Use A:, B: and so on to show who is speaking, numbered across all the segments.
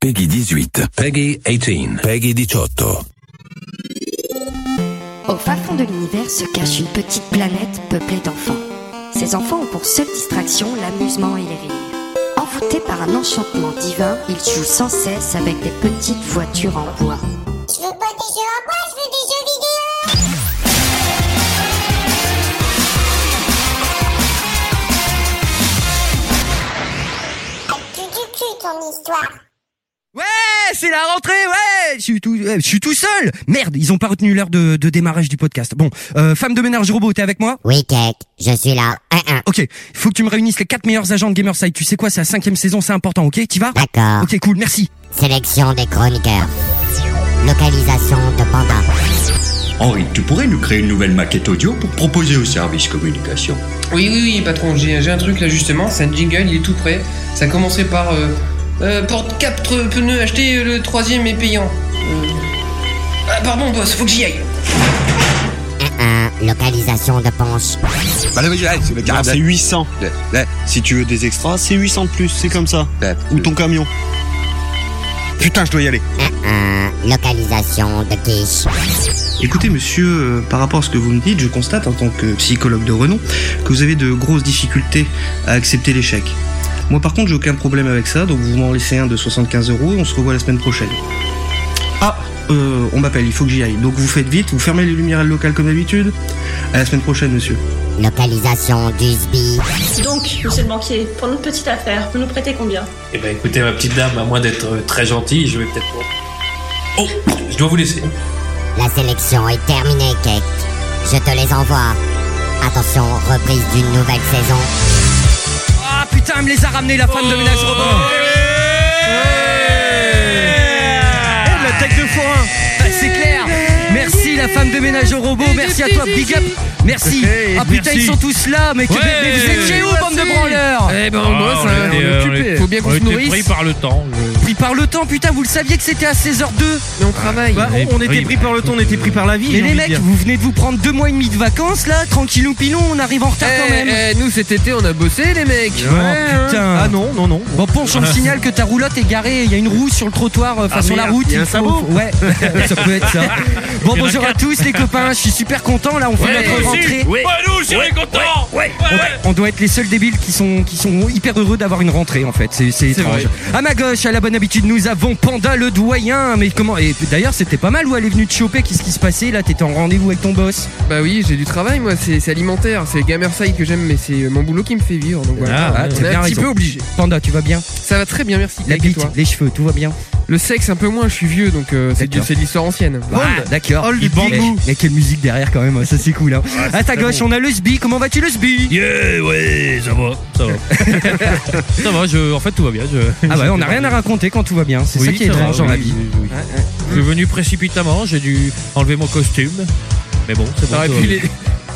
A: Peggy 18.
B: Peggy 18.
A: Peggy 18.
C: Au fin fond de l'univers se cache une petite planète peuplée d'enfants. Ces enfants ont pour seule distraction l'amusement et les rires. Envoûtés par un enchantement divin, ils jouent sans cesse avec des petites voitures en bois.
D: Je veux pas des jeux en bois, je veux des jeux vidéo Avec du du cul ton histoire
E: Ouais, c'est la rentrée, ouais, je suis tout, ouais, je suis tout seul. Merde, ils ont pas retenu l'heure de, de démarrage du podcast. Bon, euh, femme de ménage robot, t'es avec moi
F: Oui, Kate, je suis là. Un, un.
E: Ok, il faut que tu me réunisses les quatre meilleurs agents de Gamerside. Tu sais quoi, c'est la cinquième saison, c'est important, ok T'y vas
F: D'accord.
E: Ok, cool, merci.
F: Sélection des chroniqueurs. Localisation de panda.
G: Henri, tu pourrais nous créer une nouvelle maquette audio pour proposer au service communication.
H: Oui, oui, oui, patron, j'ai j'ai un truc là justement, c'est un jingle, il est tout prêt. Ça commençait par euh, euh, porte 4 pneus, achetez le troisième et payant. Euh, Ah, pardon, boss, faut que j'y aille.
F: Un, un. Localisation de penche.
G: Ah,
I: Bah, c'est 800.
G: là,
I: Si tu veux des extras, c'est 800 de plus, c'est comme ça.
G: là,
I: Ou ton camion. Putain, je dois y aller.
F: Un, un. Localisation de quiche.
H: Écoutez, monsieur, euh, par rapport à ce que vous me dites, je constate en tant que psychologue de renom que vous avez de grosses difficultés à accepter l'échec. Moi, par contre, j'ai aucun problème avec ça, donc vous m'en laissez un de 75 euros et on se revoit la semaine prochaine. Ah, euh, on m'appelle, il faut que j'y aille. Donc vous faites vite, vous fermez les lumières locales comme d'habitude. À la semaine prochaine, monsieur.
F: Localisation d'Usby.
J: Donc, monsieur le banquier, pour notre petite affaire, vous nous prêtez combien
K: Eh ben écoutez ma petite dame, à moins d'être euh, très gentille, je vais peut-être... Oh, je dois vous laisser.
F: La sélection est terminée, Kate. Je te les envoie. Attention, reprise d'une nouvelle saison.
E: Ah putain, elle me les a ramenés la femme de ménage robot. Eh, la tech de forain. Bah, c'est clair. Merci la femme de ménage au robot, merci à toi, big up, merci.
I: Hey,
E: Ah putain,
I: merci.
E: ils sont tous là, mais, que-
K: Ouais.
E: mais vous êtes chez où, bande de branleurs
H: Eh ben,
K: Ah,
E: hein.
K: hein, euh,
E: euh,
K: Faut bien qu'on se nourrisse. pris par le temps. je-
E: Pris par le temps, putain, vous le saviez que c'était à 16h02
I: Bah,
K: Ouais,
I: on, on était
K: oui,
I: pris
K: bah,
I: par le temps, on était pris par la vie.
E: Mais
I: j'ai
E: les
I: envie de
E: mecs,
I: dire.
E: vous venez de vous prendre deux mois et demi de vacances là, tranquillou pilon, on arrive en retard quand même.
H: nous cet été on a bossé les mecs.
E: Oh, putain.
I: Ah non, non, non.
E: Bon, ponche, on me signale que ta roulotte est garée. Il y a une roue sur le trottoir euh, façon la
I: Ah, merde,
E: route.
I: il y a un
E: faut-
I: sabot
E: Ouais, ça peut être ça. Bon, bonjour à tous les copains. Je suis super content. Là, on fait notre rentrée.
K: nous aussi, on est contents
E: On, on doit être les seuls débiles qui sont, qui sont hyper heureux d'avoir une rentrée en fait. C'est, c'est étrange. À ma gauche, à la bonne habitude, nous avons Panda le doyen. Mais comment Et d'ailleurs, c'était pas mal où elle est venue te choper. Qu'est-ce qui se passait Là, t'étais en rendez-vous avec ton boss.
H: Bah oui, j'ai du travail moi, c'est c'est alimentaire, c'est Gamerside que j'aime, mais c'est euh, mon boulot qui me fait vivre, donc voilà.
E: Ah,
H: on
E: t'as
H: est
E: bien
H: un petit
E: raison.
H: peu obligé.
E: Panda, tu vas bien
H: Ça va très bien, merci.
E: La
H: Kate, et
E: bite,
H: toi
E: les cheveux, tout va bien
H: Le sexe un peu moins, je suis vieux, donc euh, c'est du-
E: D'accord.
H: c'est de l'histoire ancienne.
E: Ah, D'accord.
I: All the Ah,
E: Il
I: big
E: bang.
I: boo.
E: Eh, eh, quelle musique derrière quand même, ça c'est cool. Hein. à ta gauche, on a le SBI. Comment vas-tu le SBI
K: Yeah, ouais, ça va, ça va. ça va, je, en fait tout va bien. Je,
E: Ah ouais, on n'a rien à raconter quand tout va bien. C'est ça qui est
K: va,
E: étrange dans
K: oui,
E: la vie.
K: oui, oui. Je suis venu précipitamment, j'ai dû enlever mon costume. Mais bon, c'est bon.
H: Ah, et
K: tout va
H: puis
K: bien.
H: les-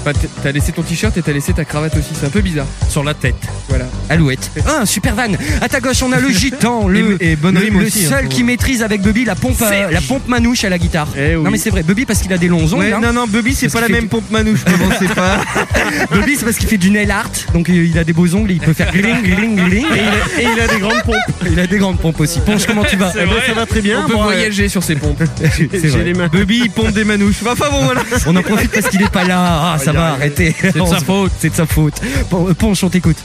H: Bah, t- t'as laissé ton t-shirt et t'as laissé ta cravate aussi, c'est un peu bizarre.
K: Sur la tête.
H: Voilà.
E: Alouette. Ah, super van. À ta gauche, on a le gitan, le,
I: Et- et bonne
E: le-
I: rime
E: le
I: aussi, hein,
E: seul
I: faut-
E: qui maîtrise avec Bubby la pompe, euh, la pompe manouche à la guitare.
I: Eh oui.
E: Non mais c'est vrai, Bubby parce qu'il a des longs ongles.
I: Ouais,
E: hein.
I: non, non, Bobby, c'est
E: Parce
I: pas la
E: qu'il fait
I: même pompe manouche, je ne sais pas.
E: Bubby c'est parce qu'il fait du nail art, donc euh, il a des beaux ongles, il peut faire gling gling gling.
I: Et il, a, et il a des grandes pompes.
E: Il a des grandes pompes aussi. Ponche, comment tu vas
I: Eh ben, ça va très bien.
H: On peut
I: Bon, euh,
H: voyager sur ses pompes.
E: C'est vrai.
I: J'ai les mains. Bobby, il pompe des manouches. Enfin bon, voilà.
E: euh, On en profite parce qu'il est pas là. Ah, ça va, arrêtez.
K: C'est de sa faute.
E: C'est de sa faute. Pon- euh, Ponche, on t'écoute.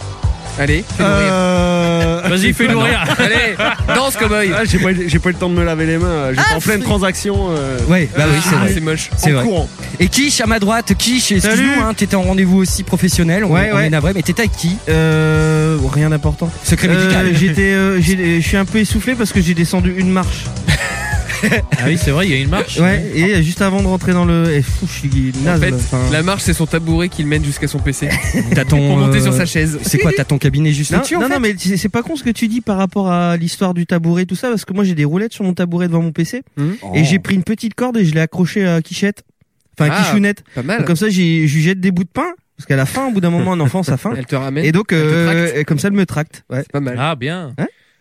H: Allez, fais-nous rire.
I: Euh...
K: Vas-y, fais-nous rire.
H: Allez, danse cowboy.
I: Ah, j'ai pas, j'ai pas eu le temps de me laver les mains. J'étais en pleine transaction. euh,
E: Ah, Ouais, bah oui, c'est
H: Ah,
E: vrai.
H: c'est moche.
E: C'est
I: en
E: vrai.
I: courant.
E: Et Kish à ma droite, Kish, excuse-nous,
I: Salut.
E: hein, t'étais en rendez-vous aussi professionnel, on,
I: Ouais,
E: on
I: ouais.
E: est navré, mais t'étais avec qui
I: Euh, rien d'important.
E: Secret
I: Euh,
E: médical.
I: J'étais, euh, j'ai- je suis un peu essoufflé parce que j'ai descendu une marche.
K: Ah oui, c'est vrai, il y a une marche.
I: Ouais. Et juste avant de rentrer dans le, eh, fou, je suis
H: En
I: naze.
H: fait,
I: là. Enfin,
H: la marche, c'est son tabouret qu'il mène jusqu'à son PC
E: T'as ton.
H: pour monter sur
E: euh,
H: sa chaise.
E: C'est quoi, t'as ton cabinet juste
I: Non,
E: là-dessus
I: non, non, mais c'est c'est pas con ce que tu dis par rapport à l'histoire du tabouret, tout ça, parce que moi j'ai des roulettes sur mon tabouret devant mon PC,
H: Mhm.
I: et j'ai pris une petite corde et je l'ai accrochée à Quichette, enfin
H: Ah.
I: Quichounette.
H: Pas mal.
I: Donc, comme ça, j'ai- je lui jette des bouts de pain, parce qu'à la fin, au bout d'un moment, un enfant, ça faim.
H: Elle te ramène.
I: Et donc,
H: Elle te
I: euh,
H: tracte.
I: et comme ça, elle me tracte. Ouais,
H: Pas mal.
K: Ah bien.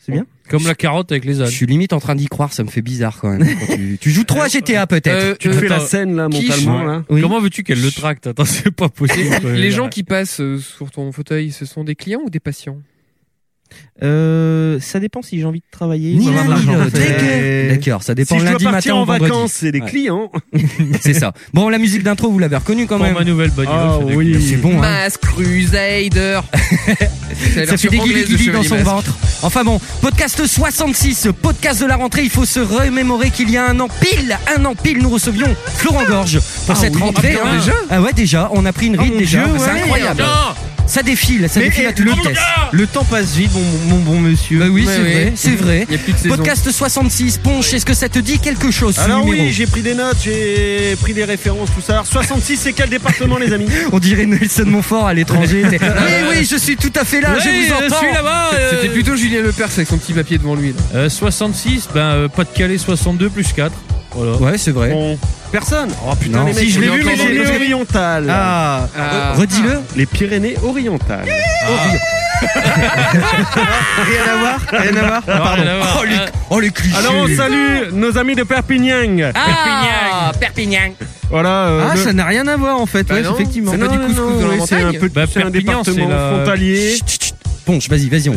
I: c'est bien.
K: Comme la carotte avec les
E: Hein Je
K: ânes.
E: suis limite en train d'y croire, ça me fait bizarre quand même. Quand tu, tu joues trop à GTA peut-être.
H: Euh, euh,
K: Attends,
I: scène là,
H: Quiche,
K: ouais.
I: là.
E: Oui.
K: Comment veux-tu qu'elle le tracte Attends, c'est pas possible.
H: Les gens qui passent euh, sur ton fauteuil, ce sont des clients ou des patients
I: Euh, ça dépend si j'ai envie de travailler.
E: Ni
I: d'avoir
E: l'un
I: de
E: ni
I: l'argent.
E: l'autre.
I: Euh,
E: D'accord, ça dépend
I: Si je dois
E: lundi
I: partir
E: matin
I: en
E: ou vendredi.
I: vacances, c'est les
E: Ouais.
I: clients.
E: c'est ça. Bon, la musique d'intro, vous l'avez reconnue quand
K: Pour
E: même.
K: ma nouvelle bagnole,
E: Ah
K: c'est des
E: oui.
K: clients.
E: C'est bon.
H: Bah,
E: Hein.
K: Mask Crusader. C'est la
E: Ça fait
K: version
E: des
K: anglaise de
E: guilis dans
K: Chevalier
E: son
K: Masque.
E: ventre. Enfin bon, podcast 66, podcast de la rentrée. Il faut se remémorer qu'il y a un an pile, un an pile, nous recevions Florent Gorge pour
K: Ah
E: cette
K: oui.
E: rentrée.
K: Ah, déjà
E: Ah ouais, déjà. On a pris une
K: Ah,
E: ride
K: mon
E: déjà.
K: Dieu,
E: C'est
K: ouais.
E: incroyable.
K: Non.
E: Ça défile, ça
K: Mais,
E: défile à
K: eh,
E: toute
K: mon
E: vitesse.
K: gars
I: Le temps passe vite, mon, mon bon monsieur.
E: Bah oui,
I: Ouais,
E: c'est
I: ouais.
E: vrai, c'est vrai.
I: Il y a plus de saison.
E: Podcast 66, Ponche, est-ce que ça te dit quelque chose ce
G: Alors
E: numéro
G: Ah oui, j'ai pris des notes, j'ai pris des références, tout ça. Alors 66, c'est quel département, les amis
E: On dirait Nelson Montfort à l'étranger. c'est- oui, Eh oui, je suis tout à fait là, je
K: Ouais,
E: vous entends.
K: suis là-bas.
H: C'était plutôt Julien Lepers avec son petit papier devant lui. là.
K: Euh, 66, ben euh, Pas-de-Calais 62 plus 4. Voilà.
E: Ouais, c'est vrai.
G: Personne. Oh
K: putain, les mecs,
G: si je
K: on
G: l'ai
K: est
G: vu,
K: encore
G: mais
K: dans
G: j'ai
K: le-
G: les orientales.
K: Ah. Ah.
E: Redis-le. Ah.
G: Les Pyrénées orientales.
I: Rien à voir, rien à voir.
G: Ah, pardon.
E: Oh, les, oh, les clichés.
G: Alors on salue nos amis de Perpignan.
K: Ah, Perpignan.
G: Voilà. euh,
I: Ah,
G: le-
I: ça n'a rien à voir en fait,
G: Bah
I: ouais,
G: non,
I: effectivement.
G: c'est
I: Pas
G: non, non, non, oui, C'est un, peu, c'est un département frontalier.
E: Ponche, vas-y, vas-y. On...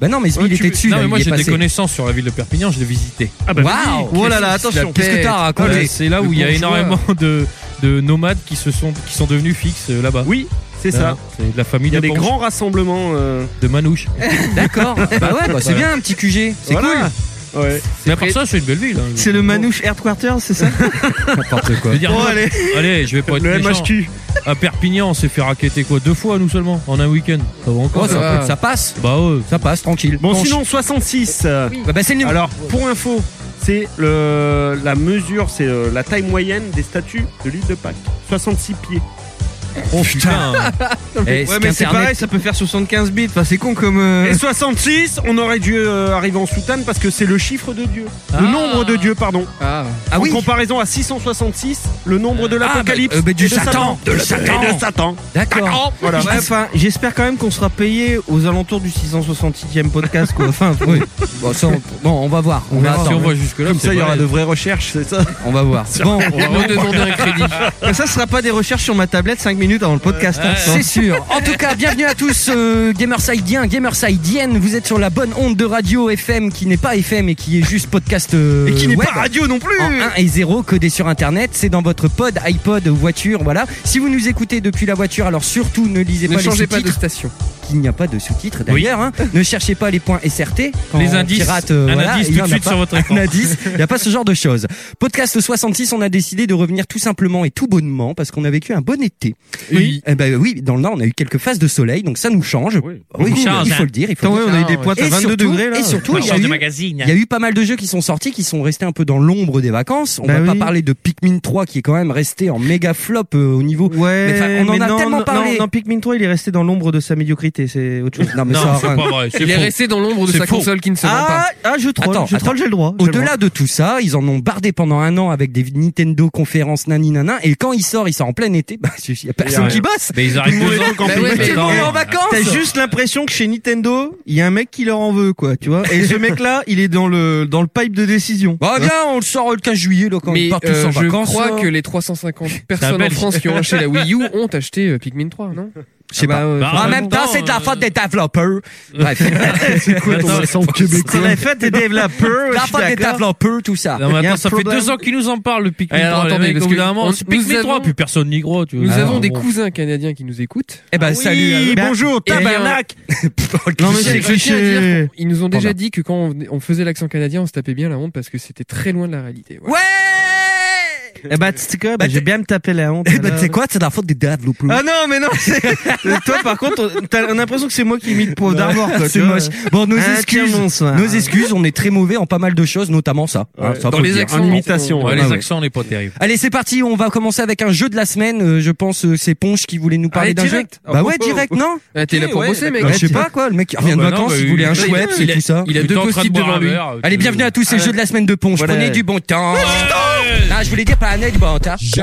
E: Bah non, mais lui, il était dessus.
K: Non,
E: là,
K: mais moi
E: il est
K: j'ai des
E: passé.
K: connaissances sur la ville de Perpignan, je l'ai visité.
G: Ah
E: bah, vas-y.
K: Waouh
E: Oh là là,
K: Qu'est-ce
E: attention,
K: qu'il a
E: qu'est-ce que t'as
K: fait
E: raconté
K: Euh, C'est là
E: Le
K: où il y a
E: bourgeois.
K: énormément de, de nomades qui, se sont, qui sont devenus fixes euh, là-bas.
G: Oui, c'est
K: Là,
G: ça.
K: C'est de la famille
G: Il y a
K: de
G: des
K: Ponche.
G: grands rassemblements. euh,
K: de manouches.
E: D'accord. Bah ouais, bah, c'est
K: Voilà.
E: bien un petit QG. C'est
G: Voilà. Ouais.
K: Mais à part ça, c'est une belle ville. hein.
I: C'est le Manouche Headquarter, c'est ça
E: cool. N'importe quoi.
K: Je veux dire,
I: Oh,
K: non,
I: allez.
K: allez, je vais pas être
I: Le
K: méchant.
I: MHQ.
K: À Perpignan, on s'est fait raqueter quoi Deux fois nous seulement, en un week-end. Ça va encore
E: Oh, ça, peut- ça passe.
K: Bah ouais.
E: Ça passe, tranquille.
G: Bon,
E: Ponche.
G: sinon 66. euh,
E: Bah, bah, c'est le numéro.
G: Alors, pour info, c'est le, la mesure, c'est euh, la taille moyenne des statues de l'île de Pâques. 66 pieds.
K: Oh putain
I: Ouais, mais c'est
E: Eh, qu'Internet-
I: pareil, ça peut faire 75 bits. Enfin, c'est con comme. euh,
G: Et 66, on aurait dû euh, arriver en soutane parce que c'est le chiffre de Dieu.
K: Ah.
G: Le nombre de Dieu, pardon.
H: Ah.
E: Ah
G: en
E: oui.
G: comparaison à 666, le nombre de
E: Ah,
G: l'Apocalypse.
E: bah, euh, bah, du
G: et de
E: Satan. De la-
G: Et de Satan.
E: D'accord.
G: Voilà.
I: Ouais, enfin, j'espère quand même qu'on sera payé aux alentours du 666e podcast, quoi. Enfin,
E: Oui. Bon, ça, on... bon, on va voir. On, va
K: Si on
E: attendre.
K: voit jusque-là,
G: Comme ça, il y aura de
K: deux.
G: vraies recherches, c'est ça
E: On va voir. Bon,
K: On va vraiment demander un crédit.
I: ça ça sera pas des recherches sur ma tablette 5 minutes avant le podcast. hein.
E: C'est sûr. En tout cas, bienvenue à tous, euh, Gamersidiens, Gamersidiennes. Vous êtes sur la bonne onde de radio FM qui n'est pas FM et qui est juste podcast. euh,
I: Et qui n'est
E: web.
I: pas radio non plus
E: En 1 et 0, codé sur internet, c'est dans votre pod, iPod, voiture, voilà. Si vous nous écoutez depuis la voiture, alors surtout ne lisez
H: Ne
E: pas les
H: changez pas de
E: sous-titres,
H: station.
E: qu'il n'y a pas de sous-titres d'ailleurs. hein. Ne cherchez pas les points SRT. quand
K: Les
E: on
K: indices,
E: pirate, euh,
K: un
E: voilà,
K: indice
E: il y
K: tout de
E: en a
K: suite
E: pas.
K: sur votre écran.
E: Un indice, il n'y a pas ce genre de choses. Podcast 66, on a décidé de revenir tout simplement et tout bonnement parce qu'on a vécu un bon été.
K: Oui.
E: Eh ben oui, dans le Nord, on a eu quelques phases de soleil, donc ça nous change.
K: Oui.
E: il faut-
K: Change,
E: il faut
K: hein.
E: le dire. Il faut
I: Attends,
E: le
I: ouais,
E: dire.
I: on a eu des pointes à
E: Et
I: 22
E: surtout-
I: degrés là.
E: Et surtout, il y a eu
K: magazine.
E: il y a eu pas mal de jeux qui sont sortis, qui sont restés un peu dans l'ombre des vacances. On
I: Bah
E: va pas
I: oui.
E: parler de Pikmin 3 qui est quand même resté en méga flop euh, au niveau.
I: Ouais,
E: Mais enfin, on en a
I: Euh, non,
E: tellement
I: non,
E: parlé.
I: Non, non, Pikmin 3, il est resté dans l'ombre de sa médiocrité, c'est autre chose.
E: Non mais ça.
K: Non, c'est
E: enfin,
K: pas vrai. c'est
H: Il est
K: faux.
H: resté dans l'ombre de
K: C'est
H: sa
K: faux.
H: console qui ne se vend pas.
I: Ah, ah, je troll,
E: Attends,
I: je
E: attends.
I: troll, j'ai le droit. j'ai le droit.
E: Au-delà de tout ça, ils en ont bardé pendant un an avec des Nintendo conférences nani nana et quand il sort, il sort en plein été. Bah, il y a
K: Il y a
E: personne
K: rien.
E: qui bosse.
K: Mais ils arrivent deux ans quand
H: Bah
K: ils
H: ouais,
K: mettent
H: mais-
K: dans-
E: est en vacances.
I: T'as juste l'impression que chez Nintendo, il y a un mec qui leur en veut, quoi, tu vois. Et ce mec-là, il est dans le, dans le pipe de décision.
E: Bah viens, on le sort le 15 juillet là quand
H: Mais
E: ils partent tous
H: euh,
E: en
H: je
E: vacances.
H: crois
E: là.
H: que les 350 personnes en
K: Belge.
H: France qui ont acheté la Wii U ont acheté euh, Pikmin 3, non
E: Je sais
H: Ah bah,
E: pas.
H: euh,
K: Bah,
E: en
K: en
E: même
K: même
E: temps,
K: temps,
E: c'est de la
K: euh,
E: faute des développeurs. Bref,
K: Attends,
I: C'est la fête des développeurs.
E: la
I: je suis
E: faute des
I: d'accord.
E: développeurs, tout ça.
K: Non, mais
I: Il y a
K: attends,
I: un
K: ça
I: problème.
K: fait deux ans qu'ils nous en parlent, le Pikmin
H: Eh,
K: 3.
H: alors,
K: les
H: attendez,
K: mecs,
H: parce
K: au bout
H: que
K: d'un moment,
H: on-
K: c'est Pikmin
H: nous
K: 3,
H: avons-
K: plus personne n'y croit, tu vois.
H: Nous
K: Alors,
H: avons des
K: bon. Ah
H: cousins canadiens qui nous écoutent.
E: Eh ben, salut. à eux.
K: hein.
H: euh,
G: Oui, bonjour,
K: Eh
H: Et
G: tabarnak.
I: Non, mais c'est
H: Je tiens à
I: cliché.
H: dire, Ils nous ont déjà
E: Pardon.
H: dit que quand on venait- on faisait l'accent canadien, on se tapait bien la honte parce que c'était très loin de la réalité. voilà.
E: Ouais.
I: Eh bah, tu sais quoi, bah,
E: Bah,
I: j'ai
E: t'es-
I: bien me taper la honte.
E: Eh ben,
I: alors.
E: tu sais quoi, c'est de la faute des développeurs.
I: Ah non, mais non, c'est... Toi, par contre, on- t'as l'impression que c'est moi qui imite Poivre d'Arvor, Oh, quoi.
E: C'est moche. Bon, nos
I: Ah,
E: excuses.
I: tiens, bonsoir.
E: Nos excuses, on est très mauvais en pas mal de choses, notamment ça. hein, ça, faut
H: Dans
E: le
H: les
E: dire. Ah,
H: accents.
G: En imitation,
K: Ouais,
G: ouais.
K: les
E: ouais.
K: accents, on n'est pas terrible.
E: Allez, c'est parti. On va commencer avec un jeu de la semaine. Euh, je pense euh, c'est Ponche qui voulait nous parler
H: Allez,
E: d'un jeu.
H: direct.
E: Bah ouais,
H: Oh, oh,
E: direct, non
H: Ah, T'es là pour
E: Ouais,
H: bosser, mec.
E: bah, Je sais pas quoi. Le mec il revient de
K: Ah, bah non,
E: vacances,
K: bah,
E: il
K: il-
E: voulait un
K: il a-
E: chouette, c'est
H: il a-
E: tout ça.
H: Il a
K: T'es
H: deux
K: en train de
H: post-it
K: boire
H: devant
K: un
H: lui.
K: verre,
E: Allez,
K: tu-
E: bienvenue à tous ces jeux de la semaine de Ponche.
I: Voilà.
E: Prenez du bon temps. Ah, je voulais dire prenez du bon temps.
L: C'est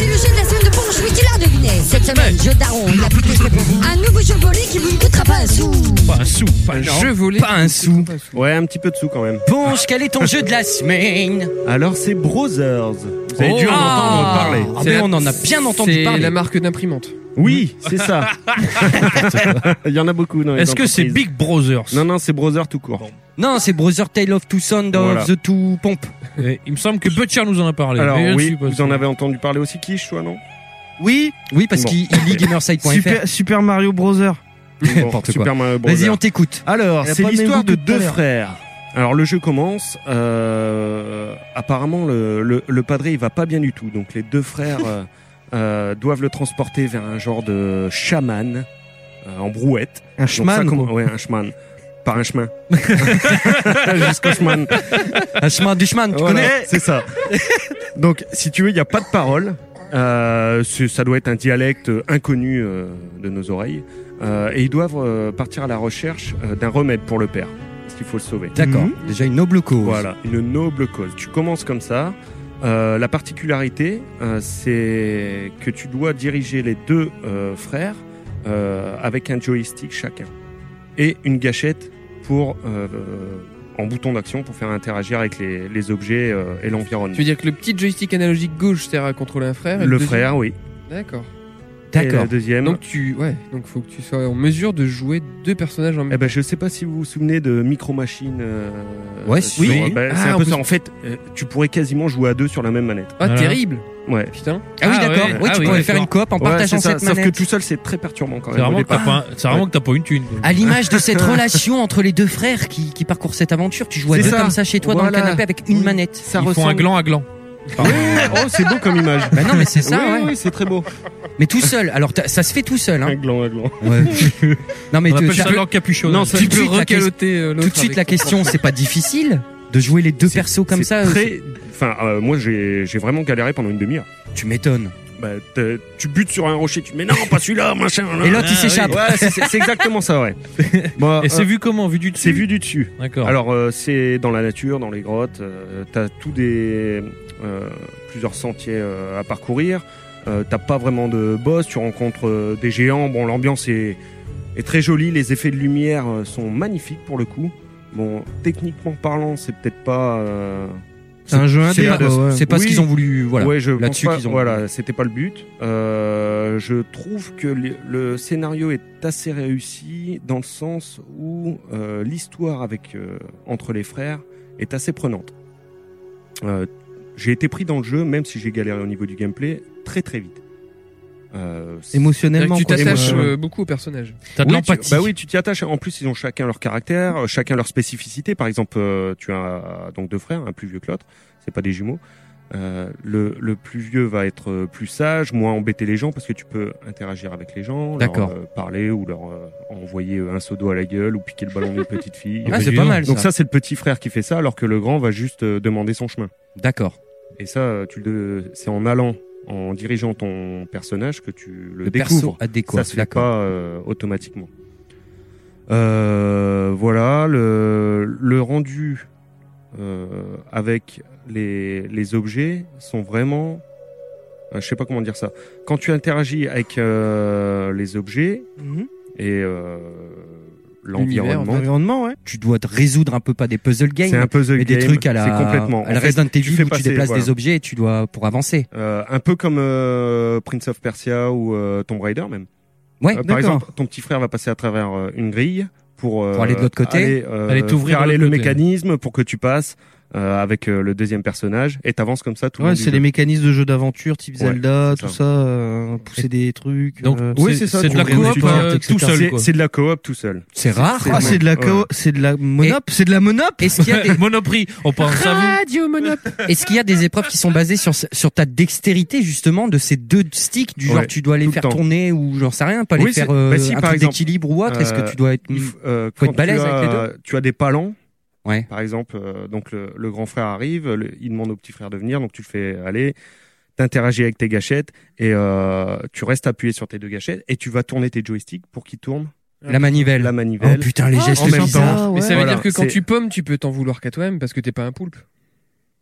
L: le jeu de la semaine de Ponche.
C: je me suis l'art deviné. Cette semaine, jeu daron, il a plus de propos. Un nouveau jeu volé qui vous ne coûtera pas un sou.
E: Pas un sou, pas un
G: Non.
E: jeu volé. Pas un sou.
G: Ouais, un petit peu de sous quand même.
E: Bon, quel est ton jeu de la semaine
G: Alors, c'est Brothers. Vous avez
E: Oh.
G: dû en entendre
E: Ah.
G: parler.
E: Ah, mais on en a bien entendu parler.
H: C'est la marque d'imprimante.
G: Oui, c'est ça. Il y en a beaucoup. dans les
E: Est-ce que c'est
G: entreprises.
E: Big Brothers
G: Non, non, c'est Brothers tout court.
E: Non, c'est Brother Tale of Two Sons of
G: Voilà.
E: the Two Pomp. Il me semble que Butcher nous en a parlé.
G: Alors oui, vous en avez entendu parler aussi, Kish, toi, non
E: Oui. Oui, parce
G: Bon.
E: qu'il il lit gamerside.fr.
I: Super, Super Mario Bros.
E: N'importe quoi.
G: Super Mario Bros.
E: Vas-y, on t'écoute.
G: Alors,
I: Elle a
G: c'est
I: pas le même
G: l'histoire
I: goût
G: de
I: que tout à
G: deux
I: l'heure.
G: frères. Alors le jeu commence. euh, apparemment, le, le, le padré il va pas bien du tout. Donc les deux frères euh, euh, doivent le transporter vers un genre de chaman euh, en brouette.
I: Un
G: Donc,
I: cheman,
G: ça commence-
I: quoi.
G: Ouais, un chaman. Par un chemin. Jusqu'au chemin.
E: Un chemin du chemin, tu connais
G: C'est ça. Donc, si tu veux, il n'y a pas de parole. Euh, c'est- ça doit être un dialecte inconnu euh, de nos oreilles. Euh, et ils doivent euh, partir à la recherche euh, d'un remède pour le père. Parce qu'il faut le sauver.
E: D'accord. Déjà une noble cause.
G: Mhm. Voilà, une noble cause. Tu commences comme ça. Euh, la particularité, euh, c'est que tu dois diriger les deux euh, frères euh, avec un joystick chacun et une gâchette pour euh, en bouton d'action pour faire interagir avec les, les objets euh, et l'environnement.
H: Tu veux dire que le petit joystick analogique gauche sert à contrôler un
E: Ah,
H: frère et
G: Le
H: deuxième-
G: frère, oui.
H: D'accord.
G: Et la deuxième.
H: Donc tu, ouais, donc faut que tu sois en mesure de jouer deux personnages en même
G: Eh ben, je sais pas si vous vous souvenez de Micro Machine. euh,
H: Ouais,
G: sur-
H: oui.
G: euh, ben, c'est
H: Ah,
G: un peu
H: vous-
G: ça. En fait, euh, tu pourrais quasiment jouer à deux sur la même manette.
H: Ah, Voilà. terrible.
G: Ouais.
H: Putain.
E: Ah oui, d'accord. Ouais, tu pourrais faire une coop en
G: Ouais,
E: partageant
G: c'est ça.
E: cette
G: Sauf que
E: manette.
G: tout seul, c'est très perturbant quand
E: C'est
G: même.
E: vraiment
G: au
E: que t'as
G: départ.
E: pas un- c'est vraiment
G: Ouais.
E: que t'as pas une thune. À l'image de cette relation entre les deux frères qui, qui parcourent cette aventure, tu joues à
G: C'est
E: deux
G: ça.
E: comme ça chez toi dans
G: Voilà.
E: le canapé avec une manette. Ça
G: Ils font ressemble- un
E: gland à gland.
G: oh, c'est beau comme image.
E: Bah non, mais c'est ça,
G: Oui,
E: ouais.
G: oui, c'est très beau.
E: Mais tout seul. Alors t'as- ça se fait tout seul. Hein.
G: gland à gland.
E: Non mais
H: On
E: tu-
H: appelle
E: tu
H: ça
E: peux-
H: l'encapuchonnage.
E: Non,
H: Ça
E: tout de
H: peut
E: suite, la
H: recaloter,
E: ques-
H: euh, l'autre
E: Tout de suite, la
H: avec-
E: question, c'est pas difficile de jouer les deux persos comme ça. euh,
G: Très. Enfin, euh, moi, j'ai j'ai vraiment galéré pendant une demi-heure.
E: Tu m'étonnes.
G: Bah, t'es- tu butes sur un rocher, tu dis, mais non, pas celui-là, machin. là.
E: Et l'autre, il
G: Ah, oui.
E: s'échappe.
G: Ouais, c'est- c'est c'est exactement ça, ouais. Bon,
K: Et c'est
G: euh,
K: vu comment Vu du dessus
G: C'est vu du dessus.
K: D'accord.
G: Alors euh, c'est dans la nature, dans les grottes. euh, t'as tout des euh, plusieurs sentiers euh, à parcourir. Euh, t'as pas vraiment de boss. Tu rencontres euh, des géants. Bon, l'ambiance est, est très jolie. Les effets de lumière euh, sont magnifiques pour le coup. Bon, techniquement parlant, c'est peut-être pas. euh,
I: C'est un jeu indé,
G: pas
I: quoi,
G: de-
I: ouais.
E: C'est pas ce
G: Oui.
E: qu'ils ont voulu. Voilà.
G: Ouais, je pense
E: Là-dessus
G: pas-
E: qu'ils ont.
G: Voilà, c'était pas le but. Euh, je trouve que le, le scénario est assez réussi dans le sens où euh, l'histoire avec euh, entre les frères est assez prenante. Euh, j'ai été pris dans le jeu, même si j'ai galéré au niveau du gameplay, très très vite. Euh, c'est-
I: Émotionnellement,
H: Tu
I: quoi.
H: t'attaches
I: Émotionnellement.
H: euh, beaucoup au personnage.
G: oui, tu- bah oui, tu t'y attaches. En plus, ils ont chacun leur caractère, euh, chacun leur spécificité. Par exemple, euh, tu as donc deux frères, un plus vieux que l'autre. C'est pas des jumeaux. Euh, le, le plus vieux va être euh, plus sage, moins embêter les gens parce que tu peux interagir avec les gens, leur
E: D'accord.
G: euh, parler ou leur euh, envoyer euh, un seau d'eau à la gueule ou piquer le ballon d'une petite fille.
E: Ah, c'est pas mal,
G: Donc
E: ça.
G: ça, c'est le petit frère qui fait ça, alors que le grand va juste euh, demander son chemin.
E: D'accord.
G: Et ça, euh, tu le, c'est en allant, en dirigeant ton personnage que tu le,
E: Le perso
G: découvres.
E: adéquat,
G: ça se fait
E: d'accord.
G: pas euh, automatiquement. Euh, voilà le, le rendu euh, avec les, les objets sont vraiment, euh, je sais pas comment dire ça. Quand tu interagis avec euh, les objets et euh, l'environnement,
I: Environnement, ouais.
E: Tu dois te résoudre un peu pas des puzzle games.
G: C'est un puzzle
E: mais des
G: game,
E: trucs à la.
G: c'est complètement.
E: À la
G: En fait,
E: Resident
G: tu
E: Evil
G: fais
E: où tu
G: passer,
E: déplaces des
G: voilà.
E: objets et tu dois pour avancer.
G: Euh, un peu comme euh, Prince of Persia ou euh, Tomb Raider même.
E: Ouais,
G: Euh,
E: d'accord.
G: par exemple, ton petit frère va passer à travers euh, une grille pour, euh,
E: Pour aller de l'autre côté.
G: aller, euh,
K: Aller t'ouvrir
G: faire
K: de
G: aller le
K: l'autre côté.
G: mécanisme pour que tu passes euh, avec euh, le deuxième personnage et t'avances comme ça tout le
I: Ouais,
G: long du
I: c'est
G: jeu.
I: les mécanismes de jeux d'aventure type
G: Ouais,
I: Zelda,
G: c'est
I: tout
G: ça.
I: ça, euh, pousser des trucs.
K: Donc,
I: euh,
G: Oui, c'est ça.
K: C'est de la
G: tu ouvres
K: coop
G: des
K: euh,
I: etc.
K: tout seul.
G: C'est-
K: quoi.
G: C'est de la coop tout seul.
E: C'est rare.
I: Ah, c'est de la co- c'est de la monop, c'est de la monop.
E: Est-ce qu'il y a des
K: Monoprix, on pense à vous.
E: Radio Monop. Est-ce qu'il y a des épreuves qui sont basées sur sur ta dextérité justement de ces deux sticks du genre
G: Ouais,
E: tu dois les
G: tout le
E: faire
G: temps.
E: tourner ou genre ça rien pas les
G: Oui,
E: faire
G: c'est-
E: euh,
G: bah si,
E: un
G: par
E: truc
G: exemple,
E: d'équilibre ou autre est-ce que
G: euh,
E: tu dois être
G: il faut, euh,
E: faut être
G: quand
E: balèze
G: tu as,
E: avec les deux.
G: Tu as des palans.
E: Ouais.
G: Par exemple, euh, donc le, le grand frère arrive, le- il demande au petit frère de venir, donc tu le fais aller, t'interagis avec tes gâchettes et euh, tu restes appuyé sur tes deux gâchettes et tu vas tourner tes joysticks pour qu'ils tournent
E: la manivelle.
G: la manivelle.
E: Oh putain les
G: Ah,
E: gestes
G: en même
E: bizarres.
G: temps.
H: Mais ça veut
G: Voilà,
H: dire que quand
G: c'est-
H: tu pommes, tu peux t'en vouloir qu'à toi-même parce que t'es pas un poulpe.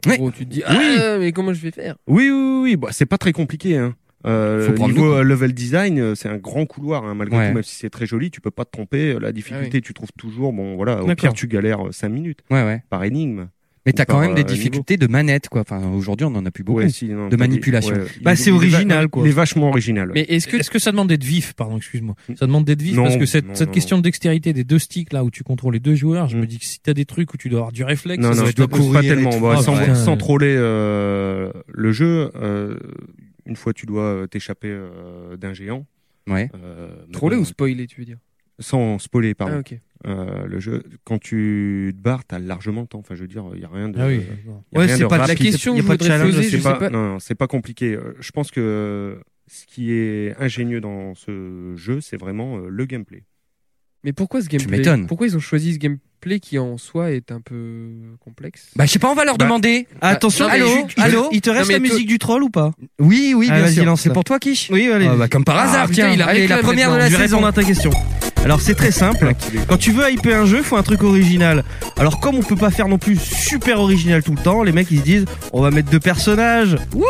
H: En
E: Ouais.
H: gros, tu te dis, ah, mais comment je vais faire
G: Oui, oui, oui, oui, bah, c'est pas très compliqué. Hein. Euh,
E: Faut prendre
G: niveau
E: le coup.
G: euh, level design, euh, c'est un grand couloir, hein, malgré
E: Ouais.
G: tout, même si c'est très joli, tu peux pas te tromper. La difficulté, tu trouves toujours, bon voilà, au
E: D'accord.
G: pire tu galères 5 minutes
E: Ouais, ouais.
G: par énigme.
E: Mais
G: Ou
E: t'as quand
G: par,
E: même des
G: euh, niveau.
E: difficultés de manette, quoi. Enfin, aujourd'hui, on en a plus beaucoup.
G: Ouais, si, non,
E: de
G: t'as des-
E: manipulation.
G: ouais,
K: Bah,
G: il est- il est va- Il est vachement original.
K: Mais est-ce que, est-ce que ça demande d'être vif Pardon, excuse-moi. Ça demande d'être vif
G: Non,
K: parce que cette,
G: non,
K: cette
G: non. Mm.
K: question de dextérité des deux sticks là où tu contrôles les deux joueurs, je me dis que si t'as des trucs où tu dois avoir du réflexe,
G: Non, non,
K: ça doit
G: je
K: être
G: te
K: pas
G: prouve pas
K: courir et
G: tellement.
K: tout.
G: Bah,
K: Ah,
G: sans,
K: putain.
G: sans troller euh, le jeu, euh, une fois tu dois euh, t'échapper euh, d'un géant.
E: Ouais.
G: euh, mais
H: Troller
G: bon,
H: ou spoiler, tu veux dire
G: Sans spoiler, pardon.
H: Ah, ok.
G: Euh, le jeu, quand tu te barres, t'as largement le temps. Enfin, je veux dire, il y a rien de.
H: Ah oui.
G: y a
H: Ouais,
G: rien
H: c'est
G: de
H: pas de la
G: rapide.
H: question
G: Y a
H: que
G: pas
H: je
G: de
H: voudrais
G: challenge,
H: poser, je
G: c'est
H: sais
G: pas-
H: pas.
G: Non, non, c'est pas compliqué. Euh, Je pense que ce qui est ingénieux dans ce jeu, c'est vraiment euh, le gameplay.
H: Mais pourquoi ce gameplay
E: m'étonnes.
H: Pourquoi ils ont choisi ce gameplay qui en soi est un peu complexe
E: Bah, je sais pas, on va leur
H: Bah,
E: demander.
H: ah, attention,
E: allô,
H: mais je- je-
E: allô.
H: il te reste la musique
E: du troll ou pas Oui, oui,
H: Ah,
E: bien
H: vas-y,
E: sûr.
H: lance
E: C'est
H: ça.
E: pour toi, Kish
H: Oui, allez.
E: Ah, bah, comme par hasard,
H: putain,
E: tiens,
H: il a
E: allez, la
H: réclame
E: première de
H: maintenant.
E: la
H: Je vais
E: saison.
H: répondre à ta question.
I: Alors c'est très simple. Quand tu veux hyper un jeu, faut un truc original. Alors comme on peut pas faire non plus super original tout le temps, les mecs ils se disent on va mettre deux personnages. Wouh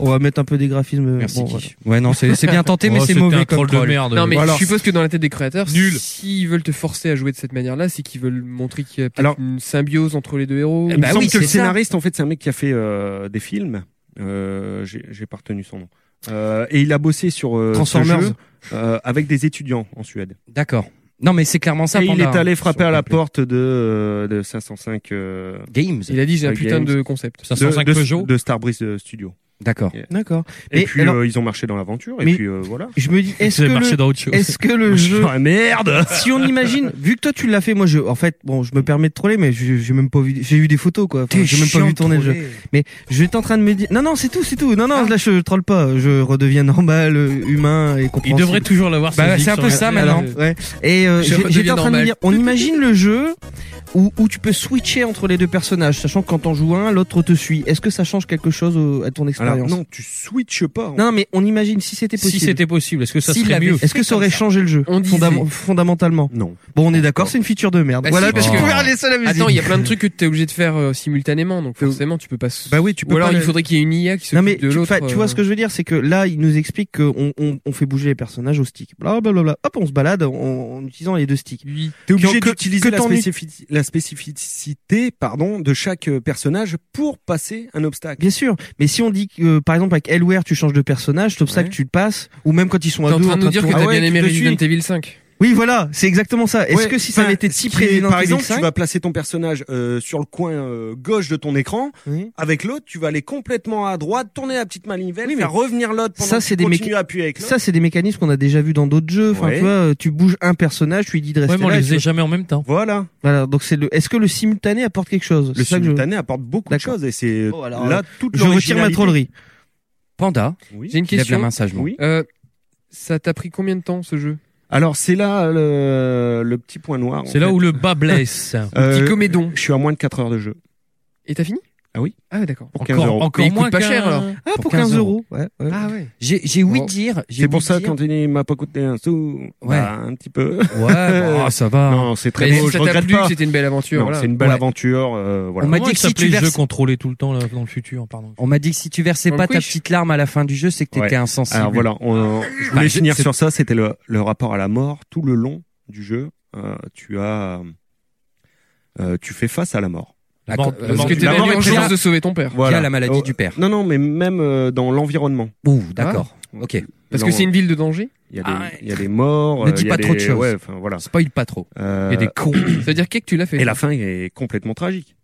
I: on va mettre un peu des graphismes. Merci.
E: Ouais non c'est bien
G: Oh,
E: tenté
I: Oh,
E: mais c'est mauvais comme troll.
H: Non mais
I: Voilà.
H: je suppose que dans la tête des créateurs,
I: Nul.
H: S'ils veulent te forcer à jouer de cette manière-là, c'est qu'ils veulent montrer qu'il y a peut-être
G: Alors-
H: une symbiose entre les deux héros.
G: Il me semble que le scénariste, en fait, Eh ben bah c'est un mec qui a fait euh, des films. Euh, J'ai j'ai pas retenu son nom. Euh, et il a bossé sur euh, ce
E: Transformers.
G: jeu, euh, avec des étudiants en Suède.
E: D'accord. Non mais c'est clairement ça.
G: et il
E: Panda,
G: est allé
E: hein,
G: frapper
E: sur
G: à la
E: gameplay.
G: porte de, euh, de 505 euh,
E: Games. Il a dit, j'ai un
G: euh,
E: putain
G: Games.
E: de concept.
G: De-
E: 505
G: de,
E: Peugeot.
G: de Starbreeze euh, Studio.
E: D'accord.
I: D'accord.
G: Et
I: Mais
G: puis
I: alors-
G: euh, ils ont marché dans l'aventure et
I: Mais
G: puis euh, voilà.
I: Je me dis, est-ce que, le, est-ce que le
G: Moi, je
I: jeu.
G: suis dans la merde
I: Si on imagine, vu que toi tu l'as fait, moi je. En fait, bon, je me permets de troller, mais je- j'ai même pas vu. J'ai vu des photos quoi. Enfin,
E: T'es
I: j'ai même pas
E: chiant
I: vu
E: de
I: tourner le jeu.
E: troller.
I: Mais j'étais en train de me dire. Non, non, c'est tout, c'est tout. Non, non, là je, je troll pas. Je redeviens normal, euh, humain et compréhensible.
K: devrait toujours l'avoir, ce
I: Bah,
K: geek
I: c'est un
K: sur
I: peu
K: la-
I: ça
K: Alors,
I: maintenant. Ouais. Et euh,
K: Je
I: j'ai-
K: redeviens
I: j'étais en train de me
K: normal.
I: dire, on imagine le jeu. Où, où tu peux switcher entre les deux personnages, sachant que quand t'en joues un, l'autre te suit. Est-ce que ça change quelque chose au- à ton expérience
G: non, tu switches pas.
I: Non, mais on imagine si c'était possible.
K: Si c'était possible, est-ce que ça
I: S'il
K: serait
I: l'avait
K: mieux
I: fait Est-ce que ça aurait changé le jeu fondam- Fondamentalement.
G: Non.
I: Bon, on est d'accord, c'est une feature de merde.
H: Bah,
I: voilà,
H: si,
I: parce
H: parce
I: que
H: que-
I: vous pouvez laisser la musique.
H: Attends, il y a plein de trucs que t'es obligé de faire euh, simultanément, donc forcément tu peux pas. s-
I: Bah oui, tu peux
H: Ou alors
I: pas
H: il
I: le-
H: faudrait qu'il y ait une IA qui
I: Non mais
H: s'occupe de
I: tu,
H: l'autre. euh.
I: enfin, tu vois ce que je veux dire, c'est que là il nous explique qu'on on, on fait bouger les personnages au stick, blablabla. Hop, on se balade en, en utilisant les deux sticks.
G: T'es
I: Qui
G: obligé
I: ont- que-
G: d'utiliser
I: que
G: la,
I: t'en ut-
G: spécifi- la spécificité pardon, de chaque euh, personnage pour passer un obstacle.
I: Bien sûr, mais si on dit que euh, par exemple avec Elware tu changes de personnage, cet obstacle tu le passes, ou même quand ils sont
H: T'es
I: à
H: en
I: deux,
H: train de nous dire que
I: tourner-
H: t'as
I: Ah ouais,
H: bien aimé
I: tu te suis.
H: Resident Evil 5.
I: Oui voilà, c'est exactement ça. Est-ce
G: Ouais,
I: que si ça
G: enfin,
I: avait été typé
G: qui est,
I: Resident
G: Par
I: Evil
G: exemple,
I: 5,
G: tu vas placer ton personnage euh, sur le coin euh, gauche de ton écran. Avec l'autre, tu vas aller complètement à droite, tourner la petite manivelle, faire revenir l'autre pendant
I: ça
G: que
I: c'est
G: tu
I: des
G: continues
I: méca-
G: à appuyer avec l'autre.
I: ça c'est des mécanismes qu'on a déjà vu dans d'autres jeux. Enfin
G: Ouais.
I: tu vois, euh, tu bouges un personnage, tu lui dis de rester
K: Ouais, mais on
I: là.
K: les
I: et
K: faisait
I: tu-
K: jamais en même temps.
G: Voilà.
I: Voilà, donc c'est le. Est-ce que le simultané apporte quelque chose
G: Le simultané apporte beaucoup de choses et c'est euh, là toute
I: Oh, euh, je retire ma
G: l'originalité.
I: trollerie.
E: Panda.
H: J'ai une
E: Lève la
H: question.
E: main sagement. Oui.
H: Euh, ça t'a pris combien de temps ce jeu
G: Alors c'est là le, le petit point noir. en
H: C'est là
G: fait.
H: où le bas blesse. Le petit
G: Euh,
H: comédon.
G: Je suis à moins de 4 heures de jeu.
H: Et t'as fini
G: Ah oui.
H: Ah ouais, d'accord.
G: Pour 15 euros.
H: Mais il coûte pas cher alors.
I: Ah, pour 15 euros.
H: Ah ouais.
E: J'ai j'ai ouï dire. j'ai
G: C'est pour
E: ouï
G: ça
E: dire-
G: quand il m'a pas coûté un sou, bah, un petit peu.
E: Ouais,
H: bah,
E: bon, ça va.
G: Non, c'est très
H: ah, Mais
G: beau.
H: si ça
G: je
H: t'a
G: regrette
H: plu,
G: pas.
H: que c'était une belle aventure,
G: Non,
H: voilà.
G: C'est une belle
H: Ouais.
G: aventure. euh, voilà.
E: On m'a dit que si tu
K: jeu
E: verses-
K: contrôlé tout le temps là, dans le futur, pardon.
E: On m'a dit que si tu versais
K: Dans le
E: pas ta
K: quiche.
E: petite larme à la fin du jeu, c'est que t'étais
G: Ouais.
E: insensible.
G: Alors voilà, on- je voulais
E: Bah,
G: finir
E: c'est-
G: sur ça. C'était le, le rapport à la mort tout le long du jeu. euh, tu as, euh, tu fais face à la mort.
H: La mort- la mort Parce que du- t'es dans l'urgence
G: présente.
H: de sauver ton père.
G: Voilà.
H: Via la maladie
G: Euh,
H: du père.
G: Non, non, mais même euh, dans l'environnement.
E: Ouh,
H: d'accord.
E: Ok.
H: Parce que c'est une ville de danger.
G: euh, Il y a des, il y a des morts.
H: Ne
G: euh,
H: dis
G: il y a
H: pas trop de
G: des-
H: choses.
G: Ouais, enfin voilà.
E: Spoil pas trop.
G: Euh,
H: Il y a des cons. C'est-à-dire qu'est-ce que tu l'as fait
G: Et la fin est complètement tragique.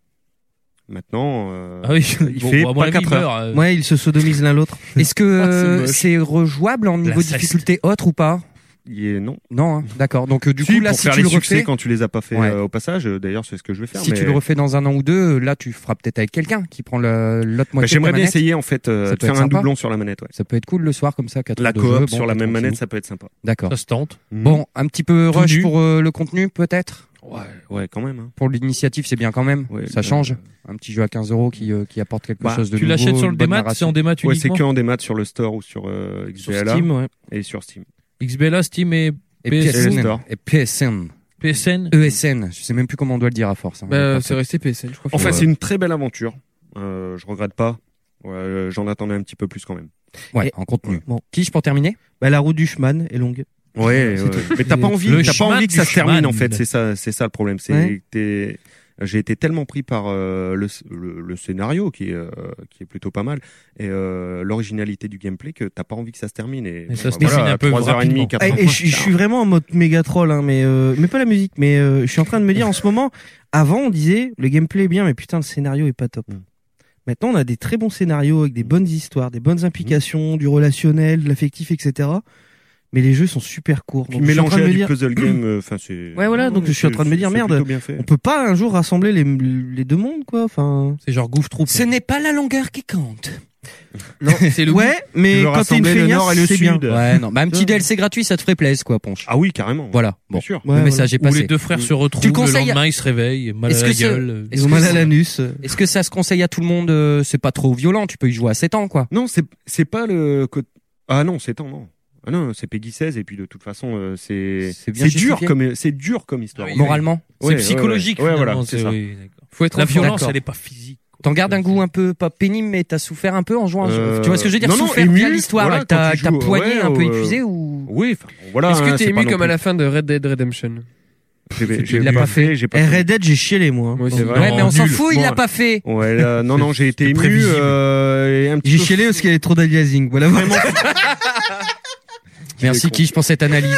G: Maintenant, euh,
K: Ah oui,
G: il
K: bon,
G: fait
K: bon, à mon
G: pas
K: avis,
G: 4
K: il
G: heures.
K: meurt, euh.
I: Ouais, ils se sodomisent l'un l'autre.
E: Est-ce que
I: Ah, c'est
E: euh,
I: moche.
E: c'est rejouable en niveau
I: Glaçaste.
E: difficulté autre ou pas
G: Il est non.
E: Non, hein, d'accord. Donc euh, du
G: Si,
E: coup là,
G: pour
E: si
G: faire
E: tu
G: les
E: le
G: succès
E: refais,
G: quand tu les as pas fait
E: Ouais.
G: euh, au passage, euh, d'ailleurs c'est ce que je vais faire.
E: si
G: mais-
E: tu le refais dans un an ou deux, euh, là tu feras peut-être avec quelqu'un qui prend le- l'autre
G: Bah,
E: moitié. de la
G: J'aimerais bien
E: manette.
G: essayer en fait euh,
E: Ça
G: de
E: peut
G: faire
E: être
G: un
E: sympa.
G: doublon sur la manette. ouais.
E: Ça peut être cool le soir comme ça. quatre
G: La
E: heures de
G: coop
E: jeu, bon,
G: sur la
E: t'es
G: même manette,
E: tranquille.
G: ça peut être sympa.
E: D'accord.
G: Ça se tente.
E: Bon, un petit peu
G: Tout
E: rush
G: nu.
E: pour euh, le contenu peut-être.
G: Ouais, ouais, quand même. hein.
E: Pour l'initiative, c'est bien quand même. ça change. Un petit jeu à 15 euros qui, euh, qui apporte quelque
G: euh. Bah,
E: chose de nouveau. une bonne narration.
G: Ouais, c'est que en démat sur le store ou sur euh, XBLA
K: Steam, ouais.
G: et sur Steam.
K: XBLA, Steam et
E: Et PSN.
G: Store.
E: Et PSN.
K: PSN.
E: ESN. E Je sais même plus comment on doit le dire à force. hein.
H: Bah, c'est resté PSN, je crois.
G: Enfin,
E: Ouais.
G: c'est une très belle aventure. Euh, je regrette pas. Ouais, euh, J'en attendais un petit peu plus quand même.
E: Ouais, en contenu. Qui je pour terminer
I: bah, La route du chemin est longue.
G: Ouais,
I: C'est
G: ouais.
I: tout.
G: mais t'as pas envie,
I: Le
G: t'as pas
I: chemin
G: envie que
I: du
G: ça se termine
I: chemin.
G: en fait. C'est ça, c'est ça le problème. C'est
I: Ouais.
G: que t'es- j'ai été tellement pris par euh, le, sc- le, le scénario qui est euh, qui est plutôt pas mal et euh, l'originalité du gameplay que t'as pas envie que ça se termine. Et,
K: ça se
G: voilà,
K: termine un peu
G: trois heures et demie, quatre heures.
I: Eh, Et, et je, je suis vraiment en mode méga troll, hein, mais euh, mais pas la musique, mais euh, je suis en train de me dire en ce moment, avant on disait le gameplay est bien, mais putain le scénario est pas top.
G: Mm.
I: Maintenant on a des très bons scénarios avec des bonnes histoires, des bonnes
G: Mm.
I: implications, du relationnel, de l'affectif, etc. Mais les jeux sont super courts.
G: Puis
I: Donc, je suis en train
G: mélangé
I: de
G: à
I: me
G: du
I: dire-
G: puzzle game, euh, enfin c'est.
I: Ouais voilà, donc je suis en train de me dire
G: c'est
I: merde,
G: plutôt bien fait.
I: on peut pas un jour rassembler les, les deux mondes quoi, enfin.
K: C'est genre gouffre troupe.
E: Ce n'est pas la longueur qui compte.
I: Non, c'est le Ouais, goût. mais quand t'es une feignasse, c'est bien.
E: Ouais, non, bah, un petit DLC gratuit, ça te ferait plaisir, quoi, Ponche.
G: Ah oui, carrément.
E: Voilà. Bon,
G: sûr.
E: le message est passé. Mm.
K: Où les deux frères se retrouvent,
E: Tu le
K: le,
E: conseilles à-
K: lendemain ils se réveillent, mal à
E: Est-ce
K: la
E: que c'est-
K: gueule.
E: est-ce que c'est- Est-ce que ça se conseille à tout le monde euh, C'est pas trop violent, tu peux y jouer à 7 ans, quoi.
G: Non, c'est c'est pas le côté. Ah non, c'est temps non. Ah non, c'est Peggy 16 et puis de toute façon euh, c'est c'est
E: bien
G: dur
E: justifié.
G: comme c'est dur comme histoire.
E: oui. Moralement C'est psychologique,
G: Ouais, ouais,
E: finalement,
G: voilà,
E: c'est-
G: c'est ça.
E: oui, d'accord. Faut être La violence, d'accord. elle est pas
K: physique.
E: T'en gardes un goût un peu pas pénible, mais t'as souffert un peu en jouant. à ce jeu.
G: Euh,
E: Tu vois ce que Oh, je veux dire
G: non, non,
E: Souffert
G: ému,
E: via l'histoire,
G: voilà,
E: avec ta,
G: quand tu
E: ta
G: joues,
E: poignée
G: ouais,
E: un peu
G: euh,
E: épuisée ou
G: Oui, enfin, bon, voilà.
H: Est-ce que
G: hein,
H: t'es
G: c'est
H: ému
G: pas
H: comme
G: non
H: à la fin de Red Dead Redemption
G: plus- j'ai- j'ai
H: Il l'a pas fait.
G: j'ai pas
I: Eh,
G: fait.
I: Red Dead j'ai chialé moi.
G: C'est vrai.
E: Ouais, mais on s'en fout, il l'a pas fait.
G: Ouais, là, non, non, j'ai été
I: C'était
G: ému.
I: prévisible.
G: euh, et un petit
I: J'ai
G: peu-
I: chialé parce qu'il y avait trop d'aliasing. Voilà vraiment.
E: Merci qui pour cette analyse.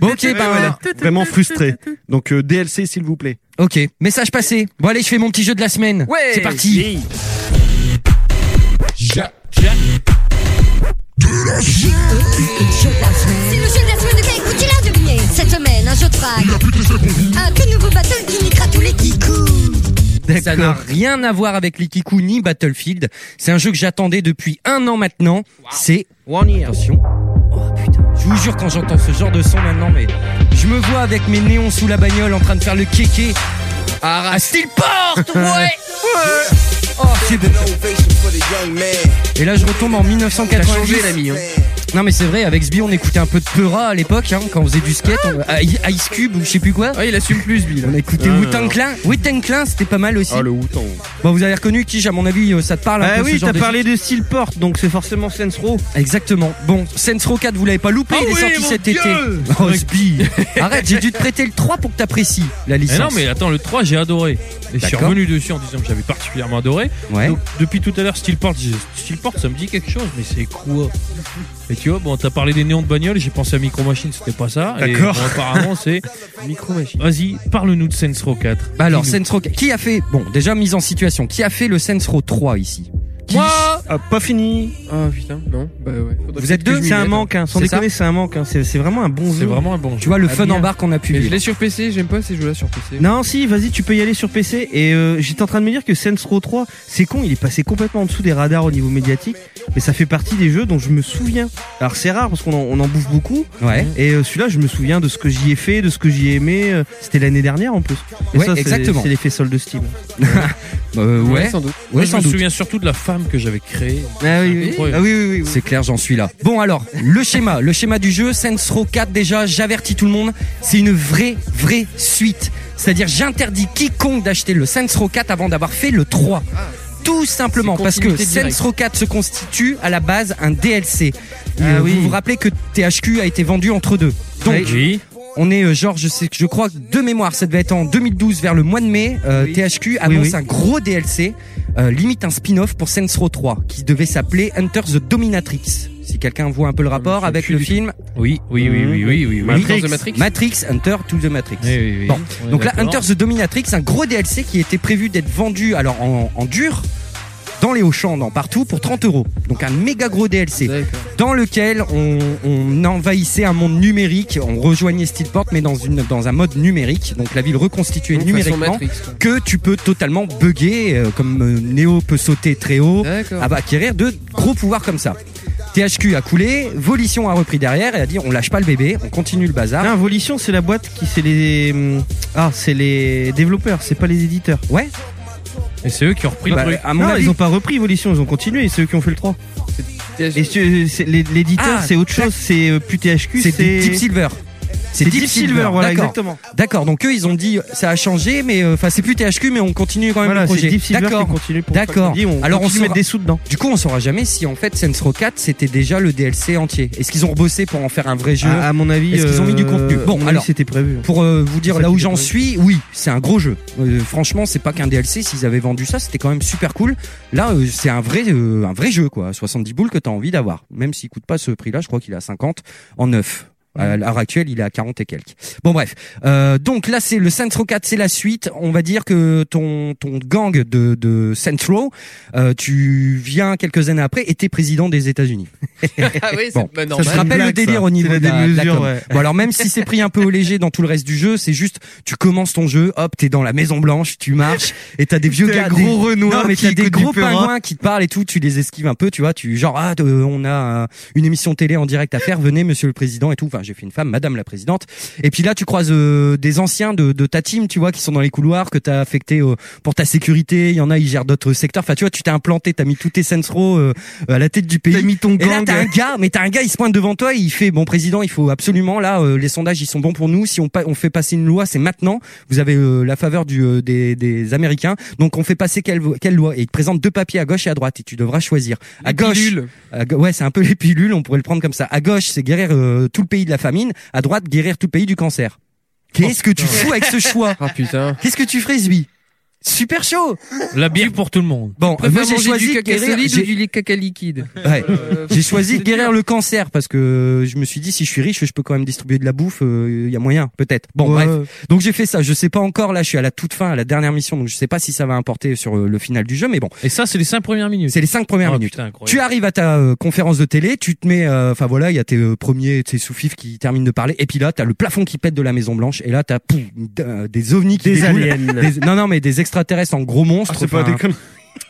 E: bon, ok,
G: Ouais,
E: bah,
G: voilà. Vraiment frustré. Donc euh, DLC s'il vous plaît.
E: Ok, message passé. Bon allez, je fais mon petit jeu de la semaine.
G: Ouais.
E: c'est parti.
C: C'est le jeu de la semaine de Greg, vous qui l'a deviné Cette semaine, un jeu de drague. Un tout nouveau battle qui niquera tous les kikous.
E: Ça n'a rien à voir avec Likiku ni Battlefield. C'est un jeu que j'attendais depuis un an maintenant. C'est One Year. Attention. Oh putain. Je vous jure quand j'entends ce genre de son maintenant, mais je me vois avec mes néons sous la bagnole en train de faire le kéké. Ah, à Steelport Ouais Ouais Oh, c'est beau. Et là, je retombe en 1990.
H: T'as changé, l'ami, hein.
E: Non, mais c'est vrai, avec Sbi, on écoutait un peu de Peura à l'époque, hein, quand on faisait du skate, on- I- Ice Cube ou je sais plus quoi.
H: Ah, il assume plus, Euh, Sbi.
E: On écoutait
G: Ah, non,
E: Wu-Tang
G: non.
E: Clan. Wu-Tang Clan, c'était pas mal aussi.
G: Ah le Wu-Tang.
E: Bon, vous avez reconnu, Tige, à mon avis, euh, ça te parle un
I: Ah
E: peu ce
I: oui,
E: genre
I: t'as
E: de Bah,
I: parlé de Steelport, donc c'est forcément Saints Row.
E: Exactement. Bon, Saints Row 4, vous l'avez pas loupé,
I: Ah
E: il est
I: oui,
E: sorti
I: mon
E: cet
I: Dieu
E: été. Oh, Sbi. Arrête, j'ai dû te prêter le 3 pour que t'apprécies la
K: Mais
E: licence.
K: Eh non, mais attends, le 3, j'ai adoré. Et je suis
E: D'accord.
K: revenu dessus en disant que j'avais particulièrement adoré.
E: Ouais.
K: Donc, depuis tout à l'heure, Steelport, je disais, Steelport, ça me dit quelque chose, mais c'est quoi Et tu vois, bon, t'as parlé des néons de bagnole, j'ai pensé à Micro Machine, c'était pas ça. Et,
E: D'accord.
K: bon, apparemment, c'est. Micro Machine. Vas-y, parle-nous de Saints Row 4.
E: Bah alors,
K: Dis-nous.
E: Saints Row, qui a fait, bon, déjà mise en situation, qui a fait le Saints Row 3 ici
K: Moi
G: Pas fini.
H: Ah putain, non. Bah ouais. Faudrait
I: Vous êtes
H: peut-être que
I: deux,
H: je m'y
I: c'est un
H: mette.
I: manque, hein. sans
H: C'est ça
I: déconner, c'est un manque. hein. C'est c'est vraiment un bon jeu.
H: C'est vraiment un bon jeu.
E: Tu vois, le
I: Ah,
E: fun
I: bien.
E: en barre qu'on a pu
H: Mais je
E: vivre.
H: l'ai sur PC, j'aime pas ces jeux-là sur PC.
I: Non, si, vas-y, tu peux y aller sur PC. Et euh, j'étais en train de me dire que Saints Row 3, c'est con, il est passé complètement en dessous des radars au niveau médiatique, mais ça fait partie des jeux dont je me souviens. Alors c'est rare parce qu'on en, on en bouffe beaucoup.
E: Ouais.
I: Et euh, celui-là, je me souviens de ce que j'y ai fait, de ce que j'y ai aimé. euh, C'était l'année dernière en plus. Et
E: Ouais,
I: ça, c'est-
E: exactement.
I: C'est l'effet solde de Steam.
E: Euh, ouais.
K: sans doute.
E: Ouais,
K: Moi, je
E: sans
K: me
E: doute.
K: souviens surtout de la femme que j'avais créée.
I: Ah oui, oui.
K: Incroyable.
I: Ah oui, oui, oui, oui.
E: C'est clair, j'en suis là. Bon alors, le schéma, le schéma du jeu, Saints Row 4 déjà, j'avertis tout le monde, c'est une vraie, vraie suite. C'est-à-dire j'interdis quiconque d'acheter le Saints Row 4 avant d'avoir fait le 3.
I: Ah.
E: Tout simplement
H: C'est
E: parce que
H: continuité
E: Saints
H: directe.
E: Row 4 se constitue à la base un DLC. Et, euh,
I: oui.
E: Vous vous rappelez que THQ a été vendu entre deux. Donc,
K: Ah Oui.
E: on est euh, genre, je sais, que- je crois que de mémoire, ça devait être en 2012 vers le mois de mai. euh, THQ annonce
I: oui.
E: un gros DLC, euh, limite un spin-off pour Saints Row 3, qui devait s'appeler Hunter the Dominatrix. Si quelqu'un voit un
K: Ah,
E: peu le rapport avec le film,
K: Oui, oui, oui, oui, oui, oui. oui.
H: Matrix. Hunter the Matrix.
E: Hunter to the Matrix.
K: Oui, oui, oui.
E: Bon.
K: On est
E: Donc là,
K: d'accord.
E: Hunter the Dominatrix, un gros DLC qui était prévu d'être vendu alors en, en dur dans les Auchan, dans partout, pour 30 euros. Donc un méga gros DLC
H: D'accord.
E: dans lequel on, on envahissait un monde numérique, on rejoignait Steelport mais dans, une, dans un mode numérique, donc la ville reconstituée
H: Donc, Mmh, façon
E: numériquement,
H: Matrix, quoi.
E: que tu peux totalement bugger, euh, comme euh, Neo peut sauter très haut,
H: D'accord.
E: ah bah, acquérir de gros pouvoirs comme ça. THQ a coulé, Volition a repris derrière et a dit on lâche pas le bébé, on continue le bazar.
I: Ah, Volition, c'est la boîte qui c'est les hum, ah c'est les développeurs, c'est pas les éditeurs.
E: Ouais.
K: Et c'est eux qui ont repris
I: Bah,
K: le truc.
I: à mon avis- ils ont pas repris Volition, ils ont continué, c'est eux qui ont fait le 3. Et c'est- c'est- l'é- l'éditeur,
E: Ah,
I: c'est autre chose, c'est euh, plus THQ,
E: C'est
I: c'est
E: Deep Silver. C'est Deep, Silver,
I: voilà,
E: d'accord.
I: exactement.
E: D'accord, donc eux ils ont dit ça a changé, mais euh, enfin c'est plus THQ, mais on continue quand même
I: Voilà,
E: le
I: c'est
E: projet.
I: Deep Silver
E: D'accord,
I: qui continue pour
E: d'accord.
I: Factory, on
E: Alors on
I: continue de
E: saura...
I: mettre des sous dedans.
E: Du coup, on saura jamais si en fait Saints Row 4 c'était déjà le DLC entier. Est-ce qu'ils ont rebossé pour en faire un vrai jeu
I: À, à mon avis,
E: est-ce qu'ils ont mis du
I: euh,
E: contenu
I: à mon
E: Bon,
I: avis,
E: alors
I: c'était prévu.
E: pour euh, vous dire
I: C'est ça
E: là où
I: qui
E: j'en
I: était
E: suis, oui, c'est un gros jeu. Euh, franchement, c'est pas qu'un DLC. S'ils avaient vendu ça, c'était quand même super cool. Là, euh, c'est un vrai, euh, un vrai jeu quoi. 70 boules que t'as envie d'avoir, même s'il coûte pas ce prix-là. Je crois qu'il est à 50 en neuf. À l'heure actuelle, il est à 40 et quelques. Bon bref, Euh, donc là c'est le Saints Row 4, c'est la suite. On va dire que ton ton gang de de Saints Row, euh, tu viens quelques années après et t'es président des États-Unis.
H: Ah oui, c'est
E: Bon.
H: bah,
E: Ça
H: normal.
E: se rappelle le délire au niveau de la, de la com.
I: ouais.
E: Bon alors même si c'est pris un peu au léger dans tout le reste du jeu, c'est juste tu commences ton jeu, hop, t'es dans la Maison Blanche, tu marches et t'as des vieux
I: T'es un
E: gars,
I: gros
E: des
I: Renoir
E: non, mais
I: qui
E: t'as des
I: écoute du
E: gros
I: Perrin.
E: pingouins qui te parlent et tout, tu les esquives un peu, tu vois, tu genre ah, euh, on a euh, une émission télé en direct à faire, venez Monsieur le Président et tout. Enfin j'ai fait une femme, Madame la Présidente. Et puis là tu croises euh, des anciens de, de ta team, tu vois, qui sont dans les couloirs que t'as affecté euh, pour ta sécurité. Il y en a ils gèrent d'autres secteurs. Enfin tu vois, tu t'es implanté, t'as mis tous tes Saints Row, euh, à la tête du pays.
I: mis ton
E: et là
I: gang.
E: t'as un gars, mais t'as un gars, il se pointe devant toi, et il fait bon président, il faut absolument là, euh, les sondages ils sont bons pour nous. Si on, pa- on fait passer une loi, c'est maintenant. Vous avez euh, la faveur du, euh, des, des Américains, donc on fait passer quelle, vo- quelle loi Et il te présente deux papiers à gauche et à droite, et tu devras choisir. À gauche, à ga- ouais, c'est un peu les pilules, on pourrait le prendre comme ça. À gauche, c'est guérir euh, tout le pays de la famine. À droite, guérir tout le pays du cancer. Qu'est-ce que tu fous avec ce choix
H: Ah Oh, putain.
E: Qu'est-ce que tu ferais, lui Super chaud.
K: La bière pour tout le monde.
E: Bon,
H: Préfère
E: moi j'ai
H: manger
E: choisi
H: du
E: de
H: caca
E: guérir-
H: solide
E: j'ai-
H: ou du lait caca liquide.
E: Ouais.
H: Euh,
E: J'ai choisi de guérir le cancer parce que je me suis dit si je suis riche, je peux quand même distribuer de la bouffe, il y a moyen peut-être. Bon
I: Ouais.
E: bref. Donc j'ai fait ça, je sais pas encore là, je suis à la toute fin, à la dernière mission donc je sais pas si ça va importer sur euh, le final du jeu mais bon.
K: Et ça c'est les cinq premières minutes.
E: C'est les cinq premières
K: Ah,
E: minutes.
K: putain, incroyable.
E: Tu arrives à ta euh, conférence de télé, tu te mets euh, enfin voilà, il y a tes euh, premiers tes sous-fifs qui terminent de parler et puis là t'as le plafond qui pète de la Maison Blanche et là t'as pouf, d- euh, des ovnis qui
I: Des
E: déboulent.
I: aliens.
E: Des- non non mais des extraterrestres en gros monstres.
I: Ah, c'est pas
E: enfin,
I: des conneries.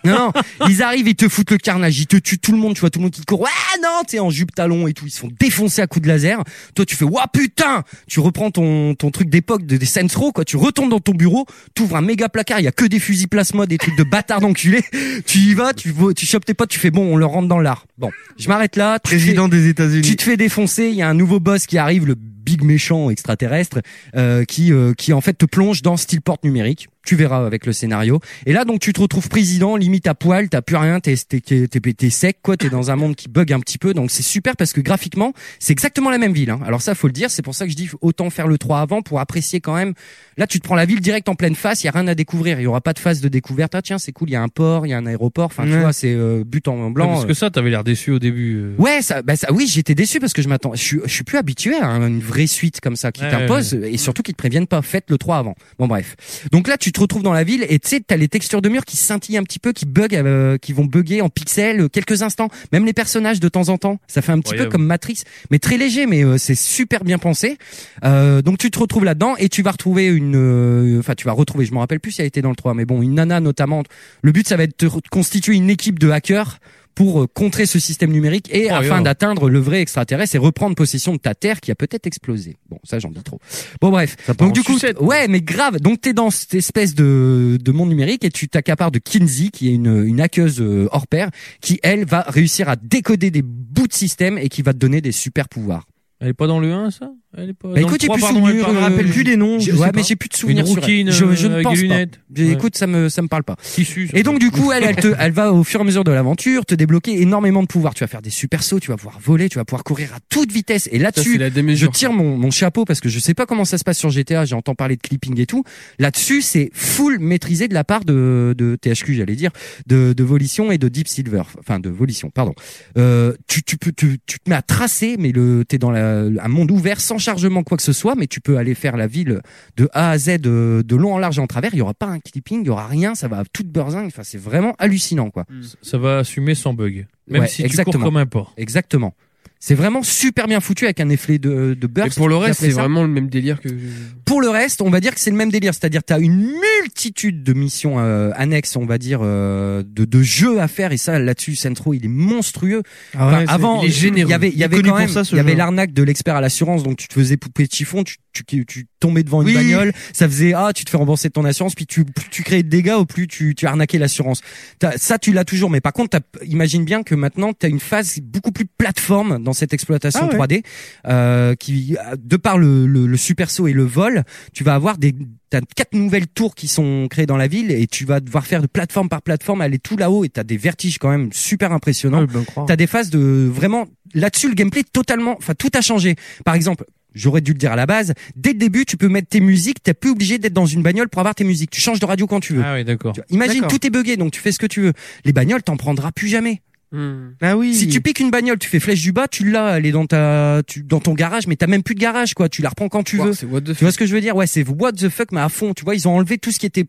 E: non, non, ils arrivent, ils te foutent le carnage, ils te tuent tout le monde, tu vois tout le monde qui court. Ah non, t'es en jupe talon et tout, ils se font défoncer à coups de laser. Toi tu fais ouah putain, tu reprends ton ton truc d'époque de des Saints Row quoi, tu retournes dans ton bureau, t'ouvres un méga placard, il y a que des fusils plasma, des trucs de bâtards d'enculés. Tu y vas, tu vois- tu chopes tes potes, tu fais bon, on leur rentre dans l'art. Bon, je m'arrête là. tu
I: Président
E: fais-
I: des États-Unis.
E: tu te fais défoncer, il y a un nouveau boss qui arrive, le big méchant extraterrestre, euh, qui euh, qui en fait te plonge dans style porte numérique. Tu verras avec le scénario. Et là donc tu te retrouves président, limite à poil, t'as plus rien, t'es t'es t'es- t'es- t'es sec quoi, t'es dans un monde qui bug un petit peu. Donc c'est super parce que graphiquement c'est exactement la même ville. hein. Alors ça faut le dire, c'est pour ça que je dis autant faire le 3 avant pour apprécier quand même. Là tu te prends la ville direct en pleine face, il y a rien à découvrir, il y aura pas de phase de découverte. Ah tiens c'est cool, il y a un port, il y a un aéroport. Enfin tu
K: Ouais.
E: vois c'est euh, but en blanc.
K: Parce
E: euh.
K: que ça t'avais l'air déçu au début. euh.
E: Ouais, ça, bah ça, oui, j'étais déçu parce que je m'attends, je suis, je suis plus habitué à une vraie suite comme ça qui
K: Ouais,
E: t'impose et surtout qui te préviennent pas. Faites le 3 avant. Bon bref. Donc là, tu te retrouves dans la ville et tu sais, t'as les textures de mur qui scintillent un petit peu, qui bug, euh, qui vont bugger en pixels euh, quelques instants. Même les personnages de temps en temps, ça fait un petit peu
K: Incroyable.
E: comme Matrix, mais très léger, mais euh, c'est super bien pensé. Euh, donc tu te retrouves là-dedans et tu vas retrouver une, euh, enfin tu vas retrouver, je me rappelle plus si elle était dans le 3, mais bon, une nana notamment. Le but, ça va être de re- constituer une équipe de hackers pour euh, contrer ce système numérique et
K: Oh,
E: afin
K: yo.
E: d'atteindre le vrai extraterrestre et reprendre possession de ta terre qui a peut-être explosé. Bon, ça j'en dis trop. Bon bref.
K: part
E: Donc
K: en
E: du coup,
K: sucette,
E: ouais, mais grave. Donc t'es dans cette espèce de, de monde numérique et tu t'accapares de Kinsey qui est une, une hackeuse euh, hors pair qui elle va réussir à décoder des bouts de système et qui va te donner des super pouvoirs.
K: Elle est pas dans le 1 ça Elle est pas.
E: Bah
K: dans
E: écoute,
K: le
E: j'ai
K: 3,
E: plus
K: pardon, elle
E: souvenir,
K: parle-
E: euh, j'ai- Ouais, mais j'ai plus de souvenirs
K: Une
E: sur elle.
K: routine,
E: Je, je ne
K: euh,
E: pense
K: avec des
E: pas.
K: lunettes.
E: J'ai- Écoute, ça me ça me parle pas.
K: Tissu.
E: Et donc du coup, elle, elle, te- elle va au fur et à mesure de l'aventure te débloquer énormément de pouvoirs. Tu vas faire des super sauts, tu vas pouvoir voler, tu vas pouvoir courir à toute vitesse. Et
H: Ça, c'est
E: là-dessus,
H: la
E: je
H: démesure.
E: tire mon, mon chapeau parce que je sais pas comment ça se passe sur GTA. J'entends parler de clipping et tout. Là-dessus, c'est full maîtrisé de la part de, de THQ, j'allais dire, de, de Volition et de Deep Silver. Enfin, de Volition, pardon. Euh, tu, tu peux, tu, tu te mets à tracer, mais le, t'es dans la- un monde ouvert sans chargement quoi que ce soit, mais tu peux aller faire la ville de A à Z, de, de long en large et en travers. Il y aura pas un clipping, il y aura rien, ça va à toute berzingue. Enfin, c'est vraiment hallucinant, quoi.
K: Ça va assumer sans bug. Même
E: Ouais,
K: si tu
E: exactement.
K: cours comme un porc.
E: Exactement. C'est vraiment super bien foutu avec un effet de, de burst.
H: Et pour le reste,
E: Après
H: c'est
E: ça-
H: vraiment le même délire que.
E: Pour le reste, on va dire que c'est le même délire, c'est-à-dire t'as une multitude de missions euh, annexes, on va dire, euh, de, de jeux à faire. Et ça, là-dessus, Centro, il est monstrueux.
I: Ah ouais,
E: Enfin,
I: c'est-
E: avant,
I: il est généreux.
E: y avait,
I: Il
E: il
I: est
E: y avait
I: connu
E: quand
I: pour
E: même,
I: ça, ce
E: il y avait
I: jeu.
E: l'arnaque de l'expert à l'assurance. Donc, tu te faisais poupée de chiffon, tu, tu, tu tombais devant une
I: Oui.
E: bagnole, ça faisait ah, tu te fais rembourser de ton assurance, puis tu, plus tu créais de dégâts, au plus tu, tu arnaquais l'assurance. T'as- Ça, tu l'as toujours. Mais par contre, t'as- imagine bien que maintenant, tu as une phase beaucoup plus plateforme dans cette exploitation
I: Ah ouais.
E: 3D euh, qui euh, de par le, le, le super saut et le vol, tu vas avoir des t'as quatre nouvelles tours qui sont créées dans la ville et tu vas devoir faire de plateforme par plateforme aller tout là-haut et t'as des vertiges quand même super impressionnants. t'as des phases de vraiment là-dessus le gameplay est totalement, enfin tout a changé. Par exemple. J'aurais dû le dire à la base. Dès le début, tu peux mettre tes musiques. T'es plus obligé d'être dans une bagnole pour avoir tes musiques. Tu changes de radio quand tu veux.
K: Ah oui, d'accord.
E: Imagine,
K: D'accord.
E: tout est buggé, donc tu fais ce que tu veux. Les bagnoles, t'en prendras plus jamais.
I: Ah oui.
E: Si tu piques une bagnole, tu fais flèche du bas, tu l'as, elle est dans ta, tu, dans ton garage, mais t'as même plus de garage, quoi. Tu la reprends quand tu veux. Tu vois ce que je veux dire Ouais, c'est what the fuck, mais à fond. Tu vois, ils ont enlevé tout ce qui était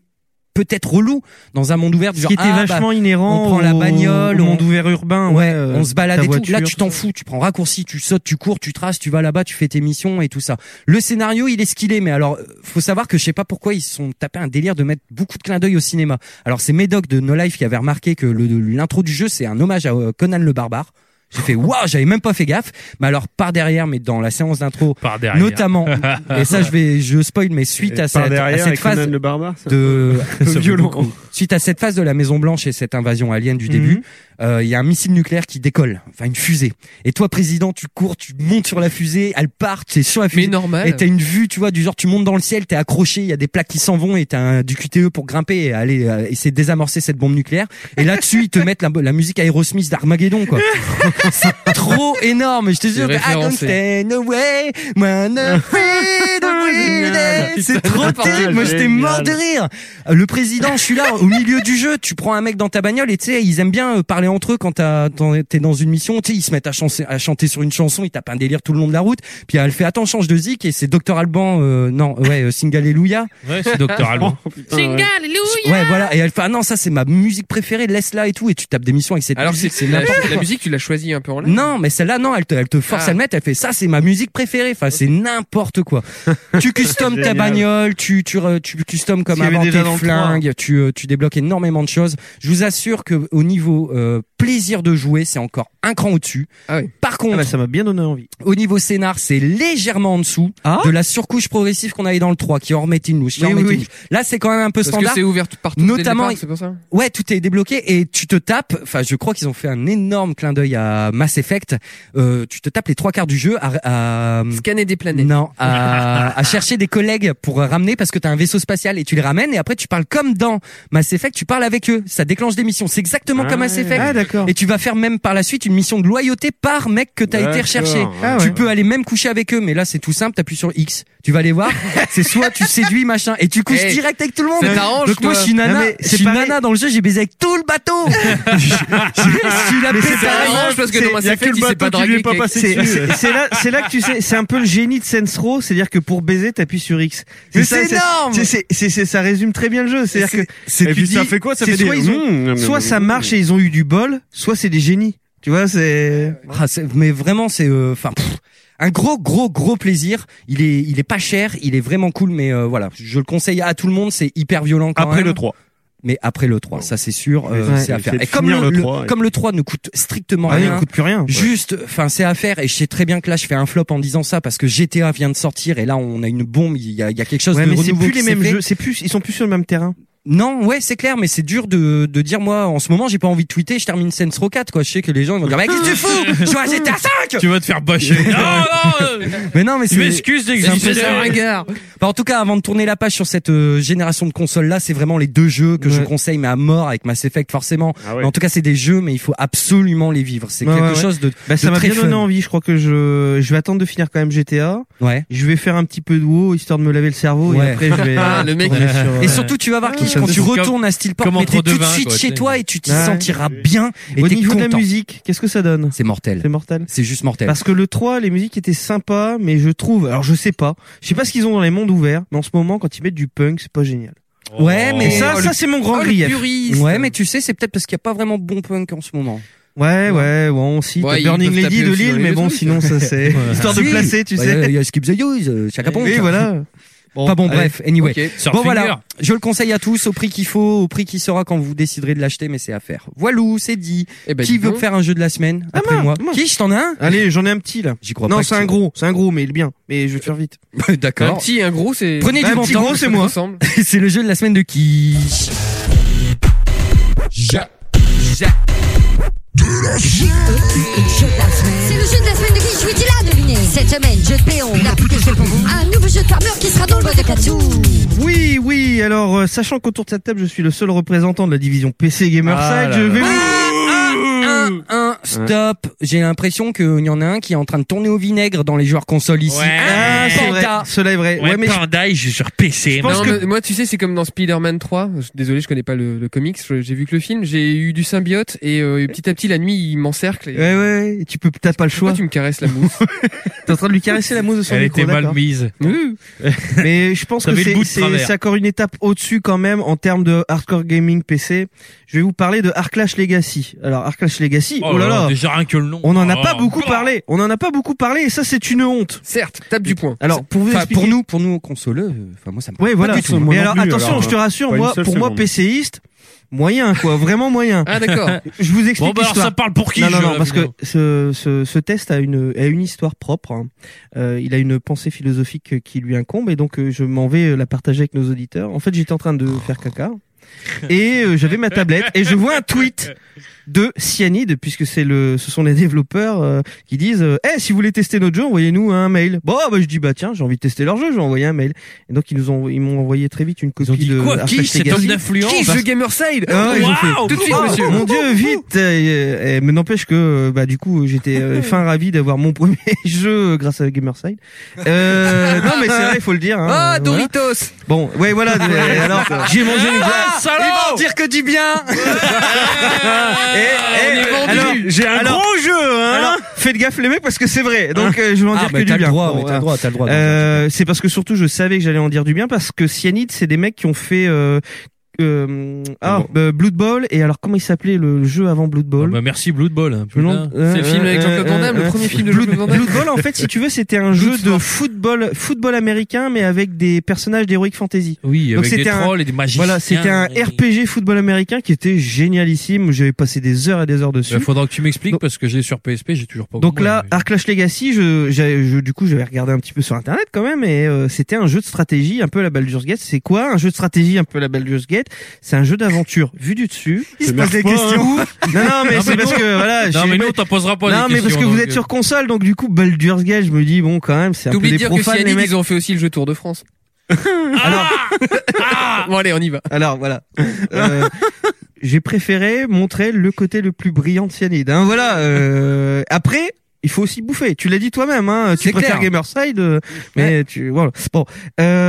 E: peut-être relou dans un monde ouvert. du
I: Ce
E: genre,
I: qui était
E: ah, bah,
I: vachement inhérent
E: On prend la
I: au-
E: bagnole,
I: au
E: on-
I: monde ouvert urbain, ouais,
E: Ouais,
I: euh,
E: on se balade
I: ta
E: et tout.
I: voiture,
E: Là, tu t'en fous, tu prends raccourci, tu sautes, tu cours, tu traces, tu vas là-bas, tu fais tes missions et tout ça. Le scénario, il est ce qu'il est, mais alors euh, faut savoir que je sais pas pourquoi ils se sont tapés un délire de mettre beaucoup de clins d'œil au cinéma. Alors c'est Médoc de No Life qui avait remarqué que le- l'intro du jeu c'est un hommage à euh, Conan le barbare. J'ai fait waouh, j'avais même pas fait gaffe. Mais alors par derrière, mais dans la séance d'intro,
K: derrière.
E: notamment,
I: Ah,
E: et ça je vais, je spoil, mais suite
G: Et
E: à
G: par
E: cette,
G: derrière,
E: à
G: et
E: cette phase
G: Conan le barbare, c'est un
E: de
G: peu- un peu violent.
E: Suite à cette phase de la Maison Blanche et cette invasion alien du début, euh, il y a un missile nucléaire qui décolle, enfin une fusée. Et toi, président, tu cours, tu montes sur la fusée, elle part, t'es sur la fusée.
H: normal.
E: Et t'as une vue, tu vois, du genre tu montes dans le ciel, t'es accroché, il y a des plaques qui s'en vont et t'as un- du QTE pour grimper et aller euh, essayer de désamorcer cette bombe nucléaire. Et là-dessus, ils te mettent la, la musique Aerosmith d'Armageddon, quoi. C'est trop énorme, je te jure. que I don't
I: référencé.
E: stand away when I'm afraid of
I: Génial.
E: it. C'est
I: Putain,
E: trop
I: la parole,
E: terrible, moi j'étais
I: génial.
E: mort de rire. Le président, je suis là au milieu du jeu, tu prends un mec dans ta bagnole et tu sais, ils aiment bien euh, parler entre eux quand t'as- t'en- t'es dans une mission, tu sais, ils se mettent à, chancer- à chanter sur une chanson, ils tapent un délire tout le long de la route, puis elle fait attends, change de zik et c'est Docteur Alban, euh, non, ouais, euh, Sing Hallelujah.
K: Ouais, c'est Docteur Alban.
E: Ouais, voilà, et elle fait ah non, ça c'est ma musique préférée, laisse-la et tout, et tu tapes des missions avec cette
H: Alors
E: musique,
H: c'est
E: c'est
H: la,
E: n'importe
H: la
E: quoi.
H: musique, tu l'as choisie un peu en live.
E: Non, mais celle-là, non, elle te, elle te force
H: Ah.
E: à le mettre. Elle fait ça, c'est ma musique préférée. Enfin, c'est n'importe quoi. tu customes ta
I: Génial.
E: bagnole, tu, tu, re- tu customes comme
I: S'il y avait
E: avant
I: déjà
E: tes
I: dans le
E: flingues, tu, euh, tu débloques énormément de choses. Je vous assure que au niveau euh, plaisir de jouer, c'est encore un cran au-dessus.
H: Ah
E: Par
H: bah,
E: contre, ça
I: m'a bien donné envie.
E: Au niveau scénar, c'est légèrement en dessous de la surcouche progressive qu'on avait dans le 3, qui en remettait une louche. qui en
H: Ah Oui, oui,
E: remettait
H: oui.
E: une louche. Là, c'est quand même un peu
H: Parce que
E: standard.
H: c'est ouvert tout- partout dès le
E: Notamment,
H: départ, c'est pour ça
E: Ouais, tout est débloqué et tu te tapes. Enfin, je crois qu'ils ont fait un énorme clin d'œil à Mass Effect. Euh, tu te tapes les trois quarts du jeu à, à
H: scanner des planètes.
E: Non, à, à chercher des collègues pour ramener parce que t'as un vaisseau spatial et tu les ramènes et après tu parles comme dans Mass Effect. Tu parles avec eux. Ça déclenche des missions. C'est exactement
I: Ah
E: comme Mass
I: ouais.
E: Effect.
I: Ah, d'accord.
E: Et tu vas faire même par la suite une mission de loyauté par mec que t'as été
I: D'accord.
E: recherché.
I: Ah
E: Tu
I: ouais.
E: peux aller même coucher avec eux, mais là c'est tout simple. T'appuies sur X. Tu vas les voir. c'est soit tu séduis machin et tu couches
I: Hey,
E: direct avec tout le monde.
I: ça t'arrange,
E: Donc moi
I: toi.
E: je suis nana.
I: Non, mais
E: je
I: c'est
E: suis
I: pareil.
E: nana dans le jeu. J'ai baisé avec tout le bateau. Tu l'as
I: Mais
E: pété
I: c'est
E: à la
I: pareil,
E: manche parce que
I: c'est-
E: dans Mass
I: y a
E: Effect,
I: que le
E: il s'est
I: bateau
E: pas
I: qui lui est
E: dragué avec-
I: passé
E: C'est-
I: dessus.
E: c'est-
I: C'est là, c'est là que tu sais, c'est un peu le génie de Sensro, c'est-à-dire que pour baiser, t'appuies sur X.
E: Mais
I: ça,
E: c'est énorme
I: c'est- c'est- c'est- c'est- ça résume très bien le jeu. C'est-à-dire que,
G: c'est-
I: tu
G: et puis
I: dis,
G: ça fait quoi Ça
I: c'est
G: fait des-
I: soit, ils ont-
G: Mmh.
I: soit ça marche et ils ont eu du bol, soit c'est des génies. Tu vois, c'est.
E: Ah, c'est- mais vraiment, c'est, euh, enfin, pff, un gros, gros, gros plaisir. Il est, il est pas cher, il est vraiment cool, mais euh, voilà, je le conseille à tout le monde. C'est hyper violent. Quand
G: Après
E: même.
G: le 3.
E: Mais après le 3, ça c'est sûr, euh,
G: Ouais.
E: c'est à faire.
G: Essayer de
E: Et comme
G: finir
E: le,
G: le
E: le-
G: 3, et-
E: comme le 3 ne coûte strictement
I: Ah oui,
E: rien,
I: il coûte plus rien.
E: Juste, enfin, c'est à faire. Et je sais très bien que là, je fais un flop en disant ça parce que GTA vient de sortir et là, on a une bombe. Il y a, il y a quelque chose
I: Ouais,
E: de
I: mais c'est
E: renouveau
I: plus
E: qui
I: les
E: s'est
I: mêmes
E: fait.
I: jeux. C'est plus, ils sont plus sur le même terrain.
E: Non, ouais, c'est clair, mais c'est dur de, de dire moi en ce moment j'ai pas envie de tweeter, je termine Sense Row 4 quoi. Je sais que les gens ils vont dire mais qu'est-ce que tu fous Je joue à GTA 5
K: Tu vas te faire bâcher. Non, non, euh,
E: Mais non, mais
K: Je
E: c'est.
K: m'excuse d'exister.
E: c'est un peu ça.
K: Ringard.
E: Bah, en tout cas, avant de tourner la page sur cette euh, génération de consoles là, c'est vraiment les deux jeux que je conseille mais à mort avec Mass Effect forcément.
I: ouais.
E: Mais en tout cas, c'est des jeux mais il faut absolument les vivre. C'est
I: Ouais,
E: quelque
I: ouais, ouais.
E: chose de,
I: Bah, ça
E: de
I: m'a
E: très
I: bien donné
E: fun.
I: envie. Je crois que je, je vais attendre de finir quand même GTA.
E: Ouais.
I: Je vais faire un petit peu de WoW histoire de me laver le cerveau
E: Ouais.
I: et après je vais. euh, tourner sur, euh,
E: et surtout, tu vas voir qui
I: Ça
E: quand
I: me
E: tu
I: fait-
E: retournes à Steelport,
I: comme
E: mais
I: entre
E: t'es
I: deux
E: tout de
I: vins,
E: suite
I: quoi,
E: chez
I: c'est-
E: toi et tu t'y
I: Ouais.
E: sentiras bien. Et
I: Au
E: t'es
I: niveau de la
E: content.
I: musique, qu'est-ce que ça donne
E: C'est mortel.
I: C'est mortel.
E: C'est juste mortel.
I: Parce que le 3, les musiques étaient sympas, mais je trouve, alors je sais pas, je sais pas ce qu'ils ont dans les mondes ouverts, mais en ce moment, quand ils mettent du punk, c'est pas génial.
E: Ouais, mais Oh,
I: Et ça, ça c'est mon grand grief.
E: Ouais, mais tu sais, c'est peut-être parce qu'il n'y a pas vraiment de bon punk en ce moment.
I: Ouais, ouais, ouais, on cite
E: Ouais, ils
I: Burning
E: peuvent
I: Lady
E: taper
I: de
E: aussi dans
I: Lille,
E: les
I: mais
E: deux
I: bon,
E: trucs.
I: sinon ça c'est
E: Ouais.
I: histoire de
E: Si.
I: placer, tu
E: Bah,
I: sais. hein.
E: Il y a Skip the Use, euh, Chaka
I: Oui, voilà.
E: Bon, enfin bon,
I: allez.
E: bref, anyway.
I: Ok.
E: Bon
I: Surfinger.
E: voilà, je le conseille à tous au prix qu'il faut, au prix qui sera quand vous déciderez de l'acheter, mais c'est à faire. Voilou, c'est dit. qui
I: Eh ben, dis
E: veut
I: donc.
E: faire un jeu de la semaine après moi Qui je t'en ai un
I: Ah, Allez, j'en ai un petit là.
E: J'y crois
I: non,
E: pas
I: c'est un
E: que tu-
I: gros, c'est un gros, mais il est bien. Mais je vais faire vite.
E: D'accord.
H: Un petit et un gros, c'est.
E: Prenez
I: Un
E: du bon
I: petit
E: temps.
I: gros, c'est moi.
E: c'est le jeu de la semaine de qui Ja. Ja.
C: C'est le jeu de la semaine de qui je vous dis là, devinez. Cette semaine, jeu de péon, on a tout fait pour vous. Un nouveau jeu de parmeur qui sera dans le mode de
E: Euh,
C: Katsu.
I: Oui, oui, alors, euh, sachant qu'autour de cette table, je suis le seul représentant de la division PC Gamerside,
E: Ah
I: je
E: là
I: vais
E: là.
I: vous...
E: Un, Stop, j'ai l'impression qu'il y en a un qui est en train de tourner au vinaigre dans les joueurs consoles ici.
I: Ah, c'est vrai, cela est vrai. Ouais, mais je-
H: Panda, je suis sur PC.
I: moi. que-
H: Moi, tu sais, c'est comme dans Spider-Man 3. Je- Désolé, je connais pas le, le comics. Je- J'ai vu que le film. J'ai eu du symbiote et euh, petit à petit, la nuit, il m'encercle. Et...
I: Ouais, ouais, ouais, tu peux, t'as pas le choix.
H: Pourquoi tu me caresses la mousse
I: T'es en train de lui caresser la mousse de son
H: Elle
I: micro,
H: était mal
I: d'accord.
K: mise.
I: Mais je pense
K: Ça
I: que
K: avait le
I: c'est
K: bout de
I: c'est-
K: travers.
I: c'est encore une étape au-dessus quand même en termes de hardcore gaming PC. Je vais vous parler de Arclash Legacy. Alors Arclash Legacy, oh, là là,
K: Déjà rien que le nom.
I: on n'en a
K: Oh.
I: pas beaucoup parlé. On n'en a pas beaucoup parlé et ça c'est une honte.
H: Certes, tape du point.
I: Alors pour vous
E: Enfin,
I: expliquer,
E: pour nous, pour nous consoleux, euh, enfin moi ça me.
I: Ouais,
E: parle
I: voilà.
E: Pas du tout.
I: Mais alors, attention, je te
E: euh,
I: rassure, moi, pour moi, PCiste, moyen, quoi, vraiment moyen.
H: Ah, d'accord.
I: Je vous explique
K: Bon, bah, alors,
I: l'histoire.
K: ça parle pour qui,
I: Non, non,
K: je-
I: non, parce que ce, ce, ce test a une, a une histoire propre. hein. Euh, il a une pensée philosophique qui lui incombe, et donc euh, je m'en vais euh, la partager avec nos auditeurs. En fait, j'étais en train de faire caca. Et euh, j'avais ma tablette et je vois un tweet de Cyanide puisque c'est le ce sont les développeurs euh, qui disent euh, Eh, si vous voulez tester notre jeu envoyez-nous un mail. Bon bah je dis bah tiens, j'ai envie de tester leur jeu, je vais envoyer un mail. Et donc ils nous ont ils m'ont envoyé très vite une copie de
H: Quoi
I: Arcade
H: Qui cet
I: Legacy.
H: homme d'influence Qui ce Gamerside
I: Ah ouais, ils ont fait,
H: Tout de suite,
I: Oh,
H: monsieur.
I: Mon dieu, vite euh, euh, Mais n'empêche que euh, bah du coup j'étais euh, fin ravi d'avoir mon premier jeu euh, grâce à Gamerside. Euh, non mais c'est vrai, il faut le dire. hein,
H: Ah,
I: euh, voilà.
H: Doritos
I: Bon, ouais voilà. euh, alors j'ai mangé
E: Ah,
I: une glace.
E: Ils vont dire que du bien.
I: Eh, Alors,
E: j'ai un
I: gros jeu, hein Faites gaffe les mecs parce que c'est vrai. Donc euh, je vais en
E: Ah,
I: dire
E: mais
I: que
E: t'as
I: du
E: le
I: bien.
E: droit, mais t'as
I: voilà.
E: le droit, t'as le droit d'en
I: Euh, c'est parce que surtout je savais que j'allais en dire du bien parce que Cyanide c'est des mecs qui ont fait euh, euh, ah, euh, Blood Bowl et alors comment il s'appelait le jeu avant Blood
E: Ah,
I: Bowl
K: Bah, merci Blood Ball. hein,
I: Je me
K: putain.
I: demande- euh, euh, euh, euh, Blood, Blood Bowl en fait si tu veux c'était un jeu de football football américain mais avec des personnages d'Heroic Fantasy.
K: Oui,
I: Donc
K: avec des
I: c'était un-
K: trolls et des magiciens.
I: Voilà, c'était un RPG football américain qui était génialissime, j'avais passé des heures et des heures dessus.
E: Bah,
K: Il Bah, faudra que tu m'expliques parce que j'ai sur PSP, j'ai toujours pas.
I: Donc là, Arclash Legacy, je, j'ai- je- du coup, j'avais regardé un petit peu sur internet quand même, et euh, c'était un jeu de stratégie un peu à la Baldur's Gate. C'est quoi un jeu de stratégie un peu à la Baldur's Gate C'est un jeu d'aventure vu du dessus. hein.
E: Il se pose des questions.
I: Non, non, mais c'est parce que voilà.
K: Non,
I: j'ai-
K: mais nous, t'en poseras pas.
I: non,
K: des
I: mais parce que
K: questions,
I: vous
K: donc,
I: êtes sur console, donc du coup, Baldur's Gate, je me dis bon, quand même, c'est un peu
H: T'oublies de
I: des
H: dire que
I: profanes les
H: Cyanide,
I: mecs.
H: ils ont fait aussi le jeu Tour de France. Alors. Bon, allez, on y va.
I: Alors voilà. Euh, J'ai préféré montrer le côté le plus brillant de Cyanide. Hein, voilà. euh, après, il faut aussi bouffer. Tu l'as dit toi-même. Hein, tu
E: C'est
I: préfères
E: clair.
I: Gamerside, euh, mais tu voilà. Bon.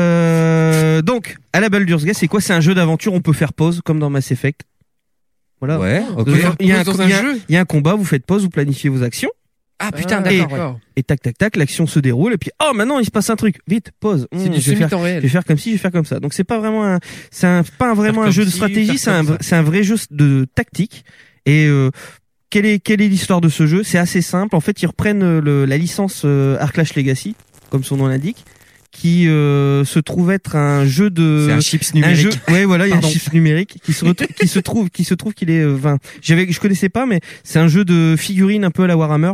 I: Euh, donc, à la Baldur's Gate, c'est quoi C'est un jeu d'aventure. On peut faire pause, comme dans Mass Effect. Voilà.
E: Ouais, ok.
I: Il y a-
E: Faire
I: il y a un-
E: pause dans un
I: il y a-
E: jeu
I: il y a un combat. Vous faites pause. Vous planifiez vos actions. Ah
E: putain,
I: et,
E: d'accord, ouais.
I: et tac tac tac, l'action se déroule et puis oh maintenant il se passe un truc, vite pause.
E: C'est
I: Hum,
E: du
I: je vais faire,
E: semi-temps réel.
I: je vais faire comme ci, je vais faire comme ça. Donc c'est pas vraiment un, c'est un, pas un- vraiment un
E: comme
I: jeu de
E: ci,
I: stratégie,
E: faire
I: c'est un,
E: comme
I: vrai- c'est un vrai jeu de tactique et euh, quelle est quelle est l'histoire de ce jeu C'est assez simple. En fait, ils reprennent euh, le- la licence euh, Arclash Legacy, comme son nom l'indique, qui euh, se trouve être un jeu de
E: C'est un chips numérique.
I: euh, jeu- ouais, voilà, il y a un
E: Pardon.
I: chips numérique qui se retou- qui se trouve qui se trouve qu'il est euh, 20. J'avais je connaissais pas mais c'est un jeu de figurines un peu à la Warhammer.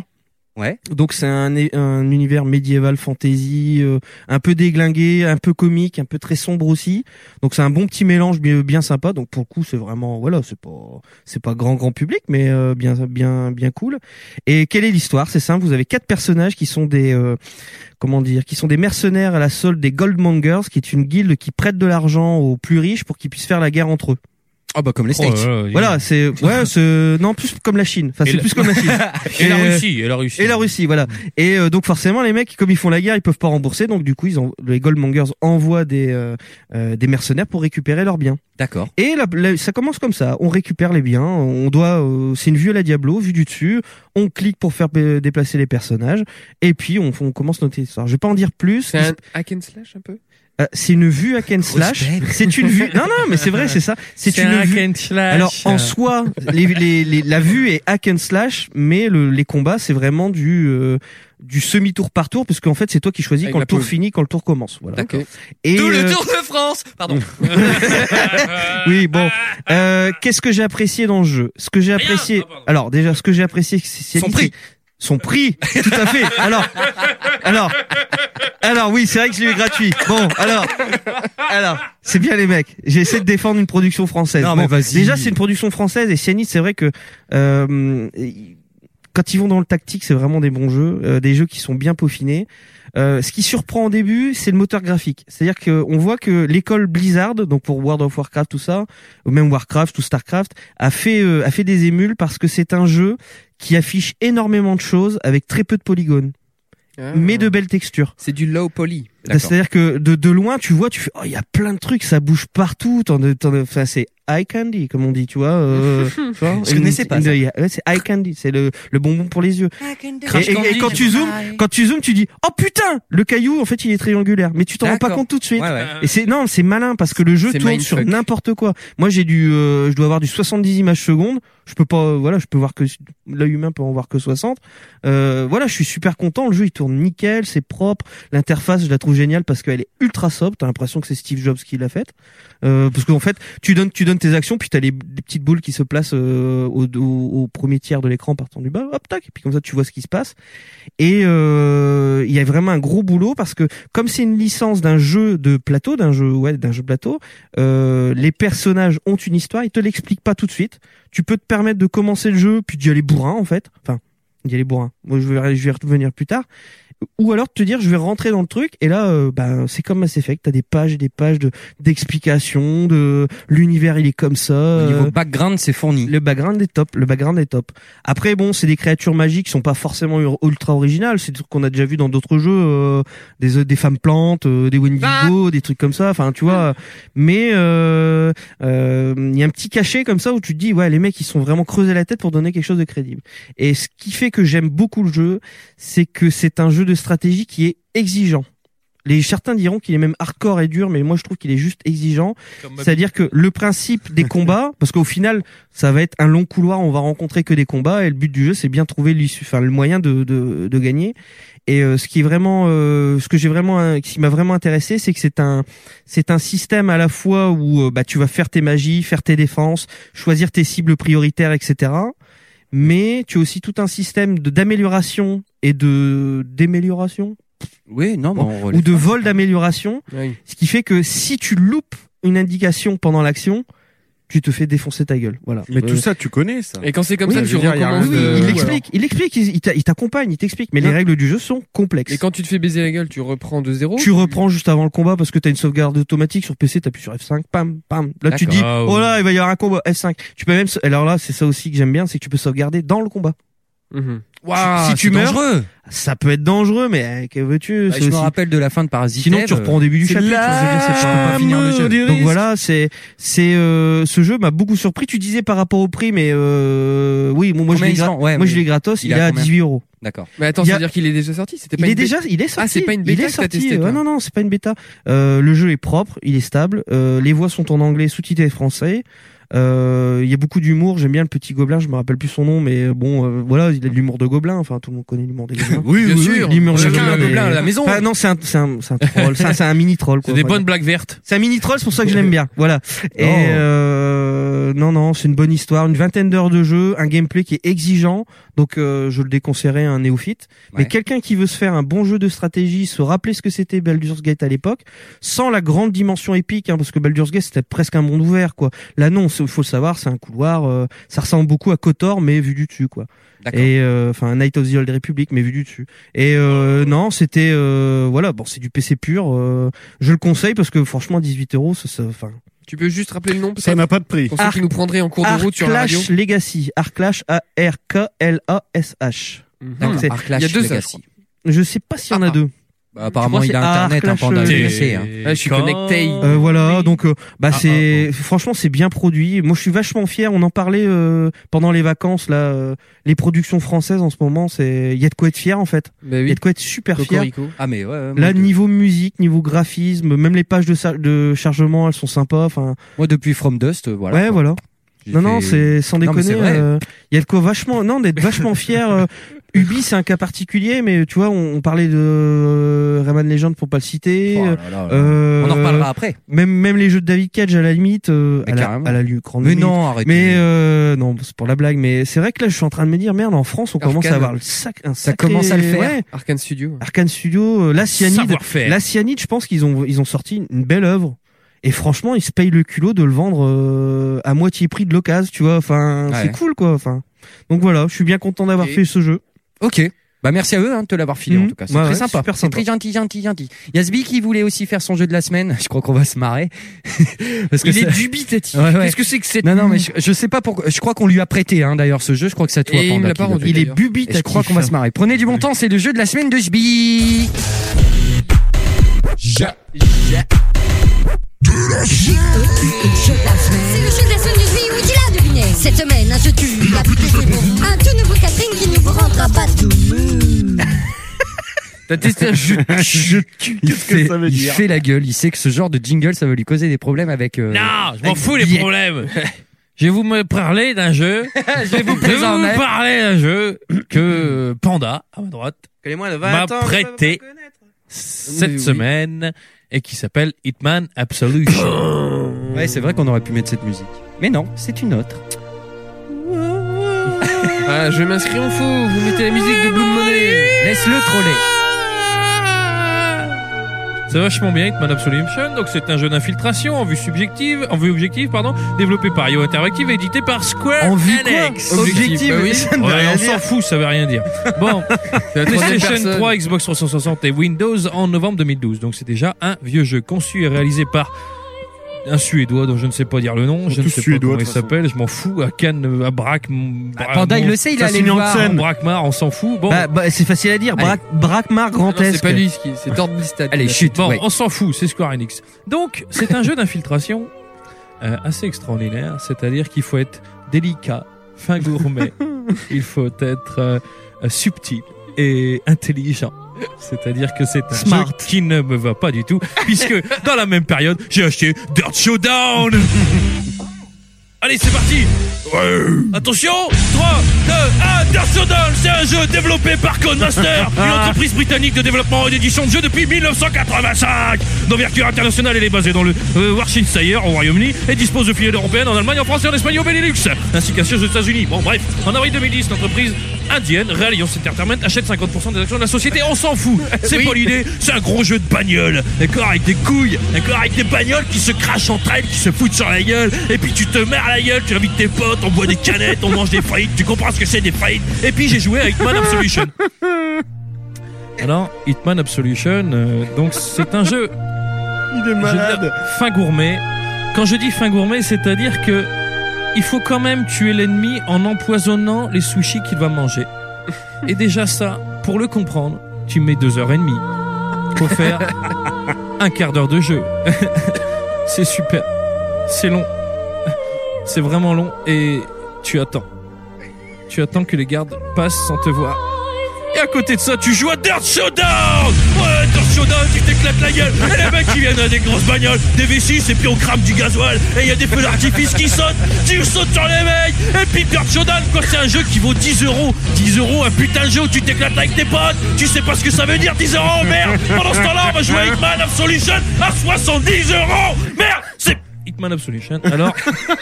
E: Ouais.
I: Donc c'est un, é- un univers médiéval fantasy, euh, un peu déglingué, un peu comique, un peu très sombre aussi. Donc c'est un bon petit mélange bien, bien sympa. Donc pour le coup c'est vraiment voilà c'est pas c'est pas grand grand public mais euh, bien bien bien cool. Et quelle est l'histoire C'est simple. Vous avez quatre personnages qui sont des euh, comment dire qui sont des mercenaires à la solde des Goldmongers, qui est une guilde qui prête de l'argent aux plus riches pour qu'ils puissent faire la guerre entre eux.
E: Ah bah comme les
I: Oh
E: States.
I: là là, il y Voilà, a- c'est ouais, c'est non plus comme la Chine. Enfin,
E: Et
I: c'est
E: la-
I: plus comme la Chine.
K: Et la
I: euh,
K: Russie, et la Russie.
I: Et la Russie,
E: Mm.
I: voilà. Et euh, donc forcément, les mecs, comme ils font la guerre, ils peuvent pas rembourser. Donc du coup, ils ont les Goldmongers envoient des euh, euh, des mercenaires pour récupérer leurs biens.
E: D'accord.
I: Et la- la- ça commence comme ça. On récupère les biens. On doit. euh, c'est une vue à la Diablo, vue du dessus. On clique pour faire euh, déplacer les personnages. Et puis on, on commence notre histoire. Je vais pas en dire plus.
H: C'est un hack and slash un peu
I: Euh, c'est une vue hack and slash.
H: Grosse bête.
I: C'est une vue. Non, non, mais c'est vrai, c'est ça. C'est
H: C'est
I: une
H: un hack
I: vue.
H: and slash.
I: Alors en soi, les, les, les- la vue est hack and slash, mais le, les combats, c'est vraiment du euh, du semi-tour par tour, parce qu'en fait, c'est toi qui choisis
H: Avec
I: quand
H: la
I: le tour
H: pause.
I: finit, quand le tour commence. Voilà.
H: D'accord.
I: Et,
H: Tout le
I: euh,
H: tour de France Pardon.
I: oui, bon. Euh, Qu'est-ce que j'ai apprécié dans le jeu Ce que j'ai apprécié. alors déjà, ce que j'ai apprécié, c'est c'est-
H: Ah, Son prix.
I: Son prix, tout à fait. Alors, alors, alors, oui, c'est vrai que je l'ai eu gratuit. Bon, alors, alors, c'est bien les mecs. J'essaie de défendre une production française.
E: Non,
I: Bon,
E: mais vas-y.
I: Déjà, c'est une production française et Cyanide, c'est vrai que euh, quand ils vont dans le tactique, c'est vraiment des bons jeux, euh, des jeux qui sont bien peaufinés. Euh, ce qui surprend au début, c'est le moteur graphique. C'est-à-dire qu'on voit que l'école Blizzard, donc pour World of Warcraft, tout ça, ou même Warcraft ou Starcraft, a fait euh, a fait des émules parce que c'est un jeu qui affiche énormément de choses avec très peu de polygones, mais de belles textures.
H: C'est du low poly.
I: C'est-à-dire que de, de loin, tu vois, tu fais, oh, il y a plein de trucs, ça bouge partout. T'en, t'en, enfin, c'est eye candy, comme on dit, tu vois. Euh, tu vois
E: Je connaissais pas
I: Une-
E: ça.
I: une- ouais, c'est eye candy, c'est le, le bonbon pour les yeux. Et,
E: Crash
I: et- et
E: candy,
I: quand
E: j'ai
I: tu
E: pas
I: zoomes,
E: pareil.
I: quand tu zoomes, tu dis, oh putain, le caillou, en fait, il est triangulaire. Mais tu t'en rends pas
E: D'accord.
I: compte tout de suite.
E: Ouais, ouais.
I: Et c'est non, c'est malin parce que le jeu
E: C'est
I: tourne
E: mindfuck.
I: sur n'importe quoi. Moi, j'ai du, euh, je dois avoir du 70 images secondes. Je peux pas, euh, voilà, je peux voir que l'œil humain peut en voir que 60. Euh, voilà, je suis super content. Le jeu, il tourne nickel, c'est propre. L'interface, je la trouve géniale parce qu'elle est ultra sobre. T'as l'impression que c'est Steve Jobs qui l'a faite. Euh, parce qu'en fait, tu donnes, tu donnes tes actions, puis t'as les, les petites boules qui se placent euh, au, au- au premier tiers de l'écran partant du bas. Hop, tac. Et puis comme ça, tu vois ce qui se passe. Et euh, il y a vraiment un gros boulot parce que comme c'est une licence d'un jeu de plateau, d'un jeu ouais, d'un jeu de plateau, euh, les personnages ont une histoire. Ils te l'expliquent pas tout de suite. Tu peux te permettre de commencer le jeu puis d'y aller bourrin en fait. Enfin, d'y aller bourrin. Moi, je vais je vais y revenir plus tard. Ou alors de te dire je vais rentrer dans le truc et là euh, ben, c'est comme Mass Effect t'as des pages et des pages de d'explications de l'univers il est comme ça euh,
E: Au niveau
I: background c'est fourni le background est top le background est top après bon c'est des créatures magiques qui sont pas forcément ur- ultra originales c'est des trucs qu'on a déjà vu dans d'autres jeux euh, des des femmes plantes euh, des
E: Bah.
I: Wendigo des trucs comme ça enfin tu vois
E: Mm.
I: mais euh, euh, il y a un petit cachet comme ça où tu te dis ouais les mecs ils sont vraiment creusés la tête pour donner quelque chose de crédible et ce qui fait que j'aime beaucoup le jeu c'est que c'est un jeu de stratégie qui est exigeant les certains diront qu'il est même hardcore et dur, mais moi je trouve qu'il est juste exigeant.
E: Comme ma-
I: C'est-à-dire que le principe des combats, parce qu'au final ça va être un long couloir, on va rencontrer que des combats, et le but du jeu c'est bien trouver l'issue, enfin le moyen de, de, de gagner. Et euh, ce qui est vraiment, euh, ce que j'ai vraiment, euh, ce qui m'a vraiment intéressé, c'est que c'est un, c'est un système à la fois où euh, bah tu vas faire tes magies, faire tes défenses, choisir tes cibles prioritaires, etc mais tu as aussi tout un système de- d'amélioration et de d'amélioration. Oui, non,
E: mais on relève
I: ou de vol d'amélioration,
E: Oui.
I: ce qui fait que si tu loupes une indication pendant l'action, tu te fais défoncer ta gueule. Voilà.
G: Mais tout
I: Euh,
G: ça, tu connais ça.
H: Et quand c'est comme
I: Oui,
H: ça,
I: je
H: tu
I: veux dire, il y a
H: recommences.
I: rien de- il explique, il explique, il il t'a- il t'accompagne, il t'explique, mais les règles du jeu sont complexes.
H: Et quand tu te fais baiser la gueule, tu reprends de zéro.
I: Tu reprends juste avant le combat parce que t'as une sauvegarde automatique sur PC, t'appuies sur F5, pam, pam. Là, tu te dis,
H: D'accord. Ah,
I: oh
H: oui.
I: là, il va y avoir un combat, F5. Tu peux même, sau- alors là, c'est ça aussi que j'aime bien, c'est que tu peux sauvegarder dans le combat.
E: Waouh,
I: si tu
E: c'est
I: meurs,
E: dangereux.
I: ça peut être dangereux, mais euh, que veux-tu
E: Bah,
I: c'est
E: je me
I: aussi-
E: rappelle de la fin de euh, Parasite.
I: Sinon, tu reprends au début du chapitre. je veux dire, c'est pas- Donc voilà, c'est c'est euh, ce jeu m'a beaucoup surpris. Tu disais par rapport au prix, mais euh, oui, bon, moi je
H: Combien
I: l'ai
H: il
I: gra-
H: vend Ouais,
I: moi je
H: mais
I: l'ai gratos.
H: il
I: Il, est
H: a
I: à
H: combien
I: 18 euros.
H: D'accord. Mais attends,
I: Il y
H: ça
I: a-
H: veut dire qu'il est déjà sorti C'était pas
I: Il
H: une
I: est déjà,
H: bêta
I: il est sorti.
H: Ah, c'est pas une
I: il
H: bêta
I: est
H: que t'as
I: sorti.
H: testé. toi.
I: Ouais, non, non, c'est pas une bêta. Euh, le jeu est propre, il est stable. euh, les voix sont en anglais, sous-titré français. Euh, Il y a beaucoup d'humour. J'aime bien le petit gobelin. Je me rappelle plus son nom, mais bon, euh, voilà, il a de l'humour de gobelin. Enfin, tout le monde connaît l'humour des gobelins.
E: Oui, Bien oui, sûr. oui,
I: L'humour des
E: chacun a un
I: mais-
E: gobelin à la maison.
I: Enfin, non, c'est un, c'est un, c'est un troll. c'est un- c'est un mini troll.
K: C'est des bonnes blagues vertes.
I: C'est un mini troll, c'est pour ça que je l'aime bien. Voilà. Et
K: Non.
I: euh, non, non, c'est une bonne histoire, une vingtaine d'heures de jeu, un gameplay qui est exigeant, donc euh, je le déconseillerais à un néophyte. Mais quelqu'un qui veut se faire un bon jeu de stratégie, se rappeler ce que c'était Baldur's Gate à l'époque, sans la grande dimension épique, hein, parce que Baldur's Gate c'était presque un monde ouvert, quoi. Là non, c'est- faut le savoir, c'est un couloir, euh, ça ressemble beaucoup à Kotor, mais vu du dessus, quoi. Et euh, enfin Night of the Old Republic, mais vu du dessus. Et euh, non, c'était euh, voilà, bon, c'est du PC pur. euh, je le conseille parce que franchement, 18 euros, ça, ça- enfin.
H: Tu peux juste rappeler le nom
I: Ça n'a pas de prix.
H: Pour ceux qui nous prendraient en cours de route sur la radio.
I: Arclash Legacy. Arclash A-R-K-L-A-S-h.
H: D'accord.
I: C'est-
H: Arclash Il y a deux H, Mhm. Legacy.
I: Je sais pas s'il y en a deux.
E: Bah, apparemment,
I: Je crois
E: il
I: que
E: a
I: c'est
E: Internet, hein,
I: Arclash,
E: Panda,
I: euh,
E: il le sait, hein.
H: Ah, je suis connecté.
I: Euh, voilà, donc euh, bah
H: Ah,
I: c'est franchement c'est bien produit. Moi je suis vachement fier. On en parlait euh, pendant les vacances là. euh, les productions françaises en ce moment, c'est il y a de quoi être fier en fait. Il
H: Bah
E: oui.
I: y a de quoi être super fier.
E: Cocorico. Ah, mais ouais, ouais, moi,
I: Là
H: euh.
E: de-
I: niveau musique, niveau graphisme, même les pages de, sa- de chargement, elles sont sympas. Enfin
E: Moi, depuis From Dust, euh, voilà.
I: ouais, voilà.
E: J'ai
I: Non, non,
E: fait-
I: c'est sans
E: Non, mais
I: déconner.
E: c'est
I: euh,
E: vrai.
I: Il y a de quoi vachement, non, d'être vachement fier. euh, Ubi, c'est un cas particulier, mais tu vois, on, on parlait de euh, Rayman Legend pour pas le citer.
E: Oh là là là.
I: euh,
E: On en reparlera après.
I: Même, même les jeux de David Cage, à la limite, euh,
E: Mais
I: à, la,
E: carrément.
I: à la lu- grande
E: Mais
I: limite.
E: non, arrêtez.
I: Mais euh, non, c'est pour la blague. Mais c'est vrai que là, je suis en train de me dire, merde, en France, on commence à
H: Arcane.
I: avoir le sac, un
H: Ça
I: sacré-
H: commence à le faire.
I: ouais.
H: Arkane Studio.
I: Arkane Studio, euh, la Cyanide.
H: Savoir-faire.
I: La Cyanide, je pense qu'ils ont, ils ont sorti une belle œuvre. Et franchement, ils se payent le culot de le vendre euh, à moitié prix de l'occasion, tu vois. Enfin,
E: Ouais.
I: c'est cool, quoi. Enfin, donc voilà, je suis bien content d'avoir
E: Et-
I: fait ce jeu.
E: Ok. Bah merci à eux hein, de te l'avoir filé en
I: Mhm.
E: tout cas. C'est
I: Ouais,
E: très
I: ouais,
E: sympa.
I: super
E: C'est
I: sympa.
E: très gentil, gentil, gentil. Yasbi qui voulait aussi faire son jeu de la semaine. Je crois qu'on va se marrer. Parce
H: Il est
E: ça-
H: dubitatif.
E: Ouais, ouais.
H: Qu'est-ce que c'est que cette
E: Non non mais je, je sais pas pourquoi. Je crois qu'on lui a prêté hein, d'ailleurs ce jeu. Je crois que c'est à toi.
H: Et il me
E: Panda,
H: l'a
E: qui
H: pas
E: l'a
H: rendu,
E: fait.
H: d'ailleurs.
E: Et Je crois qu'on va se marrer. Prenez du bon temps. C'est le jeu de la semaine de Yasbi.
C: C'est le jeu de la semaine du juillet où tu l'as deviné. Cette semaine, un jeu tu la putain c'est bon. Un tout nouveau Catherine qui ne vous rendra pas tout mou.
E: T'as testé un jeu.
I: Je
E: Qu'est-ce que ça veut dire Il fait la gueule. Il sait que ce genre de jingle, ça va lui causer des problèmes avec. euh,
K: Non, je m'en
E: avec
K: fous les
E: Biette.
K: problèmes. Je vais vous me parler d'un jeu.
E: je vais vous
K: Je vais
E: présenter.
K: vous parler d'un jeu que euh, Panda, à ma droite, m'a prêté cette
E: Oui, oui.
K: semaine et qui s'appelle Hitman Absolution.
E: Ouais, c'est vrai qu'on aurait pu mettre cette musique. Mais non, c'est une autre.
H: Ah, je m'inscris en faux. Vous mettez la musique de Blue Money.
E: Laisse-le troller.
K: C'est vachement bien Hitman Absolution. Donc c'est un jeu d'infiltration en vue subjective, en vue objective, pardon, développé par IO Interactive et édité par Square
I: En vue quoi
K: Enix.
I: Objective,
K: bah
I: oui, ça ne veut
K: Ouais,
I: rien
K: on
I: dire.
K: s'en fout, ça veut rien dire. Bon,
H: la troisième
K: PlayStation
H: personne.
K: 3, Xbox 360 et Windows en novembre 2012. Donc c'est déjà un vieux jeu conçu et réalisé par un Suédois dont je ne sais pas dire le nom, je ne
G: tous
K: sais pas
G: Suédois,
K: comment
G: de
K: il
G: toute façon.
K: s'appelle, je m'en fous, à Cannes, à Brac, Bra-
E: Panda, il
K: mon-
E: le sait, il est
K: ça,
E: allé
K: c'est
E: le voir.
K: Janssen. Bracmar, on s'en fout. Bon, Ah
I: Bah, bah, c'est facile à dire. Brac Bracmar Grand
H: Non, c'est pas lui, c'est- c'est Tord Blistad.
E: Allez, chute.
K: Bon,
E: ouais.
K: on s'en fout, c'est Square Enix. Donc, c'est un jeu d'infiltration euh, assez extraordinaire, c'est-à-dire qu'il faut être délicat, fin gourmet, il faut être euh, euh, subtil et intelligent. C'est-à-dire que c'est un
I: Smart.
K: jeu qui ne me va pas du tout, puisque dans la même période, j'ai acheté Dirt Showdown. Allez, c'est parti Attention 3, 2, 1, Dirt Showdown C'est un jeu développé par Codemaster, une entreprise britannique de développement et d'édition de jeux depuis 1985 D'ouverture internationale, elle est basée dans le euh, Warwickshire, au Royaume-Uni, et dispose de filiales européennes en Allemagne, en France et en Espagne, au Benelux, ainsi qu'un siège aux États-Unis. Bon, bref, en avril 2010, l'entreprise indienne Reliance Entertainment achète 50% des actions de la société, on s'en fout C'est
H: Oui.
K: pas l'idée, c'est un gros jeu de bagnole, d'accord, avec des couilles, d'accord, avec des bagnoles qui se crachent entre elles, qui se foutent sur la gueule, et puis tu te marres la gueule, tu invites tes potes, on boit des canettes, on mange des frites, tu comprends ce que c'est des frites, et puis j'ai joué avec Man Absolution. Alors, Hitman Absolution, euh, donc c'est un jeu
I: Il est
K: je veux dire, fin gourmet. Quand je dis fin gourmet, c'est-à-dire que il faut quand même tuer l'ennemi en empoisonnant les sushis qu'il va manger. Et déjà ça, pour le comprendre, tu mets deux heures et demie pour faire un quart d'heure de jeu. c'est super, c'est long, c'est vraiment long et tu attends. Tu attends que les gardes passent sans te voir. Et à côté de ça, tu joues à Dirt Showdown Ouais, Dirt Showdown, tu t'éclates la gueule Et les mecs, qui viennent à des grosses bagnoles, des V6, et puis on crame du gasoil, et il y a des feux d'artifice qui sautent, tu sautes sur les mecs Et puis Dirt Showdown, quoi, c'est un jeu qui vaut 10 euros 10 euros, un putain de jeu où tu t'éclates avec tes potes Tu sais pas ce que ça veut dire, 10 euros, merde Pendant ce temps-là, on va jouer à Hitman Absolution à 70 euros Merde C'est Hitman Absolution, alors...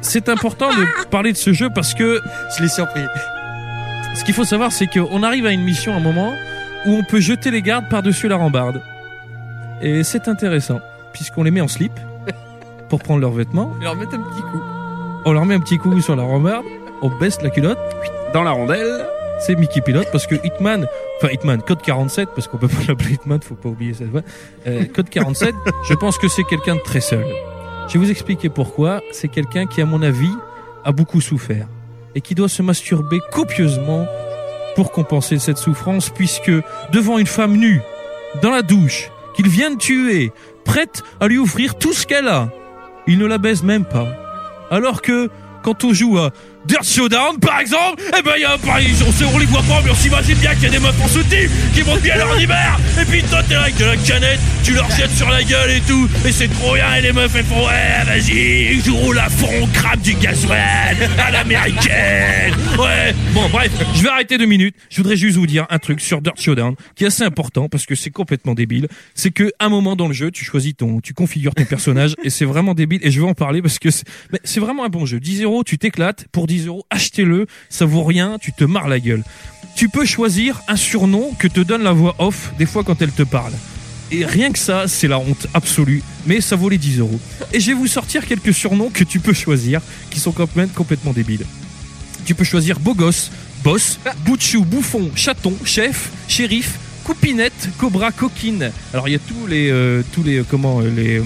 K: C'est important de parler de ce jeu parce que...
E: Je l'ai surpris.
K: Ce qu'il faut savoir, c'est qu'on arrive à une mission à un moment où on peut jeter les gardes par-dessus la rambarde. Et c'est intéressant, puisqu'on les met en slip pour prendre leurs vêtements.
H: Alors, mettez un petit coup.
K: On leur met un petit coup sur la rambarde, on baisse la culotte. Dans la rondelle. C'est Mickey Pilote parce que Hitman, enfin Hitman, code 47, parce qu'on peut pas l'appeler Hitman, faut pas oublier cette fois. Euh, code 47, je pense que c'est quelqu'un de très seul. Je vais vous expliquer pourquoi. C'est quelqu'un qui, à mon avis, a beaucoup souffert et qui doit se masturber copieusement pour compenser cette souffrance, puisque devant une femme nue, dans la douche, qu'il vient de tuer, prête à lui offrir tout ce qu'elle a, il ne la baise même pas. Alors que quand on joue à Dirt Showdown, par exemple, eh ben, il y a, par- on, sait- on les voit pas, mais on s'imagine bien qu'il y a des meufs en soutif qui montent bien leur hiver. Et puis toi, t'es là avec de la canette, tu leur jettes sur la gueule et tout. Et c'est trop bien, et les meufs, elles font, ouais, vas-y, je roule à fond, on crame du gasoil à l'américaine. Ouais. Bon, bref, je vais arrêter deux minutes. Je voudrais juste vous dire un truc sur Dirt Showdown qui est assez important parce que c'est complètement débile. C'est que un moment dans le jeu, tu choisis ton, tu configures ton personnage et c'est vraiment débile. Et je vais en parler parce que c'est mais c'est vraiment un bon jeu. 10 euros, tu t'éclates. Pour 10 euros, achetez-le. Ça vaut rien. Tu te marres la gueule. Tu peux choisir un surnom que te donne la voix off des fois quand elle te parle. Et rien que ça, c'est la honte absolue. Mais ça vaut les 10 euros. Et je vais vous sortir quelques surnoms que tu peux choisir qui sont quand même complètement débiles. Tu peux choisir beau gosse, boss, bout de chou, bouffon, chaton, chef, shérif, coupinette, cobra, coquine. Alors il y a tous les euh, tous les euh, comment euh, les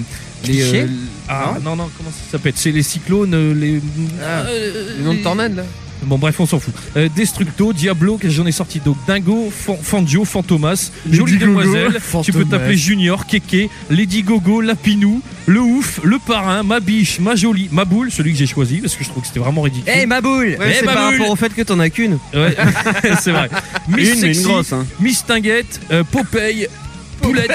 K: les
H: Clichés
K: ah non non comment ça s'appelle C'est les cyclones euh, les
H: Ah.
K: euh,
H: les noms de tornades, là.
K: Bon bref on s'en fout. Euh, Destructo, Diablo, qu'est-ce que j'en ai sorti donc Dingo, Fan- Fangio, Fantomas,
I: Lady
K: Jolie
I: Gogo,
K: Demoiselle, tu peux
I: Fantomas.
K: t'appeler Junior, Keke, Lady Gogo, Lapinou, le ouf, le parrain, ma biche, ma jolie, ma boule, celui que j'ai choisi parce que je trouve que c'était vraiment ridicule.
E: Eh, ma boule
K: Eh,
I: c'est
K: ma
I: par
K: boule
I: rapport au fait que t'en as qu'une.
K: Ouais, c'est vrai. Miss
I: Une, mais une
K: Sexy,
I: grosse, hein.
K: Miss Tinguette, euh, Popeye, Poulette,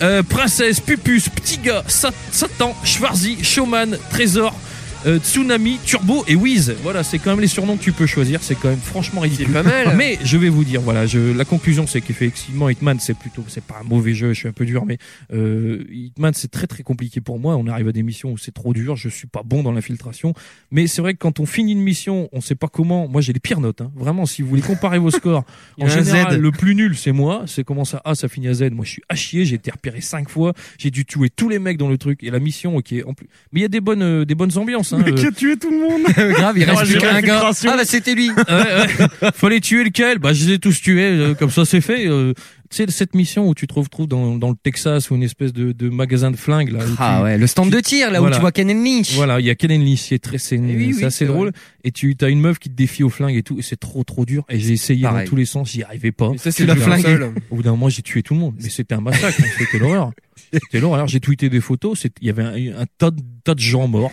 K: euh, Princesse, Pupus, Petit Gars, Sa- Satan, Schwarzy, Showman, Trésor, euh, Tsunami, Turbo et Wiz. Voilà, c'est quand même les surnoms que tu peux choisir. C'est quand même franchement ridicule.
H: pas mal.
K: Mais je vais vous dire, voilà, je, la conclusion, c'est qu'effectivement, Hitman, c'est plutôt, c'est pas un mauvais jeu. Je suis un peu dur, mais euh, Hitman, c'est très très compliqué pour moi. On arrive à des missions où c'est trop dur. Je suis pas bon dans l'infiltration. Mais c'est vrai que quand on finit une mission, on sait pas comment. Moi, j'ai les pires notes. hein. Vraiment, si vous voulez comparer vos scores,
I: Il y
K: en
I: a un
K: général,
I: Z.
K: le plus nul, c'est moi. C'est comment ça A, ça finit à Z. Moi, je suis à chier. J'ai été repéré cinq fois. J'ai dû tuer tous les mecs dans le truc. Et la mission, ok. En plus, mais il y a des bonnes, euh, des bonnes ambiances. Hein,
I: Mais qui a tué tout le monde
K: Grave, il reste plus qu'un gars. Ah, bah,
E: c'était lui.
K: Fallait tuer lequel Bah, je les ai tous tués. euh, comme ça, c'est fait. euh. tu sais, cette mission où tu te retrouves dans, dans le Texas ou une espèce de, de magasin de flingues. Là, où
E: Ah
K: tu-
E: ouais, le stand de tir, là où tu vois Ken Lynch.
K: Voilà, il y a Ken Lynch. C'est très, c'est
E: oui,
K: c'est assez
E: c'est
K: drôle.
E: vrai.
K: Et tu as une meuf qui te défie au flingue et tout. Et c'est trop, trop dur. Et j'ai essayé
E: Pareil.
K: dans tous les sens. J'y arrivais pas.
E: ça, c'est Tu l'as le flingué. seul.
K: Au bout d'un moment, j'ai tué tout le monde. Mais c'était un massacre. hein, c'était l'horreur. C'était l'horreur. J'ai tweeté des photos. c'est- Il y avait un, un tas, de, tas de gens morts.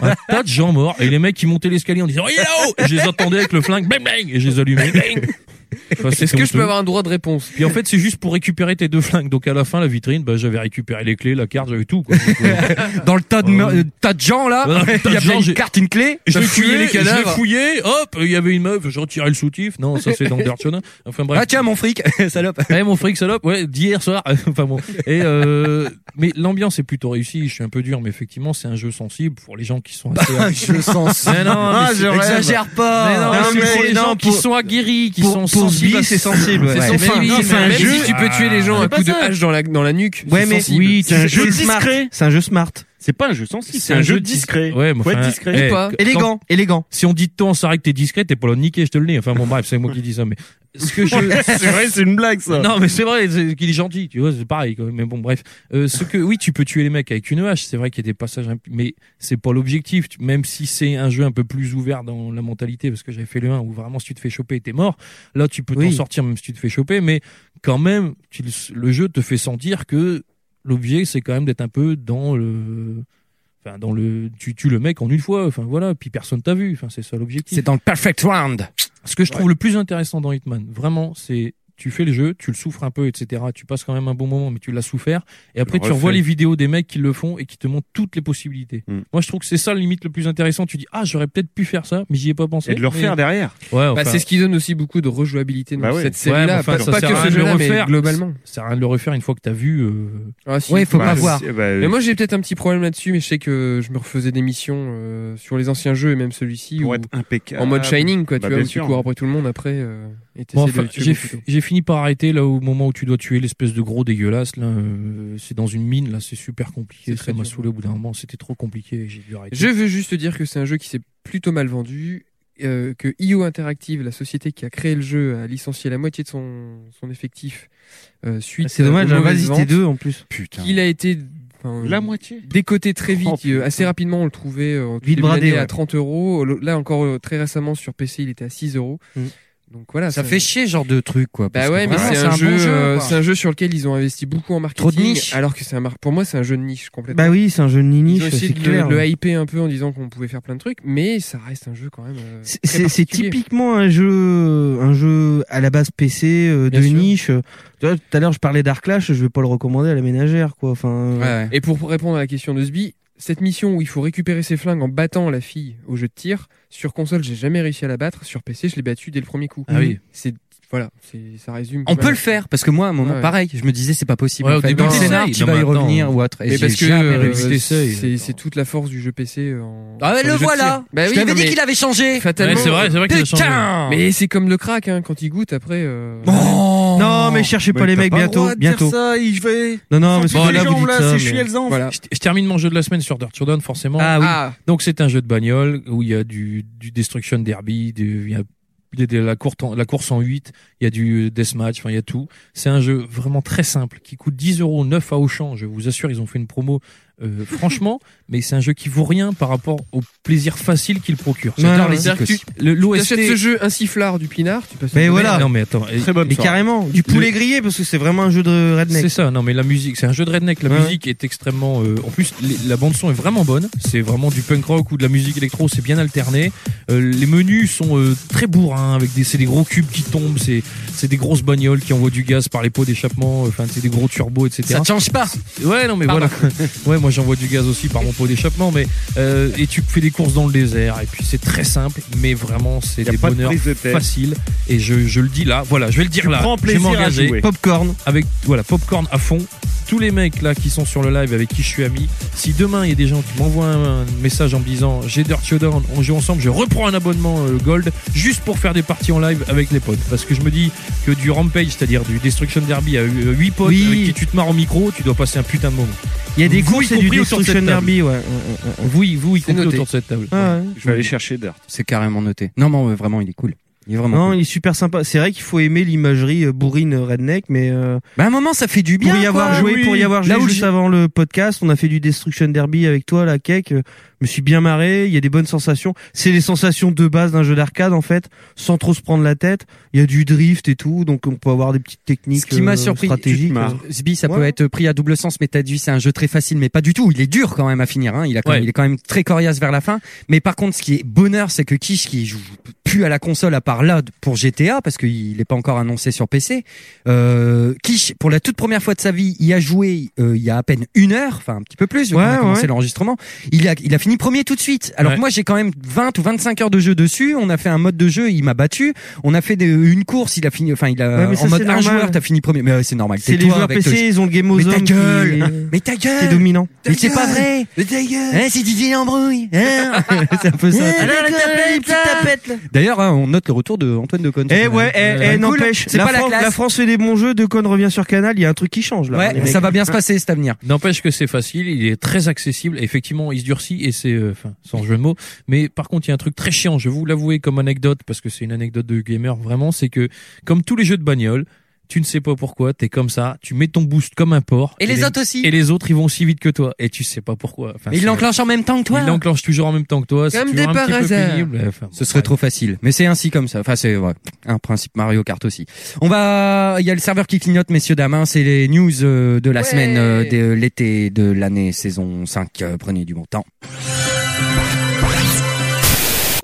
K: un tas de gens morts. Et les mecs qui montaient l'escalier en disant, il est là-haut! Et Je les entendais avec le flingue. Bang, bang! Et je les allumais. Bang! Enfin, c'était
H: Est-ce que je peux
K: honteux.
H: avoir un droit de réponse
K: Puis en fait, c'est juste pour récupérer tes deux flingues. Donc à la fin, la vitrine, bah, j'avais récupéré les clés, la carte, j'avais tout. Quoi. euh,
E: Dans le tas de, me- euh, tas de gens là,
K: Voilà,
E: il y
K: genre,
E: avait une
K: j'ai-
E: carte, une clé.
K: Je
E: t'as
K: l'ai
E: fouillé
K: fouillé,
E: les
K: Je l'ai
E: cadavres.
K: fouillé, hop, il y avait une meuf, je retirais le soutif. Non, ça c'est dans Bertona. Enfin bref.
E: Ah tiens mon fric, salope.
K: Ouais, mon fric salope, ouais, d'hier soir. enfin bon. Et euh, mais l'ambiance est plutôt réussie. Je suis un peu dur, mais effectivement, c'est un jeu sensible pour les gens qui sont assez.
E: Un jeu sensible.
K: Mais non, mais
E: Ah,
K: c'est-
E: je rêve.
K: exagère pas.
E: Mais non,
K: mais
E: mais
K: c'est pour les
E: non,
K: gens qui
E: pour-
K: sont aguerris, qui
E: pour-
K: sont
E: pour
K: sensibles.
E: Bi,
K: à-
E: c'est sensible, ouais.
K: C'est
E: C'est
K: sensible.
E: fin,
K: Non,
E: c'est
K: mais
E: un
K: même
E: jeu- Ah.
K: si tu peux tuer les gens
H: C'est
K: à
H: pas
K: coups de
H: ça.
K: hache dans la dans la nuque.
H: Ouais, mais- oui, c'est un jeu smart.
I: C'est un jeu smart.
K: C'est pas un jeu sensible,
I: c'est un jeu discret.
K: Ouais, mais
I: Faut être
K: enfin,
I: discret.
K: eh,
I: Ou pas.
K: quand-
I: Élégant, élégant.
K: Si on dit de toi, on s'arrête que t'es discret, t'es pas là de niquer, je te le dis. Enfin bon, bref, c'est moi qui dis ça, mais. Ce que je...
I: C'est vrai, c'est une blague, ça.
K: Non, mais c'est vrai, c'est qu'il est gentil, tu vois, c'est pareil. quoi. Mais bon, bref. Euh, ce que, oui, tu peux tuer les mecs avec une hache, c'est vrai qu'il y a des passages, imp- mais c'est pas l'objectif. Tu- Même si c'est un jeu un peu plus ouvert dans la mentalité, parce que j'avais fait le 1 où vraiment si tu te fais choper, t'es mort. Là, tu peux t'en
I: Oui.
K: sortir même si tu te fais choper, mais quand même, tu- le jeu te fait sentir que l'objet, c'est quand même d'être un peu dans le. Enfin, dans le, tu tues le mec en une fois, enfin voilà, puis personne t'a vu, enfin c'est ça l'objectif.
E: C'est dans le perfect round.
K: Ce que je trouve le plus intéressant dans Hitman, vraiment, c'est tu fais le jeu, tu le souffres un peu, etc. Tu passes quand même un bon moment, mais tu l'as souffert. Et après,
I: le
K: tu revois
I: refais.
K: les vidéos des mecs qui le font et qui te montrent toutes les possibilités.
H: Mm.
K: Moi, je trouve que c'est ça, limite, le plus intéressant. Tu dis, ah, j'aurais peut-être pu faire ça, mais j'y ai pas pensé.
H: Et de le refaire
K: Mais-
H: derrière.
K: Ouais,
H: Bah, c'est ce qui donne aussi beaucoup de rejouabilité dans cette série-là.
K: Bah Ouais, mais enfin,
H: pas
K: ça
H: pas
K: sert
H: que
K: à
H: ce
K: rien de le
H: jeu-là, mais
K: refaire.
H: globalement.
K: Ça sert à rien de le refaire une fois que t'as vu. euh,
H: Ah, si,
K: bah,
H: mais moi j'ai peut-être un petit problème là-dessus, mais je sais que je me refaisais des missions euh, sur les anciens jeux et même celui-ci. où- En mode Shining, quoi, tu vois,
K: Bah, bien
H: où tu
K: sûr.
H: cours après tout le monde après. euh, et t'essaies
K: Bon,
H: de
K: enfin,
H: le tuer
K: j'ai,
H: beaucoup plus tôt.
K: j'ai fini par arrêter là au moment où tu dois tuer l'espèce de gros dégueulasse là. euh, c'est dans une mine là, c'est super compliqué. ça m'a saoulé au bout d'un moment, c'était trop compliqué. J'ai dû arrêter.
H: Je veux juste te dire que c'est un jeu qui s'est plutôt mal vendu, euh, que IO Interactive, la société qui a créé le jeu, a licencié la moitié de son, son effectif euh, suite.
I: C'est dommage,
H: euh, aux
I: la
H: mauvaises
I: base, c'était
H: ventes.
I: deux, en plus. Putain.
H: Il a été. enfin,
I: La moitié
H: Décoté très vite.
I: Oh, putain.
H: Euh, assez rapidement, on le trouvait euh, en tout
I: Vite
H: début
I: bradé,
H: d'année à
I: ouais. Mm.
H: 30 euros. Le- Là encore, euh, très récemment, sur PC, il était à 6 euros. Donc voilà,
E: Ça
H: c'est-
E: fait chier, genre de truc, quoi. parce
H: Bah
E: que
H: ouais, mais
E: vraiment,
H: c'est un, jeu,
E: bon
H: euh,
E: quoi.
H: c'est un jeu sur lequel ils ont investi beaucoup en marketing.
E: de niche.
H: Alors que c'est un mar- pour moi, c'est un jeu de niche complètement.
I: Bah oui, c'est un jeu de
H: Ils
I: niche,
H: ont
I: c'est
H: essayé de
I: clair.
H: le, le hyper un peu en disant qu'on pouvait faire plein de trucs, mais ça reste un jeu quand même. euh, très
I: C'est c'est
H: particulier.
I: typiquement un jeu, un jeu à la base PC euh, de niche. Tu vois, tout à l'heure je parlais d'Arclash, je vais pas le recommander à la ménagère, quoi. Enfin,
H: Ouais. Et pour répondre à la question de Sbi, cette mission où il faut récupérer ses flingues en battant la fille au jeu de tir, sur console, j'ai jamais réussi à la battre. Sur PC, je l'ai battue dès le premier coup.
E: Ah oui.
H: C'est voilà, c'est- ça résume.
K: Bah
E: On peut le faire parce que moi, à un moment,
H: Ouais.
E: pareil, je me disais c'est pas possible.
H: Ouais,
E: en
H: au
E: fait.
H: début,
E: Dans le
H: t'essayes.
E: scénar,
H: Non,
E: tu vas y
H: mais attends.
E: revenir ou autre. Et
H: Mais
E: j'ai
H: parce que
E: jamais
H: euh,
E: réussi.
H: c'est c'est- c'est toute la force du jeu PC. En...
E: Ah, mais
H: sur
E: le
H: jeu de
E: voilà.
H: tir. Bah
E: Je t'avais
H: non,
E: dit
H: mais
E: qu'il avait changé.
H: Fatalement.
E: Ouais, c'est vrai, c'est vrai qu'il a changé.
H: Putain Mais c'est comme le crack, hein, quand il goûte après. euh,
I: non, mais cherchez pas les mecs bientôt, bientôt.
G: je
K: eh.
G: vais.
I: Non, non, mais c'est
K: Bon,
I: pas
K: là, vous dites ça, mais-
H: Voilà.
K: Je, je termine mon jeu de la semaine sur Dirt Showdown, forcément.
I: Ah oui.
K: Donc, c'est un jeu de bagnole où il y a du, du Destruction Derby, du, il y a il y a de la, courte en- la course en 8, il y a du Deathmatch, enfin, il y a tout. C'est un jeu vraiment très simple qui coûte 10 euros, 9 à Auchan. Je vous assure, ils ont fait une promo, euh, franchement, mais c'est un jeu qui vaut rien par rapport au plaisir facile qu'il procure.
H: J'adore
K: Ouais,
H: les
K: c'est-à-dire
H: arcs.
K: que tu- le- l'OST
H: T'achètes ce jeu un sifflard du pinard, tu passes.
K: Mais
H: une
K: voilà.
H: merde.
K: Non, mais attends. Et- Très bonne
I: Mais
K: soirée.
I: carrément, du poulet
K: Le-
I: grillé parce que c'est vraiment un jeu de redneck.
K: C'est ça, non mais la musique, c'est un jeu de redneck, la
I: Ouais.
K: musique est extrêmement... euh, en plus, les- la bande son est vraiment bonne, c'est vraiment du punk rock ou de la musique électro, c'est bien alterné. Euh, les menus sont euh, très bourrins, avec des, c'est des gros cubes qui tombent, c'est, c'est des grosses bagnoles qui envoient du gaz par les pots d'échappement, euh, enfin c'est des gros turbos, etc.
E: Ça te change pas.
K: Ouais, non mais voilà. ouais, moi j'envoie du gaz aussi par mon pot d'échappement, mais euh, et tu fais des courses dans le désert et puis c'est très simple, mais vraiment c'est des
G: pas de
K: bonheurs
G: prise de tête.
K: faciles et je, je le dis là, voilà, je vais le dire
G: Tu
K: là.
G: prends
K: je vais
G: plaisir à
K: m'engager.
G: jouer.
I: Popcorn
K: avec voilà popcorn à fond. Tous les mecs là qui sont sur le live avec qui je suis ami, si demain il y a des gens qui m'envoient un, un message en me disant j'ai Dirt Showdown, on joue ensemble, je reprends un abonnement euh, Gold juste pour faire des parties en live avec les potes. Parce que je me dis que du Rampage, c'est-à-dire du Destruction Derby à 8 euh, potes
I: Oui.
K: avec qui tu te marres au micro, tu dois passer un putain de moment.
I: Il y a des
K: Vous,
I: courses et
K: y
I: du
K: compris autour de
I: Destruction
K: cette table.
I: Derby, ouais. Euh,
K: Vous, y- vous y compris
E: noté. Ah,
K: autour de cette table.
I: Ouais.
G: Je vais aller chercher Dirt.
E: C'est carrément noté. Non, mais vraiment, il est cool. Il est vraiment.
I: Non,
E: cool.
I: il est super sympa. C'est vrai qu'il faut aimer l'imagerie euh, bourrine euh, redneck, mais euh,
E: Bah, à un moment, ça fait du bien.
I: pour y
E: quoi.
I: avoir joué,
E: Oui.
I: pour y avoir
E: Là
I: joué
E: où
I: juste
E: j'ai-
I: avant le podcast, on a fait du Destruction Derby avec toi, la cake. euh, Je me suis bien marré. Il y a des bonnes sensations. C'est les sensations de base d'un jeu d'arcade en fait, sans trop se prendre la tête. Il y a du drift et tout, donc on peut avoir des petites techniques.
E: Ce qui m'a
I: euh,
E: surpris,
I: stratégiques. Euh,
E: Sbi, ça peut
I: Ouais.
E: être pris à double sens, mais t'as dit c'est un jeu très facile, mais pas du tout. Il est dur quand même à finir. Hein. Il, a quand même-
K: Ouais.
E: il est quand même très coriace vers la fin. Mais par contre, ce qui est bonheur, c'est que Kish, qui joue plus à la console à part là pour GTA, parce qu'il n'est pas encore annoncé sur PC, euh, Kish, pour la toute première fois de sa vie, il a joué euh, il y a à peine une heure, enfin un petit peu plus,
I: Ouais,
E: on a commencé
I: ouais.
E: l'enregistrement. Il a, il a fini premier tout de suite. Alors
I: Ouais.
E: que moi, j'ai quand même 20 ou 25 heures de jeu dessus. On a fait un mode de jeu, il m'a battu. On a fait des- une course, il a fini, enfin il a
I: Ouais, mais ça,
E: Euh, en mode
I: c'est
E: un
I: normal.
E: joueur, t'as fini premier. Mais ouais, c'est normal.
I: C'est les
E: Tais-toi
I: joueurs
E: avec
I: PC,
E: le-
I: ils ont le game aux
E: Mais ta
I: hommes qui-
E: gueule Mais ta gueule
I: T'es dominant.
E: Mais c'est pas vrai Mais ta gueule hein, C'est Didier Lambrouille hein C'est un peu ça.
I: Alors, la tapette, la petite tapette, là.
E: D'ailleurs, hein, on note le retour de Antoine de Caunes.
I: Eh ouais, eh, eh, n'empêche,
E: C'est
I: la,
E: pas la
I: Fran-
E: classe.
I: la France fait des bons jeux, Decon revient sur Canal, il y a un truc qui change là. les
E: Ouais, ça
I: mecs.
E: va bien se passer cet avenir.
K: N'empêche que c'est facile, il est très accessible. Et effectivement, il se durcit et c'est, euh, enfin, sans jeu de mots. Mais par contre, il y a un truc très chiant. Je vais vous l'avouer comme anecdote parce que c'est une anecdote de gamer vraiment. C'est que comme tous les jeux de bagnole, tu ne sais pas pourquoi, t'es comme ça, tu mets ton boost comme un porc.
E: Et les autres aussi.
K: Et les autres, ils vont aussi vite que toi. Et tu sais pas pourquoi. Enfin,
E: Mais il
K: c'est-
E: l'enclenche en même temps que toi.
K: Il l'enclenche toujours en même temps que toi. c'est
E: Comme des
K: toujours
E: euh.
K: un
E: par
K: petit peu
E: hasard.
K: pénible. Enfin, bon,
E: Ce serait trop facile. Mais c'est ainsi comme ça. Enfin, c'est ouais, un principe Mario Kart aussi. On va, il y a le serveur qui clignote, messieurs dames. hein. C'est les news euh, de la semaine euh, de l'été de l'année saison 5. Euh, Prenez du bon temps.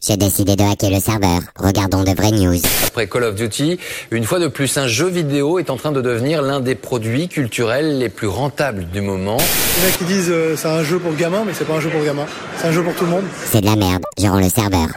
F: J'ai décidé de hacker le serveur. Regardons de vraies news.
M: Après Call of Duty, une fois de plus, un jeu vidéo est en train de devenir l'un des produits culturels les plus rentables du moment.
N: Il y en a qui disent euh, c'est un jeu pour gamin, mais c'est pas un jeu pour gamin. C'est un jeu pour tout le monde.
F: C'est de la merde. Je rends le serveur.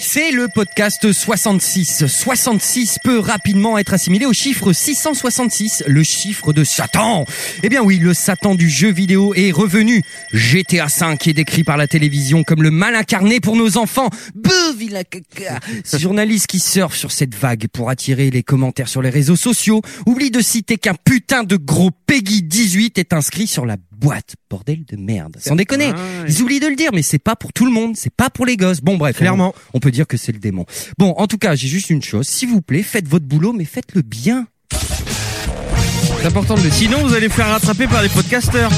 E: C'est le podcast 66. 66 peut rapidement être assimilé au chiffre 666, le chiffre de Satan. Eh bien oui, le Satan du jeu vidéo est revenu. GTA V est décrit par la télévision comme le mal incarné pour nos enfants. Beuh, vilain caca. Ce journaliste qui surfe sur cette vague pour attirer les commentaires sur les réseaux sociaux oublie de citer qu'un putain de gros Peggy 18 est inscrit sur la boîte. Bordel de merde. Sans déconner. Ils oublient de le dire, mais c'est pas pour tout le monde, c'est pas pour les gosses. Bon, bref.
I: Clairement.
E: On, on peut dire que c'est le démon. Bon, en tout cas, j'ai juste une chose. S'il vous plaît, faites votre boulot, mais faites-le bien.
H: C'est important de le dire.
I: Sinon, vous allez vous faire rattraper par les podcasters.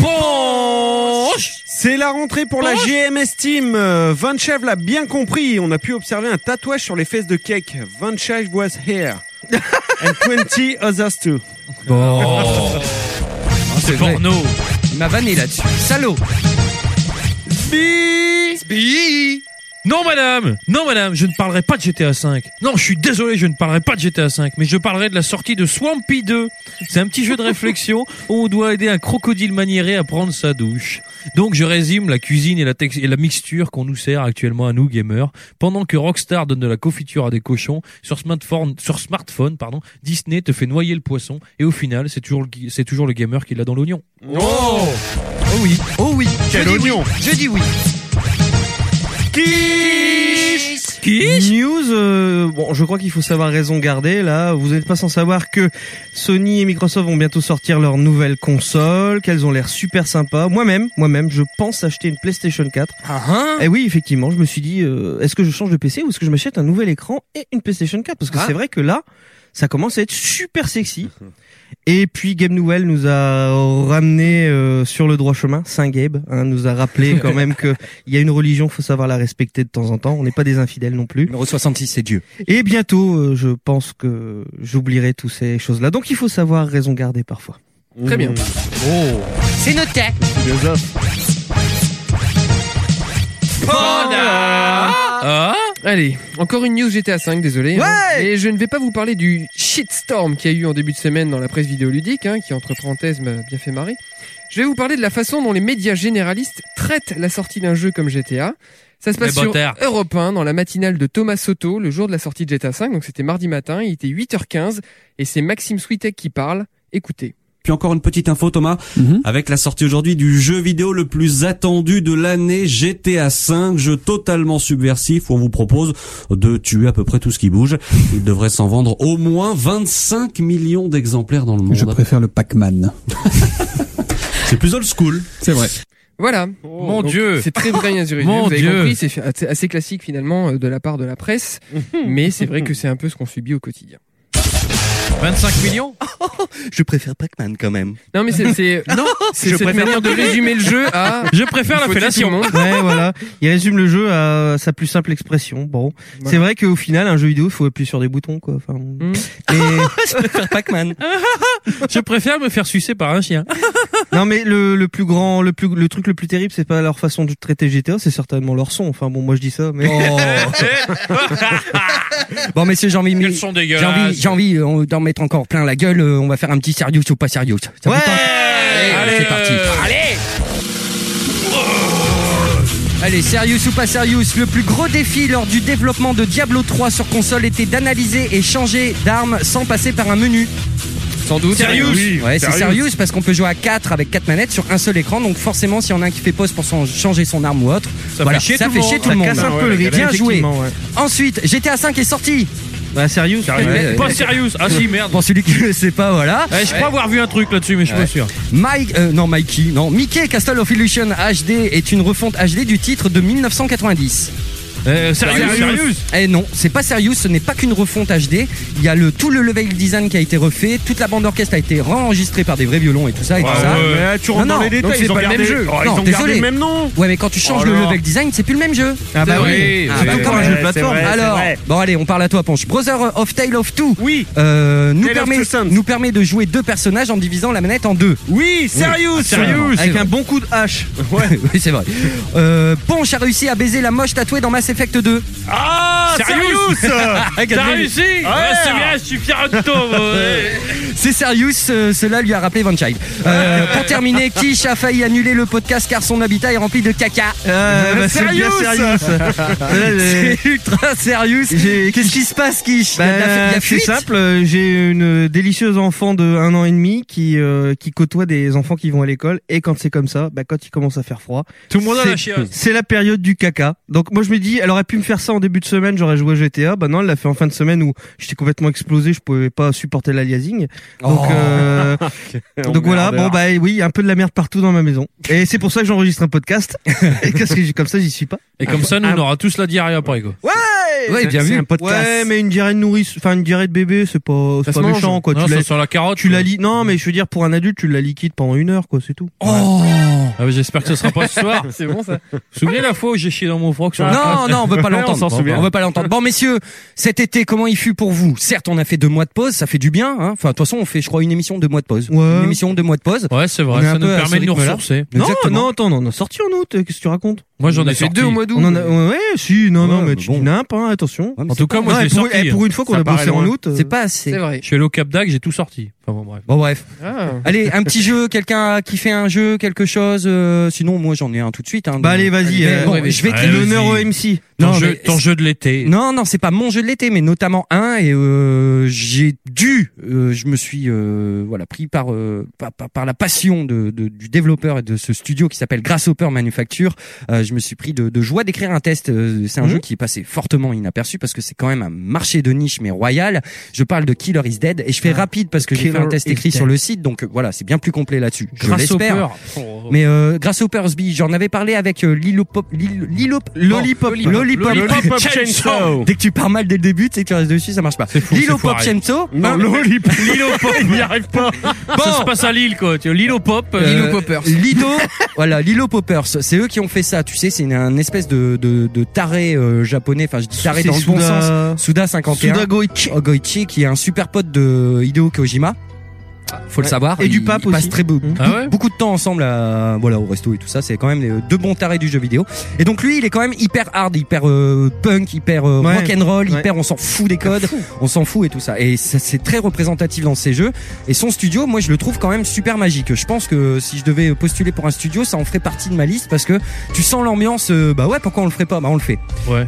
E: Bon
O: C'est la rentrée pour la GMS Team. Euh, Van Schev l'a bien compris. On a pu observer un tatouage sur les fesses de Cake. Van Schev was here. And 20 others too.
J: Oh.
K: c'est
E: vrai.
K: porno.
E: Il m'a vanné là-dessus. Salaud.
K: Non madame, non madame, je ne parlerai pas de GTA V. Non, je suis désolé, je ne parlerai pas de GTA V, mais je parlerai de la sortie de Swampy 2. C'est un petit jeu de réflexion où on doit aider un crocodile maniéré à prendre sa douche. Donc je résume la cuisine et la, tex- et la mixture qu'on nous sert actuellement à nous gamers, pendant que Rockstar donne de la confiture à des cochons sur smartphone, sur smartphone pardon, Disney te fait noyer le poisson et au final c'est toujours le, gui- c'est toujours le gamer qui l'a dans l'oignon.
O: Oh
E: Oh oui, oh oui.
O: Quel
E: je dis
O: oignon.
E: oui. Je dis oui.
I: News, euh, bon, je crois qu'il faut savoir raison garder là. Vous n'êtes pas sans savoir que Sony et Microsoft vont bientôt sortir leurs nouvelles consoles, qu'elles ont l'air super sympas. Moi-même, moi-même, je pense acheter une PlayStation 4. Et oui, effectivement, je me suis dit, euh, est-ce que je change de PC ou est-ce que je m'achète un nouvel écran et une PlayStation 4 Parce que c'est vrai que là, ça commence à être super sexy. Et puis Gabe Nouvelle nous a ramené euh, sur le droit chemin, Saint Gabe, hein, nous a rappelé quand même que il y a une religion, faut savoir la respecter de temps en temps. On n'est pas des infidèles non plus.
E: Numéro 66, c'est Dieu.
I: Et bientôt, euh, je pense que j'oublierai toutes ces choses-là. Donc il faut savoir raison garder parfois.
H: Très bien.
O: Mmh.
I: Oh.
E: C'est noté.
H: Allez, encore une news GTA 5, désolé. hein. Et je ne vais pas vous parler du shitstorm qu'il y a eu en début de semaine dans la presse vidéoludique, hein, qui entre parenthèses m'a bien fait marrer. Je vais vous parler de la façon dont les médias généralistes traitent la sortie d'un jeu comme GTA. Ça se
K: Les
H: passe sur
K: bâtards.
H: Europe 1, dans la matinale de Thomas Soto, le jour de la sortie de GTA 5, donc c'était mardi matin, il était 8h15, et c'est Maxime Switek qui parle. Écoutez.
P: Puis encore une petite info Thomas,
E: Mhm.
P: avec la sortie aujourd'hui du jeu vidéo le plus attendu de l'année GTA V, jeu totalement subversif où on vous propose de tuer à peu près tout ce qui bouge. Il devrait s'en vendre au moins 25 millions d'exemplaires dans le monde.
A: Je préfère le Pac-Man.
P: C'est plus old school.
A: C'est vrai.
H: Voilà.
K: Mon
H: Oh, Donc,
K: Dieu.
H: C'est très Brian Azurini.
K: Mon
H: Vous avez
K: Dieu.
H: compris, c'est assez- assez classique finalement euh, de la part de la presse, mais c'est vrai que c'est un peu ce qu'on subit au quotidien.
K: 25 millions
I: Je préfère Pac-Man quand même.
H: Non mais c'est c'est non, c'est
I: Je
H: cette
I: préfère
H: manière de
I: l'enculé.
H: résumer le jeu à
K: Je préfère
H: Il faut dire tout le monde.
I: ouais, voilà. Il résume le jeu à sa plus simple expression. Bon, c'est vrai qu'au final, un jeu vidéo, il faut appuyer sur des boutons, quoi. Enfin, et... je préfère Pac-Man.
K: Hmm. Je préfère me faire sucer par un chien.
I: non, mais le, le plus grand, le plus, le truc le plus terrible, c'est pas leur façon de traiter GTA, c'est certainement leur son. Enfin, bon, moi je dis ça, mais.
K: Oh.
P: Oh.
E: Bon, messieurs, j'ai envie,
K: sont
E: j'ai
K: dégueulasses.
E: envie, j'ai envie euh, d'en mettre encore plein la gueule. Euh, on va faire un petit sérieux ou pas sérieux. Ça vous tente
K: Allez,
E: c'est parti.
K: Allez
E: Allez, Serious ou pas Serious, le plus gros défi lors du développement de Diablo 3 sur console était d'analyser et changer d'armes sans passer par un menu.
H: Sans doute.
E: Serious
H: Oui,
E: Ouais, c'est
H: Serious.
E: Serious parce qu'on peut jouer à 4 avec 4 manettes sur un seul écran, donc forcément, s'il y en a un qui fait pause pour son- changer son arme ou autre,
I: Ça
E: voilà,
I: fait chier
E: ça
I: tout le
E: fait
I: monde.
E: chier tout
I: Ça
E: le monde.
I: casse un peu le rythme,
E: Bien joué.
I: effectivement, ouais.
E: Ensuite, GTA 5 est sorti.
I: Bah, sérieux,
E: Ouais,
K: Pas
E: ouais.
K: sérieux. Ah si, merde.
E: Pour celui qui le sait pas, voilà.
K: Ouais, je crois avoir vu un truc là-dessus, mais je suis
E: Ouais.
K: pas sûr.
E: Mike, euh, non Mikey, non Mickey Castle of Illusion HD est une refonte HD du titre de 1990.
K: Euh, sérieux, sérieux.
E: Eh non, c'est pas sérieux, ce n'est pas qu'une refonte HD. Il y a le tout le level design qui a été refait, toute la bande orchestre a été enregistrée par des vrais violons et tout ça et
O: Ouais,
E: tout ça.
O: ouais, mais là, tu rentres dans les détails,
E: donc c'est
O: ils ont
E: pas le même
O: gardé-
E: jeu.
O: Oh, ils
E: non,
O: ont gardé
E: désolé.
O: le même nom.
E: Ouais, mais quand tu changes
O: Oh
E: le
O: là.
E: level design, c'est plus le même jeu.
O: Ah bah oui, oui,
E: Ah
O: c'est
E: bah
O: vrai,
E: comme un
O: ouais,
E: jeu de
O: c'est
E: plateforme.
O: vrai, c'est
E: Alors,
O: vrai.
E: bon allez, on parle à toi Ponche. Brother of Tale of Two. Oui. nous
O: Tale of
E: permet
O: Two Sons.
E: nous permet de jouer deux personnages en divisant la manette en deux. Ah,
O: Oui, Serious.
E: Sérieux,
I: Avec un bon coup de hache.
E: Ouais, oui, c'est vrai. Euh, Ponche a réussi à baiser la moche tatouée dans Mass Effect Ah, 2.
O: Ah, Serious.
E: Regarde,
K: T'as
E: j'ai-
K: réussi Ouais, c'est bien, je suis fier de toi. moi. Ouais.
E: C'est Serious, euh, cela lui a rappelé Van Child. Euh, pour terminer, Kish a failli annuler le podcast car son habitat est rempli de caca.
I: Euh, bah, c'est bien Serious. euh,
E: C'est ultra Serious. Qu'est-ce qui se passe, Kish
I: Bah,
E: Il y a de la fu- il y a
I: c'est
E: fuite
I: simple, euh, j'ai une délicieuse enfant de un an et demi qui euh, qui côtoie des enfants qui vont à l'école et quand c'est comme ça, bah quand il commence à faire froid,
K: Tout le monde a
I: c'est-
K: la chiasse.
I: C'est la période du caca. Donc moi je me dis, elle aurait pu me faire ça en début de semaine, j'aurais joué à GTA. Bah non, elle l'a fait en fin de semaine où j'étais complètement explosé, je pouvais pas supporter l'aliasing. Donc
O: Oh.
I: euh,
O: Quel
I: donc voilà, bon
O: emmerdeur.
I: bah oui, un peu de la merde partout dans ma maison. Et c'est pour ça que j'enregistre un podcast. Et Qu'est-ce que j'ai- comme ça j'y suis pas.
K: Et comme ça, nous, on aura tous la diarrhée après, quoi.
I: Ah, Ouais,
K: Ouais, bien
I: C'est
K: vu.
I: un podcast.
K: Ouais,
I: Ouais, mais une diarrhée de nourrice, enfin une diarrhée de bébé, c'est pas, c'est
K: Ça
I: pas
K: se mange.
I: méchant quoi.
K: Non,
I: tu
K: ça
I: la,
K: sent la carotte.
I: tu la li- non mais je veux dire pour un adulte, tu la liquides pendant une heure quoi, c'est tout.
E: Oh non.
K: Ah, mais j'espère que ce sera pas ce soir.
H: C'est bon, ça.
K: Vous vous souvenez la fois où j'ai chié dans mon froc sur la
E: Non,
K: place
E: non, on veut pas
K: Ouais,
E: l'entendre.
K: s'en souvient.
E: On veut pas l'entendre. Bon, messieurs, cet été, comment il fut pour vous Certes, on a fait deux mois de pause, ça fait du bien. Hein. Enfin, de toute façon, on fait, je crois, une émission deux mois de pause. Une émission deux mois de pause.
K: Ouais, c'est
E: On
K: vrai.
E: est un
K: Ça nous
E: peu à
K: permet
E: ce
K: de nous
E: rythme-là.
K: ressourcer.
E: Non, Exactement.
I: non, attends, on en a sorti en août. euh, Qu'est-ce que tu racontes
K: Moi, j'en
I: On
K: ai
I: en a
K: sorti.
I: On en a- Ouais, ouais, si, non, non, mais tu dis nimp, hein, attention.
K: En tout cas, moi,
I: Non,
K: je
I: et
K: l'ai
I: pour,
K: sorti.
I: et pour une fois qu'on
K: Ça
I: a bossé
K: paraît
I: en
K: loin.
I: août, euh,
E: assez.
H: C'est vrai.
K: Je suis allé au Cap d'Agde, j'ai tout sorti. Enfin, bon, bref.
E: Bon, bref.
H: Ah.
E: Allez, un petit jeu. Quelqu'un qui fait un jeu, quelque chose. euh, sinon, moi, j'en ai un tout de suite. Hein,
I: Bah,
E: Donc,
I: allez, vas-y, euh,
E: bon,
I: vas-y.
E: je vais
I: Allez, l'honneur au MC.
K: Ton jeu- ton jeu de l'été.
E: Non, non, c'est pas mon jeu de l'été, mais notamment un. Et euh, j'ai dû, euh, je me suis euh, voilà pris par, euh, par, par par la passion de, de- du développeur et de ce studio qui s'appelle Grasshopper Manufacture. Euh, je me suis pris de, de joie d'écrire un test. Euh, C'est un
I: Mhm.
E: jeu qui est passé fortement inaperçu parce que c'est quand même un marché de niche mais royal. Je parle de Killer is Dead et je fais rapide parce que j'ai fait un
I: Ah, Killer
E: test
I: is
E: écrit
I: Dead.
E: sur le site, donc euh, voilà, c'est bien plus complet là-dessus. Je
I: Grasshopper.
E: l'espère.
I: Oh.
E: Mais euh, grâce au Persby, j'en avais parlé avec euh, Lilopop, Lil- Lilop-
I: Lollipop.
E: Lollipop,
I: Lollipop Chainsaw.
E: Dès que tu pars mal dès le début, tu sais que tu restes dessus, ça marche pas.
K: c'est
E: Lilopop
K: foiré.
E: Chainsaw.
K: Non,
E: Hein
K: Lollipop. Lilopop, il n'y arrive pas. Ça
E: Bon.
K: se passe à Lille, quoi. Tu vois, Lilo Pop.
E: Euh, Lido, voilà, Lilo Poppers. C'est eux qui ont fait ça. Tu sais, c'est une, un espèce de, de, de taré euh, japonais. Enfin, je dis taré
I: C'est
E: dans le bon
I: Suda-
E: sens. Suda 51.
I: Suda
E: Goichi. qui est un super pote de Hideo Kojima. Faut le
I: Ouais.
E: savoir.
I: Et du
E: Ils-
I: pape
E: ils passent
I: aussi.
E: très beau-
K: Mmh.
E: beaucoup,
I: Ah ouais
E: beaucoup de temps ensemble à, voilà, au resto et tout ça. C'est quand même des- deux bons tarés du jeu vidéo. Et donc lui, il est quand même hyper hard, hyper euh, punk, hyper euh,
I: Ouais.
E: rock'n'roll,
I: Ouais.
E: hyper on s'en fout
K: Ah,
E: des codes, on s'en fout et tout ça. Et ça, c'est très représentatif dans ces jeux. Et son studio, moi, je le trouve quand même super magique. Je pense que si je devais postuler pour un studio, ça en ferait partie de ma liste parce que tu sens l'ambiance. euh, bah ouais, pourquoi on le ferait pas Bah on le fait.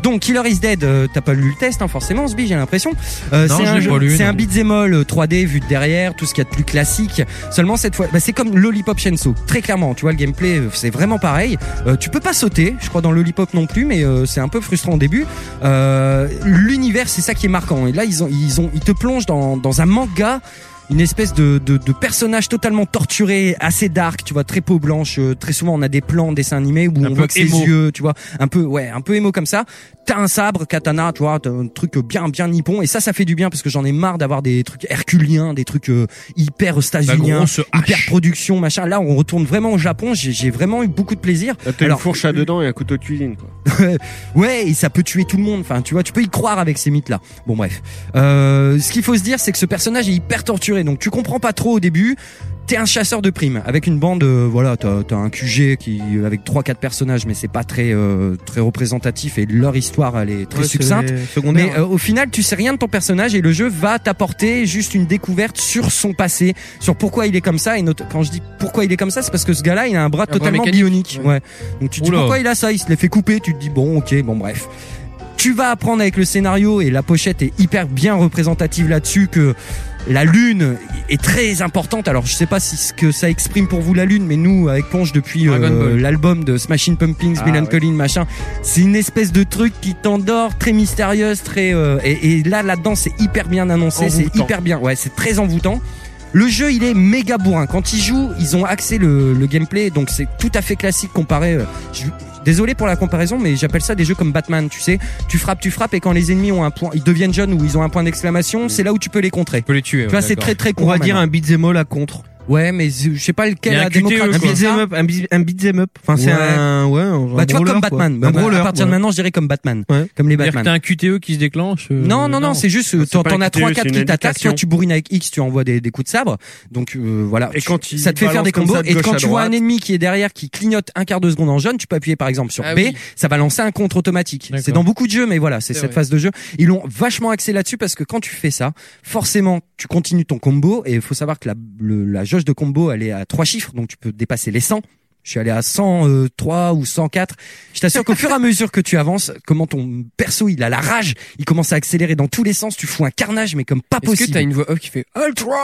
E: Donc Killer is Dead, euh, t'as pas lu le test hein, forcément, Sbi, j'ai l'impression. Euh,
K: Non,
E: c'est
K: je
E: un,
K: l'ai
E: jeu-
K: pas lu,
E: c'est
K: non.
E: un beat'em all euh, 3D vu de derrière, tout ce qu'il y a de plus classique. Seulement cette fois, bah, c'est comme Lollipop Chainsaw, très clairement. Tu vois le gameplay, euh, c'est vraiment pareil. Euh, tu peux pas sauter, je crois dans Lollipop non plus, mais euh, c'est un peu frustrant au début. Euh, L'univers, c'est ça qui est marquant. Et là, ils ont, ils ont, ils te plongent dans, dans un manga. Une espèce de, de, de personnage totalement torturé, assez dark, tu vois, très peau blanche. euh, très souvent, on a des plans, dessins animés où on
K: peu
E: voit que ses
K: émo.
E: yeux euh, tu vois, un peu, ouais, un peu émo comme ça. T'as un sabre, katana, tu vois, t'as un truc bien, bien nippon, et ça, ça fait du bien parce que j'en ai marre d'avoir des trucs herculiens, des trucs euh, hyper
K: La
E: stasuniens,
K: grosse
E: hyper production, machin. Là, on retourne vraiment au Japon. J'ai j'ai vraiment eu beaucoup de plaisir.
G: Euh, T'as une fourche à dedans et un couteau de cuisine, quoi.
E: euh, ouais, et ça peut tuer tout le monde. Enfin, tu vois, tu peux y croire avec ces mythes-là. Bon, bref. Euh, ce qu'il faut se dire, c'est que ce personnage est hyper torturé. Donc, tu comprends pas trop au début. T'es un chasseur de primes avec une bande. euh, voilà, t'as t'as un QG qui euh, avec trois quatre personnages, mais c'est pas très euh, très représentatif et leur histoire elle est très
I: Ouais, c'est
E: succincte.
I: secondaire.
G: hein.
E: Mais euh, au final, tu sais rien de ton personnage et le jeu va t'apporter juste une découverte sur son passé, sur pourquoi il est comme ça. Et note- quand je dis pourquoi il est comme ça, c'est parce que ce gars-là, il a un bras
I: bras
E: totalement
I: mécanique.
E: bionique. Ouais. Donc tu te dis
I: Oula.
E: pourquoi il a ça Il se l'est fait couper. Tu te dis bon, ok, bon bref. Tu vas apprendre avec le scénario et la pochette est hyper bien représentative là-dessus que la lune est très importante. Alors je sais pas si ce que ça exprime pour vous la lune, mais nous avec Ponge depuis euh,
I: Dragon Ball.
E: l'album de Smashing Pumpkins,
I: Ah,
E: Milan
I: ouais.
E: Collins, machin, c'est une espèce de truc qui t'endort, très mystérieuse, très euh, et, et là là-dedans c'est hyper bien annoncé, c'est
I: Envoûtant.
E: hyper bien. Ouais, c'est très envoûtant. Le jeu, il est méga bourrin. Quand ils jouent, ils ont axé le, le gameplay, donc c'est tout à fait classique comparé. euh, je- désolé pour la comparaison, mais j'appelle ça des jeux comme Batman. Tu sais, tu frappes, tu frappes, et quand les ennemis ont un point, ils deviennent jeunes ou ils ont un point d'exclamation, c'est là où tu peux les contrer. Tu
K: Mm. peux les tuer.
E: Tu vois, c'est très très
I: On va dire un
E: un
I: beat'em all à contre.
E: Ouais, mais je je sais pas lequel a
I: Un
E: démocratisé ça.
I: beat'em up, un beat- un beat'em up. Enfin, c'est
E: Ouais.
I: un, ouais, un
E: Bah, tu vois,
I: brawler,
E: comme
I: quoi.
E: Batman.
I: Un
E: Bah,
I: brawler.
E: à partir de
I: voilà.
E: maintenant, je dirais comme Batman. Comme les
K: C'est-à-dire que
E: Batman.
K: T'as un QTE qui se déclenche. euh,
E: Non, non, non, c'est juste, euh, t'en t'en as
G: E,
K: E,
E: 3-4 qui t'attaquent, toi tu bourrines avec X, tu envoies des, des coups de sabre, donc euh, voilà,
G: hein. Et
E: tu-
G: quand il
E: ça te fait faire
G: balance
E: des
G: comme
E: combos,
G: ça de
E: et
G: gauche
E: quand
G: à
E: tu vois un
G: droite.
E: ennemi qui est derrière, qui clignote un quart de seconde en jaune, tu peux appuyer par exemple sur
G: Ah
E: B,
G: oui.
E: ça va lancer un contre automatique. C'est dans beaucoup de jeux, mais voilà, c'est cette phase de jeu. Ils l'ont vachement axé là-dessus parce que quand tu fais ça, forcément, tu continues ton combo, et il faut savoir que la, le- la jauge de combo, elle est à trois chiffres, donc tu peux dépasser les 100. Je suis allé à 103 ou 104. Je t'assure qu'au fur et à mesure que tu avances, comment ton perso, il a la rage, il commence à accélérer dans tous les sens, tu fous un carnage, mais comme pas
H: Est-ce
E: possible.
H: que t'as une voix off qui fait Ultra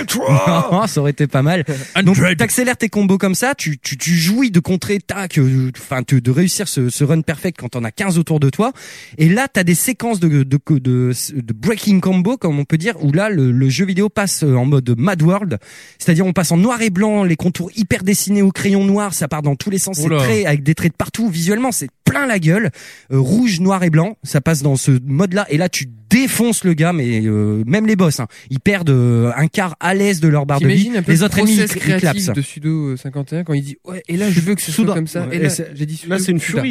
H: Ultra
E: Non, ça aurait été pas mal. Donc t'accélères tes combos comme ça, tu, tu, tu jouis de contrer, tac, euh, enfin te- de réussir ce, ce run perfect quand t'en as 15 autour de toi. Et là, t'as des séquences de, de, de, de breaking combo, comme on peut dire, où là, le, le jeu euh, vidéo passe en mode Mad World, c'est-à-dire on passe en noir et blanc, les contours hyper dessinés au crayon noir, noir, ça part dans tous les sens, c'est
K: Oula.
E: très avec des traits de partout. Visuellement, c'est plein la gueule. Euh, rouge, noir et blanc, ça passe dans ce mode-là. Et là, tu défonces le gars, mais euh, même les boss, hein, ils perdent euh, un quart à l'aise de leur barre de vie.
H: T'imagines un peu
E: Les
H: le
E: autres ennemis, ils,
H: process
E: cl- ils
H: créatif
E: clapsent.
H: de Sudo euh, 51 quand il dit ouais et là je veux que ce soit comme ça et là j'ai dit Sudo, Suda.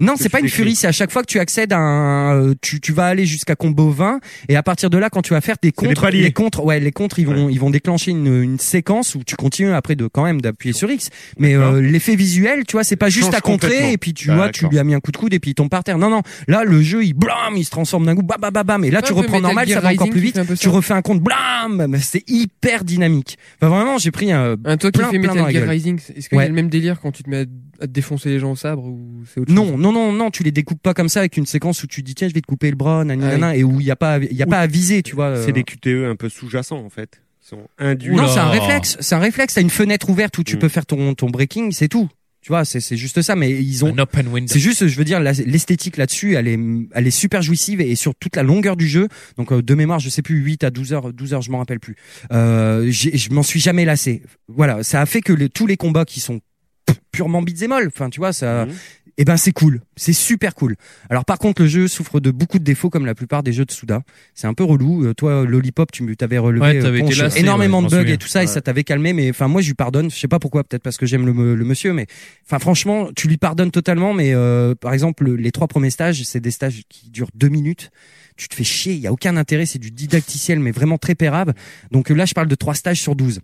E: Non,
H: Que
E: c'est
H: tu
E: pas une
H: décris.
E: furie, c'est à chaque fois que tu accèdes à un euh, tu, tu vas aller jusqu'à combo 20 et à partir de là quand tu vas faire des
K: des
E: contres
K: paliers.
E: les contres ouais, les contres ils vont ils vont déclencher une, une séquence où tu continues après de quand même d'appuyer sur X mais euh, l'effet visuel, tu vois, c'est pas juste
K: Change
E: à contrer
K: complètement.
E: et puis tu vois, tu
K: D'accord.
E: lui as mis un coup de coude et puis il tombe par terre. Non non, là le jeu il blam, il se transforme d'un coup bam bam bam bam et là
H: C'est
E: tu
H: un peu
E: reprends
H: Metal
E: normal,
H: Gear
E: ça va encore
H: Rising qui
E: plus vite.
H: fait un peu ça.
E: Tu refais un compte blam, mais c'est hyper dynamique. Enfin, vraiment, j'ai pris un
H: un toi qui
E: plein,
H: fais
E: plein dans
H: Metal
E: la
H: Gear
E: gueule.
H: Rising est-ce qu'il y
E: Ouais.
H: a le même délire quand tu te mets à, à te défoncer les gens au sabre ou c'est autre
E: Non, non, non, non, tu les découpes pas comme ça avec une séquence où tu dis tiens, je vais te couper le bras, nanana,
H: Ah oui.
E: et où il y a pas, il y a
H: Ou-
E: pas à viser, tu vois. euh.
G: C'est des
O: E
G: QTE un peu sous-jacents, en fait. Ils sont induits.
E: Non, c'est un réflexe, c'est un réflexe. T'as une fenêtre ouverte où tu
G: Mm.
E: peux faire ton ton breaking, c'est tout. Tu vois, c'est c'est juste ça, mais ils ont. C'est juste, je veux dire, la- l'esthétique là-dessus, elle est, elle est super jouissive et sur toute la longueur du jeu. Donc euh, de mémoire, je sais plus 8 à 12 heures, 12 heures, je m'en rappelle plus. Euh, j'ai- je m'en suis jamais lassé. Voilà, ça a fait que les- tous les combats qui sont purement beat'em all. Enfin, tu vois, ça. Eh ben, c'est cool. C'est super cool. Alors, par contre, le jeu souffre de beaucoup de défauts, comme la plupart des jeux de Souda. C'est un peu relou. Euh, toi, Lollipop, tu me- t'avais relevé
K: Ouais, t'avais
E: euh,
K: été
E: Ponche,
K: lassé,
E: énormément
K: ouais,
E: de
K: je m'en
E: bugs et
K: souviens.
E: tout ça, et ça t'avait calmé. Mais enfin, moi, je lui pardonne. Je sais pas pourquoi. Peut-être parce que j'aime le, mo- le monsieur, mais enfin, franchement, tu lui pardonnes totalement. Mais euh, par exemple, le- les trois premiers stages, c'est des stages qui durent deux minutes. Tu te fais chier. Il y a aucun intérêt. C'est du didacticiel, mais vraiment très pérable. Donc euh, là, je parle de trois stages sur 12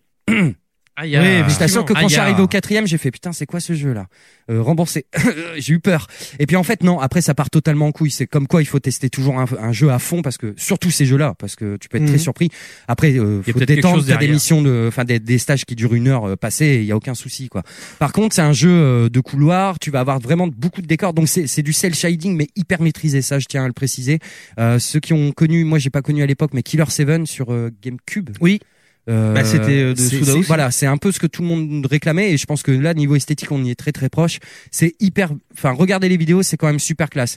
K: Aïe, aïe.
E: je t'assure que quand
K: Aïe,
E: je suis
K: aïe.
E: arrivé au quatrième, j'ai fait putain, c'est quoi ce jeu là euh, Remboursé. j'ai eu peur. Et puis en fait non, après ça part totalement en couille. C'est comme quoi il faut tester toujours un, un jeu à fond parce que surtout ces jeux-là, parce que tu peux être
K: Mhm.
E: très surpris. Après, euh,
K: Il y a
E: faut
K: peut-être quelque
E: détendre.
K: chose
E: T'as des
K: derrière.
E: missions de, enfin des, des stages qui durent une heure euh, passée, il y a aucun souci quoi. Par contre, c'est un jeu euh, de couloir. Tu vas avoir vraiment beaucoup de décors, donc c'est c'est du cel shading mais hyper maîtrisé. Ça, je tiens à le préciser. Euh, ceux qui ont connu, moi j'ai pas connu à l'époque, mais Killer 7 sur euh, GameCube.
I: Oui.
E: Euh,
I: Bah, c'était, euh, de
E: c'est-
I: Suda
E: c'est-
I: aussi.
E: Voilà, c'est un peu ce que tout le monde réclamait et je pense que là, niveau esthétique, on y est très très proche. C'est hyper, enfin, regardez les vidéos, c'est quand même super classe.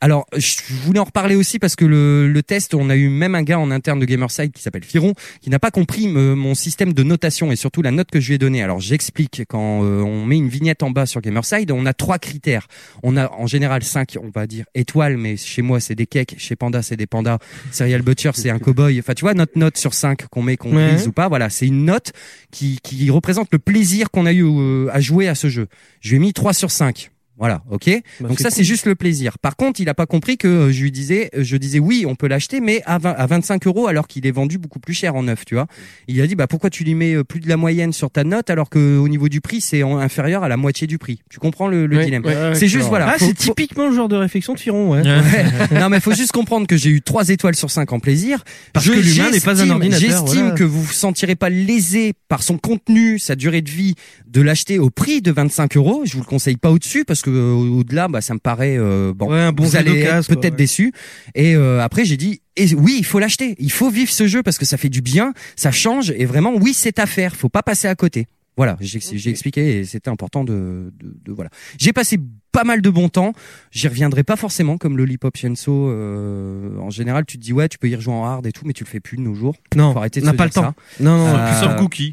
E: Alors, je voulais en reparler aussi parce que le, le test, on a eu même un gars en interne de Gamerside qui s'appelle Firon, qui n'a pas compris me- mon système de notation et surtout la note que je lui ai donnée. Alors, j'explique, quand euh, on met une vignette en bas sur Gamerside, on a trois critères. On a en général cinq, on va dire, étoiles, mais chez moi, c'est des cakes, chez Panda, c'est des pandas, Serial Butcher, c'est un cowboy. Enfin, tu vois, notre note sur cinq qu'on met, qu'on
K: Ouais.
E: brise ou pas, voilà, c'est une note qui, qui représente le plaisir qu'on a eu euh, à jouer à ce jeu. Je lui ai mis 3 sur 5. Voilà, ok. Donc
I: Bah,
K: c'est
E: ça
K: cool.
E: c'est juste le plaisir. Par contre, il n'a pas compris que euh, je lui disais, euh, je disais oui, on peut l'acheter, mais à, 20 à 25 euros alors qu'il est vendu beaucoup plus cher en neuf, tu vois. Il a dit bah pourquoi tu lui mets euh, plus de la moyenne sur ta note alors que au niveau du prix c'est en- inférieur à la moitié du prix. Tu comprends le, le dilemme C'est juste voilà.
I: Ah,
E: faut-
I: c'est
E: faut-
I: typiquement le genre de réflexion de Firon, ouais.
E: non mais faut juste comprendre que j'ai eu 3 étoiles sur 5 en plaisir
I: Parce que l'humain n'est pas un
E: j'estime-
I: ordinateur,
E: J'estime
I: voilà.
E: que vous vous sentirez pas lésé par son contenu, sa durée de vie, de l'acheter au prix de 25 euros. Je vous le conseille pas au-dessus parce que euh, au-delà, bah ça me paraît euh, bon.
I: Ouais, un bon
E: vous
I: jeu
E: allez
I: d'occasion,
E: être
I: quoi,
E: peut-être
I: ouais.
E: déçu. Et euh, après j'ai dit et oui, il faut l'acheter. Il faut vivre ce jeu parce que ça fait du bien, ça change et vraiment oui c'est à faire. Faut pas passer à côté. Voilà, j'ai j'ai expliqué et c'était important de, de, de- voilà. J'ai passé pas mal de bon temps. J'y reviendrai pas forcément comme Lollipop Shenso. euh, en général, tu te dis ouais, tu peux y rejouer en hard et tout, mais tu le fais plus de nos jours.
I: Non,
E: Faut arrêter de
I: on n'a
E: se
I: pas
E: dire
I: le temps.
E: ça.
I: Non, non,
E: Euh,
I: plus sur cookie.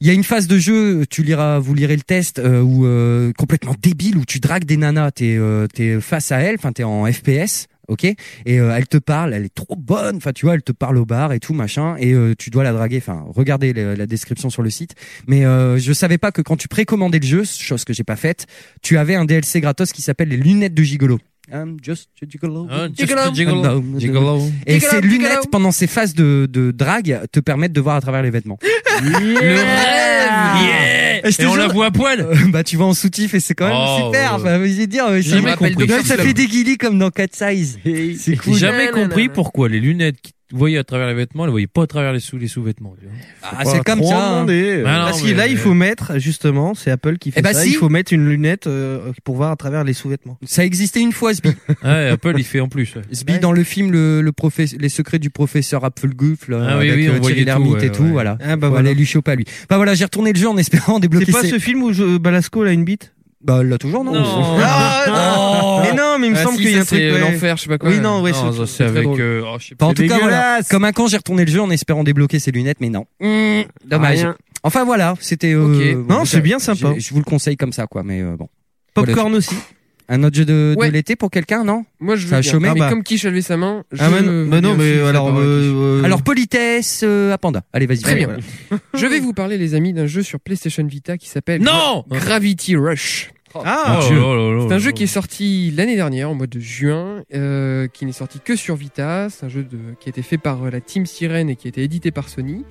E: il y a une phase de jeu, tu liras, vous lirez le test, euh, où euh, complètement débile, où tu dragues des nanas, t'es euh, t'es face à elle, enfin t'es en FPS, ok, et euh, elle te parle, elle est trop bonne, enfin tu vois, elle te parle au bar et tout machin, et euh, tu dois la draguer. Enfin, regardez le- la description sur le site. Mais euh, je savais pas que quand tu précommandais le jeu, chose que j'ai pas faite, tu avais un DLC gratos qui s'appelle les lunettes de gigolo. I'm just a gigolo.
K: Ah, just a gigolo. Gigolo.
E: Et ces
K: Gigolo,
E: lunettes
K: gigolo.
E: pendant ces phases de, de drague te permettent de voir à travers les vêtements.
K: Le rêve yeah
E: Et, Eh, je te
K: Eh, on la
E: jure-
K: voit à poil
E: Euh, bah tu vas en soutif et c'est quand même
K: Oh,
E: super.
K: ouais.
E: Enfin, vous allez dire, euh,
K: J'ai
E: ça
K: jamais
E: fait-
K: compris.
E: Ouais, ça
K: Souffle.
E: fait des guillis comme dans Cat Size. C'est
K: J'ai
E: cool.
K: jamais compris pourquoi les lunettes qui voyaient à travers les vêtements, elles voyaient pas à travers les sous les sous-vêtements. tu vois.
E: Ah, c'est comme ça. hein.
K: Ah non,
I: Oh, Parce que
K: mais-
I: là, il faut mettre, justement, c'est Apple qui fait
E: Eh ben
I: ça,
E: si.
I: il faut mettre une lunette euh, pour voir à travers les sous-vêtements.
E: Ça existait une fois, Sbi.
K: Ouais, Apple, il fait en plus. ouais.
E: Sbi dans le film le, le professe- les secrets du professeur Apfelgoof là,
K: Ah oui,
E: avec
K: oui,
E: euh, Thierry
K: on voyait tout,
E: Lhermitte
K: ouais,
E: et tout
K: ouais.
E: voilà.
I: Ah, bah,
E: Bon,
I: voilà.
E: allez, lui chope à lui. Bah voilà j'ai retourné le jeu en espérant débloquer.
I: C'est pas
E: ses-
I: ce film où je- Balasco a une bite
E: Bah elle l'a toujours non.
I: Ah, Mais non, mais il me
H: Ah,
I: semble
H: si,
I: qu'il y a
H: ça,
I: un truc.
K: euh,
H: c'est
I: ouais.
H: l'enfer, je sais pas quoi.
I: Oui, non, ouais,
H: Non,
I: c'est-
H: ça,
I: c'est
H: c'est
I: très
H: avec,
I: drôle.
H: euh, oh, je sais pas.
E: Bah, en tout cas voilà
H: dégueulasse.
J: Mmh.
E: comme un con j'ai retourné le jeu en espérant débloquer ses lunettes mais non. Dommage.
H: Rien. bah,
E: Enfin voilà, c'était. euh,
I: Ok. Non, c'est bien sympa.
E: Je je vous le conseille comme ça, quoi. Mais euh, bon.
I: Popcorn
E: aussi. Un autre jeu de, de
H: Ouais.
E: l'été pour quelqu'un, non
H: Moi, je
E: Ça
H: veux
E: a
H: bien.
E: chômé,
H: Ah, mais
E: bah.
H: comme Quiche a levé sa main, je...
E: Ah, mais non, mais non,
H: veux bien
E: mais
H: aussi
E: alors,
H: savoir
E: euh,
H: Quiche.
E: Alors politesse euh, à Panda. Allez, vas-y.
H: Très bien.
E: Voilà.
H: je vais vous parler, les amis, d'un jeu sur PlayStation Vita qui s'appelle
E: Non
H: Gravity Rush. Mon
I: Ah, oh
H: Dieu.
I: là là là
H: c'est un
I: là
H: jeu
I: là.
H: qui est sorti l'année dernière, au mois de juin, euh, qui n'est sorti que sur Vita. C'est un jeu de, qui a été fait par euh, la Team Sirène et qui a été édité par Sony,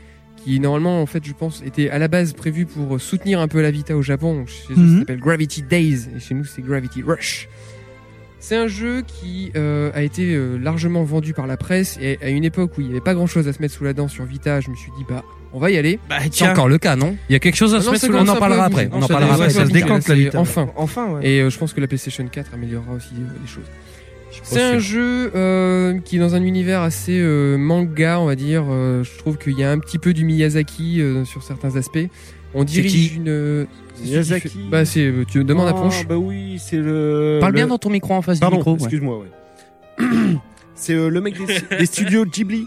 H: qui normalement, en fait, je pense, était à la base prévu pour euh, soutenir un peu la Vita au Japon. Chez eux, ça
I: Mhm.
H: s'appelle Gravity Days et chez nous, c'est Gravity Rush. C'est un jeu qui euh, a été euh, largement vendu par la presse et à une époque où il n'y avait pas grand chose à se mettre sous la dent sur Vita, je me suis dit bah on va y aller. Bah,
E: C'est encore le cas, non Il y a quelque chose à se mettre sous- On en parlera après. On en parlera après.
H: Ça se décante la Vita.
E: Vita.
H: Enfin,
I: Enfin, ouais.
H: Et euh, je pense que la PlayStation 4 améliorera aussi euh, les choses. C'est
I: pas
H: un
I: sûr.
H: jeu euh, qui est dans un univers assez euh, manga, on va dire. Euh, je trouve qu'il y a un petit peu du Miyazaki euh, sur certains aspects. On
O: C'est
H: dirige
O: qui
H: une euh,
O: Miyazaki.
H: celui qui fait- Bah c'est euh, tu me demandes à
G: Oh,
O: Ah,
H: Ponche.
O: Bah oui, c'est le.
H: Parle
O: le-
H: bien dans ton micro, en face du
O: Pardon,
H: micro, ouais.
O: Excuse-moi, ouais. C'est euh, le mec des, des studios Ghibli.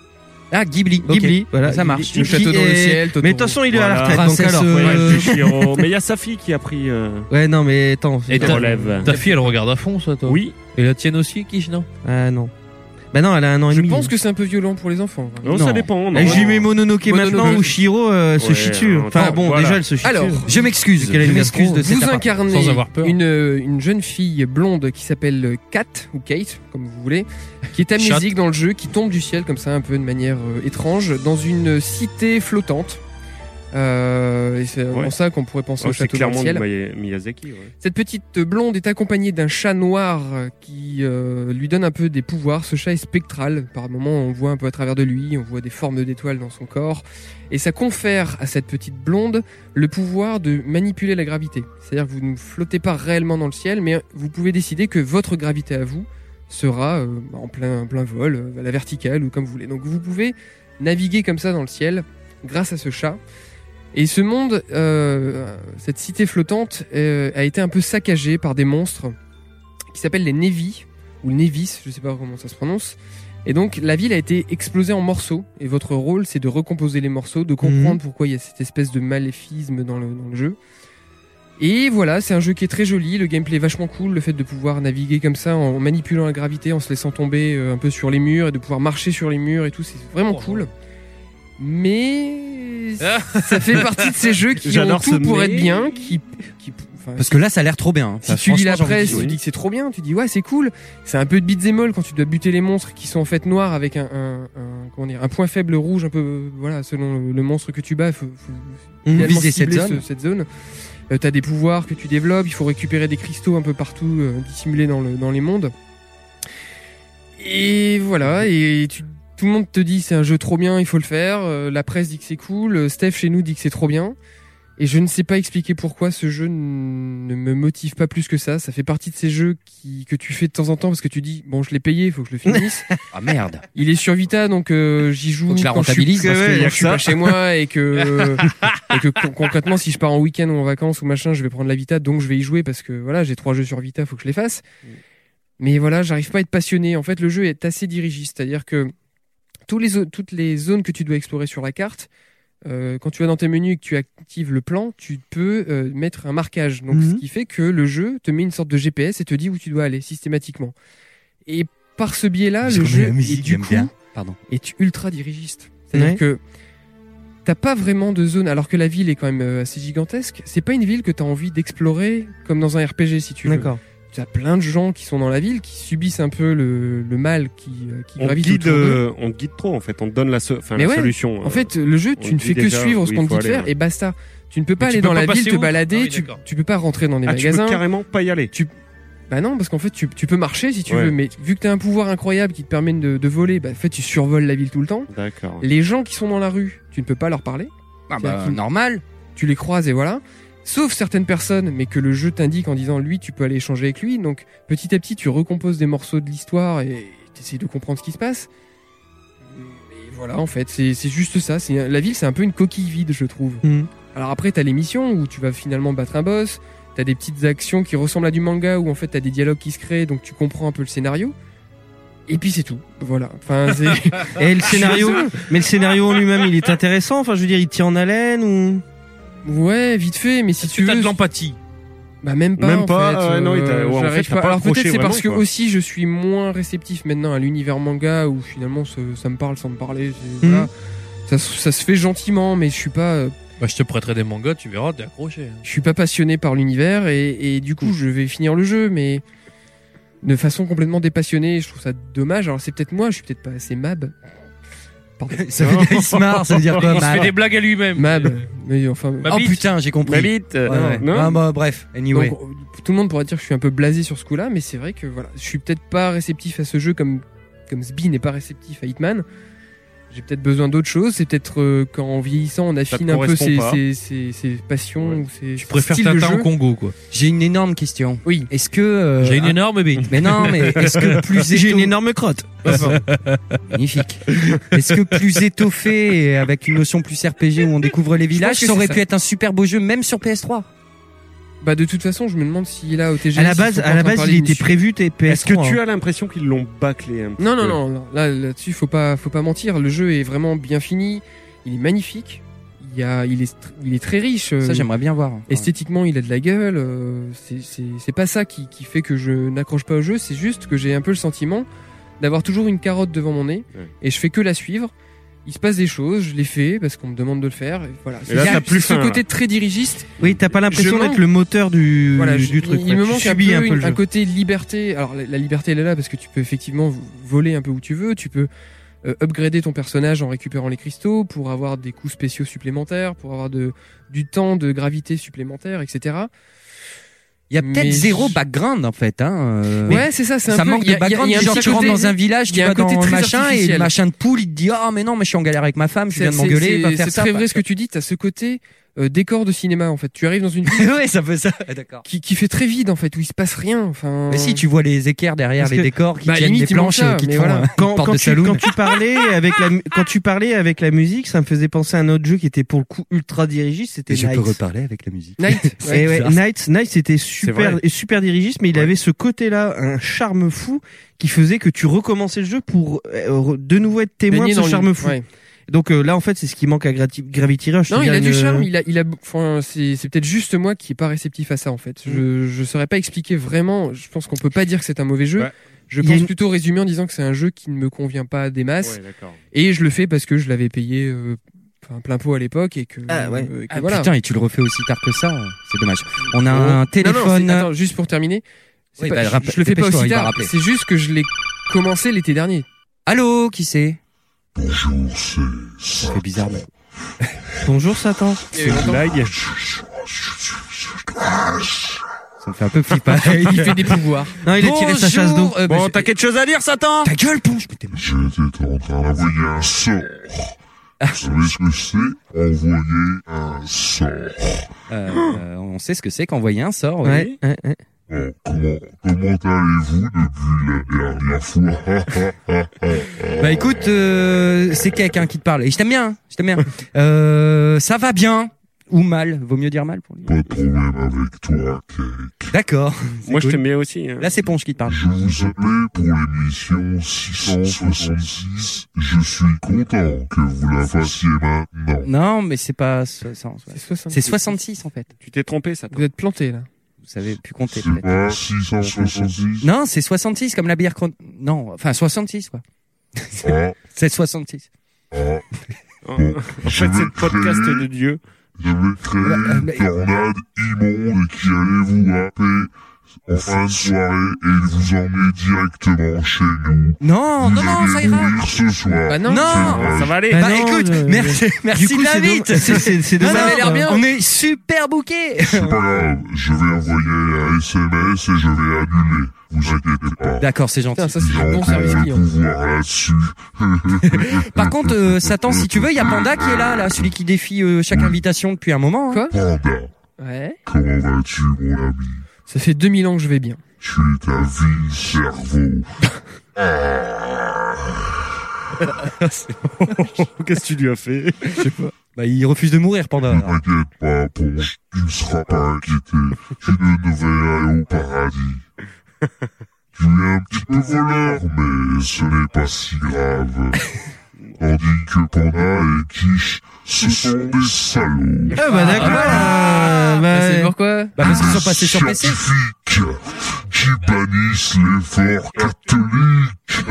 E: Ah, Ghibli.
O: ok.
I: Ghibli, voilà,
O: Ça marche.
I: Le château dans le ciel, Totoro. Voilà. Princesse, euh,
O: Chihiro. Mais il y a sa fille qui a pris. euh,
I: Ouais, non, mais attends.
O: Et
I: c'est-
O: ta- relève.
K: Ta fille, elle regarde à fond, ça, toi
O: Oui.
K: Et la tienne aussi, Quiche, non
I: Ah non. Bah non, elle a un an et demi.
H: Je pense que c'est un peu violent pour les enfants.
I: Non, ça dépend, non. Eh, j'y mets Mononoke maintenant, où Shiro, euh, se Ouais, chie dessus. attends, Enfin, bon, voilà. déjà, elle se chie
H: Alors,
I: dessus. Je m'excuse. Quelle est
H: je
I: le m'excuse
H: m'excuse
I: de cet
H: Vous
I: appart-
H: incarnez
I: sans avoir peur.
H: Une, euh, une jeune fille blonde qui s'appelle euh, Kat, ou Kate, comme vous voulez, qui est amnésique dans le jeu, qui tombe du ciel comme ça, un peu de manière euh, étrange, dans une cité flottante. Euh, et c'est
O: ouais.
H: en ça qu'on pourrait penser
O: Ouais,
H: au
O: C'est
H: château dans le
O: clairement
H: ciel.
O: du Maya- Miyazaki. ouais.
H: Cette petite blonde est accompagnée d'un chat noir euh, qui euh, lui donne un peu des pouvoirs. Ce chat est spectral. Par moments, on voit un peu à travers de lui, on voit des formes d'étoiles dans son corps. Et ça confère à cette petite blonde le pouvoir de manipuler la gravité. C'est-à-dire que vous ne flottez pas réellement dans le ciel, mais vous pouvez décider que votre gravité à vous sera euh, en plein, plein vol, euh, à la verticale ou comme vous voulez. Donc vous pouvez naviguer comme ça dans le ciel grâce à ce chat. Et ce monde, euh, cette cité flottante, euh, a été un peu saccagée par des monstres qui s'appellent les Nevis, ou Nevis, je sais pas comment ça se prononce. Et donc la ville a été explosée en morceaux, et votre rôle c'est de recomposer les morceaux, de comprendre
I: Mhm.
H: pourquoi il y a cette espèce de maléfisme dans le, dans le jeu. Et voilà, c'est un jeu qui est très joli, le gameplay est vachement cool, le fait de pouvoir naviguer comme ça en manipulant la gravité, en se laissant tomber euh, un peu sur les murs et de pouvoir marcher sur les murs et tout, c'est vraiment cool. Mais ça fait partie de ces jeux qui ont
E: J'adore ce
H: tout pour
E: mais.
H: être bien, qui, qui enfin,
E: Parce que là, ça a l'air trop bien. hein.
H: si tu lis la presse, tu dis que c'est trop bien, tu dis ouais c'est cool. C'est un peu de beat'em all quand tu dois buter les monstres qui sont en fait noirs avec un, un, un- comment dire, un point faible rouge un peu euh, voilà selon le, le monstre que tu bats. Faut, faut
E: Mmh,
H: idéalement
E: viser cette
H: cibler
E: zone.
H: ce- cette zone. Euh, T'as des pouvoirs que tu développes, il faut récupérer des cristaux un peu partout euh, dissimulés dans le dans les mondes. Et voilà, et tu- tout le monde te dit c'est un jeu trop bien, il faut le faire. euh, la presse dit que c'est cool. euh, Steph chez nous dit que c'est trop bien. Et je ne sais pas expliquer pourquoi ce jeu n- ne me motive pas plus que ça. Ça fait partie de ces jeux qui, que tu fais de temps en temps parce que tu dis bon je l'ai payé, il faut que je le finisse.
E: Ah merde.
H: Il est sur Vita donc euh, j'y joue
E: Faut que je la
H: quand je suis,
E: rentabilise,
H: parce
E: parce que
H: que
E: y a
H: je
E: que
H: suis
E: ça.
H: pas chez moi et que et que con- concrètement si je pars en week-end ou en vacances ou machin je vais prendre la Vita donc je vais y jouer parce que voilà j'ai trois jeux sur Vita faut que je les fasse mais voilà j'arrive pas à être passionné en fait le jeu est assez dirigiste c'est à dire que tous les zo- toutes les zones que tu dois explorer sur la carte euh, quand tu vas dans tes menus et que tu actives le plan, tu peux euh, mettre un marquage. Donc,
E: Mhm.
H: ce qui fait que le jeu te met une sorte de GPS et te dit où tu dois aller systématiquement. Et par ce biais-là,
E: C'est
H: le
E: comme
H: jeu
E: la musique,
H: est du
E: j'aime
H: coup
E: bien. Pardon.
H: est ultra dirigiste. C'est-à-dire
E: Ouais.
H: que t'as pas vraiment de zone, alors que la ville est quand même euh, assez gigantesque. C'est pas une ville que t'as envie d'explorer comme dans un RPG si tu veux.
I: D'accord.
H: T'as plein de gens qui sont dans la ville qui subissent un peu le, le mal qui, euh, qui
O: On
H: gravite
O: guide,
H: autour d'eux.
O: euh, on guide trop en fait. On te donne la, so- enfin,
H: Mais
O: la
H: ouais.
O: solution. euh,
H: En fait, le jeu, tu ne fais que suivre ce qu'on te dit de faire et basta. Tu ne peux pas
O: Mais tu
H: aller
O: peux pas
H: dans la ville,
O: passer
H: te
O: outre. Ah
H: balader,
O: oui,
H: tu,
O: d'accord.
H: tu peux pas rentrer dans les
O: Ah, tu peux
H: magasins.
O: carrément pas y aller.
H: Tu... Bah non, parce qu'en fait, tu, tu peux marcher si tu
O: Ouais.
H: veux, mais vu que t'as un pouvoir incroyable qui te permet de, de voler, bah en fait, tu survoles la ville tout le temps.
O: D'accord.
H: Les gens qui sont dans la rue, tu ne peux pas leur parler.
E: Ah
H: C'est-à-dire
E: bah,
H: qu'ils-
E: normal.
H: Tu les croises et voilà. Sauf certaines personnes, mais que le jeu t'indique en disant lui, tu peux aller échanger avec lui. Donc petit à petit, tu recomposes des morceaux de l'histoire et t'essayes de comprendre ce qui se passe. Et voilà, en fait, c'est c'est juste ça. C'est la ville, c'est un peu une coquille vide, je trouve.
I: Mhm.
H: Alors après, t'as les missions où tu vas finalement battre un boss. T'as des petites actions qui ressemblent à du manga où en fait t'as des dialogues qui se créent, donc tu comprends un peu le scénario. Et puis c'est tout. Voilà. Enfin, c'est.
I: Et le
H: Je suis
I: scénario
H: désolé.
I: Mais le scénario en lui-même, il est intéressant. Enfin, je veux dire, il tient en haleine ou
H: Ouais, vite fait, mais si tu
K: t'as
H: veux.
K: de l'empathie.
H: Bah même pas.
K: Même
H: en
K: pas,
H: fait,
K: euh, non, il t'a- ouais, en fait,
H: j'arrive
K: t'as
H: pas.
K: pas
H: Alors
K: accroché
H: peut-être c'est
K: vraiment,
H: parce que
K: quoi.
H: aussi je suis moins réceptif maintenant à l'univers manga où finalement ça, ça me parle sans me parler. c'est-
K: Hmm.
H: voilà. Ça, se- ça se fait gentiment, mais je suis pas. euh,
K: Bah, je te prêterai des mangas, tu verras, t'es accroché. hein.
H: je suis pas passionné par l'univers et, et du
K: Hmm.
H: coup je vais finir le jeu mais de façon complètement dépassionnée je trouve ça dommage alors c'est peut-être moi je suis peut-être pas assez mab Pardon.
E: Ça veut dire- il se marre, ça veut dire quoi,
K: Il se
E: Mab
K: fait des blagues à lui-même. Euh,
H: mab mais enfin
K: Ma bite.
E: Oh putain, j'ai compris.
K: Ma bite, euh,
E: Ouais, ouais.
K: non.
E: Ah, bah, bref, anyway.
H: Donc, tout le monde pourrait dire que je suis un peu blasé sur ce coup là mais c'est vrai que voilà je suis peut-être pas réceptif à ce jeu comme comme Sbi n'est pas réceptif à Hitman j'ai peut-être besoin d'autre chose c'est peut-être euh, qu'en vieillissant on
E: te
H: affine un peu
E: correspond
H: ses,
E: pas.
H: ses- ses- ses passions ou ses
E: Je préfère
H: styles de
E: Tintin au
H: jeu.
K: Congo, quoi.
E: J'ai une énorme question.
H: Oui.
E: Est-ce que. euh,
K: J'ai une
E: un-
K: énorme bite.
E: Mais non, mais est-ce que plus.
I: J'ai une
E: éto-
I: énorme crotte.
E: Magnifique. Est-ce que plus étoffé et avec une notion plus RPG où on découvre les villages,
H: que
E: ça aurait
H: c'est
E: pu
H: ça.
E: être un super beau jeu même sur PS3
H: Bah de toute façon, je me demande s'il a au TGS.
I: À la base,
H: ils sont pas
I: à
H: en train
I: la
H: de
I: base,
H: parler
I: il
H: d'une
I: était
H: suite.
I: prévu t'es PS3.
H: Est-ce que tu
I: hein.
H: as
G: l'impression qu'ils l'ont bâclé un petit
H: Non non
G: peu.
H: non, non. là là-dessus, faut pas faut pas mentir, le jeu est vraiment bien fini, il est magnifique. Il, y a, il, est, tr- il est très riche. euh,
E: Ça, j'aimerais bien voir.
H: Esthétiquement, il a de la gueule. euh, c'est- c'est c'est pas ça qui, qui fait que je n'accroche pas au jeu, c'est juste que j'ai un peu le sentiment d'avoir toujours une carotte devant mon nez
G: Ouais.
H: et je fais que la suivre. Il se passe des choses, je les fais parce qu'on me demande de le faire. Et voilà.
I: Et là,
H: Il y a
I: t'as plus
H: ce
I: faim, là.
H: côté très dirigiste.
I: Oui, t'as pas l'impression
H: Je
I: d'être
H: manque-
I: le moteur du,
H: voilà,
I: du
H: je-
I: truc.
H: Il,
I: quoi.
H: me
I: Tu
H: manque un peu,
I: subis un peu,
H: une-
I: le
H: un
I: jeu.
H: côté liberté. Alors la, la liberté elle est là parce que tu peux effectivement v- voler un peu où tu veux, tu peux euh, upgrader ton personnage en récupérant les cristaux pour avoir des coups spéciaux supplémentaires, pour avoir de, du temps de gravité supplémentaire, etc.
E: Il y a peut-être
H: Mais
E: zéro
H: je-
E: background en fait. Hein. euh,
H: Ouais, c'est ça, c'est un
E: Ça
H: peu-
E: manque
H: il y a-
E: de background.
H: il y a un
E: genre,
H: petit
E: tu rentres
H: côté-
E: dans un village,
H: il y
E: tu
H: a un
E: vas
H: côté
E: dans un
H: très
E: machin et le
H: artificiel.
E: machin de poule, il te dit Ah, mais non, mais je suis en galère avec ma femme, tu viens de
H: C'est-
E: m'engueuler,
H: c'est-
E: va faire
H: C'est
E: ça. bah.
H: très
E: va
H: vrai ce que
E: faire
H: tu dis, t'as ce côté euh, décor de cinéma en fait. Tu arrives dans une
E: ça.
H: ville
E: ouais, ça fait ça. Ah, D'accord.
H: qui, qui fait très vide en fait, où il se passe rien. Enfin...
E: Mais si tu vois les équerres derrière
H: Euh, Parce
E: les
H: que-
E: décors qui
H: Bah,
E: tiennent
H: limite,
E: des
H: il manque
E: planches
H: ça,
E: euh, qui te
H: mais
E: font
H: voilà.
E: euh, une
I: quand,
E: porte
I: quand
E: de
I: tu,
E: saloon.
I: quand tu parlais avec la mu- quand tu parlais avec la musique, ça me faisait penser à un autre jeu qui était pour le coup ultra dirigiste, c'était Night.
E: avec la musique.
H: Night.
I: Et ouais,
E: bizarre.
I: Night, Night, c'était
E: vrai.
I: super, et super dirigiste, mais il avait ce côté-là, un charme fou, qui faisait que tu recommençais le jeu pour euh, re- de nouveau être témoin
H: Baigner
I: de
H: dans
I: ce
H: le-
I: charme fou.
H: ouais.
I: Donc euh, là, en fait, c'est ce qui manque à Grati- Gravity
E: Ah,
I: Rush.
H: Non, il
I: C'est-à-dire
H: a du
I: une-
E: euh,
H: charme, il a, il a, enfin, c'est, c'est peut-être juste moi qui est pas réceptif à ça en fait.
E: Mm.
H: Je, je saurais pas expliquer vraiment. Je pense qu'on peut pas dire que c'est un mauvais jeu.
G: Ouais.
H: Je
I: Il y a
H: pense
I: une-
H: plutôt résumer en disant que c'est un jeu qui ne me convient pas des masses.
G: Ouais, d'accord.
H: et je le fais parce que je l'avais payé, euh, enfin, plein pot à l'époque et que.
E: Ah ouais.
H: euh, et que
E: Ah,
H: voilà.
E: Putain, et tu le refais aussi tard que ça, euh, c'est dommage. On a
H: Oh.
E: un
H: Non, non,
E: téléphone.
H: c'est- attends, juste pour terminer. c'est
E: Oui,
H: pas-
E: bah,
H: je-
E: rappe-
H: je, le fais pas
E: dépêche-toi,
H: aussi
E: il va
H: tard.
E: rappeler.
H: C'est juste que je l'ai commencé l'été dernier.
E: Allô, qui c'est Bonjour, c'est. Ça fait bizarre, mais.
I: Bonjour Satan.
H: Il y a eu longtemps.
E: Ça me fait un peu flipper.
H: Il fait des pouvoirs.
I: Non, il a tiré sa chasse d'eau.
H: euh, bah,
I: Bon,
H: c'est-
O: T'as quelque chose à dire, Satan
E: Ta gueule, ponche
Q: J'ai été en train d'envoyer un sort. Vous savez ce que c'est Envoyer un sort.
E: Euh, on sait ce que c'est qu'envoyer un sort. oui.
I: Ouais, ouais, ouais.
Q: Bon, comment, comment allez-vous depuis la dernière fois
E: Bah écoute, euh, c'est quelqu'un qui te parle. Et je t'aime bien, hein, je t'aime bien. Euh, ça va bien ou mal Vaut mieux dire mal pour lui.
Q: Pas de problème avec toi, Kay.
E: D'accord. c'est
G: Moi, je
E: cool.
G: t'aime bien aussi. hein.
E: Là, c'est Ponche qui te parle.
Q: Je vous appelais pour l'émission 666. Je suis content que vous la fassiez maintenant.
E: Non, mais c'est pas 60. ouais. C'est 66 en fait.
G: Tu t'es trompé, ça.
H: Vous êtes planté là.
E: Vous savez plus compter
Q: C'est
E: peut-être.
Q: pas 666.
E: Non, c'est 66 comme la bière. chron- Non, enfin 66 quoi.
Q: Ah,
E: C'est 66.
Q: ah.
G: En fait, c'est le podcast de Dieu.
Q: Je vais créer une tornade immonde qui allait vous happer en fin de soirée et vous emmener directement chez nous.
E: Non, non, non, ça ira.
Q: Mourir ce soir.
H: Bah non.
E: Non.
G: Ça va aller.
E: Bah
I: non,
E: écoute,
I: euh,
E: merci, merci
I: coup,
E: de
I: c'est
E: l'invite.
I: dommage. C'est- c'est- c'est
E: Non, non,
I: dommage.
E: ça a l'air bien.
Q: hein.
I: On
E: On est super bouqués.
Q: C'est pas grave, je vais envoyer un SMS et je vais annuler. Vous inquiétez pas.
E: D'accord, c'est gentil.
H: Putain, ça c'est du
Q: J'ai
H: bon
Q: encore
H: service
Q: le
H: client.
Q: pouvoir là-dessus.
E: Par contre, euh, Satan, si tu veux, il y a Panda qui est là, là, celui qui défie euh, chaque invitation depuis un moment. hein.
H: Quoi
Q: Panda,
H: Ouais.
Q: comment vas-tu, mon ami
H: Ça fait 2000 ans que je vais bien.
Q: Tu es un vil cerveau.
H: Ah.
G: Qu'est-ce que tu lui as fait
E: Bah, il refuse de mourir, Panda.
Q: Ne t'inquiète pas, Ponche, tu ne seras pas inquiété. Tu ne devrais aller au paradis. Tu es un petit peu voleur, mais ce n'est pas si grave. tandis que Panda et Quiche, ce sont des salauds.
I: Ah bah d'accord.
H: Euh,
I: bah,
H: c'est pourquoi
I: Bah parce qu'ils sont passés sur PC.
Q: Scientifiques qui bannissent l'effort catholique.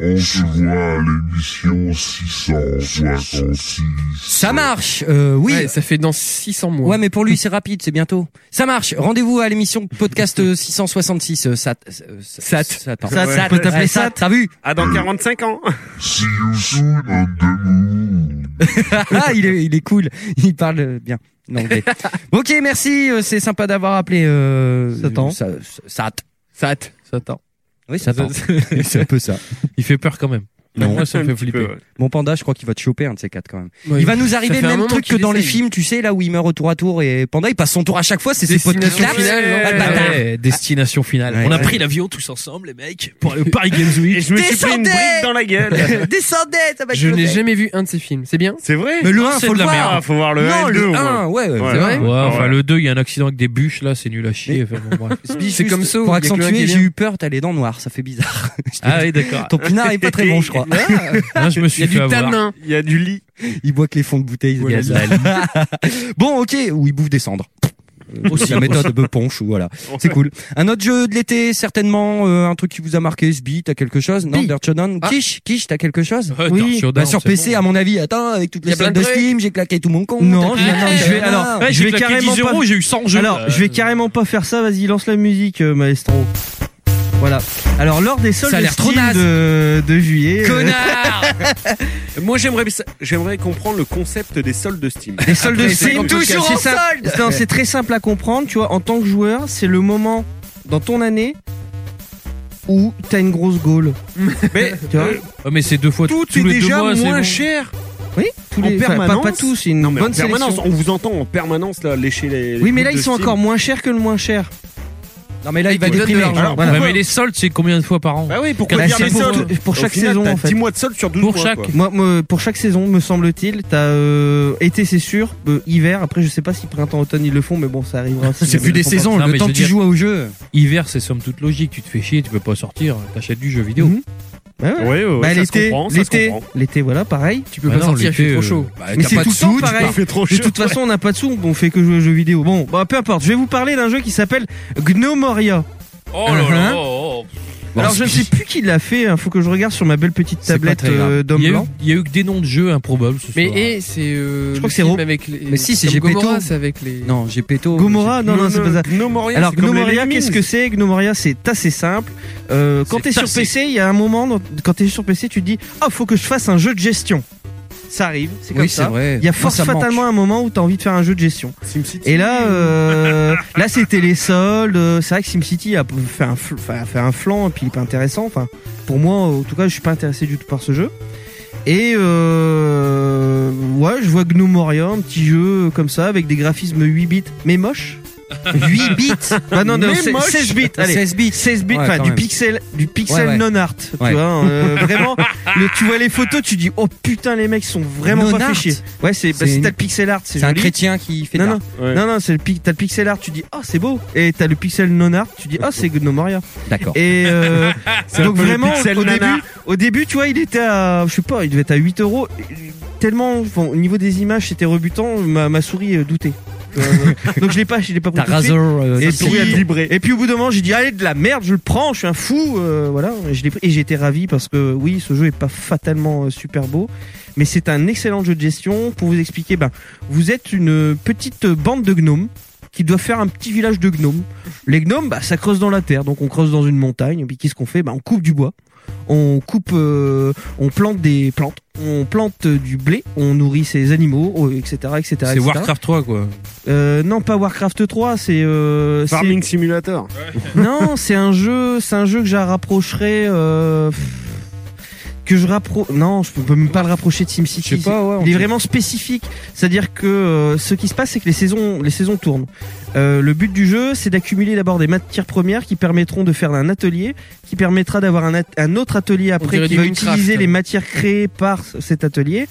Q: On se voit à l'émission 666.
E: Ça marche, euh, oui.
H: ça fait dans 600 mois.
E: Ouais, mais pour lui, c'est rapide, c'est bientôt. Ça marche. Rendez-vous à l'émission podcast euh, 666. euh, Sat. euh, Sat. Sat. pardon.
O: Sat,
E: Ouais.
O: peut t'appeler
E: Ouais,
O: Sat.
E: T'as vu
O: Ah,
G: Hmm.
O: dans 45 ans.
Q: See you soon on the moon.
E: Ah, il est, il est cool. Il parle euh, bien. l'anglais. ok, merci. euh, C'est sympa d'avoir appelé. Euh, Satan. Sat. Sat. Satan. Oui, Satan. c'est un peu ça.
K: Il fait peur quand même.
E: Non.
K: Moi, ça me fait flipper.
E: Mon panda, je crois qu'il va te choper un de ces quatre quand même.
K: Ouais,
E: il va
K: ça
E: nous arriver
K: fait
E: le
K: un
E: même
K: moment
E: truc que
K: qu'il
E: dans les
K: essaye.
E: films, tu sais, là où il meurt au tour à tour et panda il passe son tour à chaque fois, c'est ses potes qui
H: Destination
E: tapent.
H: finale,
O: euh,
K: hein.
E: Ah, le
H: ouais.
E: bâtard.
K: Ouais, destination finale.
E: Ouais.
K: On a pris l'avion tous ensemble, les mecs, pour aller au Paris Games Week.
O: Et je me suis pris une
E: Descendez
O: brique dans la gueule.
E: Descendez, ça va
H: Je n'ai
E: exploser.
H: jamais vu un de ces films. C'est bien
O: C'est vrai
E: Mais le 1,
K: C'est
E: faut
K: de
E: le
K: la
E: voir.
K: merde.
O: Ah, faut voir le
E: non,
O: 1 et
E: le
O: le 2, au
E: 1,
O: moins.
E: ouais, ouais.
H: C'est vrai
K: Ouais, enfin,
O: ouais.
K: le 2, il y a un accident avec des bûches, là, c'est nul à chier. enfin, bon, bref.
H: C'est
E: Juste
H: comme ça.
E: Pour accentuer, j'ai eu peur, t'as les dents noires, ça fait bizarre. Je te
K: Ah
E: dis.
K: oui, d'accord.
E: Ton pinard est pas très bon, je crois. Ah,
K: Hein, je
H: Il y a
K: me suis fait
H: du
K: avoir.
H: tanin.
O: Il y a du lit.
E: Il boit que les fonds de bouteilles.
K: Voilà.
E: bon, ok, ou il bouffe des cendres. Euh,
K: Aussi.
E: la méthode de punch ou voilà c'est cool un autre jeu de l'été certainement euh, un truc qui vous a marqué Sbi t'as quelque chose non
H: Sbi.
E: Dirt Showdown Quiche Quiche t'as quelque chose
H: Euh,
K: Ouais, Dirt Showdown,
E: Bah, sur
K: c'est
E: PC
K: bon.
E: à mon avis attends avec toutes
H: Y
E: les
H: a plein
E: salles
H: de
E: de
H: trucs.
E: Steam j'ai claqué tout mon compte
I: Non, je vais,
E: Ah,
I: non, je vais-
E: non.
I: alors,
K: Ouais,
I: je
K: j'ai
I: vais
K: claqué
I: carrément
K: 10 euros,
I: pas.
K: j'ai eu 100 jeux.
I: Alors,
E: Euh.
I: je vais carrément pas faire ça. Vas-y, lance la musique, euh, maestro. Voilà.
E: Euh.
I: Alors, lors des soldes
H: Ça a l'air
I: Steam
H: trop naze.
I: de, de juillet, euh,
H: Connard
O: Moi, j'aimerais, j'aimerais comprendre le concept des soldes de Steam.
I: les soldes de
H: Après,
I: Steam,
H: c'est toujours
I: c'est
H: en
I: simple. Non, c'est très simple à comprendre. Tu vois, en tant que joueur, c'est le moment dans ton année où t'as une grosse gaule.
O: Mais
I: Tu vois,
K: Ouais, mais c'est deux fois
O: tout
K: tous
O: est
K: les deux
O: déjà
K: mois, c'est
O: moins
K: bon.
O: cher.
I: oui, tous
O: En
I: les, enfin, pas,
O: permanence.
I: pas tous, c'est une
O: Non, mais
I: bonne
O: en permanence,
I: sélection.
O: on vous entend en permanence là, lécher les.
I: Oui, mais là, ils sont encore moins chers que le moins cher.
E: non mais là il va
I: Il donne de
E: déprimer
I: l'argent.
E: Voilà.
K: Ouais, mais les soldes, c'est combien de fois par an
O: Bah oui, pourquoi
I: Bah,
O: dire
I: c'est
O: les
I: pour-
O: soldes
I: pour
O: Au
I: chaque
O: final,
I: saison,
O: t'as
I: en fait.
O: 10 mois de soldes sur 12
K: Pour
O: mois,
K: chaque.
O: quoi.
I: Moi, moi, euh, pour chaque saison, me semble-t-il, t'as euh, été, c'est sûr, euh, hiver. Après, je sais pas si printemps, automne, ils le font, mais bon, ça arrivera. si
E: j'ai
I: ils
E: vu
I: le
E: des
I: font pas.
E: saisons
K: Non,
E: le
K: mais
E: temps
K: je
E: que tu
K: veux
E: joues au jeu
K: Hiver, c'est somme toute logique. Tu te fais chier, tu peux pas sortir, t'achètes du jeu vidéo.
I: Mhm. Ouais, ouais.
O: Ouais, ouais, ouais,
I: Bah,
O: ça se
I: l'été,
O: comprend, ça se
I: l'été,
O: comprend.
I: l'été, voilà, pareil.
H: Tu
K: Bah
H: peux pas sortir, il fait trop chaud.
K: euh,
I: Mais c'est tout le temps pareil.
O: fait trop
I: De toute façon, on n'a pas de sous, on fait que jouer aux jeux vidéo. Bon, bah, peu importe. Je vais vous parler d'un jeu qui s'appelle Gnomoria.
K: Oh là là.
I: Hein
K: oh, oh.
I: Alors, je ne sais plus qui l'a fait. hein, Faut que je regarde sur ma belle petite
E: C'est pas
I: tablette
E: très grave.
I: euh,
K: Il
I: d'homme
K: y, a eu,
I: blanc.
K: il y a eu que des noms de jeux improbables ce
H: Mais
K: soir.
H: et c'est euh,
I: Je
H: le
I: crois que c'est
H: film
I: Ro-
H: avec les
E: Mais si, c'est
H: comme
E: Gepetto.
H: Gomorrah, c'est avec les
E: non j'ai péto
I: Gomorrah, non, non, c'est pas ça.
O: Gnomoria,
I: Alors
O: c'est comme les
I: Gnomoria,
O: Lemmings.
I: qu'est-ce que c'est Gnomoria, c'est assez simple. Euh, quand
K: C'est
I: t'es sur
K: assez.
I: PC, il y a un moment, dans- quand t'es sur PC, tu te dis, oh, faut que je fasse un jeu de gestion. Ça arrive, c'est comme
E: oui c'est
I: ça.
E: vrai
I: Il y a
E: Moi,
I: force
E: ça me manque.
I: fatalement un moment où t'as envie de faire un jeu de gestion.
O: SimCity.
I: Et là, euh, là c'était les soldes. euh, C'est vrai que SimCity a p- fait un, fl- enfin, a fait un flanc, et puis il est pas intéressant. Enfin, pour moi, en tout cas, je suis pas intéressé du tout par ce jeu. Et euh, ouais, je vois Gnomoria, un petit jeu comme ça, avec des graphismes 8 bits, mais moche.
E: 8 bits
I: Ah non, non,
E: Mais
I: c'est-
E: moche.
I: 16 bits, allez.
E: 16 bits
I: 16 bits,
E: Ouais,
I: enfin
E: quand
I: du
E: même.
I: pixel, du pixel
E: Ouais, ouais.
I: non art,
E: Ouais.
I: tu vois, euh, vraiment. le- tu vois les photos, tu dis oh putain les mecs sont vraiment
E: Non
I: pas
E: art.
I: fait chier. Ouais, c'est bah,
E: C'est
I: si
E: une-
I: t'as le pixel art, c'est
E: c'est un
I: joli.
E: chrétien qui fait
I: Non
E: de l'art.
I: non, non non, c'est le pic- t'as le pixel art, tu dis oh c'est beau. Et t'as le pixel non art, tu dis oh c'est Gnomoria.
E: d'accord
I: Et euh, donc
O: peu le
I: vraiment
O: pixel
I: au
O: nanar.
I: début, au début, tu vois, il était à, je sais pas, il devait être à 8 euros. Tellement, enfin, au niveau des images, c'était rebutant. Ma, ma souris euh, doutait. Euh, donc je l'ai pas, je l'ai pas pris.
E: t'as
I: tout de suite.
E: Razor euh,
I: Et
E: ça,
I: puis,
E: c'est-
I: et puis au bout d'un moment, j'ai dit allez de la merde, je le prends, je suis un fou, euh, voilà. Et je l'ai pris. Et j'ai été ravi parce que oui, ce jeu est pas fatalement euh, super beau, mais c'est un excellent jeu de gestion. Pour vous expliquer, ben vous êtes une petite bande de gnomes qui doit faire un petit village de gnomes. Les gnomes, bah, ça creuse dans la terre, donc on creuse dans une montagne. Et puis qu'est-ce qu'on fait Bah, on coupe du bois, on coupe, euh, on plante des plantes, on plante euh, du blé, on nourrit ses animaux, euh, etc., etc.
K: C'est
I: etc.
K: Warcraft 3, quoi.
I: Euh, non, pas Warcraft 3, c'est euh, c'est-
O: Farming Simulator.
I: non, c'est un jeu, c'est un jeu que je rapprocherai. Euh, que je rapproche. Non, je peux même pas le rapprocher de SimCity.
E: Je sais pas, ouais, on
I: Il est
E: peut-
I: vraiment spécifique. C'est-à-dire que euh, ce qui se passe, c'est que les saisons, les saisons tournent. Euh, le but du jeu, c'est d'accumuler d'abord des matières premières qui permettront de faire un atelier, qui permettra d'avoir un, at- un autre atelier après
H: dirait
I: qui
H: du
I: va
H: Minecraft.
I: utiliser les matières créées par cet atelier.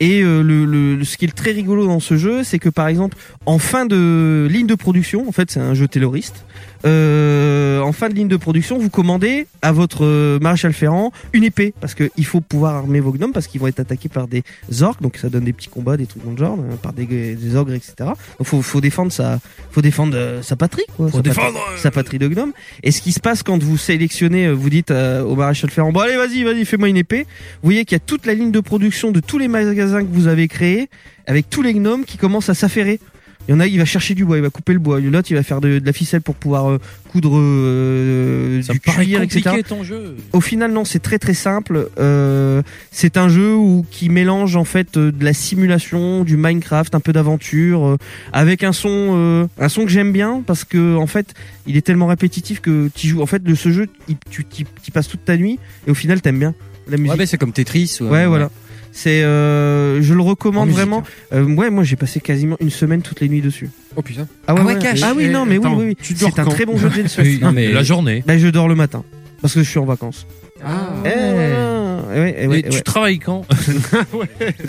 I: Et euh, le, le- ce qui est très rigolo dans ce jeu, c'est que par exemple, en fin de ligne de production, en fait, c'est un jeu terroriste euh, en fin de ligne de production, vous commandez à votre euh, maréchal Ferrand une épée parce que il faut pouvoir armer vos gnomes parce qu'ils vont être attaqués par des orques, donc ça donne des petits combats, des trucs dans le genre, euh, par des, des ogres, etc. Donc faut, faut défendre sa, faut défendre euh, sa patrie, quoi.
K: Faut
I: sa
K: défendre,
I: patrie, sa patrie euh, de gnomes. Et ce qui se passe quand vous sélectionnez, euh, vous dites euh, au maréchal Ferrand, bon allez vas-y, vas-y, fais-moi une épée. Vous voyez qu'il y a toute la ligne de production de tous les magasins que vous avez créés avec tous les gnomes qui commencent à s'affairer. Il y en a, il va chercher du bois, il va couper le bois. Il y en a, il va faire de, de la ficelle pour pouvoir euh, coudre euh, du
K: paraît
I: cuir,
K: compliqué,
I: etc.
K: ton jeu.
I: Au final, non, c'est très très simple. Euh, c'est un jeu où, qui mélange en fait euh, de la simulation, du Minecraft, un peu d'aventure, euh, avec un son, euh, un son que j'aime bien parce que en fait, il est tellement répétitif que tu joues. En fait, de ce jeu, il- tu t'y t'y passes toute ta nuit et au final, t'aimes bien la
E: Ah,
I: musique.
R: mais c'est comme Tetris.
E: bah,
R: ou-
I: Ouais, voilà. C'est, euh, je le recommande
R: musique,
I: vraiment. Euh, ouais, moi j'ai passé quasiment une semaine toutes les nuits dessus.
H: Oh putain.
I: Ah ouais,
H: Ah ouais,
I: ouais.
H: cache.
I: Ah oui,
H: Et
I: non, mais oui,
H: attends,
I: oui, oui.
H: tu dors
I: C'est un
H: quand
I: très bon jeu de Dead Space.
K: Oui, non, mais- La journée.
I: Bah, je dors le matin parce que je suis en vacances. Eh, ouais, Eh ouais, ouais,
K: tu
I: ouais.
K: travailles quand
I: Ah bah,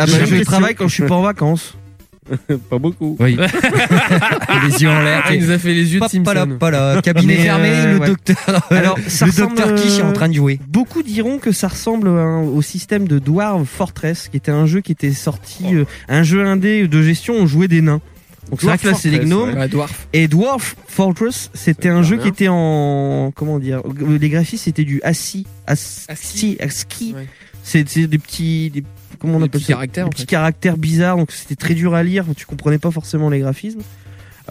K: J'ai
I: je
K: l'impression-
I: travaille quand je suis pas en vacances.
G: pas beaucoup.
R: Oui. les yeux en l'air.
I: Ah, il nous a fait les yeux de
R: Pas là,
I: Simpson.
R: pas là. Cabinet
I: Mais,
R: fermé,
I: euh,
R: le
I: ouais.
R: docteur.
I: Alors, ça
R: le
I: ressemble,
R: docteur qui est
I: euh,
R: en train de jouer.
I: Beaucoup diront que ça ressemble hein, au système de Dwarf Fortress, qui était un jeu qui était sorti, euh, un jeu indé de gestion, on jouait des nains. Donc c'est vrai
H: Dwarf
I: que là c'est les
H: Fortress,
I: gnomes.
H: ouais. Ouais, Dwarf.
I: Et Dwarf Fortress, c'était un jeu
H: bien.
I: qui était en comment dire, euh, les graphismes c'était du assis, assis, assis, C'est c'est des petits, des, comment on appelle
H: petits
I: ça
H: caractères, en
I: des petits caractères bizarres. Donc c'était très dur à lire, tu comprenais pas forcément les graphismes.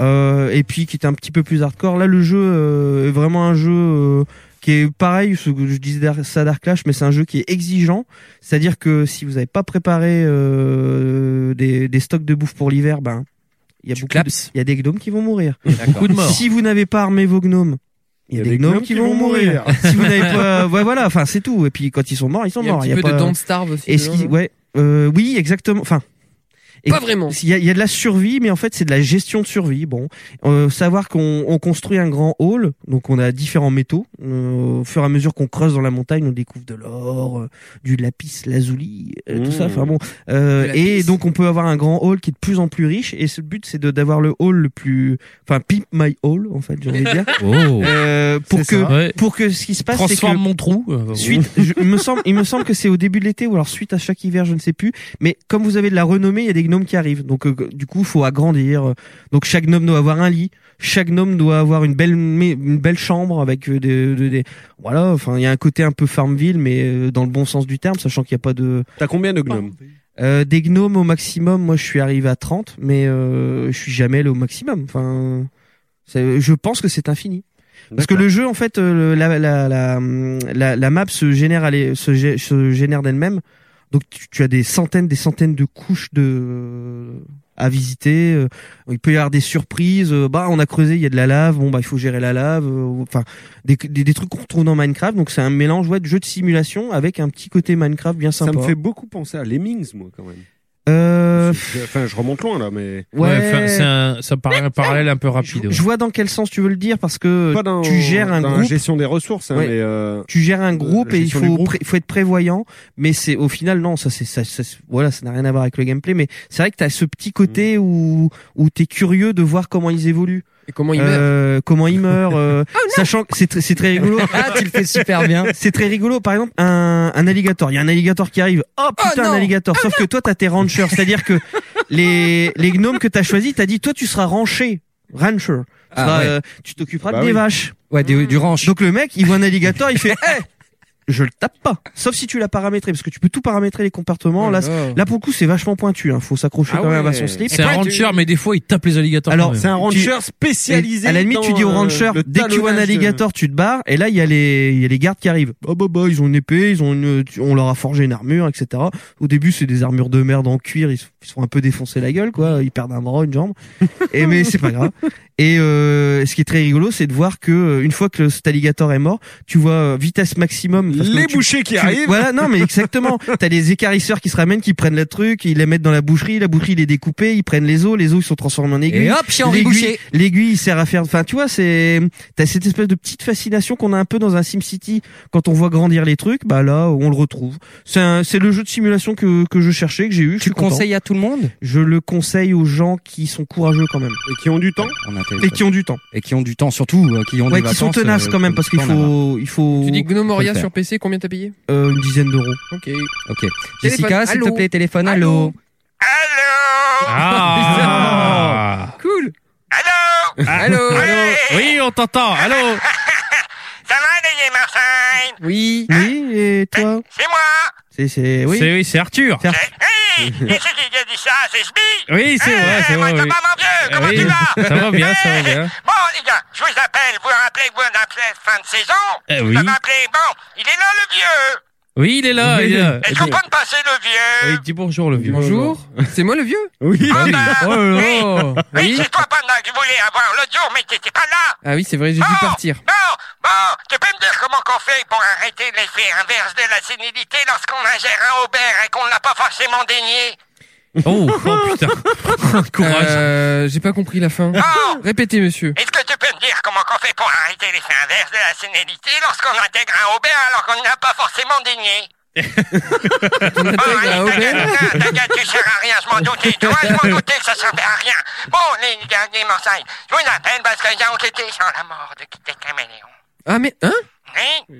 I: Euh, et puis qui était un petit peu plus hardcore. Là, le jeu euh, est vraiment un jeu euh, qui est pareil, ce que je disais Dar- ça à Dark Clash, mais c'est un jeu qui est exigeant. C'est-à-dire que si vous n'avez pas préparé euh, des, des stocks de bouffe pour l'hiver, ben il y a beaucoup de- il y a des gnomes qui vont mourir.
K: Beaucoup de morts.
I: Si vous n'avez pas armé vos gnomes, il y a des gnomes qui vont mourir. si vous n'avez pas, ouais, voilà, enfin c'est tout. Et puis quand ils sont morts, ils sont
H: Il y a un
I: morts.
H: petit
I: y
H: peu de
I: pas-
H: Don't Starve aussi
I: Et ce
H: dedans,
I: qui-
H: non
I: ouais, euh, oui, exactement. Enfin.
H: Pas vraiment.
I: Il y, a, il y a de la survie, mais en fait c'est de la gestion de survie. Bon, Euh, savoir qu'on on construit un grand hall, donc on a différents métaux. Euh, au fur et à mesure qu'on creuse dans la montagne, on découvre de l'or, euh, du lapis lazuli, euh, tout ça.
R: Mmh.
I: Enfin bon, euh,
R: De la
I: et
R: pisse.
I: donc on peut avoir un grand hall qui est de plus en plus riche et ce but c'est de d'avoir le hall le plus enfin pimp my hall en fait j'ai envie de dire
K: Oh.
I: Euh, pour
K: C'est
I: que
K: ça. Ouais.
I: pour que ce qui se passe c'est
K: Transforme
I: que-
K: mon trou. Euh,
I: suite je- il me semble il me semble que c'est au début de l'été ou alors suite à chaque hiver je ne sais plus mais comme vous avez de la renommée il y a des gnomes qui arrivent donc euh, du coup faut agrandir donc chaque gnome doit avoir un lit chaque gnome doit avoir une belle mais- une belle chambre avec euh, des, des- des- voilà enfin il y a un côté un peu Farmville mais euh, dans le bon sens du terme sachant qu'il n'y a pas de
G: T'as combien
I: Ah,
G: de gnomes
I: euh, des gnomes au maximum, moi je suis arrivé à 30, mais euh, je suis jamais allé au maximum. Enfin, c'est- je pense que c'est infini. Parce que le jeu, en fait, euh, la, la, la, la, la map se génère, elle est- se, gé- se génère d'elle-même. Donc tu, tu as des centaines, des centaines de couches de à visiter. Euh, Il peut y avoir des surprises. Euh, Bah, on a creusé, il y a de la lave. Bon, bah, il faut gérer la lave. Euh, Enfin, des, des, des trucs qu'on retrouve dans Minecraft. Donc c'est un mélange ouais, de jeu de simulation avec un petit côté Minecraft bien
G: Ça
I: sympa.
G: me fait beaucoup penser à Lemmings, moi, quand même.
I: Euh,
G: Enfin, je remonte loin, là, mais.
I: Ouais. Ouais, enfin, c'est
K: un- ça paraît un parallèle un peu rapide.
I: Je vois dans quel sens tu veux le dire parce que
G: Pas dans-
I: tu gères un
G: dans la
I: groupe.
G: gestion des ressources, hein,
I: Ouais.
G: mais, euh,
I: tu gères un groupe
G: la
I: et il
G: gestion du
I: faut,
G: groupe.
I: pré- faut être prévoyant. Mais c'est au final non, ça c'est ça, ça- voilà, ça n'a rien à voir avec le gameplay. Mais c'est vrai que t'as ce petit
G: Mm.
I: côté où où t'es curieux de voir comment ils évoluent.
H: Et comment ils
I: Comment ils meurent. euh, sachant que c'est tr- c'est très rigolo.
R: Oh Ah, tu le fais super bien.
I: C'est très rigolo. Par exemple, un, un alligator. Il y a un alligator qui arrive. Oh putain, un alligator. Sauf que toi, t'as tes ranchers. C'est-à-dire que les, les gnomes que t'as choisis, t'as dit, toi, tu seras rancher. Rancher. Tu
R: Ah,
I: seras,
R: ouais.
I: euh, tu t'occuperas
R: Bah
I: des
R: oui.
I: vaches.
R: Ouais, du ranch.
I: Donc le mec, il voit un alligator, il fait, Hé, je le tape pas. Sauf si tu l'as paramétré, parce que tu peux tout paramétrer les comportements. Là,
K: là.
I: là pour le coup, c'est vachement pointu. Hein. Faut s'accrocher
K: Ah
I: quand même à
K: ouais.
I: son slip.
K: C'est un rancher, mais des fois il tape les alligators.
I: Alors,
K: quand même.
I: tu- À la limite, tu dis au
O: euh,
I: rancher, dès que tu vois un alligator, tu te barres. Et là, il y a les, il y a les gardes qui arrivent. Oh, bah, bah, ils ont une épée, ils ont une, tu- on leur a forgé une armure, etc. Au début, c'est des armures de merde en cuir. Ils se ils se font un peu défoncer la gueule, quoi. Ils perdent un bras, une jambe. Et mais c'est pas grave. Et euh, ce qui est très rigolo, c'est de voir que euh, une fois que le- cet alligator est mort, tu vois euh, vitesse maximum problème. Parce que
O: Les
I: tu-
O: bouchers qui
I: tu-
O: arrivent.
I: Voilà, non, mais exactement. T'as les écarisseurs qui se ramènent, qui prennent le truc, ils les mettent dans la boucherie, la boucherie, il est découpée, ils prennent les os, les os, ils sont transformés en aiguilles.
E: Et hop, chez Henri
I: L'aiguille-
E: Boucher.
I: L'aiguille, il sert à faire, enfin, tu vois, c'est, t'as cette espèce de petite fascination qu'on a un peu dans un SimCity. Quand on voit grandir les trucs, bah là, on le retrouve. C'est un- c'est le jeu de simulation que, que je cherchais, que j'ai eu. Tu
E: le conseilles à tout le monde?
I: Je le conseille aux gens qui sont courageux quand même.
O: Et qui ont du temps?
I: Et qui ont du temps.
E: Et qui ont du temps surtout, euh, qui ont
I: Ouais,
E: des
I: qui sont
E: vacances,
I: tenaces
E: euh,
I: quand même, parce qu'il
E: faut en
I: faut, il faut.
H: Tu dis
I: faut
H: Gnomoria
I: le faire.
H: sur PC, combien t'as payé
I: Euh, une dizaine d'euros.
H: Ok.
E: Ok.
H: Téléphone,
E: Jessica, s'il te
H: allô
E: plaît, téléphone, allô.
K: Ah.
H: Cool. Ah.
K: Allô Oui, on t'entend. Allô
H: Oui.
I: Oui, et toi
S: Eh, C'est moi Eh,
I: C'est, c'est, oui.
K: C'est oui, c'est Arthur.
S: Oui Et celui qui a dit ça, c'est Smi
K: Oui, c'est
S: Eh,
K: vrai, c'est vrai. oui. Eh,
O: Ah
S: Comment
K: Oui,
S: tu vas
K: Ça va bien, ça va
S: Eh,
K: bien.
S: Bon, les gars, je vous appelle. Vous rappelez que vous êtes appelé fin de saison
K: Eh
S: Vous
K: oui.
S: m'avez appelé. Bon, il est là, le vieux
K: Oui, il est là. Il est là.
S: Est-ce qu'on peut me passer le vieux
K: Oui, dis bonjour, le vieux.
H: Bonjour. C'est moi le vieux
K: Oui.
S: Euh, Ah
O: Oh
S: ben,
H: oui.
S: oui, oui, c'est toi pendant que je voulais avoir l'autre jour, mais t'étais pas là.
H: Ah oui, c'est vrai, j'ai dû partir.
S: Bon, bon, tu peux me dire comment qu'on fait pour arrêter l'effet inverse de la sénilité lorsqu'on ingère un Aubert et qu'on ne l'a pas forcément dénié
K: Oh, oh, putain.
H: Courage. Euh, j'ai pas compris la fin.
S: Ah.
H: Répétez, monsieur.
S: Est-ce que tu peux me dire comment qu'on fait pour arrêter l'effet inverse de la sénilité lorsqu'on intègre un Aubert alors qu'on ne l'a pas forcément dénié
H: On intègre un Aubert
S: Putain, ta gueule, tu sers à rien, je m'en doutais. Tu vois, je m'en doutais que ça servait à rien. Bon, les derniers mensonges, je vous appelle parce que j'ai enquêté sur la mort de Kitty Caméléon.
H: Ah, mais, hein
S: Hein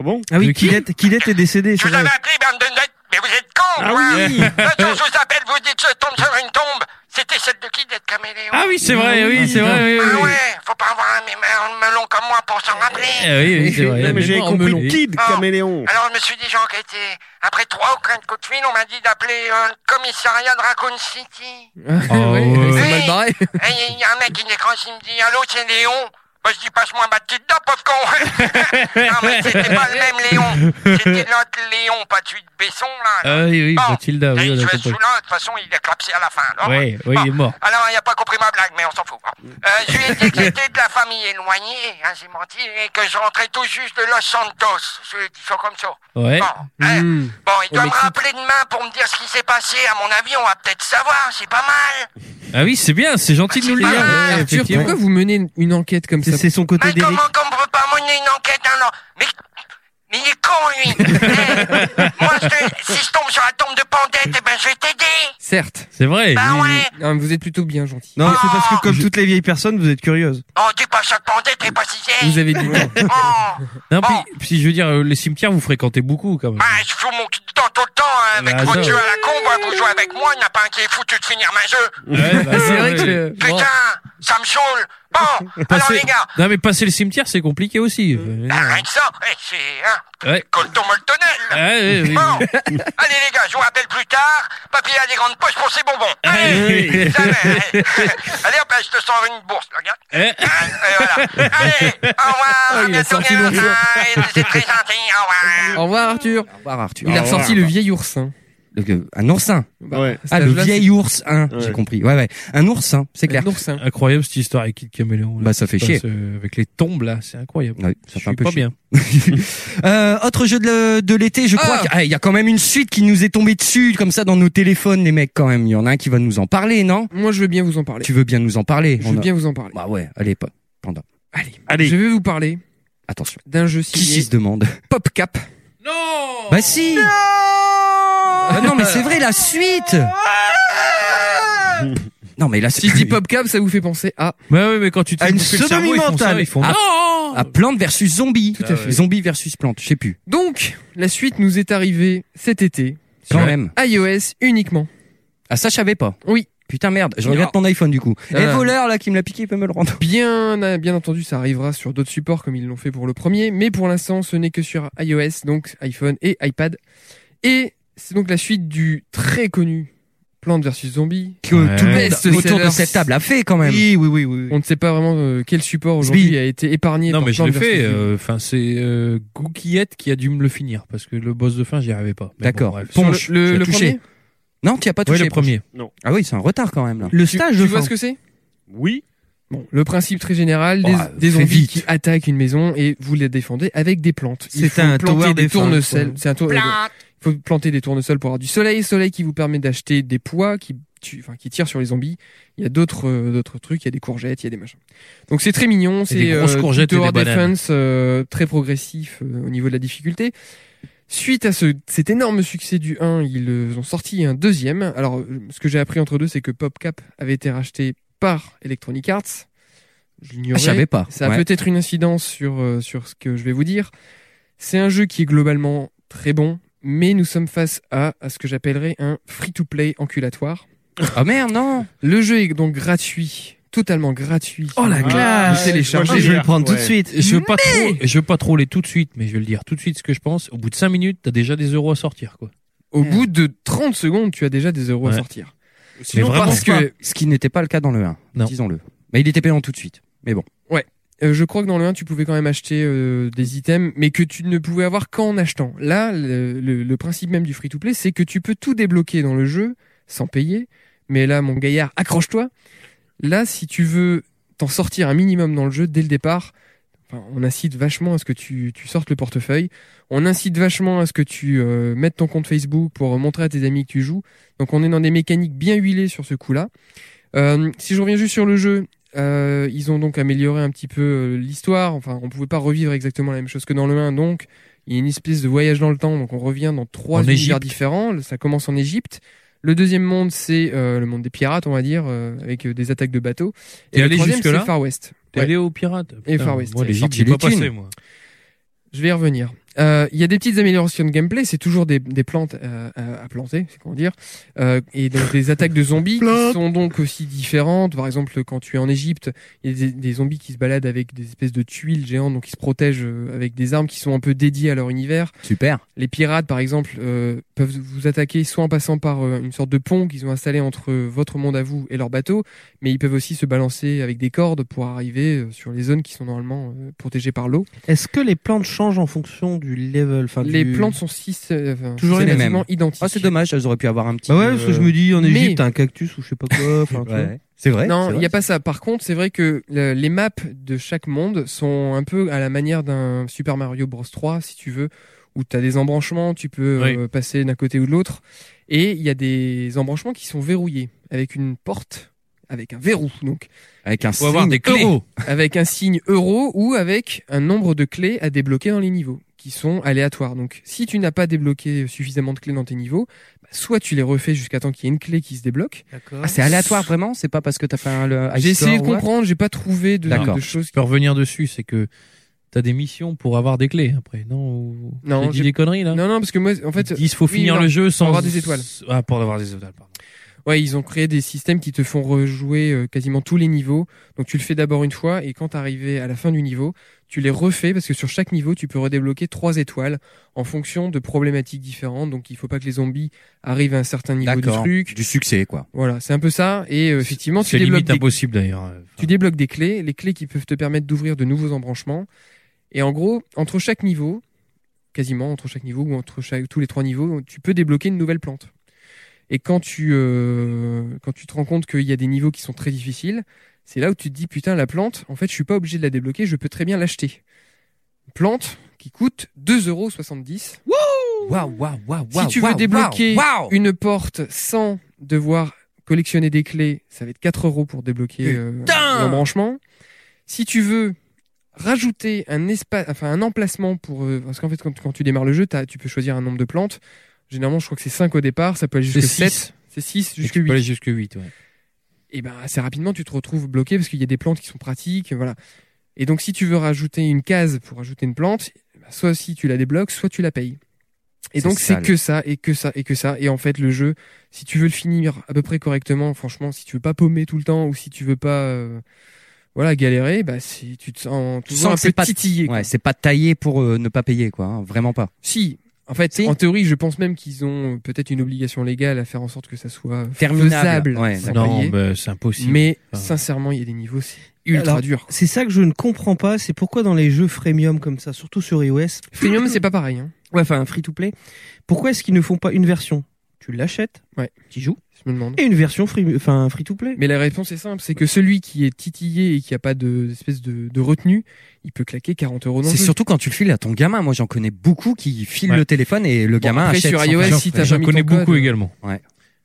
I: Bon. Ah oui, Killette, Killette est décédé,
S: Je
I: c'est
S: vous
I: vrai.
S: avais appelé, bande de notes, mais vous êtes cons,
I: Ah
S: quoi.
I: oui.
S: Le jour où je vous appelle, vous dites je tombe sur une tombe. C'était celle de qui d'être caméléon
K: Ah oui, c'est vrai, oui, c'est vrai, oui,
S: Ah
K: oui.
S: ouais, faut pas avoir un mé- un melon comme moi pour s'en rappeler.
K: Eh oui, oui, c'est vrai.
O: Non, mais j'ai
K: Mémoire
O: compris
K: melon.
O: Kid Caméléon.
S: Alors je me suis dit, j'ai enquêté. Après trois ou quatre coups de fil, on m'a dit d'appeler euh, le commissariat de Raccoon City.
K: Ah
H: ouais,
S: ouais.
H: Oh, c'est mal barré.
S: Et il y, a un mec qui décroche, il me dit, allô, c'est Léon. Moi, je dis, passe-moi ma petite dent, pauvre con. non, mais c'était pas le même Léon. C'était l'autre Léon, pas celui de Besson, là.
K: Ah oui, oui, Mathilda, oui,
S: Eh, Je
K: on a
S: vais
K: compris.
S: sous l'un, de toute façon, il est clapsé à la fin. non
K: Oui, oui, il est mort.
S: Alors, il a pas compris ma blague, mais on s'en fout. bon. Euh, je lui ai dit que j'étais de la famille éloignée, hein, j'ai menti, et que je rentrais tout juste de Los Santos. Je lui ai dit ça comme ça.
K: Ouais. Oh,
S: Bon, Eh. il
K: Au
S: doit me
K: Mexique.
S: rappeler demain pour me dire ce qui s'est passé. À mon avis, on va peut-être savoir, c'est pas mal.
K: Ah oui, c'est bien, c'est gentil de nous le dire.
H: Ah,
K: Ouais,
H: Arthur,
K: effectivement.
H: pourquoi vous menez une enquête comme ça
I: C'est son
S: Mais Bah, comment qu'on peut pas mener une enquête alors Mais, mais il est con, lui. Eh, moi, je te- si je tombe sur la tombe de Pandette, eh ben, je vais t'aider.
H: Certes.
K: C'est vrai.
S: Bah ouais.
H: Non, mais vous êtes plutôt bien gentil.
I: Non, mais c'est parce que comme toutes les vieilles personnes, vous êtes curieuses.
S: Oh, dis pas ça de Pandette, t'es pas si vieille. Oh.
H: Vous avez dit non.
K: Non, puis, puis je veux dire, euh, les cimetières, vous fréquentez beaucoup quand même.
S: Ah, je fous mon cul dedans tout le temps, hein, avec
K: Bah,
S: votre
K: ça,
S: jeu
K: ouais.
S: à la con, bah, vous jouez avec moi, il n'y en a pas un qui est foutu de finir ma jeu.
K: Ouais, bah,
H: C'est
K: ouais,
H: vrai
K: ouais.
H: que-
S: Putain, ça me saoule. Bon, euh, alors
K: Passer-
S: les gars,
K: Non, mais passer le cimetière, c'est compliqué aussi. Euh,
S: Ah, rien que ça, eh, c'est, hein,
K: Ouais. Ah,
S: Colton
K: Ouais,
S: Moltonel.
K: ouais, ouais.
S: Bon, allez les gars, je vous rappelle plus tard, papy a des grandes poches pour ses bonbons.
K: Ah, Allez.
S: Allez, jamais, allez. Allez, hop, je te sors une bourse, là, regarde.
K: Eh. Ah,
S: Allez, voilà. Allez, au revoir, à
H: Oh, il a
S: bientôt,
H: sorti
S: les
H: l'ourson.
S: gars. C'est très gentil, au revoir.
H: Au revoir, Arthur. Au revoir, Arthur. Il a
E: Au
H: ressorti
E: revoir.
H: le vieil oursin.
E: Donc, euh, bah. un oursin.
K: Bah,
H: Ouais.
E: Ah, le
H: Cet âge-là,
E: vieil
H: c'est-
E: ours, hein,
H: Ouais.
E: j'ai compris. Ouais, ouais. Un oursin, c'est clair.
K: hein. Incroyable cette histoire avec Kid Caméléon. là,
E: Bah, ça
K: ce qui
E: fait
K: se
E: chier.
K: passe, euh, Avec les tombes là, c'est incroyable.
E: Ouais, ça
K: Je
E: fait un
K: suis
E: peu
K: pas
E: chier.
K: bien.
E: Euh, autre jeu de le- de l'été, je crois
K: Ah
E: qu'il ah, il y a quand même une suite qui nous est tombée dessus, comme ça, dans nos téléphones, les mecs, quand même. Il y en a un qui va nous en parler, non
H: Moi, je veux bien vous en parler.
E: Tu veux bien nous en parler
H: Je veux bien vous en parler.
E: Bah ouais, allez, pa- Panda.
H: Allez. Je vais vous parler
E: Attention.
H: d'un jeu
E: Qui s'y
H: signé
E: se demande
H: PopCap.
E: Bah si Non, Ah, non mais c'est vrai, la suite
H: Ah.
E: Non mais la
H: Si je dis PopCap, ça vous fait penser à...
K: Bah oui, mais quand tu te
H: À
K: fais
H: une
K: bouffer le cerveau,
H: sodomie
K: ils font ça,
H: mentale.
K: ils font
H: Ah,
K: non
E: à plante versus zombie.
H: Tout à fait.
E: Zombie versus plante, je sais plus.
H: Donc, la suite nous est arrivée cet été.
E: Quand
H: sur
E: même.
H: iOS uniquement.
E: Ah ça je savais pas.
H: Oui.
E: Putain merde, je regarde ton iPhone du coup. Et
H: Ah.
E: voleur là qui me l'a piqué, il peut me le rendre.
H: Bien, euh, bien entendu, ça arrivera sur d'autres supports comme ils l'ont fait pour le premier, mais pour l'instant, ce n'est que sur iOS, donc iPhone et iPad. Et c'est donc la suite du très connu Plante vs Zombie.
E: Que tout le monde
H: Best
E: autour de
H: seller.
E: cette table a fait quand même.
H: Oui,
I: oui, oui.
H: On ne sait pas vraiment euh, quel support aujourd'hui
K: Sbi.
H: a été épargné.
K: Non,
H: par
K: mais je
H: Plante
K: l'ai
H: vs.
K: fait.
H: Zombie.
K: euh, Enfin, c'est euh, Gouquillette qui a dû me le finir parce que le boss de fin, j'y arrivais pas. Mais
E: D'accord.
K: bon, bref.
H: Sur
E: Ponche,
H: le,
E: tu as
H: le
E: touché.
H: premier
E: Non, tu as pas
K: Oui,
E: touché.
K: le premier.
E: Ah oui, c'est un retard quand même là.
I: Le
H: Tu,
I: stage
H: tu
I: de
H: vois
I: fin.
H: ce que c'est
O: Oui.
H: Bon, le principe très général, des,
E: Ouah,
H: des
E: fais
H: zombies
E: vite.
H: qui attaquent une maison et vous les défendez avec des plantes. Il
E: C'est
H: faut
E: un
H: planter
E: tower
H: des
E: défense,
H: tournesols.
E: quoi.
H: C'est un tour-
E: Plante.
H: Il faut planter des tournesols pour avoir du soleil. Soleil qui vous permet d'acheter des pois qui tuent- enfin, qui tirent sur les zombies. Il y a d'autres euh, d'autres trucs. Il y a des courgettes, il y a des machins. Donc c'est très mignon. C'est
K: des grosses
H: euh,
K: courgettes et
H: tower
K: des bananes.
H: defense euh, très progressif euh, au niveau de la difficulté. Suite à ce, cet énorme succès du 1, ils euh, ont sorti un deuxième. Alors, euh, ce que j'ai appris entre deux, c'est que PopCap avait été racheté par Electronic Arts. Je l'ignorais.
E: Ah, je savais pas.
H: Ça a
E: Ouais.
H: peut-être une incidence sur, euh, sur ce que je vais vous dire. C'est un jeu qui est globalement très bon, mais nous sommes face à, à ce que j'appellerais un free-to-play enculatoire.
E: Ah merde, non
H: Le jeu est donc gratuit, totalement gratuit.
K: Oh, la
E: Ah,
K: classe.
H: Vous téléchargez.
K: Je veux pas
H: Mais-
K: trop, je veux pas trop les tout de suite, mais je vais le dire tout de suite ce que je pense. Au bout de 5 minutes, t'as déjà des euros à sortir, quoi.
H: Au bout de 30 secondes, tu as déjà des euros
K: Ouais.
H: à sortir.
E: Mais
H: Sinon,
E: vraiment
H: parce que
E: Ce qui n'était pas le cas dans le 1,
H: Non.
E: disons-le. Mais il était payant tout de suite. Mais bon.
H: Ouais. Euh, je crois que dans le 1, tu pouvais quand même acheter euh, des items, mais que tu ne pouvais avoir qu'en achetant. Là, le, le- le principe même du free-to-play, c'est que tu peux tout débloquer dans le jeu sans payer. Mais là, mon gaillard, accroche-toi. Là, si tu veux t'en sortir un minimum dans le jeu dès le départ, enfin, on incite vachement à ce que tu, tu sortes le portefeuille. On incite vachement à ce que tu euh, mettes ton compte Facebook pour euh, montrer à tes amis que tu joues. Donc on est dans des mécaniques bien huilées sur ce coup-là. Euh, si je reviens juste sur le jeu, euh, ils ont donc amélioré un petit peu euh, l'histoire. Enfin, on pouvait pas revivre exactement la même chose que dans le 1, donc il y a une espèce de voyage dans le temps. Donc on revient dans trois
K: En
H: univers
K: Égypte.
H: différents. Le- Ça commence en Égypte. Le deuxième monde, c'est euh, le monde des pirates, on va dire, euh, avec euh, des attaques de bateaux.
K: T'es
H: Et le
K: allé
H: troisième,
K: jusque-là
H: c'est Far West.
K: T'es
H: Ouais.
K: allé aux pirates
H: Et
K: Putain,
H: Far West.
K: Moi, l'Égypte,
H: Sorti
K: j'ai
H: les
K: pas passé,
H: thunes.
K: moi.
H: Je vais y revenir. Euh, Il y a des petites améliorations de gameplay, c'est toujours des, des plantes euh, à, à planter, c'est comment dire, Euh, et donc des attaques de zombies qui sont donc aussi différentes. Par exemple, quand tu es en Égypte, il y a des, des zombies qui se baladent avec des espèces de tuiles géantes, donc ils se protègent euh, avec des armes qui sont un peu dédiées à leur univers.
E: Super.
H: Les pirates, par exemple, euh, peuvent vous attaquer soit en passant par euh, une sorte de pont qu'ils ont installé entre euh, votre monde à vous et leur bateau, mais ils peuvent aussi se balancer avec des cordes pour arriver euh, sur les zones qui sont normalement euh, protégées par l'eau.
I: Est-ce que les plantes changent en fonction du level enfin,
H: Les
I: du-
H: plantes sont six, euh, enfin,
I: Toujours les mêmes.
H: systématiquement identiques.
E: Ah, c'est dommage, elles auraient pu avoir un petit.
I: Bah ouais, parce que je me dis, en
H: Mais-
I: Égypte, t'as un cactus ou je sais pas quoi. enfin, tu
E: Ouais.
I: vois.
E: C'est vrai.
H: Non,
E: c'est
H: il
E: vrai.
H: n'y a pas ça. Par contre, c'est vrai que le- les maps de chaque monde sont un peu à la manière d'un Super Mario Bros 3, si tu veux, où tu as des embranchements, tu peux euh, passer d'un côté ou de l'autre. Et il y a des embranchements qui sont verrouillés, avec une porte, avec un verrou. Donc,
E: Avec un
H: Faut avoir
E: signe
H: des clés.
E: euro.
H: avec un signe euro ou avec un nombre de clés à débloquer dans les niveaux qui sont aléatoires. Donc si tu n'as pas débloqué suffisamment de clés dans tes niveaux, bah, soit tu les refais jusqu'à temps qu'il y ait une clé qui se débloque.
E: Ah, c'est aléatoire vraiment C'est pas parce que t'as fait un. le- high
H: J'ai
E: score
H: essayé de
E: ou what
H: comprendre, j'ai pas trouvé de,
K: D'accord.
H: de choses.
K: Je peux revenir dessus, c'est que t'as des missions pour avoir des clés après, non ou- J'ai dit
H: j'ai-
K: des conneries là.
H: Non, non, parce que moi, en fait,
K: Il faut
H: oui,
K: finir
H: non,
K: le jeu sans
H: avoir des étoiles.
K: Ah, pour avoir des étoiles. pardon.
H: Ouais, ils ont créé des systèmes qui te font rejouer euh, quasiment tous les niveaux. Donc tu le fais d'abord une fois et quand t'arrives à la fin du niveau, tu les refais parce que sur chaque niveau, tu peux redébloquer trois étoiles en fonction de problématiques différentes. Donc il faut pas que les zombies arrivent à un certain niveau du
E: D'accord.
H: truc.
E: Du succès, quoi.
H: Voilà, c'est un peu ça. Et euh, effectivement, tu
K: C'est
H: débloques,
K: limite
H: des...
K: impossible
E: euh,
K: d'ailleurs.
H: tu débloques des clés, les clés qui peuvent te permettre d'ouvrir de nouveaux embranchements. Et en gros, entre chaque niveau, quasiment entre chaque niveau ou entre chaque- tous les trois niveaux, tu peux débloquer une nouvelle plante. Et quand tu, euh, quand tu te rends compte qu'il y a des niveaux qui sont très difficiles, c'est là où tu te dis putain la plante, en fait je suis pas obligé de la débloquer, je peux très bien l'acheter. Une plante qui coûte 2,70€.
E: Waouh, waouh, waouh,
H: Si tu veux débloquer une porte sans devoir collectionner des clés, ça va être 4 euros pour débloquer euh,
E: Putain
H: l'embranchement. Si tu veux rajouter un espace, enfin un emplacement pour, euh, parce qu'en fait quand, quand tu démarres le jeu, t'as- tu peux choisir un nombre de plantes. Généralement, je crois que c'est 5 au départ, ça peut aller
K: C'est
H: jusqu'à
K: six.
H: 7. C'est 6
K: Et
H: jusqu'à
K: tu
H: 8.
K: peux aller jusque 8, ouais.
H: Et ben assez rapidement, tu te retrouves bloqué parce qu'il y a des plantes qui sont pratiques, voilà. Et donc si tu veux rajouter une case pour rajouter une plante, ben, soit si tu la débloques, soit tu la payes. Et
E: C'est
H: donc c'est
E: sale.
H: que ça et que ça et que ça et en fait le jeu, si tu veux le finir à peu près correctement, franchement, si tu veux pas paumer tout le temps ou si tu veux pas euh, voilà galérer, bah si tu te sens
E: Tu
H: toujours
E: sens
H: un
E: que c'est
H: peu
E: pas
H: titillé. quoi.
E: Ouais, c'est pas taillé pour euh, ne pas payer, quoi. hein, Vraiment pas.
H: Si. En fait,
E: Si.
H: en théorie, je pense même qu'ils ont euh, peut-être une obligation légale à faire en sorte que ça soit
E: Terminable.
H: faisable.
E: Ouais,
H: sans
K: d'accord. Non,
H: payer.
K: mais c'est impossible.
H: Mais
K: Enfin.
H: sincèrement, il y a des niveaux c'est ultra
I: Alors,
H: dur.
I: C'est ça que je ne comprends pas, c'est pourquoi dans les jeux freemium comme ça, surtout sur iOS.
H: Freemium, c'est pas pareil. Hein.
I: Ouais, enfin, free to play. Pourquoi est-ce qu'ils ne font pas une version tu l'achètes,
H: ouais.
I: tu joues,
H: je me demande.
I: et une version free, enfin, free to play.
H: Mais la réponse est simple, c'est que celui qui est titillé et qui a pas de espèce de, de retenue, il peut claquer 40 euros non
E: C'est surtout quand tu le files à ton gamin. Moi, j'en connais beaucoup qui filent le téléphone et le gamin
H: après,
E: achète.
H: sur
E: sans
H: iOS,
E: faire-
H: si t'as
E: J'en
H: pas mis
E: connais
H: ton code,
E: beaucoup
H: euh,
E: également. Ouais.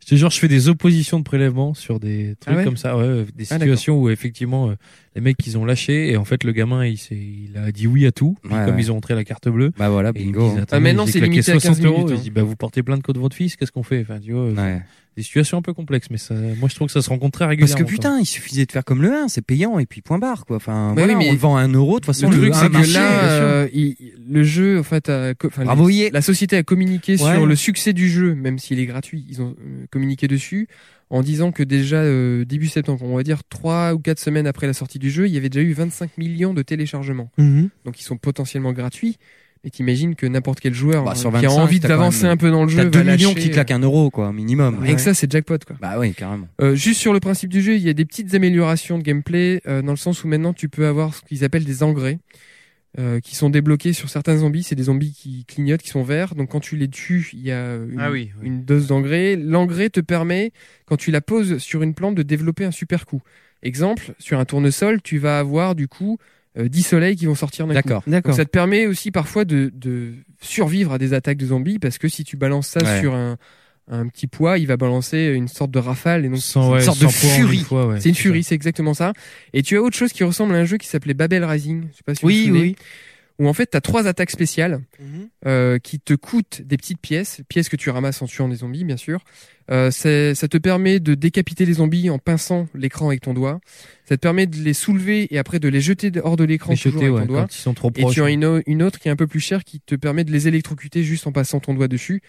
K: Je te jure, je fais des oppositions de prélèvements sur des trucs
H: Ah ouais
K: comme ça, ouais, euh, des
H: Ah,
K: situations où effectivement euh, les mecs ils ont lâché et en fait le gamin il, s'est- il a dit oui à tout, puis
H: Ouais,
K: comme
H: ouais.
K: ils ont entré la carte bleue.
E: Bah voilà, bingo.
K: Ils disent,
E: hein.
K: attendez,
H: maintenant,
K: j'ai
H: c'est
K: claqué
H: limité à
K: 60
H: 15 minutes,
K: minutes.
H: hein.
K: Ils disent, bah vous portez plainte contre votre fils, qu'est-ce qu'on fait Enfin, tu vois, euh, c'est des situations un peu complexes, mais ça, moi je trouve que ça se rencontre très
E: Parce
K: régulièrement.
E: que putain, il suffisait de faire comme le 1, c'est payant et puis point barre quoi. Enfin,
H: Bah
E: voilà,
H: oui, mais
E: on le vend à 1 euro, de toute façon
H: le truc,
E: un
H: c'est
E: marché,
H: que
E: bien
H: là,
E: sûr.
H: euh, il- il- le jeu, enfin, t'as co- enfin,
E: Bravo,
H: la société a communiqué
E: Ouais.
H: sur le succès du jeu, même s'il est gratuit. Ils ont euh, communiqué dessus en disant que déjà euh, début septembre, on va dire trois ou quatre semaines après la sortie du jeu, il y avait déjà eu 25 millions de téléchargements.
I: Mhm.
H: Donc ils sont potentiellement gratuits. Et t'imagines que n'importe quel joueur
E: Bah,
H: euh,
E: sur
H: qui
E: 25,
H: a envie
E: t'as quand
H: d'avancer
E: même-
H: un peu dans le
E: T'as
H: jeu,
E: 2
H: va
E: millions
H: lâcher, euh,
E: qui claquent 1 euro quoi, minimum.
H: Rien que ça, c'est jackpot quoi.
E: Bah oui, carrément.
H: Euh, juste sur le principe du jeu, il y a des petites améliorations de gameplay euh, dans le sens où maintenant tu peux avoir ce qu'ils appellent des engrais euh, qui sont débloqués sur certains zombies. C'est des zombies qui clignotent, qui sont verts. Donc quand tu les tues, il y a une,
O: Ah oui,
H: une dose d'engrais. L'engrais te permet, quand tu la poses sur une plante, de développer un super coup. Exemple, sur un tournesol, tu vas avoir du coup euh, 10 soleils qui vont sortir d'un
E: D'accord.
H: coup.
E: D'accord.
H: Donc, ça te permet aussi parfois de, de survivre à des attaques de zombies parce que si tu balances ça
E: Ouais.
H: sur un, un petit poids, il va balancer une sorte de rafale et donc
K: Sans-
H: c'est
K: ouais,
H: une sorte
K: sans
H: de
K: poids en
H: furie.
K: une fois, ouais,
H: c'est une
K: c'est
H: furie, c'est exactement ça. Et tu as autre chose qui ressemble à un jeu qui s'appelait Babel Rising. Je sais pas si vous
I: Oui,
H: vous souvenez,
I: oui.
H: Où en fait, t'as trois attaques spéciales
K: Mhm.
H: euh, qui te coûtent des petites pièces, pièces que tu ramasses en tuant des zombies, bien sûr. Euh, c'est- ça te permet de décapiter les zombies en pinçant l'écran avec ton doigt. Ça te permet de les soulever et après de les jeter hors de l'écran
K: Les
H: toujours
K: jeter,
H: avec
K: ouais,
H: ton doigt.
K: quand ils sont trop
H: Et
K: proches,
H: tu as
K: ouais.
H: une, o- une autre qui est un peu plus chère qui te permet de les électrocuter juste en passant ton doigt dessus.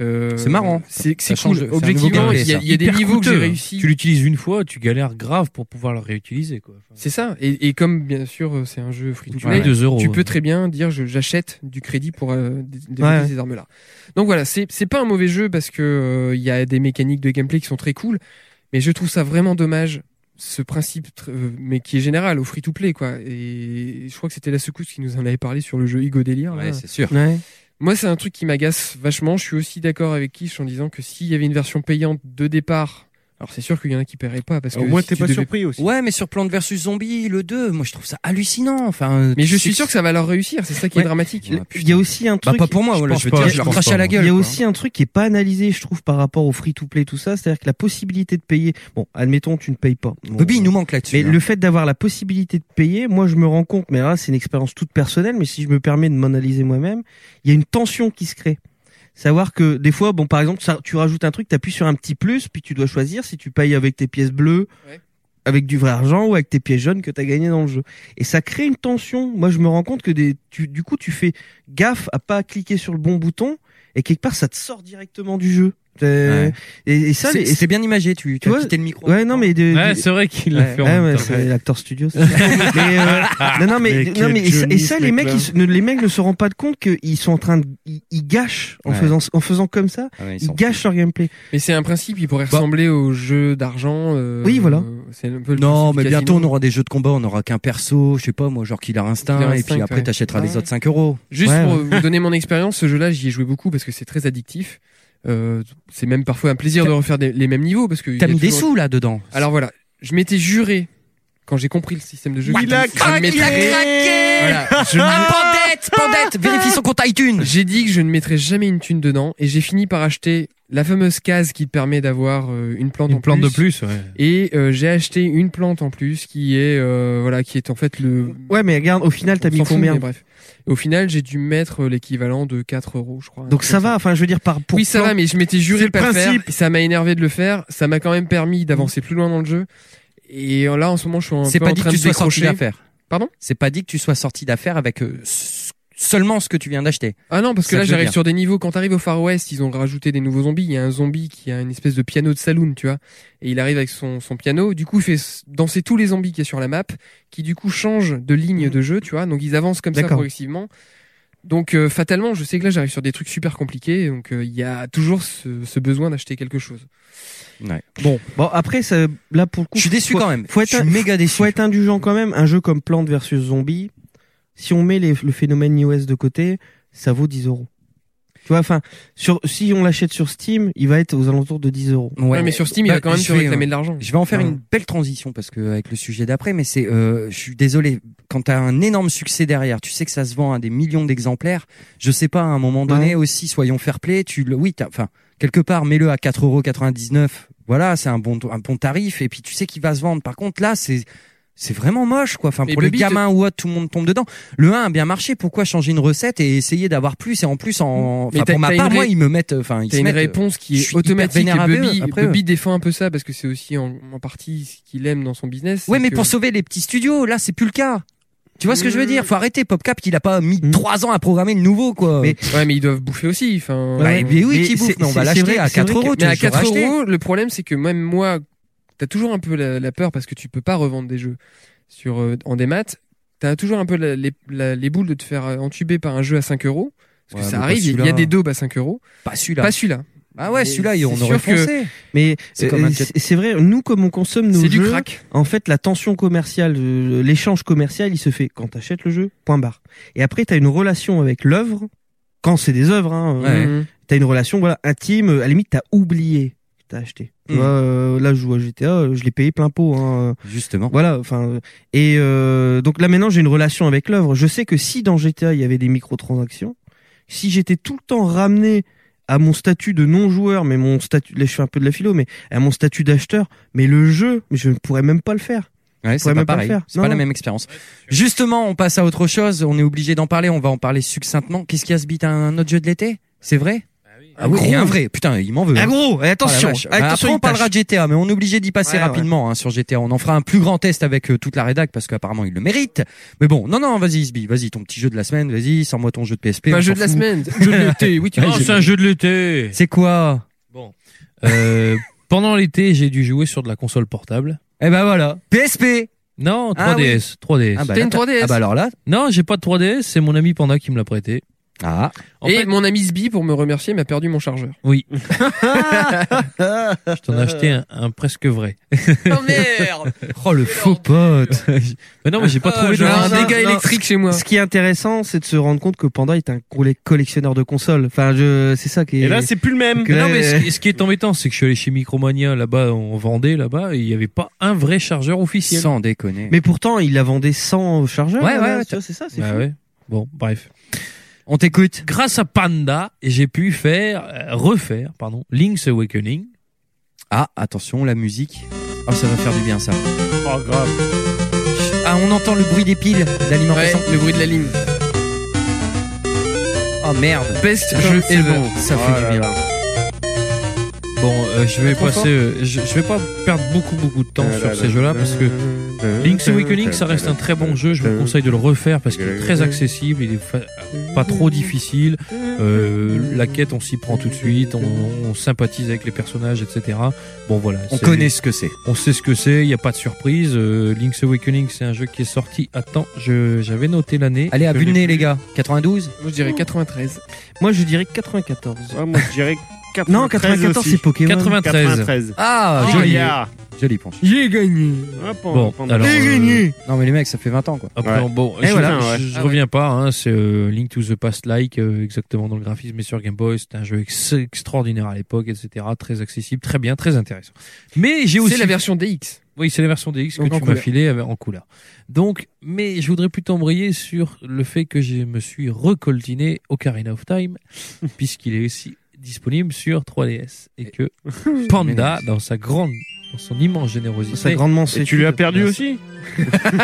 H: Euh,
K: C'est marrant.
H: C'est
K: Ça
H: c'est
K: change de-
H: cool.
K: c'est un nouveau
H: Objectivement,
K: gameplay,
H: il y a,
K: ça.
H: il y a des
K: Hyper
H: niveaux que j'ai
K: coûteux. hein.
H: réussi.
K: Tu l'utilises une fois, tu galères grave pour pouvoir le réutiliser quoi.
H: C'est ça. Et, et comme bien sûr euh, c'est un jeu free to
K: Tu
H: play,
K: payes deux euros, hein.
H: tu
K: ouais.
H: peux très bien dire je- j'achète du crédit pour euh, dé- développer
K: Ouais.
H: ces armes là. Donc voilà, c'est c'est pas un mauvais jeu parce que euh, il y a des mécaniques de gameplay qui sont très cool, mais je trouve ça vraiment dommage ce principe tr- euh, mais qui est général au free to play quoi. Et je crois que c'était la secousse qui nous en avait parlé sur le jeu Hugo Délire.
E: Ouais,
H: là.
E: c'est sûr.
I: Ouais.
H: Moi, c'est un truc qui m'agace vachement. Je suis aussi d'accord avec Kish en disant que s'il y avait une version payante de départ, alors c'est sûr qu'il y en a qui paieraient pas parce que si tu devais-
E: Ouais, mais sur Plante vs Zombie, le 2, moi je trouve ça hallucinant. Enfin,
H: Mais je suis sûr que ça va leur réussir, c'est ça qui est dramatique.
I: Il y a aussi un
E: Bah,
I: truc.
E: pas pour moi, voilà, je veux dire, je leur crache à la gueule,
I: Il y a
E: quoi.
I: aussi un truc qui est pas analysé, je trouve, par rapport au free to play, tout ça. C'est-à-dire que la possibilité de payer. Bon, admettons, tu ne payes pas. Bon, euh,
E: Bobby, il nous manque là-dessus.
I: Mais
E: hein.
I: le fait d'avoir la possibilité de payer, moi je me rends compte, mais là c'est une expérience toute personnelle, mais si je me permets de m'analyser moi-même, il y a une tension qui se crée. Savoir que des fois, bon par exemple, ça, tu rajoutes un truc, t'appuies sur un petit plus, puis tu dois choisir si tu payes avec tes pièces bleues, avec du vrai argent ou avec tes pièces jaunes que t'as gagné dans le jeu. Et ça crée une tension. Moi je me rends compte que des, tu- du coup tu fais gaffe à pas cliquer sur le bon bouton, et quelque part ça te sort directement du jeu. Euh,
E: Ouais.
I: Et, et ça,
E: C'est-
I: les-
E: c'est bien imagé, tu- tu as
I: vois,
E: quitté le micro.
I: Ouais, non, mais de-
K: Ouais,
I: du-
K: c'est vrai qu'il l'a
I: Ouais,
K: fait en
I: ouais,
K: même
I: ouais,
K: temps.
I: c'est l'acteur studio. c'est ça. mais euh, non, non, mais,
K: Mais
I: non,
K: quel
I: mais et ça, et
K: Johnny,
I: ça,
K: ce
I: les mecs,
K: mec-là.
I: ils, se- ne, les mecs ne se rendent pas de compte qu'ils sont en train de, ils, ils gâchent en
H: Ouais.
I: faisant, en faisant comme ça.
H: Ah ouais, ils
I: ils
H: s'en
I: gâchent leur gameplay.
H: Mais c'est un principe, il pourrait ressembler au jeu d'argent. euh,
I: Oui, voilà.
H: euh, C'est un peu le
E: Non,
H: principe
E: mais
H: du casino.
E: bientôt on aura des jeux de combat, on aura qu'un perso, je sais pas, moi, genre Killer Instinct,
H: Killer
E: et puis
H: Instinct,
E: après
H: ouais.
E: t'achèteras
H: Ah
E: les
H: ouais.
E: autres 5 euros.
H: Juste
E: Ouais,
H: pour euh,
E: ouais.
H: vous donner mon expérience, ce jeu-là, j'y ai joué beaucoup parce que c'est très addictif. Euh, c'est même parfois un plaisir de refaire des- les mêmes niveaux parce que il y
E: T'as
H: a
E: mis des
H: toujours-
E: sous là dedans.
H: Alors voilà, je m'étais juré quand j'ai compris le système de jeu.
E: Il
H: je-
E: a
H: je
E: craqué
H: mettrais-
E: Il a craqué
H: Voilà, je-
E: Ah, Pandette, Pandette, vérifie son compte iTunes.
H: J'ai dit que je ne mettrais jamais une thune dedans et j'ai fini par acheter la fameuse case qui te permet d'avoir euh, une plante en
K: Une plante de
H: plus.
K: plus, ouais.
H: Et euh, j'ai acheté une plante en plus qui est euh, voilà qui est en fait le
I: Ouais, mais regarde, au final, t'as
H: On
I: mis
H: s'en fout,
I: combien
H: mais bref. Au final, j'ai dû mettre euh, l'équivalent de 4 euros, je crois.
I: Donc ça va, enfin, je veux dire, par pour
H: oui, ça
I: plan-
H: va, mais je m'étais juré
I: C'est
H: de pas le faire.
I: principe.
H: et Ça m'a énervé de le faire. Ça m'a quand même permis d'avancer plus loin dans le jeu. Et euh, là, en ce moment, je suis un
E: C'est
H: peu
E: pas
H: en
E: dit que
H: train
E: tu
H: de
E: sois sorti
H: décrocher.
E: d'affaires.
H: Pardon
E: C'est pas dit que tu sois sorti d'affaires avec euh, s- seulement ce que tu viens d'acheter.
H: Ah non, parce que
E: Ça
H: là,
E: veut
H: j'arrive
E: dire.
H: sur des niveaux. Quand t'arrives au Far West, ils ont rajouté des nouveaux zombies. Il y a un zombie qui a une espèce de piano de saloon, tu vois. Et il arrive avec son, son piano. Du coup, il fait s- danser tous les zombies qui est sur la map, qui du coup changent de ligne de jeu, tu vois. Donc ils avancent comme ça
I: D'accord.
H: progressivement. Donc euh, fatalement, je sais que là, j'arrive sur des trucs super compliqués. Donc euh, il y a toujours ce, ce besoin d'acheter quelque chose.
I: Bon, bon après ça, là pour le coup,
E: Je suis déçu
I: faut-
E: quand même.
I: Faut être
E: Je suis méga déçu.
I: Faut être indulgent quand même. Un jeu comme Plante versus Zombie, si on met les- le phénomène iOS de côté, ça vaut 10 euros. Tu vois, enfin, sur, si on l'achète sur Steam, il va être aux alentours de 10 euros.
H: Ouais, mais sur Steam, il
I: Bah,
H: a quand même
I: je
H: pu
I: vais,
H: réclamer
I: euh,
H: de l'argent.
E: Je vais en faire
H: Ouais.
E: une belle transition parce que avec le sujet d'après, mais c'est, euh, je suis désolé, quand t'as un énorme succès derrière, tu sais que ça se vend à des millions d'exemplaires. Je sais pas, à un moment donné aussi, soyons fair-play. Tu le, oui, t'as- enfin, quelque part, mets-le à 4,99€. Voilà, c'est un bon, un bon tarif. Et puis tu sais qu'il va se vendre. Par contre, là, c'est c'est vraiment moche, quoi. Enfin,
H: Mais
E: pour les
H: Bubby,
E: gamins ou autres, tout le monde tombe dedans. Le 1 a bien marché. Pourquoi changer une recette et essayer d'avoir plus et en plus en,
H: Mais
E: enfin,
H: t'as-
E: pour ma
H: t'as une
E: part,
H: ré-
E: moi, ils me mettent, enfin, ils
H: T'as
E: se
H: une
E: mettent, euh,
H: réponse qui
E: je
H: est
E: suis hyper
H: automatique.
E: vénérable
H: Et
E: à eux
H: Bubby,
E: après, euh.
H: Bubby
E: ouais.
H: défend un peu ça parce que c'est aussi en, en partie ce qu'il aime dans son business.
E: Ouais,
H: c'est
E: mais
H: que- Mmh.
E: pour sauver les petits studios, là, c'est plus le cas. Tu vois ce que je veux dire Faut arrêter PopCap, qu'il a pas mis trois ans à programmer le nouveau, quoi.
H: Mais ouais, mais ils doivent bouffer aussi. Enfin,
E: Bah, mais oui, qui bouffe, mais on va l'acheter à 4 euros, tu
H: Mais à
E: vois, je l'aurais
H: 4
E: acheté.
H: euros, le problème c'est que même moi, t'as toujours un peu la, la peur parce que tu peux pas revendre des jeux sur euh, en démat. T'as toujours un peu la- les, la- les boules de te faire euh, entuber par un jeu à 5 euros. Parce
I: Ouais,
H: que ça
I: mais pas
H: arrive, il y a
I: celui-là.
H: des daubes à 5 euros.
E: hein. Pas celui-là.
H: Pas celui-là.
E: Ah ouais,
H: Mais
E: celui-là,
H: c'est
E: on
H: sûr
E: aurait
H: que-
E: foncé.
I: Mais
E: C'est
I: euh,
E: comme un jet-
I: c'est c'est vrai, nous comme on consomme nos
H: C'est du
I: jeux,
H: crack.
I: en fait la tension commerciale, euh, l'échange commercial, il se fait quand t'achètes le jeu, point barre. Et après t'as une relation avec l'œuvre, quand c'est des œuvres, hein, euh,
E: Ouais.
I: t'as une relation voilà intime. euh, À la limite t'as oublié que t'as acheté. Tu
E: Mm.
I: vois, euh, là je joue à GTA, euh, je l'ai payé plein pot. Hein, euh,
E: Justement.
I: Voilà, enfin euh, et euh, donc là maintenant j'ai une relation avec l'œuvre. Je sais que si dans GTA il y avait des microtransactions, si j'étais tout le temps ramené à mon statut de non-joueur, mais mon statut, là je fais un peu de la philo, mais à mon statut d'acheteur, mais le jeu, mais je ne pourrais même pas le faire.
E: Ouais,
I: Je
E: c'est
I: pourrais
E: pas
I: même pas le
E: pareil.
I: faire.
E: C'est
I: Non,
E: pas la
I: non.
E: même expérience. Justement, on passe à autre chose. On est obligé d'en parler. On va en parler succinctement. Qu'est-ce qui a ce beat à un autre jeu de l'été C'est vrai ah oui,
I: gros.
E: il y a un vrai. Putain, il m'en veut.
I: Un
E: hein.
I: gros, et
E: la
I: attention,
E: vache.
I: attention,
E: Après, on
I: il
E: parlera
I: tâche.
E: de GTA, mais on est obligé d'y passer
I: Ouais,
E: rapidement hein, sur GTA. On en fera un plus grand test avec euh, toute la rédac parce qu'apparemment il le mérite. Mais bon, non, non, vas-y, Isbi, vas-y, ton petit jeu de la semaine, vas-y, sors-moi ton jeu de PSP.
H: Pas
I: Bah,
E: on
H: jeu
E: s'en
H: de la
E: fout.
H: semaine, jeu de l'été, oui, tu
K: Non,
H: vois.
K: c'est un jeu de l'été.
E: C'est quoi
K: Bon. Euh, pendant l'été, j'ai dû jouer sur de la console portable.
E: Eh ben voilà. PSP.
K: Non, 3DS,
E: Ah oui.
K: 3DS.
E: Ah bah T'as là, une t'as- 3DS? ah bah alors là.
K: Non, j'ai pas de 3DS, c'est mon ami Panda qui me l'a prêté.
E: Ah.
H: Et mon ami Sbi, pour me remercier, m'a perdu mon chargeur.
K: Oui. Je t'en ai acheté un, un presque vrai.
H: Oh merde
K: Oh le faux pote. mais non, mais j'ai pas trouvé de
I: Non, non, non.
H: chez moi.
I: Ce qui est intéressant, c'est de se rendre compte que Panda est un collé- collectionneur de consoles. Enfin, je, c'est ça qui est.
K: Et là, c'est
I: plus le même.
K: Mais non, mais ce, qui- ce qui est embêtant, c'est que je suis allé chez Micromania là-bas, on vendait là-bas, et il n'y avait pas un vrai chargeur officiel.
E: Sans déconner.
I: Mais pourtant, il la vendait sans chargeur.
K: Ouais,
I: là,
K: ouais,
I: là,
K: ouais,
I: tu vois, c'est ça, c'est
K: Bah
I: fou.
K: ouais. Bon, bref.
E: On t'écoute.
K: Grâce à Panda, j'ai pu faire, euh, refaire, pardon, Link's Awakening.
E: Ah, attention, la musique. Oh, ça va faire du bien, ça.
K: Oh, grave.
E: Ah, on entend le bruit des piles d'alimentation.
H: le bruit de la ligne.
E: Oh merde.
H: Best
E: Putain,
H: jeu
E: c'est
H: ever.
E: bon. Ça
K: Oh
E: fait du bien.
K: Bon, euh, je vais
E: Oh Trop fort.
K: passer, euh, je, je vais pas perdre beaucoup beaucoup de temps sur ces jeux-là parce que Link's Awakening, ça reste un très bon jeu. Je vous conseille de le refaire parce qu'il est très accessible, il est fa- pas trop difficile. Euh, la quête, on s'y prend tout de suite, on, on sympathise avec les personnages, etc. Bon voilà.
E: On
K: c'est-
E: connaît ce que c'est.
K: On sait ce que c'est, il n'y a pas de surprise. Euh, Link's Awakening, c'est un jeu qui est sorti. Attends, je j'avais noté l'année.
E: Allez, à
K: Je l'ai
E: vue de nez,
K: plus.
E: les gars. 92
H: Moi, je dirais 93.
I: Moi, je dirais 94.
O: moi, je dirais 93
I: Non, 94,
O: aussi.
I: c'est Pokémon.
K: 93.
O: 93.
E: Ah,
O: Oh,
E: joli.
O: yeah.
E: Joli punch.
H: J'ai gagné.
K: Bon, alors,
E: J'ai
K: euh,
E: gagné. Non, mais les mecs, ça fait 20 ans, quoi.
K: Après, Ah, bon,
E: Et
K: je,
E: voilà.
K: je-
H: Ah
K: je reviens pas, hein, c'est euh, Link to the Past Like, euh, exactement dans le graphisme, mais sur Game Boy, c'était un jeu ex- extraordinaire à l'époque, etc. Très accessible, très bien, très intéressant. Mais j'ai aussi...
H: C'est la version DX.
K: Oui, c'est la version DX que
H: Donc en
K: tu m'as
H: couleur.
K: filé avec- en couleur. Donc, mais je voudrais plutôt embrayer sur le fait que je me suis recoltiné Ocarina of Time, puisqu'il est aussi disponible sur 3DS et que Panda, dans sa grande, dans son immense générosité,
I: Sa grande mansuétude. Et tu lui as perdu
K: Merci.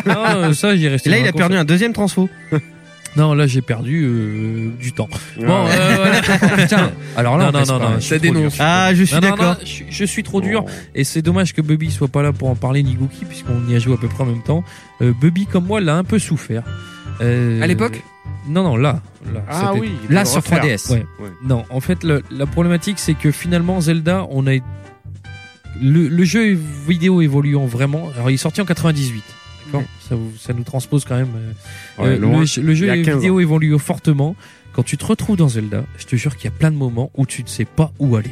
K: Non, euh, ça j'ai resté.
I: Là,
K: dans
I: il
K: la
I: a perdu
K: console.
I: un deuxième transfo.
K: Non, là j'ai perdu euh, du temps.
I: Ouais.
K: Bon, euh, voilà.
E: Putain. Alors là, on
K: non,
E: reste
K: non,
E: pas-
K: non, non,
E: ça
K: je suis trop
E: dénonce.
K: dur.
I: Ah, je suis
K: Non, non, non,
I: d'accord.
K: je, je suis trop dur et c'est dommage que Bubby soit pas là pour en parler ni Gookie puisqu'on y a joué à peu près en même temps. Euh, Bubby comme moi l'a un peu souffert. Euh,
H: À l'époque
K: Non, non, là. là
H: Ah
K: cet
H: oui,
K: été.
H: il peut le refaire.
K: Ouais.
H: Ouais.
K: Non, en fait, le- la problématique c'est que finalement Zelda, on a le, le jeu vidéo évoluant vraiment. Alors, il est sorti en 98. D'accord ça, vous- ça nous transpose quand même. euh,
O: Ouais,
K: euh,
O: loin.
K: le, jeu- le jeu
O: Il y a 15
K: vidéo
O: ans.
K: évolue fortement. Quand tu te retrouves dans Zelda, je te jure qu'il y a plein de moments où tu ne sais pas où aller.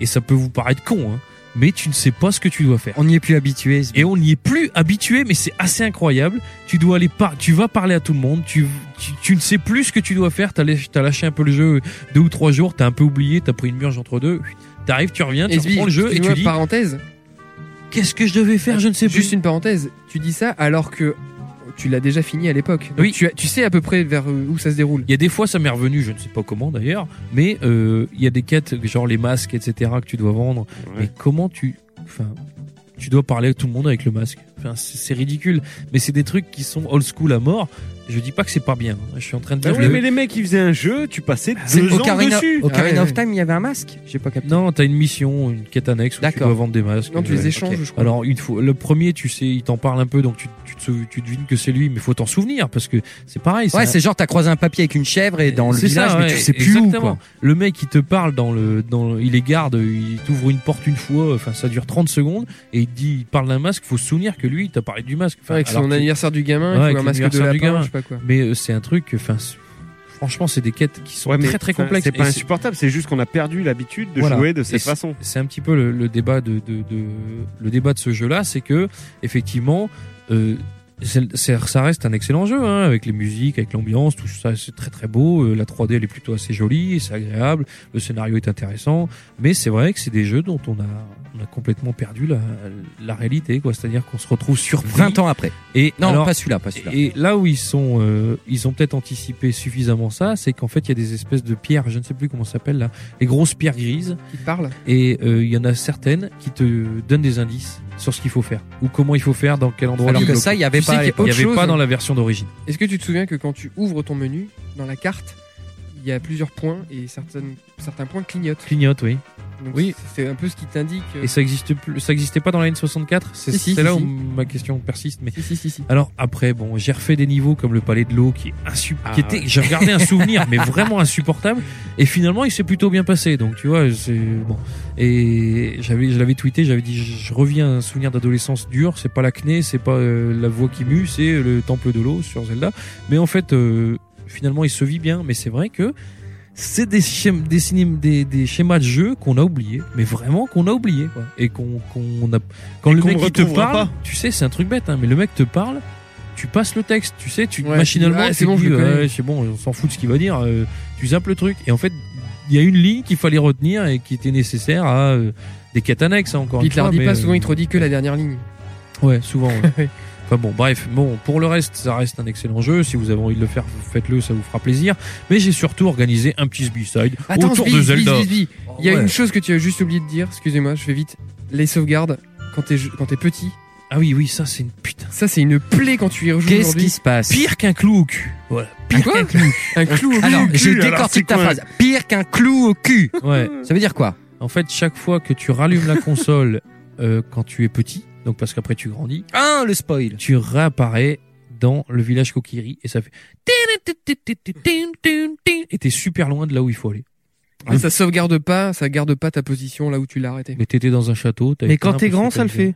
K: Et ça peut vous paraître con, hein, mais tu ne sais pas ce que tu dois faire.
E: On n'y est plus habitué.
K: Et on n'y est plus habitué, mais c'est assez incroyable. Tu dois aller par, tu vas parler à tout le monde, tu, tu, tu ne sais plus ce que tu dois faire, t'as lâché, t'as lâché un peu le jeu deux ou trois jours, t'as un peu oublié, t'as pris une murge entre deux, t'arrives, tu reviens, tu
H: Et puis,
K: reprends le jeu et
H: excuse-moi,
K: tu dis,
H: parenthèse.
K: Qu'est-ce que je devais faire Je ne sais plus.
H: Juste une parenthèse. Tu dis ça alors que tu l'as déjà fini à l'époque. Donc
K: Oui.
H: Tu, as- tu sais à peu près vers euh, où ça se déroule.
K: Il y a des fois, ça m'est revenu, je ne sais pas comment d'ailleurs, mais euh, il y a des quêtes, genre les masques, etc., que tu dois vendre. Mais comment tu. Enfin, tu dois parler à tout le monde avec le masque. Enfin, c'est c'est ridicule. Mais c'est des trucs qui sont old school à mort. Je dis pas que c'est pas bien. hein. Je suis en train de
O: Bah
K: dire.
O: oui,
K: le-
O: mais les mecs, ils faisaient un jeu, tu passais
K: C'est Ah
O: deux ans
K: Ocarina-
O: dessus.
K: Ocarina of
E: Time, il y avait un masque J'ai pas capté.
K: Non, t'as une mission, une quête annexe où tu dois vendre des masques.
H: Non, tu les
K: Ouais.
H: échanges,
K: Ok.
H: je crois.
K: Alors, une fois, le premier, tu sais, il t'en parle un peu, donc tu, tu, te sou- tu devines que c'est lui, mais faut t'en souvenir parce que c'est pareil.
E: Ouais,
K: un-
E: c'est genre t'as croisé un papier avec une chèvre et dans le
K: C'est
E: village,
K: ça,
E: mais
K: ouais,
E: tu sais plus où.
K: exactement.
E: Quoi.
K: Le mec, il te parle dans le, dans le- il est garde, il t'ouvre une porte une fois, enfin, ça dure 30 secondes, et il te dit, il parle d'un masque, faut se souvenir que lui, il t'a parlé du masque. Enfin,
H: Avec
K: alors
H: son
K: que-
H: anniversaire du gamin, il
K: Ouais,
H: faut
K: avec
H: un masque de
K: l'anniversaire du
H: lapin,
K: gamin.
H: je sais pas quoi.
K: Mais euh, c'est un truc, enfin, c'est- franchement, c'est des quêtes qui sont
O: Ouais, mais
K: très très
O: enfin,
K: complexes.
O: C'est
K: Et
O: pas insupportable, c'est juste qu'on a perdu l'habitude de
K: voilà.
O: jouer de
K: Et
O: cette
K: c'est-
O: façon.
K: C'est un petit peu le, le débat de, de- de- le débat de ce jeu-là, c'est que effectivement, euh, c'est- c'est- ça reste un excellent jeu, hein, avec les musiques, avec l'ambiance, tout ça, c'est très très beau. euh, la 3D elle est plutôt assez jolie, c'est agréable, le scénario est intéressant, mais c'est vrai que c'est des jeux dont on a on a complètement perdu la, la réalité, quoi. C'est-à-dire qu'on se retrouve surpris.
E: 20 ans après.
K: Et
E: Non,
K: alors-
E: pas celui-là, pas celui-là.
K: et là où ils sont, euh, ils ont peut-être anticipé suffisamment ça, c'est qu'en fait il y a des espèces de pierres, je ne sais plus comment ça s'appelle là, les grosses pierres grises.
H: Qui parlent.
K: Et euh, il y en a certaines qui te donnent des indices sur ce qu'il faut faire ou comment il faut faire, dans quel endroit.
E: Alors
K: le
E: que
K: bloquer.
E: ça, il y avait
K: Tu
E: pas
K: sais
E: à
K: qu'il y
E: l'époque.
K: avait
E: Chose.
K: pas hein. dans la version d'origine.
H: Est-ce que tu te souviens que quand tu ouvres ton menu, dans la carte, il y a plusieurs points et certaines, certains points clignotent.
K: Clignote, oui.
H: Donc
K: Oui.
H: C'est un peu ce qui t'indique. euh,
K: Et ça existe plus, ça existait pas dans la N64. C'est
H: Si, si,
K: c'est
H: si,
K: là où
H: si.
K: ma question persiste. Mais
H: si, si, si.
K: alors après, bon, j'ai refait des niveaux comme le Palais de l'eau qui est insup-
H: Ah,
K: qui était,
H: ouais.
K: j'ai regardé un souvenir, mais vraiment insupportable. Et finalement, il s'est plutôt bien passé. Donc tu vois, c'est bon. Et j'avais, je l'avais tweeté, j'avais dit, je je reviens à un souvenir d'adolescence dur. C'est pas l'acné, c'est pas euh, la voix qui mue, c'est le temple de l'eau sur Zelda. Mais en fait, euh, finalement, il se vit bien. Mais c'est vrai que c'est des, schém- des, ciné- des, des schémas de jeu qu'on a oubliés, mais vraiment qu'on a oubliés. quoi. Et qu'on qu'on a. Quand
O: Et
K: le
O: qu'on
K: mec
O: ne
K: il te
O: retrouvera
K: parle,
O: pas.
K: tu sais, c'est un truc bête, hein, mais le mec te parle, tu passes le texte, tu sais, tu
H: Ouais,
K: machinalement,
H: tu dis, ouais,
K: tu
H: c'est bon,
K: dis,
H: je
E: euh,
H: le connais.
K: ouais, c'est bon, on s'en fout de ce qu'il va dire, euh, tu zappes le truc. Et en fait, il y a une ligne qu'il fallait retenir et qui était nécessaire à euh, des quêtes annexes, hein, encore
H: Il
K: une
H: te la
K: fois.
H: redit
K: mais,
H: pas,
K: euh,
H: souvent il te redit que la dernière ligne.
K: Ouais, souvent. ouais. enfin bon, bref, bon, pour le reste, ça reste un excellent jeu. Si vous avez envie de le faire, faites-le, ça vous fera plaisir. Mais j'ai surtout organisé un petit B-side
H: Attends,
K: autour
H: Sbi,
K: de
H: Sbi,
K: Zelda. Ah
H: Sbi, Sbi. Il y a
K: Ouais.
H: une chose que tu as juste oublié de dire, excusez-moi, je vais vite. Les sauvegardes, quand t'es je- quand t'es petit.
K: Ah oui, oui, ça c'est une putain.
H: Ça c'est une plaie quand tu y rejoues.
E: Qu'est-ce
H: aujourd'hui.
E: qui se passe
K: Pire qu'un clou au cul. Voilà.
H: Pire qu'un clou. Un clou au
E: Alors,
H: cul,
E: j'ai
H: alors, c'est
E: décortique ta
H: quoi
E: phrase. Pire qu'un clou au cul.
K: Ouais.
E: Ça veut dire quoi
K: En fait, chaque fois que tu rallumes la console euh, quand tu es petit, donc parce qu'après tu grandis,
E: Ah, le spoil.
K: tu réapparais dans le village Kokiri et ça fait et t'es super loin de là où il faut aller.
H: Ah, ça sauvegarde pas, ça garde pas ta position là où tu l'as arrêté.
K: Mais t'étais dans un château. t'as
H: Mais
K: éteint,
H: quand t'es
K: parce que
H: grand, ça
K: t'as
H: le
K: une-
H: fait.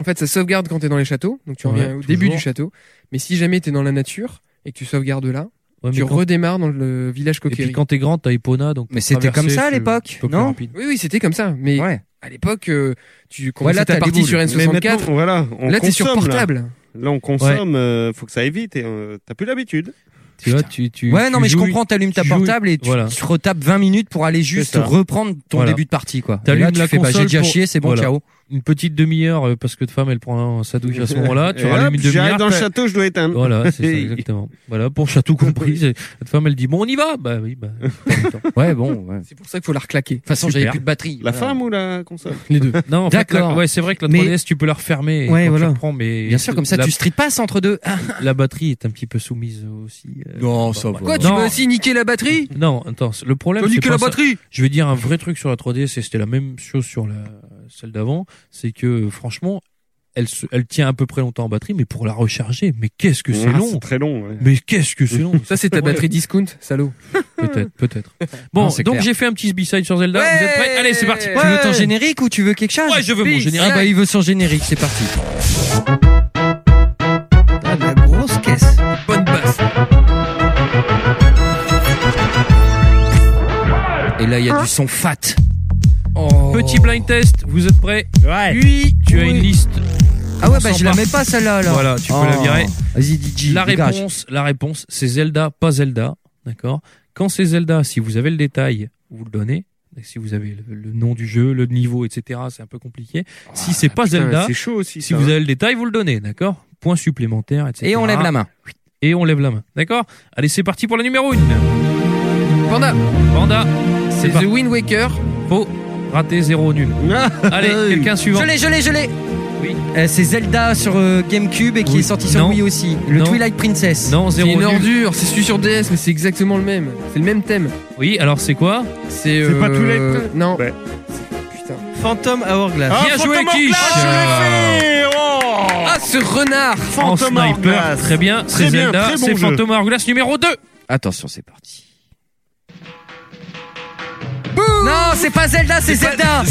H: En fait, ça sauvegarde quand t'es dans les châteaux, donc tu
K: Ouais,
H: reviens au début
K: toujours.
H: du château. Mais si jamais t'es dans la nature et que tu sauvegardes là,
K: Ouais, mais
H: tu
K: quand-
H: redémarres dans le village
K: Et puis
H: coquillerie.
K: quand t'es grand, t'as Epona, donc.
E: Mais c'était comme ça à l'époque, non
H: Oui, oui, c'était comme ça. Mais à l'époque, euh, tu commençais
O: Voilà,
H: ta
O: t'as
H: partie
O: des
H: sur
O: boules. Mais
H: N64.
O: maintenant, voilà, on
H: là, t'es sur
O: consomme, là.
H: portable.
O: Là, on consomme, euh, faut que ça aille vite et euh, t'as plus l'habitude.
K: Tu vois, tu, tu.
E: Ouais,
K: tu
E: non, mais je
K: joues-
E: comprends, t'allumes ta
K: tu joues-
E: portable et tu,
K: voilà.
E: tu retapes 20 minutes pour aller juste
K: C'est ça.
E: reprendre ton
K: Voilà.
E: début de partie, quoi. Et
K: T'allumes
E: là, tu
K: la
E: fais, bah,
K: console
E: j'ai déjà
K: pour-
E: chié, c'est bon,
K: voilà.
E: ciao.
K: Une petite demi-heure euh, parce que de femme elle prend un- sa douche à ce moment-là. Tu
O: Et
K: rallumes
O: hop,
K: une
O: j'arrive
K: demi-heure.
O: dans le
K: t'as-
O: château, je dois éteindre.
K: Voilà, c'est ça, exactement. Voilà, pour château compris. c'est- Cette femme elle dit bon, on y va. Bah oui, bah.
E: Ouais, bon. ouais.
H: C'est pour ça qu'il faut la reclaquer. De toute
E: façon,
K: Super.
E: j'avais plus de batterie.
O: La
E: Voilà.
O: femme ou la console
K: Les deux. Non, en fait,
E: D'accord.
K: la- ouais, c'est vrai que la
E: Mais-
K: 3DS, tu peux la refermer. et
E: Ouais,
K: quand
E: voilà.
K: Tu reprends, mais
E: Bien sûr, comme ça,
K: la-
E: tu street passes entre deux. Ah,
K: La batterie est un petit peu soumise aussi. euh,
E: Non,
K: bah,
E: ça
K: bah,
E: va.
H: Quoi, tu
K: non.
H: veux aussi niquer la batterie
K: Non, attends, le problème.
H: T'as
K: c'est
H: niqué
K: pas
H: la
K: ça.
H: batterie
K: Je vais dire un vrai truc sur la 3DS, et c'était la même chose sur la celle d'avant, c'est que franchement, elle se, elle tient à peu près longtemps en batterie, mais pour la recharger, mais qu'est-ce que c'est
O: Ah,
K: long
O: C'est très long. ouais.
K: Mais qu'est-ce que c'est long
H: Ça, c'est ta batterie discount, salaud.
K: Peut-être, peut-être. Bon,
E: Non, c'est
K: donc
E: clair.
K: j'ai fait un petit B-side sur Zelda.
E: Ouais
K: Vous êtes prêts Allez, c'est parti.
E: Tu veux ton générique ou tu veux quelque chose
K: Ouais, je veux mon
E: Peace.
K: générique.
E: Ah bah, il veut son générique, c'est parti.
I: Ah, de la grosse caisse.
H: Bonne basse.
E: Et là, il y a du son fat.
H: Oh,
K: Petit blind test, vous êtes prêts Ouais. Oui, tu as une liste.
E: Ah ouais, bah,
K: On s'en
E: je la
K: part.
E: mets pas, celle-là, alors.
K: Voilà, tu
E: Oh.
K: peux la virer.
E: Vas-y, DJ,
K: La
E: dégage.
K: réponse, la réponse, c'est Zelda, pas Zelda. D'accord Quand c'est Zelda, si vous avez le détail, vous le donnez. Et si vous avez le, le nom du jeu, le niveau, etc., c'est un peu compliqué.
E: Ah,
K: si c'est pas
G: putain,
K: Zelda,
G: c'est chaud aussi,
K: si
G: ça,
K: vous
G: hein.
K: avez le détail, vous le donnez. D'accord Point supplémentaire, etc.
E: Et on lève la main.
K: Et on lève la main. D'accord Allez, c'est parti pour la numéro 1. Panda. Panda. C'est The Wind Waker. Faux. Raté, zéro, nul. Allez, quelqu'un suivant.
E: Je l'ai, je l'ai, je l'ai. Euh, c'est Zelda sur euh, GameCube et qui est sorti sur
K: Non.
E: Wii aussi. Le
K: Non.
E: Twilight Princess.
K: Non,
H: C'est
K: zéro
H: une
K: nul.
H: ordure, c'est celui sur DS, mais c'est exactement le même. C'est le même thème.
K: Oui, alors c'est quoi
H: C'est.
K: C'est pas
H: euh,
K: Twilight
H: Non.
I: Phantom Hourglass.
H: Bien joué, Quiche. Ah, ce renard
K: En
H: Phantom
K: sniper.
H: Hourglass.
K: Très bien,
H: Très
K: c'est
H: bien,
K: Zelda.
H: très bon
K: C'est
H: jeu.
K: Phantom Hourglass numéro 2. Attention, c'est parti.
E: Non, c'est pas Zelda, c'est Zelda.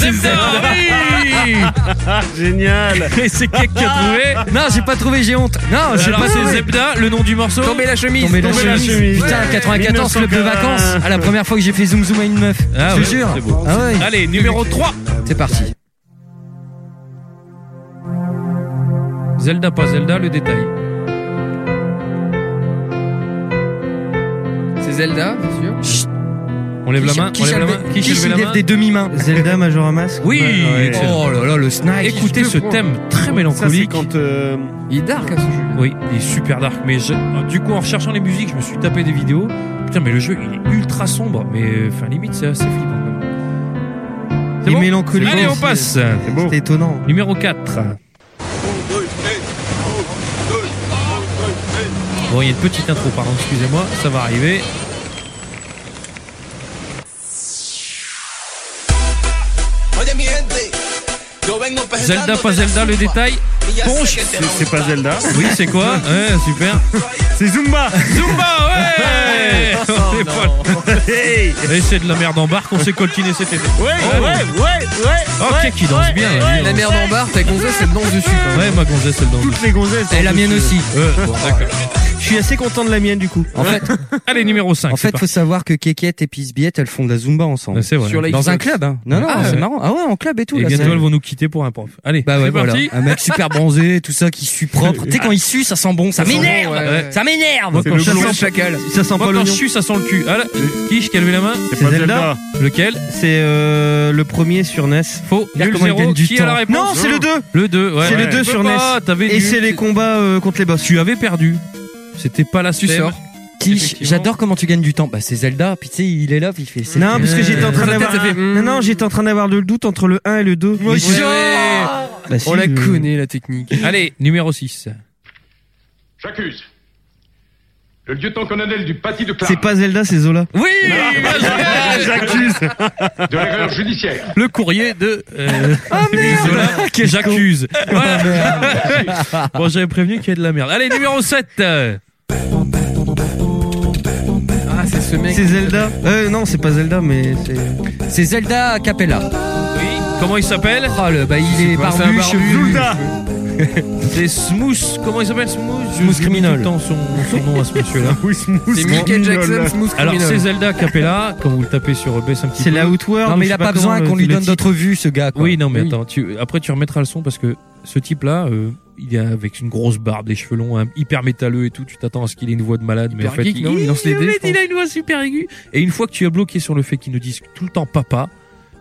O: Génial.
K: Et c'est quelqu'un qui a trouvé.
E: Non, j'ai pas trouvé, j'ai honte. Non, j'ai
K: Alors
E: pas
K: c'est
E: trouvé.
K: Zebda, le nom du morceau. Tomber
H: la chemise.
E: Tomber la chemise. Putain, 94 club de vacances. Ah, la première fois que j'ai fait zoom zoom à une meuf.
K: Ah
E: je
K: ouais,
E: te jure.
K: c'est beau.
E: Ah ouais.
K: Allez, numéro 3.
E: C'est parti.
K: Zelda, pas Zelda, le détail.
H: C'est Zelda, bien sûr.
K: On lève la main, on lève la main. Qui lève la main
E: demi-mains
I: Zelda Majora Mask
K: Oui.
I: Oh là là, le
K: snack.
I: snake.
K: Écoutez
I: Je te
K: ce
I: prends.
K: thème très mélancolique. euh,
H: Il est dark, hein, ce jeu.
K: Oui, il est super dark. Mais je- euh, du coup, en recherchant les musiques, je me suis tapé des vidéos. Putain, mais le jeu, il est ultra sombre. Mais euh, enfin, limite, c'est assez flippant. quand même. C'est
I: Et
K: bon
I: mélancolique.
K: Allez, on
I: aussi.
K: passe.
I: C'est beau. C'est étonnant.
K: Numéro 4. Bon, il y a une petite intro, pardon, excusez-moi, ça va arriver. Zelda, pas Zelda, le détail. Ponche.
O: C'est pas
S: Hein
O: Zelda.
K: Oui, c'est quoi Ouais, super.
O: C'est Zumba.
K: Hein Zumba, Oh, ouais On est pas loin. Et c'est de la merde en barque, on s'est coltiné cet été. Ouais, Ok, qui danse bien. lui,
H: La
K: hein.
H: merde en barre, ta gonzesse, elle danse dessus. quand même.
K: Ouais, ma gonzesse, elle danse.
O: Toutes les gonzesses.
I: hein,
E: Et la mienne aussi.
K: Ouais, bon, d'accord.
I: Je suis assez content de la mienne du coup.
E: En fait,
K: Allez, numéro 5.
E: en fait, faut savoir que Kékette et Pisbiette, elles font de la Zumba ensemble.
K: c'est vrai. Sur la
E: Dans un
K: Xbox.
E: club, hein. Non, non,
K: Ah,
E: c'est
K: ouais.
E: marrant. Ah ouais, en club et tout.
K: Et
E: là,
K: bientôt,
E: c'est-
K: elles vont nous quitter pour un prof. Allez,
E: Bah ouais,
K: c'est
E: voilà.
K: parti.
E: Un mec super bronzé, tout ça, qui sue propre. Tu sais, quand il sue, ça sent bon, ça
K: Ça sent bon,
E: m'énerve.
K: ouais, ouais.
E: Ça m'énerve.
K: Moi, quand je sens-
E: chacal.
I: Ça sent
K: Moi,
I: pas
K: quand
I: l'oignon.
K: je suis, ça sent le cul. Ah là, Quiche, qui a levé la main
I: C'est pas Zelda.
K: Lequel
I: C'est euh, le premier sur NES.
K: Faux.
I: Regarde
K: Nul
I: comment il
K: zéro.
I: gagne du
K: Qui a la
I: temps.
K: réponse
I: Non, c'est le 2.
K: Le 2, ouais.
I: c'est
K: Ouais.
I: le 2
K: Tu
I: sur
K: peux
I: NES.
K: pas, t'avais
I: Et
K: du-
I: c'est les combats euh, contre les boss.
K: Tu avais perdu. C'était pas la
E: Tu
K: sucette.
E: sors. Quiche, j'adore comment tu gagnes du temps. Bah, c'est Zelda, puis tu sais, il est là, puis il fait. c'est-
I: Non, parce que j'étais en train
E: Euh,
I: d'avoir.
E: ça fait-
I: Non, non, j'étais en train d'avoir le doute entre le 1 et le 2.
H: Ouais, ouais.
I: Bah, si,
H: On la
I: je-
H: connaît, la technique.
K: Allez, numéro 6.
D: J'accuse. Le lieutenant-colonel du Paty de Ah, bah, Clara.
I: C'est pas Zelda, c'est Zola.
K: Oui Ah,
D: J'accuse. De l'erreur judiciaire.
K: Le courrier de. Euh,
E: Ah,
K: Zola, que j'accuse. Voilà. bon, j'avais prévenu qu'il y a de la merde. Allez, numéro 7.
H: Ah, c'est ce mec.
I: C'est Zelda. Euh, non, c'est pas Zelda, mais c'est.
E: C'est Zelda a cappella.
K: Comment Ah, il s'appelle
E: Oh, le- bah, il est
K: pas, c'est
E: barbu,
K: un barbu.
E: chevelu.
K: C'est Smooth. Comment il s'appelle Smooth Je
E: Smooth
K: oublie
E: Criminal.
K: tout le temps son, son nom à ce monsieur-là.
H: C'est Michael Jackson, Smooth
K: Alors,
H: Criminal.
K: c'est Zelda Capella. Quand vous le tapez sur EBS un petit peu.
I: C'est la Outward.
E: Non, mais
I: je
E: il a
I: sais
E: pas
I: comment
E: besoin
I: le-
E: qu'on lui
I: le
E: donne
I: titre.
E: d'autres vues, ce gars. quoi.
K: Oui, non, mais attends, tu, après tu remettras le son parce que ce type-là, euh, il est avec une grosse barbe, des cheveux longs, hein, hyper métalleux et tout. Tu t'attends à ce qu'il ait une voix de malade, mais en
H: Hyper
K: fait,
H: geek, non Il lance les dés,
K: en fait,
H: je pense.
K: il a une voix super aiguë. Et une fois que tu es bloqué sur le fait qu'il nous dise tout le temps papa,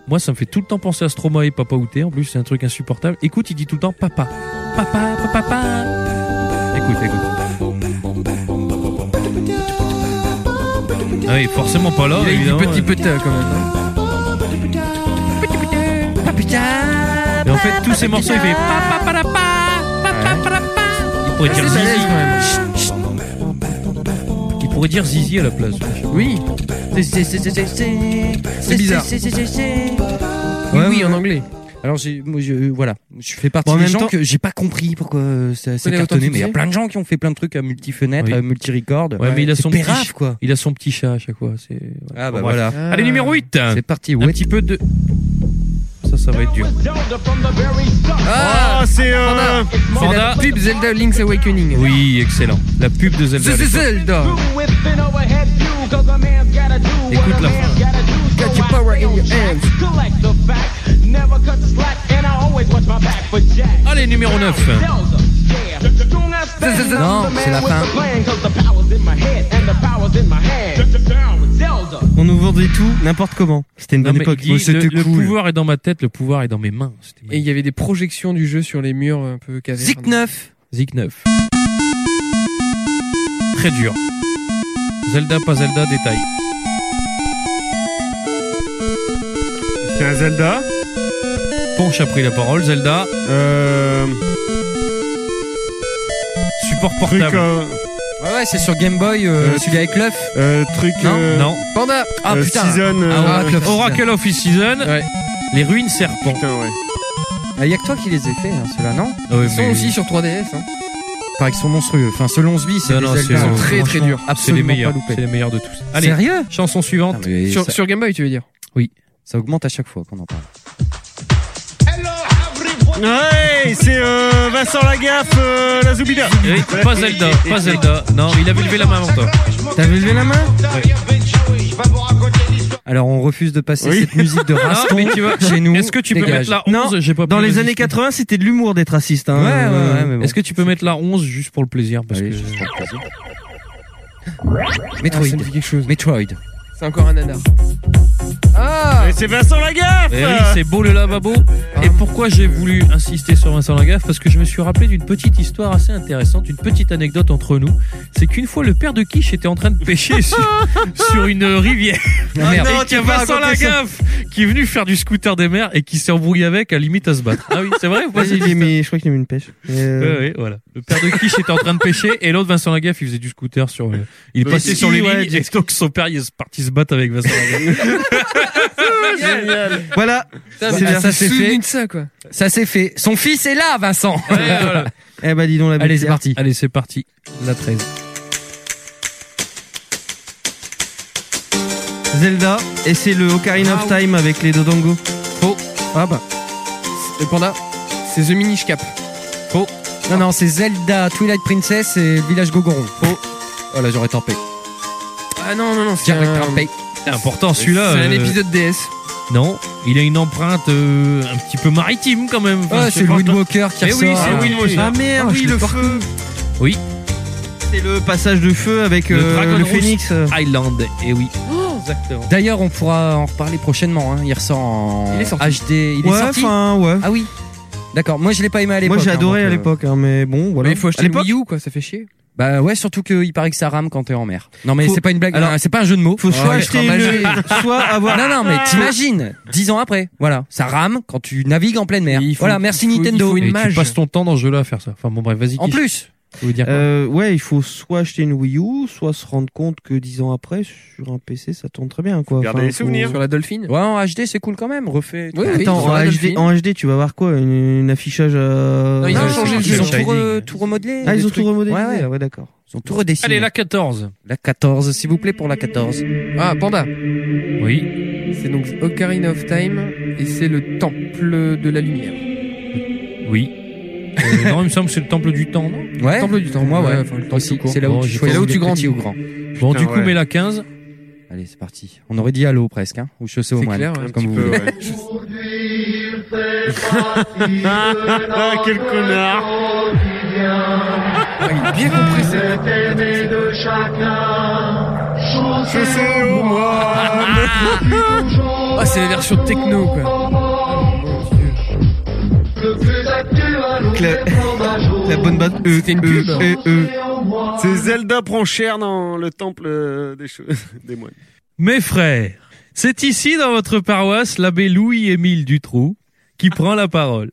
K: moi ça me fait tout le temps penser à Stromae, Papa Outé. En plus, c'est un truc insupportable. Écoute, il dit tout le temps papa. Papa, papa, papa. Écoute, écoute. Ah oui, forcément pas là,
H: Il a eu
K: évidemment.
H: du petit putain, quand même.
K: Et en fait, tous ces morceaux, il fait papa, papa, papa, papa, Il pourrait dire
H: C'est
K: zizi.
H: balèze, quand même.
K: Il pourrait dire zizi à la place.
H: Oui. C'est bizarre. Oui,
E: Ouais,
H: oui,
E: ouais.
H: en anglais.
E: Alors, j'ai, moi, je, euh, voilà, je fais partie
I: Bon, en
E: des
I: même
E: gens
I: temps-
E: que j'ai pas compris pourquoi euh, ça s'est
H: Connais autant
E: cartonné,
H: de
E: mais il y a
H: succès.
E: plein de gens qui ont fait plein de trucs à multi-fenêtres,
K: Oui.
E: à multi-record.
K: Ouais, mais il a
E: C'est
K: son
E: pérave,
K: petit-
E: quoi.
K: Il a son petit chat à chaque fois. C'est...
E: Ah, bah
K: Bon, bref.
E: voilà.
K: Allez, numéro 8.
E: C'est parti,
K: Un
E: ouais.
K: petit peu de. Ça, ça va être dur.
H: Ah,
O: c'est
H: euh... C'est la
K: Panda.
H: pub Zelda Link's Awakening.
K: Oui, excellent. La pub de Zelda.
H: C'est c'est Zelda.
K: Écoute la fin.
H: Got your power in your hands.
J: Never cut the slack, and I always watch my back for Jack.
K: Allez, numéro 9.
J: Non,
K: c'est la fin.
I: On nous vendait tout n'importe comment. C'était une
K: Non,
I: bonne
K: mais
I: époque.
K: Guy,
I: Oh,
K: le,
I: c'était
K: le
I: cool.
K: pouvoir est dans ma tête, le pouvoir est dans mes mains.
H: Et il y avait des projections du jeu sur les murs un peu cavés.
K: Zik 9. Zik 9. Très dur. Zelda, pas Zelda, détail.
G: C'est un Zelda.
K: Ponche a pris la parole, Zelda.
I: Euh,
K: Support
G: Truc,
K: portable.
G: euh,
E: Ouais, ouais, c'est sur Game Boy, euh,
G: Euh,
E: celui avec l'œuf.
G: euh, truc.
E: Non,
G: euh,
K: non.
H: Panda
E: Ah putain
K: Ah, Oracle, of
E: Oracle
K: Office Season. Les ruines serpents.
E: Il y a que toi qui les ai fait, hein, ceux-là, non
K: Ah
H: Ils sont aussi sur 3DS. Hein.
E: Pareil qu'ils sont monstrueux. Enfin, selon Zbi, c'est
K: Non,
E: des
K: non,
E: Zelda,
K: c'est-
E: hein,
K: très, très
E: franchement,
K: dur. C'est les
E: Absolument
K: meilleurs,
E: pas loupé.
K: c'est les meilleurs de tous. Allez,
E: Sérieux
K: Chanson suivante.
H: Sur, sur Game Boy, tu veux dire
E: Oui. Ça augmente à chaque fois qu'on en parle.
G: Ouais, c'est euh, Vincent Lagaffe, euh, la Zoubida.
K: Eh, Pas Zelda, pas Zelda. Non, il avait levé la main avant toi.
E: T'avais levé la main Alors, on refuse de passer cette musique de Raston
K: Ah, mais tu vois,
E: chez nous.
K: Est-ce que tu peux
E: Dégage.
K: mettre la 11 J'ai pas
I: Dans
K: pris
I: les
K: le
I: années 80, c'était de l'humour d'être raciste. Hein.
K: Ouais, ouais,
I: Euh,
K: ouais,
I: mais bon.
K: Est-ce que tu peux mettre la 11 juste pour le plaisir parce que...
E: Metroid.
H: Ah, ça me dit quelque chose.
E: Metroid.
H: C'est encore un nanar. Ah
G: C'est Vincent Lagaffe
K: Eh oui, c'est beau le lavabo. Et pourquoi j'ai voulu insister sur Vincent Lagaffe Parce que je me suis rappelé d'une petite histoire assez intéressante, une petite anecdote entre nous. C'est qu'une fois, le père de Quiche était en train de pêcher sur, sur une rivière.
E: Ah merde.
K: et
E: Non,
K: qu'il y a
E: tu vas
K: Vincent
E: raconter ça.
K: Lagaffe qui est venu faire du scooter des mers et qui s'est embrouillé avec, à limite à se battre. Ah oui, c'est vrai ou pas
I: Vas-y,
K: cette
I: il est mis- je crois qu'il a mis une pêche. Euh,
K: Ouais, ouais, voilà. Le père de Quiche était en train de pêcher et l'autre Vincent Lagaffe il faisait du scooter sur le- il
I: Le
K: passait
I: ski,
K: sur les
I: ouais,
K: lignes et donc son père il est parti se battre avec Vincent Lagaffe.
H: Génial
I: Voilà.
H: Putain,
E: Bah,
I: C'est
H: mais
I: bien.
H: tu te
I: Ça, c'est
H: souviens
I: fait.
H: de ça, quoi.
E: Ça c'est fait. Son fils est là, Vincent. bah,
I: Eh ben, dis donc la
E: Allez,
I: bêtise.
E: c'est parti.
K: Allez, c'est parti. La 13.
I: Zelda, et c'est le Ocarina
K: Ah
I: of Time avec les Dodongo.
H: Faux.
I: Ah bah.
H: Le panda, c'est The Minish Cap.
E: Faux. Non, non, c'est Zelda, Twilight Princess et Village Gogoron. Faux. Oh là, j'aurais tempé.
H: Ah non, non, non, c'est
E: Direct
H: un...
E: tempé.
K: C'est important celui-là.
H: C'est un
K: euh,
H: épisode DS.
K: Non, il a une empreinte euh, un petit peu maritime quand même. Enfin,
E: Ah,
K: je
E: c'est
K: sais
E: le
K: pas.
E: Wind Walker qui
K: Mais oui,
E: ressort.
K: c'est le Wind Walker.
I: Ah merde,
E: Ah,
I: oui,
E: je
I: le
E: l'ai pas
I: feu.
K: Oui.
I: C'est le passage de feu avec
K: Le
I: euh,
K: Dragon
I: le
K: Rose
I: phénix. euh.
K: Island. Et oui.
H: Oh
K: Exactement.
E: D'ailleurs, on pourra en reparler prochainement. hein. Il ressort en
H: Il est sorti.
E: HD. Il
I: ouais,
E: est sorti.
I: enfin, ouais.
E: Ah oui. D'accord. Moi, je l'ai pas aimé à l'époque.
I: Moi, j'ai
E: hein,
I: adoré
E: donc,
I: à
E: euh,
I: l'époque, hein, mais bon, voilà.
H: Mais il faut
I: à
H: acheter le
I: l'époque,
H: Wii U, quoi, ça fait chier.
E: Bah ouais, surtout qu'il paraît que ça rame quand t'es en mer. Non mais
I: Faut-
E: c'est pas une blague.
I: Alors,
E: non, c'est pas un jeu de mots.
I: faut soit
E: Ouais,
I: acheter
E: ouais,
I: une,
E: bah,
I: soit avoir.
E: Non non
H: Ah.
E: mais t'imagines. Dix ans après, voilà, ça rame quand tu navigues en pleine mer.
H: Il faut-
E: voilà, merci
H: il faut- il
E: Nintendo.
H: faut une
K: Et
H: mage.
K: tu passes ton temps dans ce jeu-là à faire ça. Enfin bon bref, vas-y.
E: En
K: Kish.
E: plus.
K: Je veux dire quoi
I: Euh, ouais, il faut soit acheter une Wii U, soit se rendre compte que dix ans après, sur un PC, ça tourne très bien, quoi.
G: Garder
I: Enfin,
G: les
I: faut-
G: souvenirs.
H: Sur la Dolphine
E: Ouais, en HD c'est cool quand même. Refait.
H: Oui, oui,
I: Attends,
H: sur
I: en
H: la
I: HD,
H: Dolphine.
I: en HD, tu vas voir quoi Une, une affichage. euh,
H: Non, ils ont changé le
E: Ils
H: jeu.
E: ont
I: Shining.
E: tout, re- tout remodelé.
I: Ah,
E: des
I: ils ont
E: trucs.
I: tout remodélisé.
E: Ouais, ouais.
I: ah ouais, d'accord.
E: Ils ont tout redessiné.
K: Allez, la 14.
E: La 14, s'il vous plaît, pour la 14.
H: Ah, Panda.
K: Oui.
H: C'est donc Ocarina of Time et c'est le temple de la lumière.
K: Oui. Euh, non, il me semble que c'est le temple du temps, non
E: Ouais.
H: Le temple du temps.
E: Moi, ouais.
H: enfin, le temple
E: Aussi,
H: tout court.
E: c'est là
K: Bon,
E: où tu
K: j'ai
H: C'est
E: choisis
H: là où
E: les
H: tu
E: petits
H: grandis.
E: ou grands.
K: Bon,
G: Putain,
K: du coup,
G: ouais.
K: mais la 15.
E: Allez, c'est parti. On aurait dit à l'eau presque, hein, ou chaussée au
H: C'est
E: moine,
H: clair, ouais,
E: comme vous voulez.
G: Ah, quel connard
H: Ah, il est bien compressé.
G: Je sais au moins
H: Ah, c'est la version techno, quoi.
I: Donc, la, la bonne base. E,
H: C'était une
I: E,
J: euh,
H: pub.
I: E, E.
G: C'est Zelda prend cher dans le temple euh, des, choses, des moines.
K: Mes frères, c'est ici dans votre paroisse l'abbé Louis-Émile Dutroux qui prend la parole.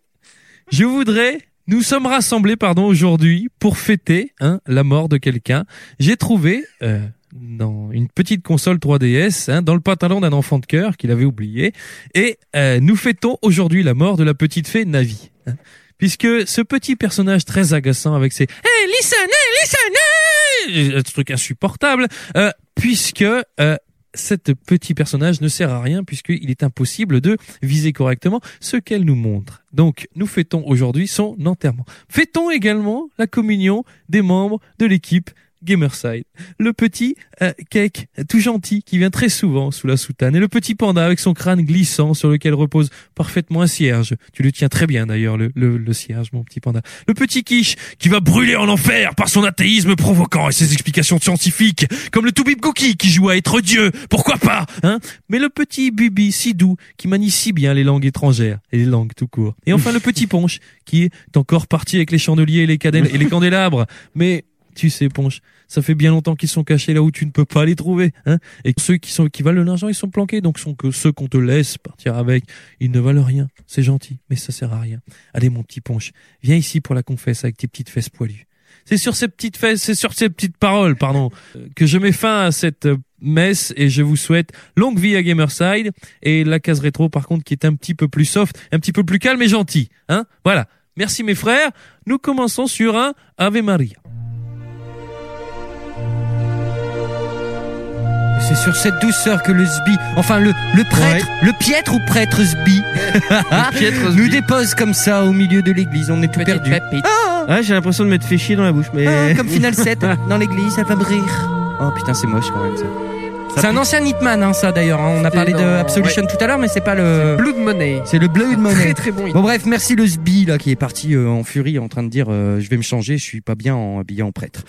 K: Je voudrais, nous sommes rassemblés pardon aujourd'hui pour fêter hein, la mort de quelqu'un. J'ai trouvé euh, dans une petite console 3DS, hein, dans le pantalon d'un enfant de cœur qu'il avait oublié, et euh, nous fêtons aujourd'hui la mort de la petite fée Navi. hein. Puisque ce petit personnage très agaçant avec ses Hey, listen, hey, listen, hey un truc insupportable, euh, puisque euh, cet petit personnage ne sert à rien puisqu'il est impossible de viser correctement ce qu'elle nous montre. Donc, nous fêtons aujourd'hui son enterrement. Fêtons également la communion des membres de l'équipe Gamerside. Le petit euh, cake tout gentil qui vient très souvent sous la soutane et le petit panda avec son crâne glissant sur lequel repose parfaitement un cierge. Tu le tiens très bien d'ailleurs le, le, le cierge mon petit panda. Le petit quiche qui va brûler en enfer par son athéisme provoquant et ses explications scientifiques comme le Toubib Cookie qui joue à être Dieu, pourquoi pas hein Mais le petit Bubi si doux qui manie si bien les langues étrangères et les langues tout court. Et enfin le petit Ponche qui est encore parti avec les chandeliers et les cadènes et les candélabres mais tu sais, Ponche, ça fait bien longtemps qu'ils sont cachés là où tu ne peux pas les trouver, hein. Et ceux qui sont, qui valent de l'argent, ils sont planqués, donc sont que ceux qu'on te laisse partir avec, ils ne valent rien. C'est gentil, mais ça sert à rien. Allez, mon petit Ponche, viens ici pour la confesse avec tes petites fesses poilues. C'est sur ces petites fesses, c'est sur ces petites paroles, pardon, euh, que je mets fin à cette euh, messe et je vous souhaite longue vie à Gamerside et la case rétro, par contre, qui est un petit peu plus soft, un petit peu plus calme et gentil, hein. Voilà. Merci mes frères. Nous commençons sur un Ave Maria.
E: C'est sur cette douceur que le sbi, enfin le, le prêtre, le piètre ou prêtre sbi, nous dépose comme ça au milieu de l'église. On est tout perdu. Ah
I: Ouais, j'ai l'impression de m'être fait chier dans la bouche, mais.
E: Ah, comme Final 7 dans l'église, ça va brire. Oh putain, c'est moche quand même ça. C'est un ancien Hitman, hein, ça d'ailleurs. hein. On a
H: C'était
E: parlé de
H: dans-
E: Absolution
H: ouais.
E: tout à l'heure, mais c'est pas le.
H: Blood Money.
E: C'est le Blood Money.
H: Très très bon.
E: Bon bref, merci le sbi là qui est parti euh, en furie en train de dire euh, je vais me changer, je suis pas bien en habillé en prêtre.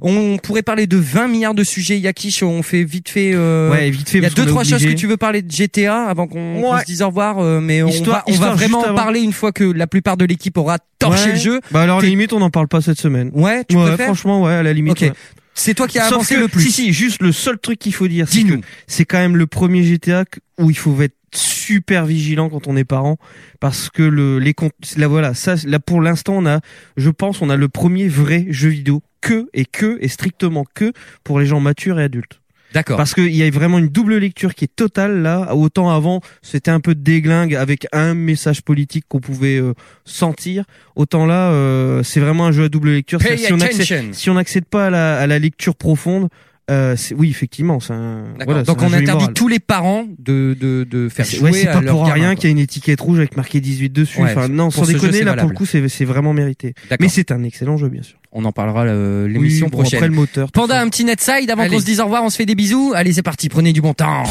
E: On pourrait parler de 20 milliards de sujets Yakish, on fait vite fait euh,
I: Ouais, vite fait,
E: Il y a
I: parce
E: deux
I: qu'on est
E: trois choses que
I: obligé.
E: tu veux parler de GTA avant qu'on qu'on
I: Ouais.
E: se dise au revoir euh, mais on
I: Histoire-
E: va on
I: histoire
E: va vraiment
I: juste
E: en
I: avant.
E: parler une fois que la plupart de l'équipe aura torché
I: Ouais.
E: le jeu.
I: Bah alors
E: T'es-
I: limite, on n'en parle pas cette semaine.
E: Ouais, tu préfères
I: franchement, ouais, à la limite.
E: Ok. C'est toi qui as
I: Sauf
E: avancé
I: que-
E: le plus.
I: Si, si, juste le seul truc qu'il faut dire, c'est que c'est quand même le premier GTA que- où il faut être super vigilant quand on est parent parce que le les comptes là voilà ça là pour l'instant on a je pense on a le premier vrai jeu vidéo que et que et strictement que pour les gens matures et adultes
E: D'accord.
I: parce qu'il y a vraiment une double lecture qui est totale là. Autant avant, c'était un peu de déglingue avec un message politique qu'on pouvait euh, sentir. Autant là, euh, c'est vraiment un jeu à double lecture.
E: Pay
I: C'est-à-dire, Si on, accède,
E: attention.
I: si on n'accède pas à la, à la lecture profonde, euh, c'est- oui, effectivement, c'est un.
E: D'accord.
I: Voilà,
E: Donc
I: c'est un
E: on
I: jeu
E: interdit
I: immoral.
E: tous les parents de de, de faire
I: C'est-
E: jouer
I: Ouais, c'est
E: à
I: pas
E: leur
I: pour
E: gamin,
I: rien
E: quoi.
I: qu'il y a une étiquette rouge avec marqué 18 dessus.
E: Ouais,
I: enfin, non,
E: pour
I: sans
E: ce jeu,
I: déconner,
E: c'est
I: là, pour
E: valable.
I: le coup, c'est c'est vraiment mérité. Mais c'est un excellent jeu, bien sûr.
E: On en parlera euh, l'émission
I: Oui, bon,
E: prochaine.
I: après le moteur, tout
E: Panda, un petit net side avant
I: Allez.
E: qu'on se dise au revoir, on se fait des bisous. Allez, c'est parti, prenez du bon temps.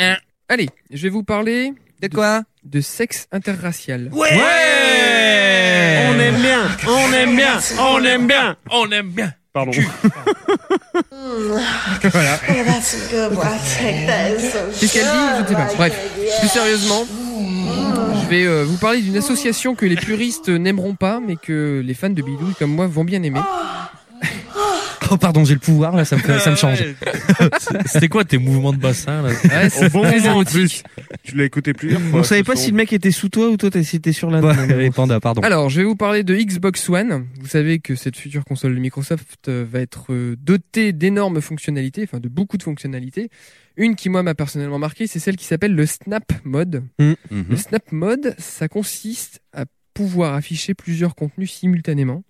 H: Ah, Allez, je vais vous parler.
E: De quoi
H: De sexe interracial.
T: Ouais On aime bien, on aime bien, on aime bien,
K: on aime bien.
T: Pardon.
H: voilà.
T: Qu'est-ce
H: Qu'est-ce qu'elle dit Je ne sais pas. Bref, plus sérieusement, je vais euh, vous parler d'une association que les puristes n'aimeront pas, mais que les fans de bidouille comme moi vont bien aimer.
E: Oh pardon, j'ai le pouvoir là, ça me fait, ça me change.
K: C'était quoi tes mouvements de bassin là
H: Ouais,
G: Au bon moment, en plus. Tu l'as écouté plusieurs fois.
I: On savait
G: ce
I: pas
G: son.
I: si le mec était sous toi ou toi t'es- si t'étais sur la. les
E: pandas, pardon.
H: Alors, je vais vous parler de Xbox One. Vous savez que cette future console de Microsoft euh, va être euh, dotée d'énormes fonctionnalités, enfin de beaucoup de fonctionnalités. Une qui moi m'a personnellement marqué, c'est celle qui s'appelle le Snap Mode. Le Snap Mode, ça consiste à pouvoir afficher plusieurs contenus simultanément.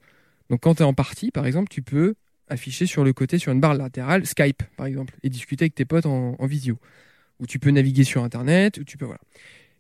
H: Donc quand tu es en partie, par exemple, tu peux afficher sur le côté, sur une barre latérale, Skype, par exemple, et discuter avec tes potes en, en visio. Ou tu peux naviguer sur Internet, ou tu peux... Voilà.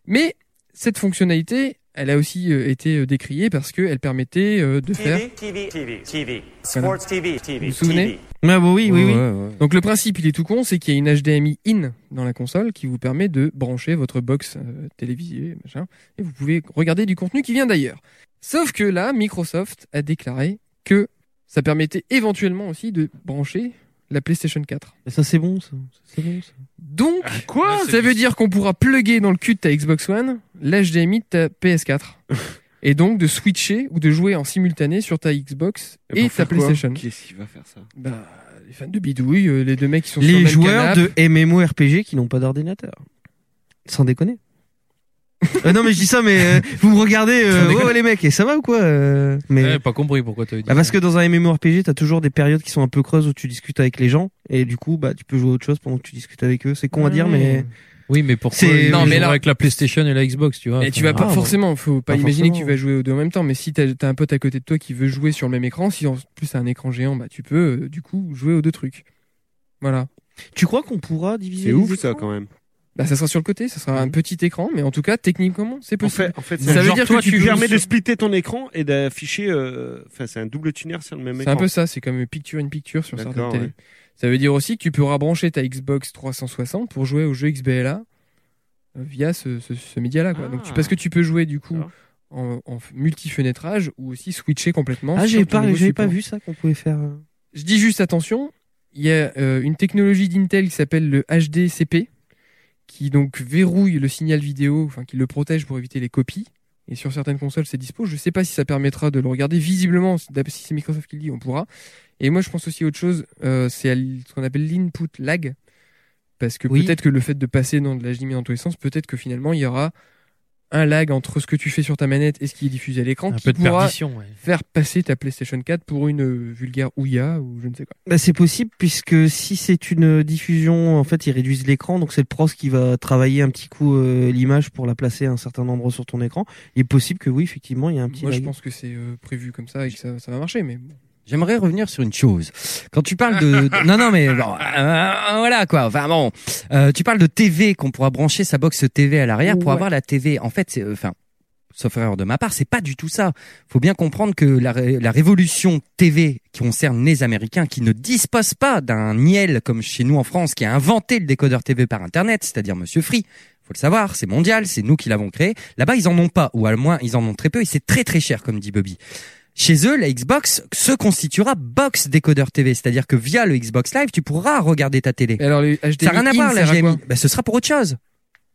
H: Mais cette fonctionnalité, elle a aussi euh, été euh, décriée parce qu'elle permettait euh, de faire...
U: TV, TV, TV,
H: Sports
U: TV, TV,
H: Vous vous souvenez
I: Ah bah oui, oui, oui.
H: Donc le principe, il est tout con, c'est qu'il y a une HDMI in dans la console qui vous permet de brancher votre box euh, télévisée, machin, et vous pouvez regarder du contenu qui vient d'ailleurs. Sauf que là, Microsoft a déclaré que ça permettait éventuellement aussi de brancher la PlayStation 4.
I: Ça c'est bon, ça. C'est bon, ça.
H: Donc, Ah, quoi Ça veut dire qu'on pourra plugger dans le cul de ta Xbox One l'HDMI de ta PS4. et donc de switcher ou de jouer en simultané sur ta Xbox
G: pour
H: et, ta
G: faire quoi
H: PlayStation.
G: Qu'est-ce qu'il va faire ça
H: Bah, les fans de bidouille, euh, les deux mecs qui sont sur
I: les
H: le même
I: joueurs
H: canapé.
I: de MMORPG qui n'ont pas d'ordinateur. Sans déconner. Euh, non mais je dis ça mais euh, vous me regardez euh,
K: Sans déconner.
I: ouais, ouais, les mecs et ça va ou quoi euh, mais
K: Ouais, Eh, pas compris pourquoi tu dit.
I: Bah, parce que dans un MMORPG t'as toujours des périodes qui sont un peu creuses où tu discutes avec les gens et du coup bah tu peux jouer à autre chose pendant que tu discutes avec eux c'est con à dire mais
K: Oui, mais pourquoi
I: C'est-
K: Non,
I: Non, mais
K: mais
I: là-
K: avec la PlayStation et la Xbox, tu vois.
H: Et tu vas
K: enfin,
H: pas
K: ah,
H: forcément, faut pas,
K: Pas
H: imaginer que
K: forcément.
H: tu vas jouer aux deux en même temps, mais si t'as as un pote à côté de toi qui veut jouer sur le même écran, si en plus t'as un écran géant, bah tu peux euh, du coup jouer aux deux trucs. Voilà.
I: tu crois qu'on pourra diviser
G: C'est
I: les
G: ouf
I: écrans Ah
G: ça quand même.
H: Bah, ça sera sur le côté, ça sera un petit écran, mais en tout cas, techniquement, c'est possible.
G: En fait, ça veut dire toi, que tu permets de splitter ton écran et d'afficher. euh, Enfin, c'est un double tuner sur le même
H: C'est
G: écran.
H: un peu ça, c'est comme picture in picture sur
G: D'accord,
H: certaines télés.
G: ouais.
H: Ça veut dire aussi que tu peux rabrancher ta Xbox 360 pour jouer au jeu XBLA euh, via ce, ce- ce média-là. quoi. Donc, tu,
G: Ah.
H: parce que tu peux jouer du coup en, en f- multi-fenêtrage ou aussi switcher complètement.
I: Ah,
H: sur
I: j'ai
H: ton
I: pas,
H: nouveau
I: j'avais pas
H: support.
I: vu ça qu'on pouvait faire. euh.
H: Je dis juste attention, il y a euh, une technologie d'Intel qui s'appelle le HDCP, qui donc verrouille le signal vidéo, enfin qui le protège pour éviter les copies. Et sur certaines consoles, c'est dispo. Je sais pas si ça permettra de le regarder. Visiblement, si d'après- si c'est Microsoft qui le dit, on pourra. Et moi, je pense aussi à autre chose, euh, c'est à l- ce qu'on appelle l'input lag. Parce que
I: Oui.
H: peut-être que le fait de passer dans de la HDMI dans tous les sens, peut-être que finalement, il y aura un lag entre ce que tu fais sur ta manette et ce qui est diffusé à l'écran
K: Un
H: qui
K: peu de
H: pourra
K: perdition, ouais.
H: faire passer ta PlayStation 4 pour une euh, vulgaire ouïa ou je ne sais quoi.
I: Bah, c'est possible puisque si c'est une diffusion, en fait, ils réduisent l'écran, donc c'est le pros qui va travailler un petit coup euh, l'image pour la placer à un certain endroit sur ton écran. Il est possible que oui, effectivement, il y a un petit.
H: Moi, je
I: lag.
H: pense que c'est euh, prévu comme ça et que ça, ça va marcher, mais bon.
E: J'aimerais revenir sur une chose. Quand tu parles de, de- non non mais bon, euh, voilà quoi. Enfin bon, euh, tu parles de TV qu'on pourra brancher sa box TV à l'arrière pour
V: Ouais.
E: avoir la TV. En fait, c'est euh, enfin. Sauf erreur de ma part, c'est pas du tout ça. Faut bien comprendre que la, ré- la révolution TV qui concerne les Américains, qui ne disposent pas d'un niel comme chez nous en France, qui a inventé le décodeur TV par Internet, c'est-à-dire Monsieur Free, faut le savoir, c'est mondial, c'est nous qui l'avons créé. Là-bas, ils en ont pas, ou à moins ils en ont très peu, et c'est très très cher, comme dit Bobby. Chez eux, la Xbox se constituera box décodeur TV, c'est-à-dire que via le Xbox Live, tu pourras regarder ta télé.
H: alors, les HDMI
E: ça n'a rien à
H: in
E: voir la
H: sert à quoi
E: HDMI. Bah, ce sera pour autre chose.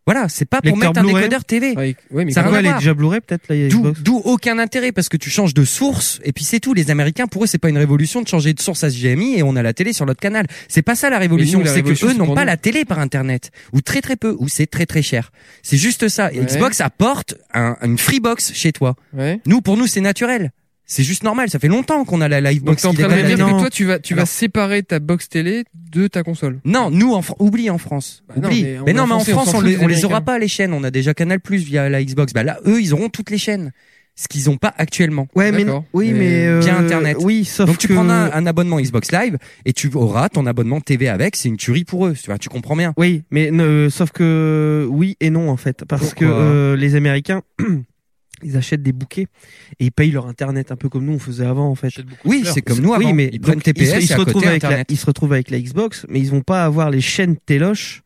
E: Voilà, c'est pas pour
I: Lecteur
E: mettre un
I: Blu-ray.
E: décodeur TV.
H: Oui,
I: ça quoi, elle est déjà Blu-ray peut-être là. il y a Xbox
E: D'où aucun intérêt parce que tu changes de source et puis c'est tout. Les Américains pour eux c'est pas une révolution de changer de source à HDMI et on a la télé sur l'autre canal. C'est pas ça la révolution.
H: Mais nous, la
E: C'est que
H: révolution,
E: eux
H: c'est
E: n'ont
H: pour
E: pas
H: nous.
E: la télé par internet ou très très peu ou c'est très très cher. C'est juste ça. Et
H: Ouais.
E: Xbox apporte un, une free box chez toi.
H: Ouais.
E: Nous pour nous c'est naturel. C'est juste normal. Ça fait longtemps qu'on a la live
H: Donc
E: box.
H: t'es en
E: qui
H: train de me
E: dépasse la
H: dire
E: télé.
H: que toi tu vas tu vas
E: Alors-
H: séparer ta box télé de ta console. Bah
E: Non, nous en Fran- oublie en France.
H: non,
E: oublie.
H: mais on
E: mais
H: est
E: non,
H: en
E: mais en
H: France, on
E: France
H: s'en
E: on,
H: fout
E: les,
H: des
E: on les aura
H: Américains.
E: pas les chaînes. On a déjà Canal Plus via la Xbox. Bah là eux ils auront toutes les chaînes. Ce qu'ils ont pas actuellement.
I: Ouais, mais D'accord. non- oui, mais, euh,
E: via internet.
I: oui, sauf
E: Donc tu
I: que-
E: prends un, un abonnement Xbox Live et tu auras ton abonnement TV avec. C'est une tuerie pour eux. Tu vois, tu comprends bien.
I: Oui, mais ne- sauf que oui et non en fait, parce que
E: Pourquoi
I: euh, les Américains. Ils achètent des bouquets et ils payent leur internet un peu comme nous on faisait avant en fait.
E: Oui, de fleurs. c'est comme nous
I: Oui,
E: avant.
I: mais
E: Ils prennent
I: donc,
E: TPS
I: se-
E: et
I: se
E: à côté,
I: retrouvent avec la,
E: Internet.
I: ils se retrouvent avec la Xbox, mais ils vont pas avoir les chaînes Téloche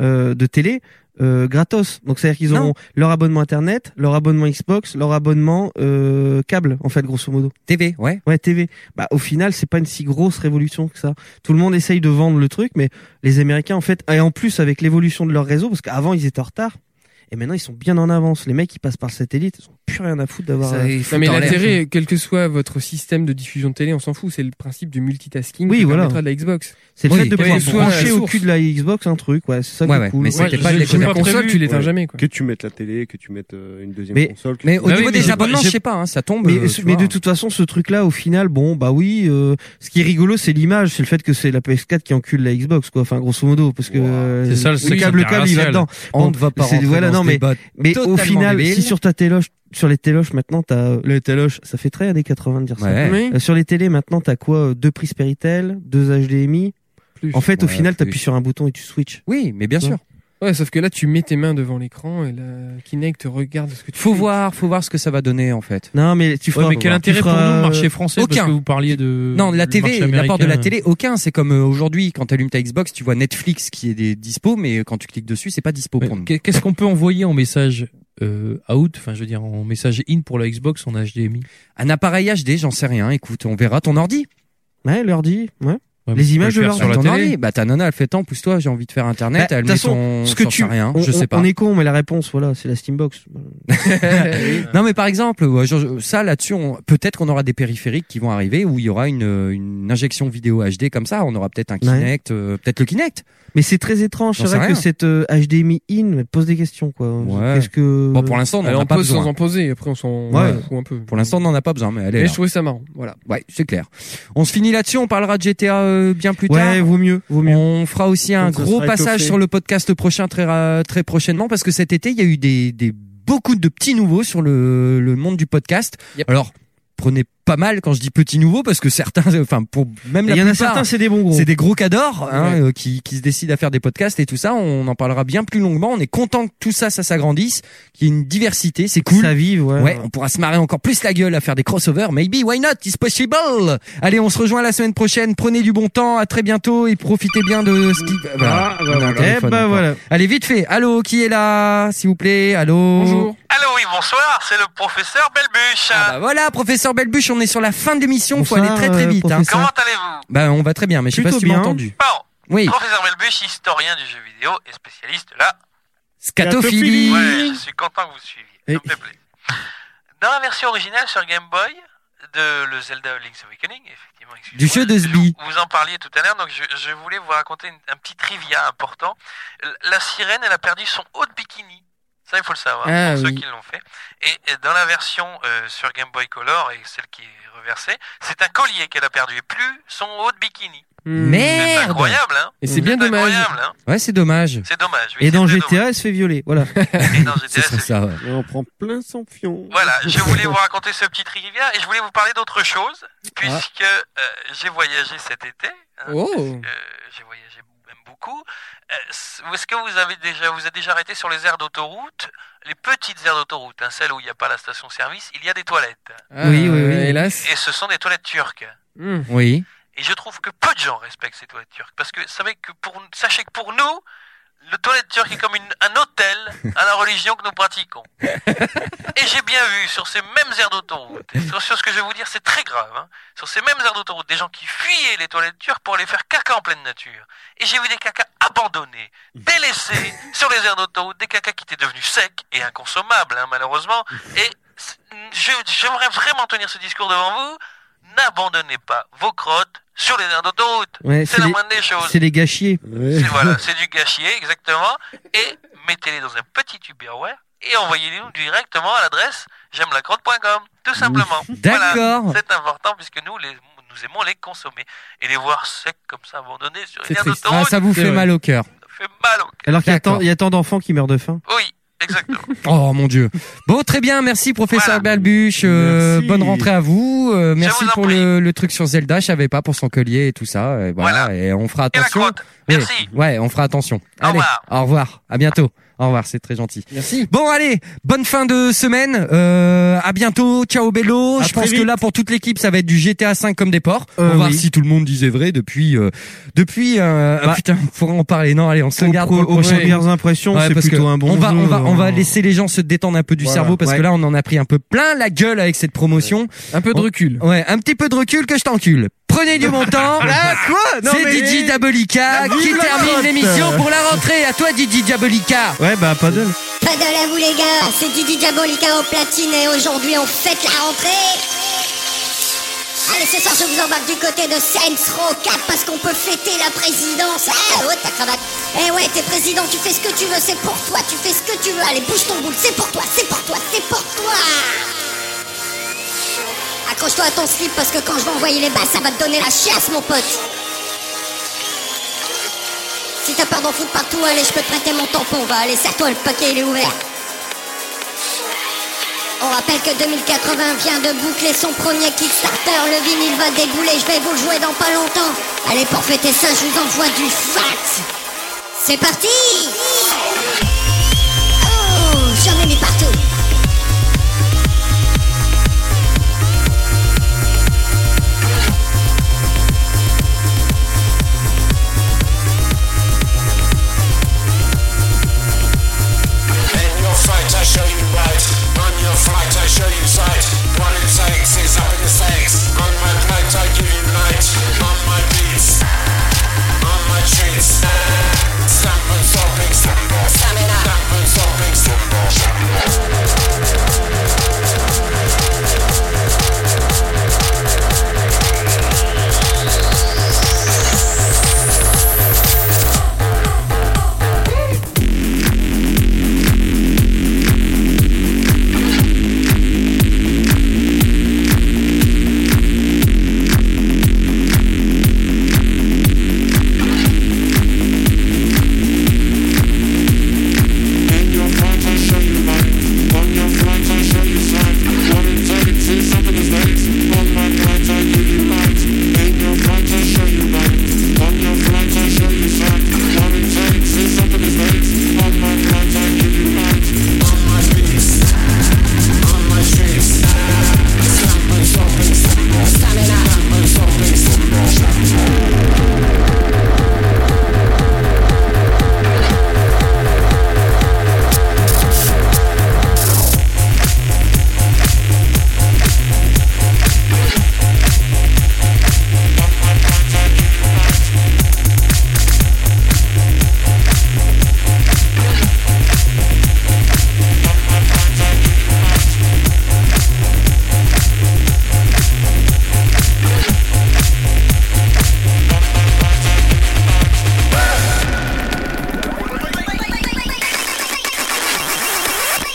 I: euh, de télé euh, gratos. Donc c'est à dire qu'ils
E: Non.
I: auront leur abonnement internet, leur abonnement Xbox, leur abonnement euh, câble en fait grosso modo.
E: TV, ouais.
I: Ouais, TV. Bah au final, c'est pas une si grosse révolution que ça. Tout le monde essaye de vendre le truc, mais les Américains en fait, et en plus avec l'évolution de leur réseau, parce qu'avant ils étaient en retard. Et maintenant ils sont bien en avance. Les mecs qui passent par le satellite, ils ont plus rien à foutre d'avoir. euh,
H: Non, mais l'intérêt, quel que soit votre système de diffusion de télé, on s'en fout. C'est le principe du multitasking
I: Oui,
H: qui
I: voilà.
H: permettra de la Xbox.
I: C'est le fait de
H: Quelle
I: pouvoir
H: que soit la
I: brancher au
H: source.
I: cul de la Xbox un truc, ouais, c'est ça
H: Ouais,
I: qui est
H: ouais,
I: cool.
H: mais c'était Ouais, pas de je- l'économie. je- je- console, tu l'éteins
G: Ouais.
H: jamais, quoi.
G: Que tu mettes la télé, que tu mettes euh, une deuxième
I: Mais-
G: console. que
I: mais
G: tu-
I: au Bah oui, niveau mais des j'ai- abonnements, j'ai- je sais
E: pas, hein, ça tombe.
I: Mais,
E: euh, tu
I: mais
E: vois.
I: de toute façon, ce truc-là, au final, bon, bah oui. euh, ce qui est rigolo, c'est l'image, c'est le fait que c'est la PS4 qui encule la Xbox, quoi. Enfin, grosso modo, parce que euh,
E: C'est ça, le
I: le
E: sexe
I: câble, le câble, il va
E: interracial.
I: dedans.
E: On
I: Bon,
E: ne va pas
I: c'est-
E: rentrer
I: Voilà,
E: dans
I: non,
E: ce
I: mais
E: débat
I: mais au
E: totalement
I: final,
E: débile.
I: si sur ta téloche, sur les téloches maintenant, t'as euh, les téloches, ça fait très années 80 de dire ça.
E: Ouais. Oui.
I: Euh, sur les télés maintenant, t'as quoi euh, Deux prises Péritel, deux HDMI. En fait, au
E: Ouais,
I: final, t'appuies
E: plus.
I: sur un bouton et tu switches.
E: Oui, mais bien
I: Tu vois
E: sûr.
H: Ouais, sauf que là tu mets tes mains devant l'écran et la Kinect regarde ce que tu
E: Faut
H: fais.
E: voir, faut voir ce que ça va donner en fait.
I: Non, mais tu
E: feras-
K: mais quel
E: tu
K: intérêt
E: feras-
K: pour nous, marché français, parce
E: Aucun.
K: que vous parliez de-
E: Non, la
K: du
E: TV,
K: marché
E: l'apport de la
K: américain.
E: télé, aucun. C'est comme euh, aujourd'hui, quand tu allumes ta Xbox, tu vois Netflix qui est des dispo, mais quand tu cliques dessus, c'est pas dispo pour nous.
K: Qu'est- Qu'est-ce qu'on peut envoyer en message euh, out, enfin je veux dire en message in pour la Xbox en HDMI
E: Un appareil HD, j'en sais rien. Écoute, on verra ton ordi.
I: Ouais, l'ordi, ouais.
K: Ouais, mais
I: Les
K: tu peux
I: images de
K: le faire
I: leur
K: sur la
I: Ton
K: télé.
I: ordi,
E: Bah ta nana, elle fait tant, pousse-toi, j'ai envie de faire internet,
I: Bah,
E: elle
I: de
E: met
I: toute façon,
E: ton
I: ce que
E: j'en
I: tu
E: sais rien,
I: on,
E: je sais
I: on-
E: pas.
I: On est con, mais la réponse, voilà, c'est la Steambox.
E: non mais par exemple, ouais, je- ça là-dessus, on- peut-être qu'on aura des périphériques qui vont arriver où il y aura une, euh, une injection vidéo HD comme ça. On aura peut-être un Kinect, euh, peut-être le Kinect.
I: Mais c'est très étrange, c'est
E: J'en sais
I: vrai que
E: rien.
I: cette euh, HDMI in elle pose des questions, quoi.
E: Ouais.
I: Qu'est-ce que. euh,
E: Bon, pour l'instant, on
H: Alors,
E: n'en a
H: on
E: pas
H: pose
E: besoin.
H: sans en poser, après, on s'en
E: Ouais.
H: fout un peu.
E: Pour l'instant, on n'en a pas besoin, mais elle est
H: Mais
E: là.
H: je trouvais ça marrant. Voilà.
E: Ouais, c'est clair. On se finit là-dessus, on parlera de GTA euh, bien plus
I: Ouais,
E: tard.
I: vaut mieux, vaut mieux.
E: On fera aussi un
I: Comme ça
E: gros
I: sera
E: passage
I: étoffé.
E: sur le podcast prochain très ra- très prochainement parce que cet été, il y a eu des, des beaucoup de petits nouveaux sur le, le monde du podcast.
H: Yep.
E: Alors prenez pas mal quand je dis petits nouveaux parce que certains, enfin pour même
I: Et
E: la
I: il y en a
E: plupart,
I: certains, c'est des bons gros.
E: c'est des gros cadors hein,
I: Ouais.
E: euh, qui, qui se décident à faire des podcasts et tout ça. On en parlera bien plus longuement. On est content que tout ça, ça s'agrandisse, qu'il y ait une diversité, c'est cool.
I: Ça vive, ouais.
E: on pourra se marrer encore plus la gueule à faire des crossovers. Maybe, why not? It's possible. Allez, on se rejoint la semaine prochaine. Prenez du bon temps. À très bientôt et profitez bien de ce qui.
I: Ah, bah
E: on a un
I: voilà.
E: téléphone
I: Eh bah
E: encore.
I: voilà.
E: Allez, vite fait. Allô, qui est là, s'il vous plaît? Allô. Bonjour.
K: Allô, oui, bonsoir, c'est le professeur Belbuche.
E: Bah voilà, professeur Belbuche, on est sur la fin de l'émission, faut aller
K: Bonsoir,
E: très très
K: euh,
E: vite. hein.
K: professeur. Comment allez-vous
E: Bah on va très bien, mais je sais pas si tu
K: Plutôt
E: m'as
K: bien.
E: entendu.
K: Pardon.
E: Oui.
K: Professeur Belbuche, historien du jeu vidéo et spécialiste de la
E: Scatophilie.
K: Ouais, je suis content que vous suiviez.
E: Et-
K: Dans la version originale sur Game Boy de le Zelda Link's Awakening, effectivement,
E: Du jeu de Sbi.
K: vous en parliez tout à l'heure, donc je, je voulais vous raconter une- un petit trivia important. L- La sirène, elle a perdu son haut de bikini. Ça, il faut le savoir,
W: Ah,
K: pour ceux
W: oui.
K: qui l'ont fait. Et et dans la version euh, sur Game Boy Color et celle qui est reversée, c'est un collier qu'elle a perdu et plus son haut de bikini.
E: Mmh. Hmm. Merde.
K: C'est incroyable, hein
E: Et c'est bien dommage.
K: incroyable, hein
E: Ouais, c'est dommage.
K: C'est dommage, oui,
I: Et dans
K: c'est
I: GTA, elle se fait violer. Voilà.
K: C'est sur
E: ça, ouais.
G: Et on prend plein son fion.
K: Voilà, je voulais vous raconter ce petit trivia et je voulais vous parler d'autre chose,
E: Ah.
K: puisque euh, j'ai voyagé cet été. hein,
X: Oh.
K: parce que, euh, j'ai voyagé même beaucoup. Euh, s- Est-ce que vous avez déjà vous êtes déjà arrêté sur les aires d'autoroute, les petites aires d'autoroute, hein, celles où il n'y a pas la station-service, il y a des toilettes.
X: Ah, Oui, oui, oui. hélas.
K: Et ce sont des toilettes turques.
E: Mmh. Oui.
K: Et je trouve que peu de gens respectent ces toilettes turques. Parce que savez que pour, sachez que pour nous, le toilette turque est comme une- un hôtel à la religion que nous pratiquons. Et j'ai bien vu sur ces mêmes aires d'autoroute, et sur, sur ce que je vais vous dire, c'est très grave, hein, sur ces mêmes aires d'autoroute, des gens qui fuyaient les toilettes turques pour aller faire caca en pleine nature. Et j'ai vu des cacas abandonnés, délaissés sur les aires d'autoroute, des cacas qui étaient devenus secs et inconsommables, hein, malheureusement. Et c'est- je- j'aimerais vraiment tenir ce discours devant vous. N'abandonnez pas vos crottes sur les aires d'autoroute.
I: Ouais,
K: c'est la
I: des-
K: moindre des choses.
I: C'est des gâchiers.
K: C'est- voilà, c'est du gâchier, exactement. Et mettez-les dans un petit Tupperware et envoyez-les-nous directement à l'adresse j'aime la crotte.com, tout simplement.
E: D'accord.
K: Voilà, c'est important puisque nous, les, nous aimons les consommer et les voir secs comme ça, abandonnés sur
E: C'est
K: les aires
E: triste.
K: d'autoroute.
E: Ah, ça vous fait mal au cœur.
I: Alors qu'il y a
E: D'accord.
I: tant- il y a tant d'enfants qui meurent de faim.
E: Oh mon dieu. Bon, très bien, merci professeur Balbuche. euh, bonne rentrée à vous. euh, merci pour le, le truc sur Zelda, je savais pas pour son collier et tout ça. Et voilà, et on fera attention. Ouais, Ouais, on fera attention. Allez, au revoir. À bientôt. Au revoir, c'est très gentil. Merci. Bon, allez, bonne fin de semaine. Euh, à bientôt. Ciao, Bello. je
I: très
E: pense que
I: vite.
E: là, pour toute l'équipe, ça va être du GTA 5 comme des porcs. on
I: Euh,
E: va voir
I: oui.
E: si tout le monde disait vrai depuis. euh, depuis. euh, ah, putain, faut en parler. Non, allez, on se
I: Aux
E: garde pour le
I: pro- aux
E: prochain.
I: premières impressions, c'est
E: parce
I: plutôt
E: que
I: un bon
E: On va,
I: jeu,
E: on va, on va
I: euh.
E: laisser les gens se détendre un peu du
I: Voilà,
E: cerveau parce
I: ouais.
E: que là, on en a pris un peu plein la gueule avec cette promotion. Un peu de recul. Ouais, un petit peu de recul que je t'encule. Prenez du bon temps.
I: Ah, quoi Non,
E: C'est
I: mais-
E: DJ Diabolica
I: La
E: qui
I: vive la
E: termine
I: crotte.
E: l'émission pour la rentrée. À toi, Didi Diabolica.
I: Ouais, bah, pas de.
C: Pas de la vous les gars, Ah, c'est Didi Diabolica au platine et aujourd'hui on fête la rentrée Allez ce soir je vous embarque du côté de Saints Row 4 parce qu'on peut fêter la présidence Ah ouais ta cravate Eh ouais t'es président, tu fais ce que tu veux, c'est pour toi, tu fais ce que tu veux, allez bouge ton boule, c'est pour toi, c'est pour toi, c'est pour toi Accroche-toi à ton slip parce que quand je vais envoyer les basses ça va te donner la chiasse mon pote si t'as peur d'en foutre partout, allez, je peux te prêter mon tampon. Va, allez, serre-toi, le paquet, il est ouvert. On rappelle que 2080 vient de boucler son premier Kickstarter. Le vinyle va débouler, je vais vous le jouer dans pas longtemps. Allez, pour fêter ça, je vous envoie du fax. C'est parti Oh, j'en ai mis partout.
J: In your fight, I show you right. On your flight, I show you sight. What it takes is up in the stakes. On my plate, I give you night. On my beats, on my treats. Stamp and sopping, stamp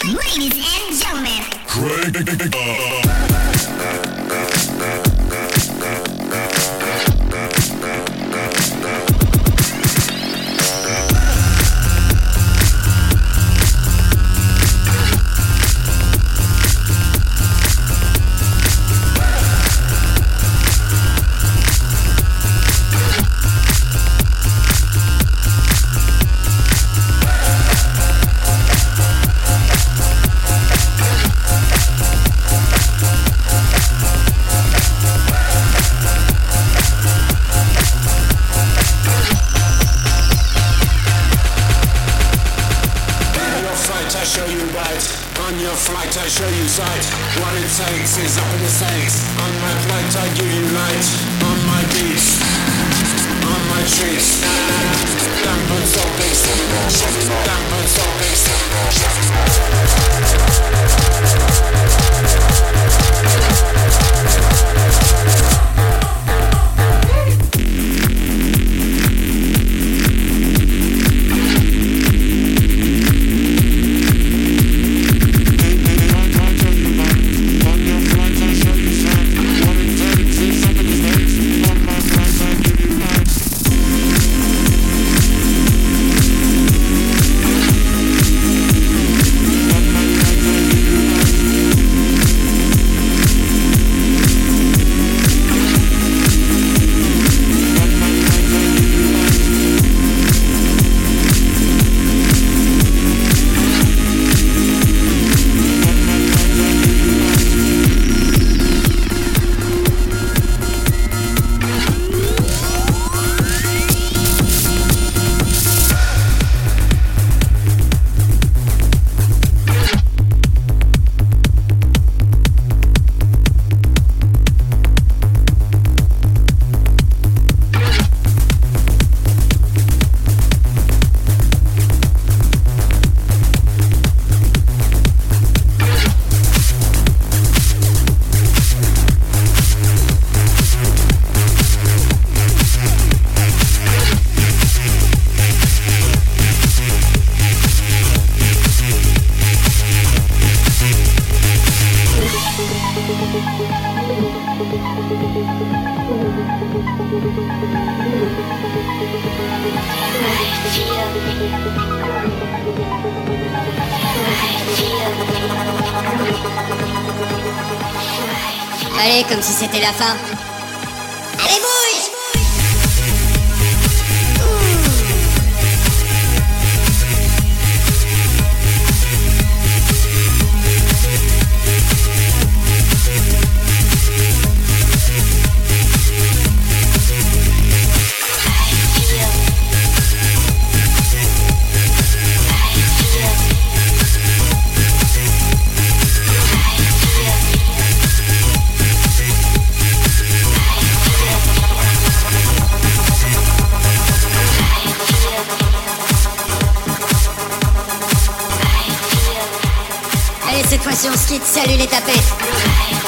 L: Ladies and gentlemen.
J: On your flight, I show you right. On your flight, I show you sight. What it takes is up in the stakes. On my flight, I give you light. On my beats, on my trees. Dampen so big, dampen so big.
C: Allez, comme si c'était la fin. Allez, bouge Allez, cette fois-ci, on se quitte. Salut les tapettes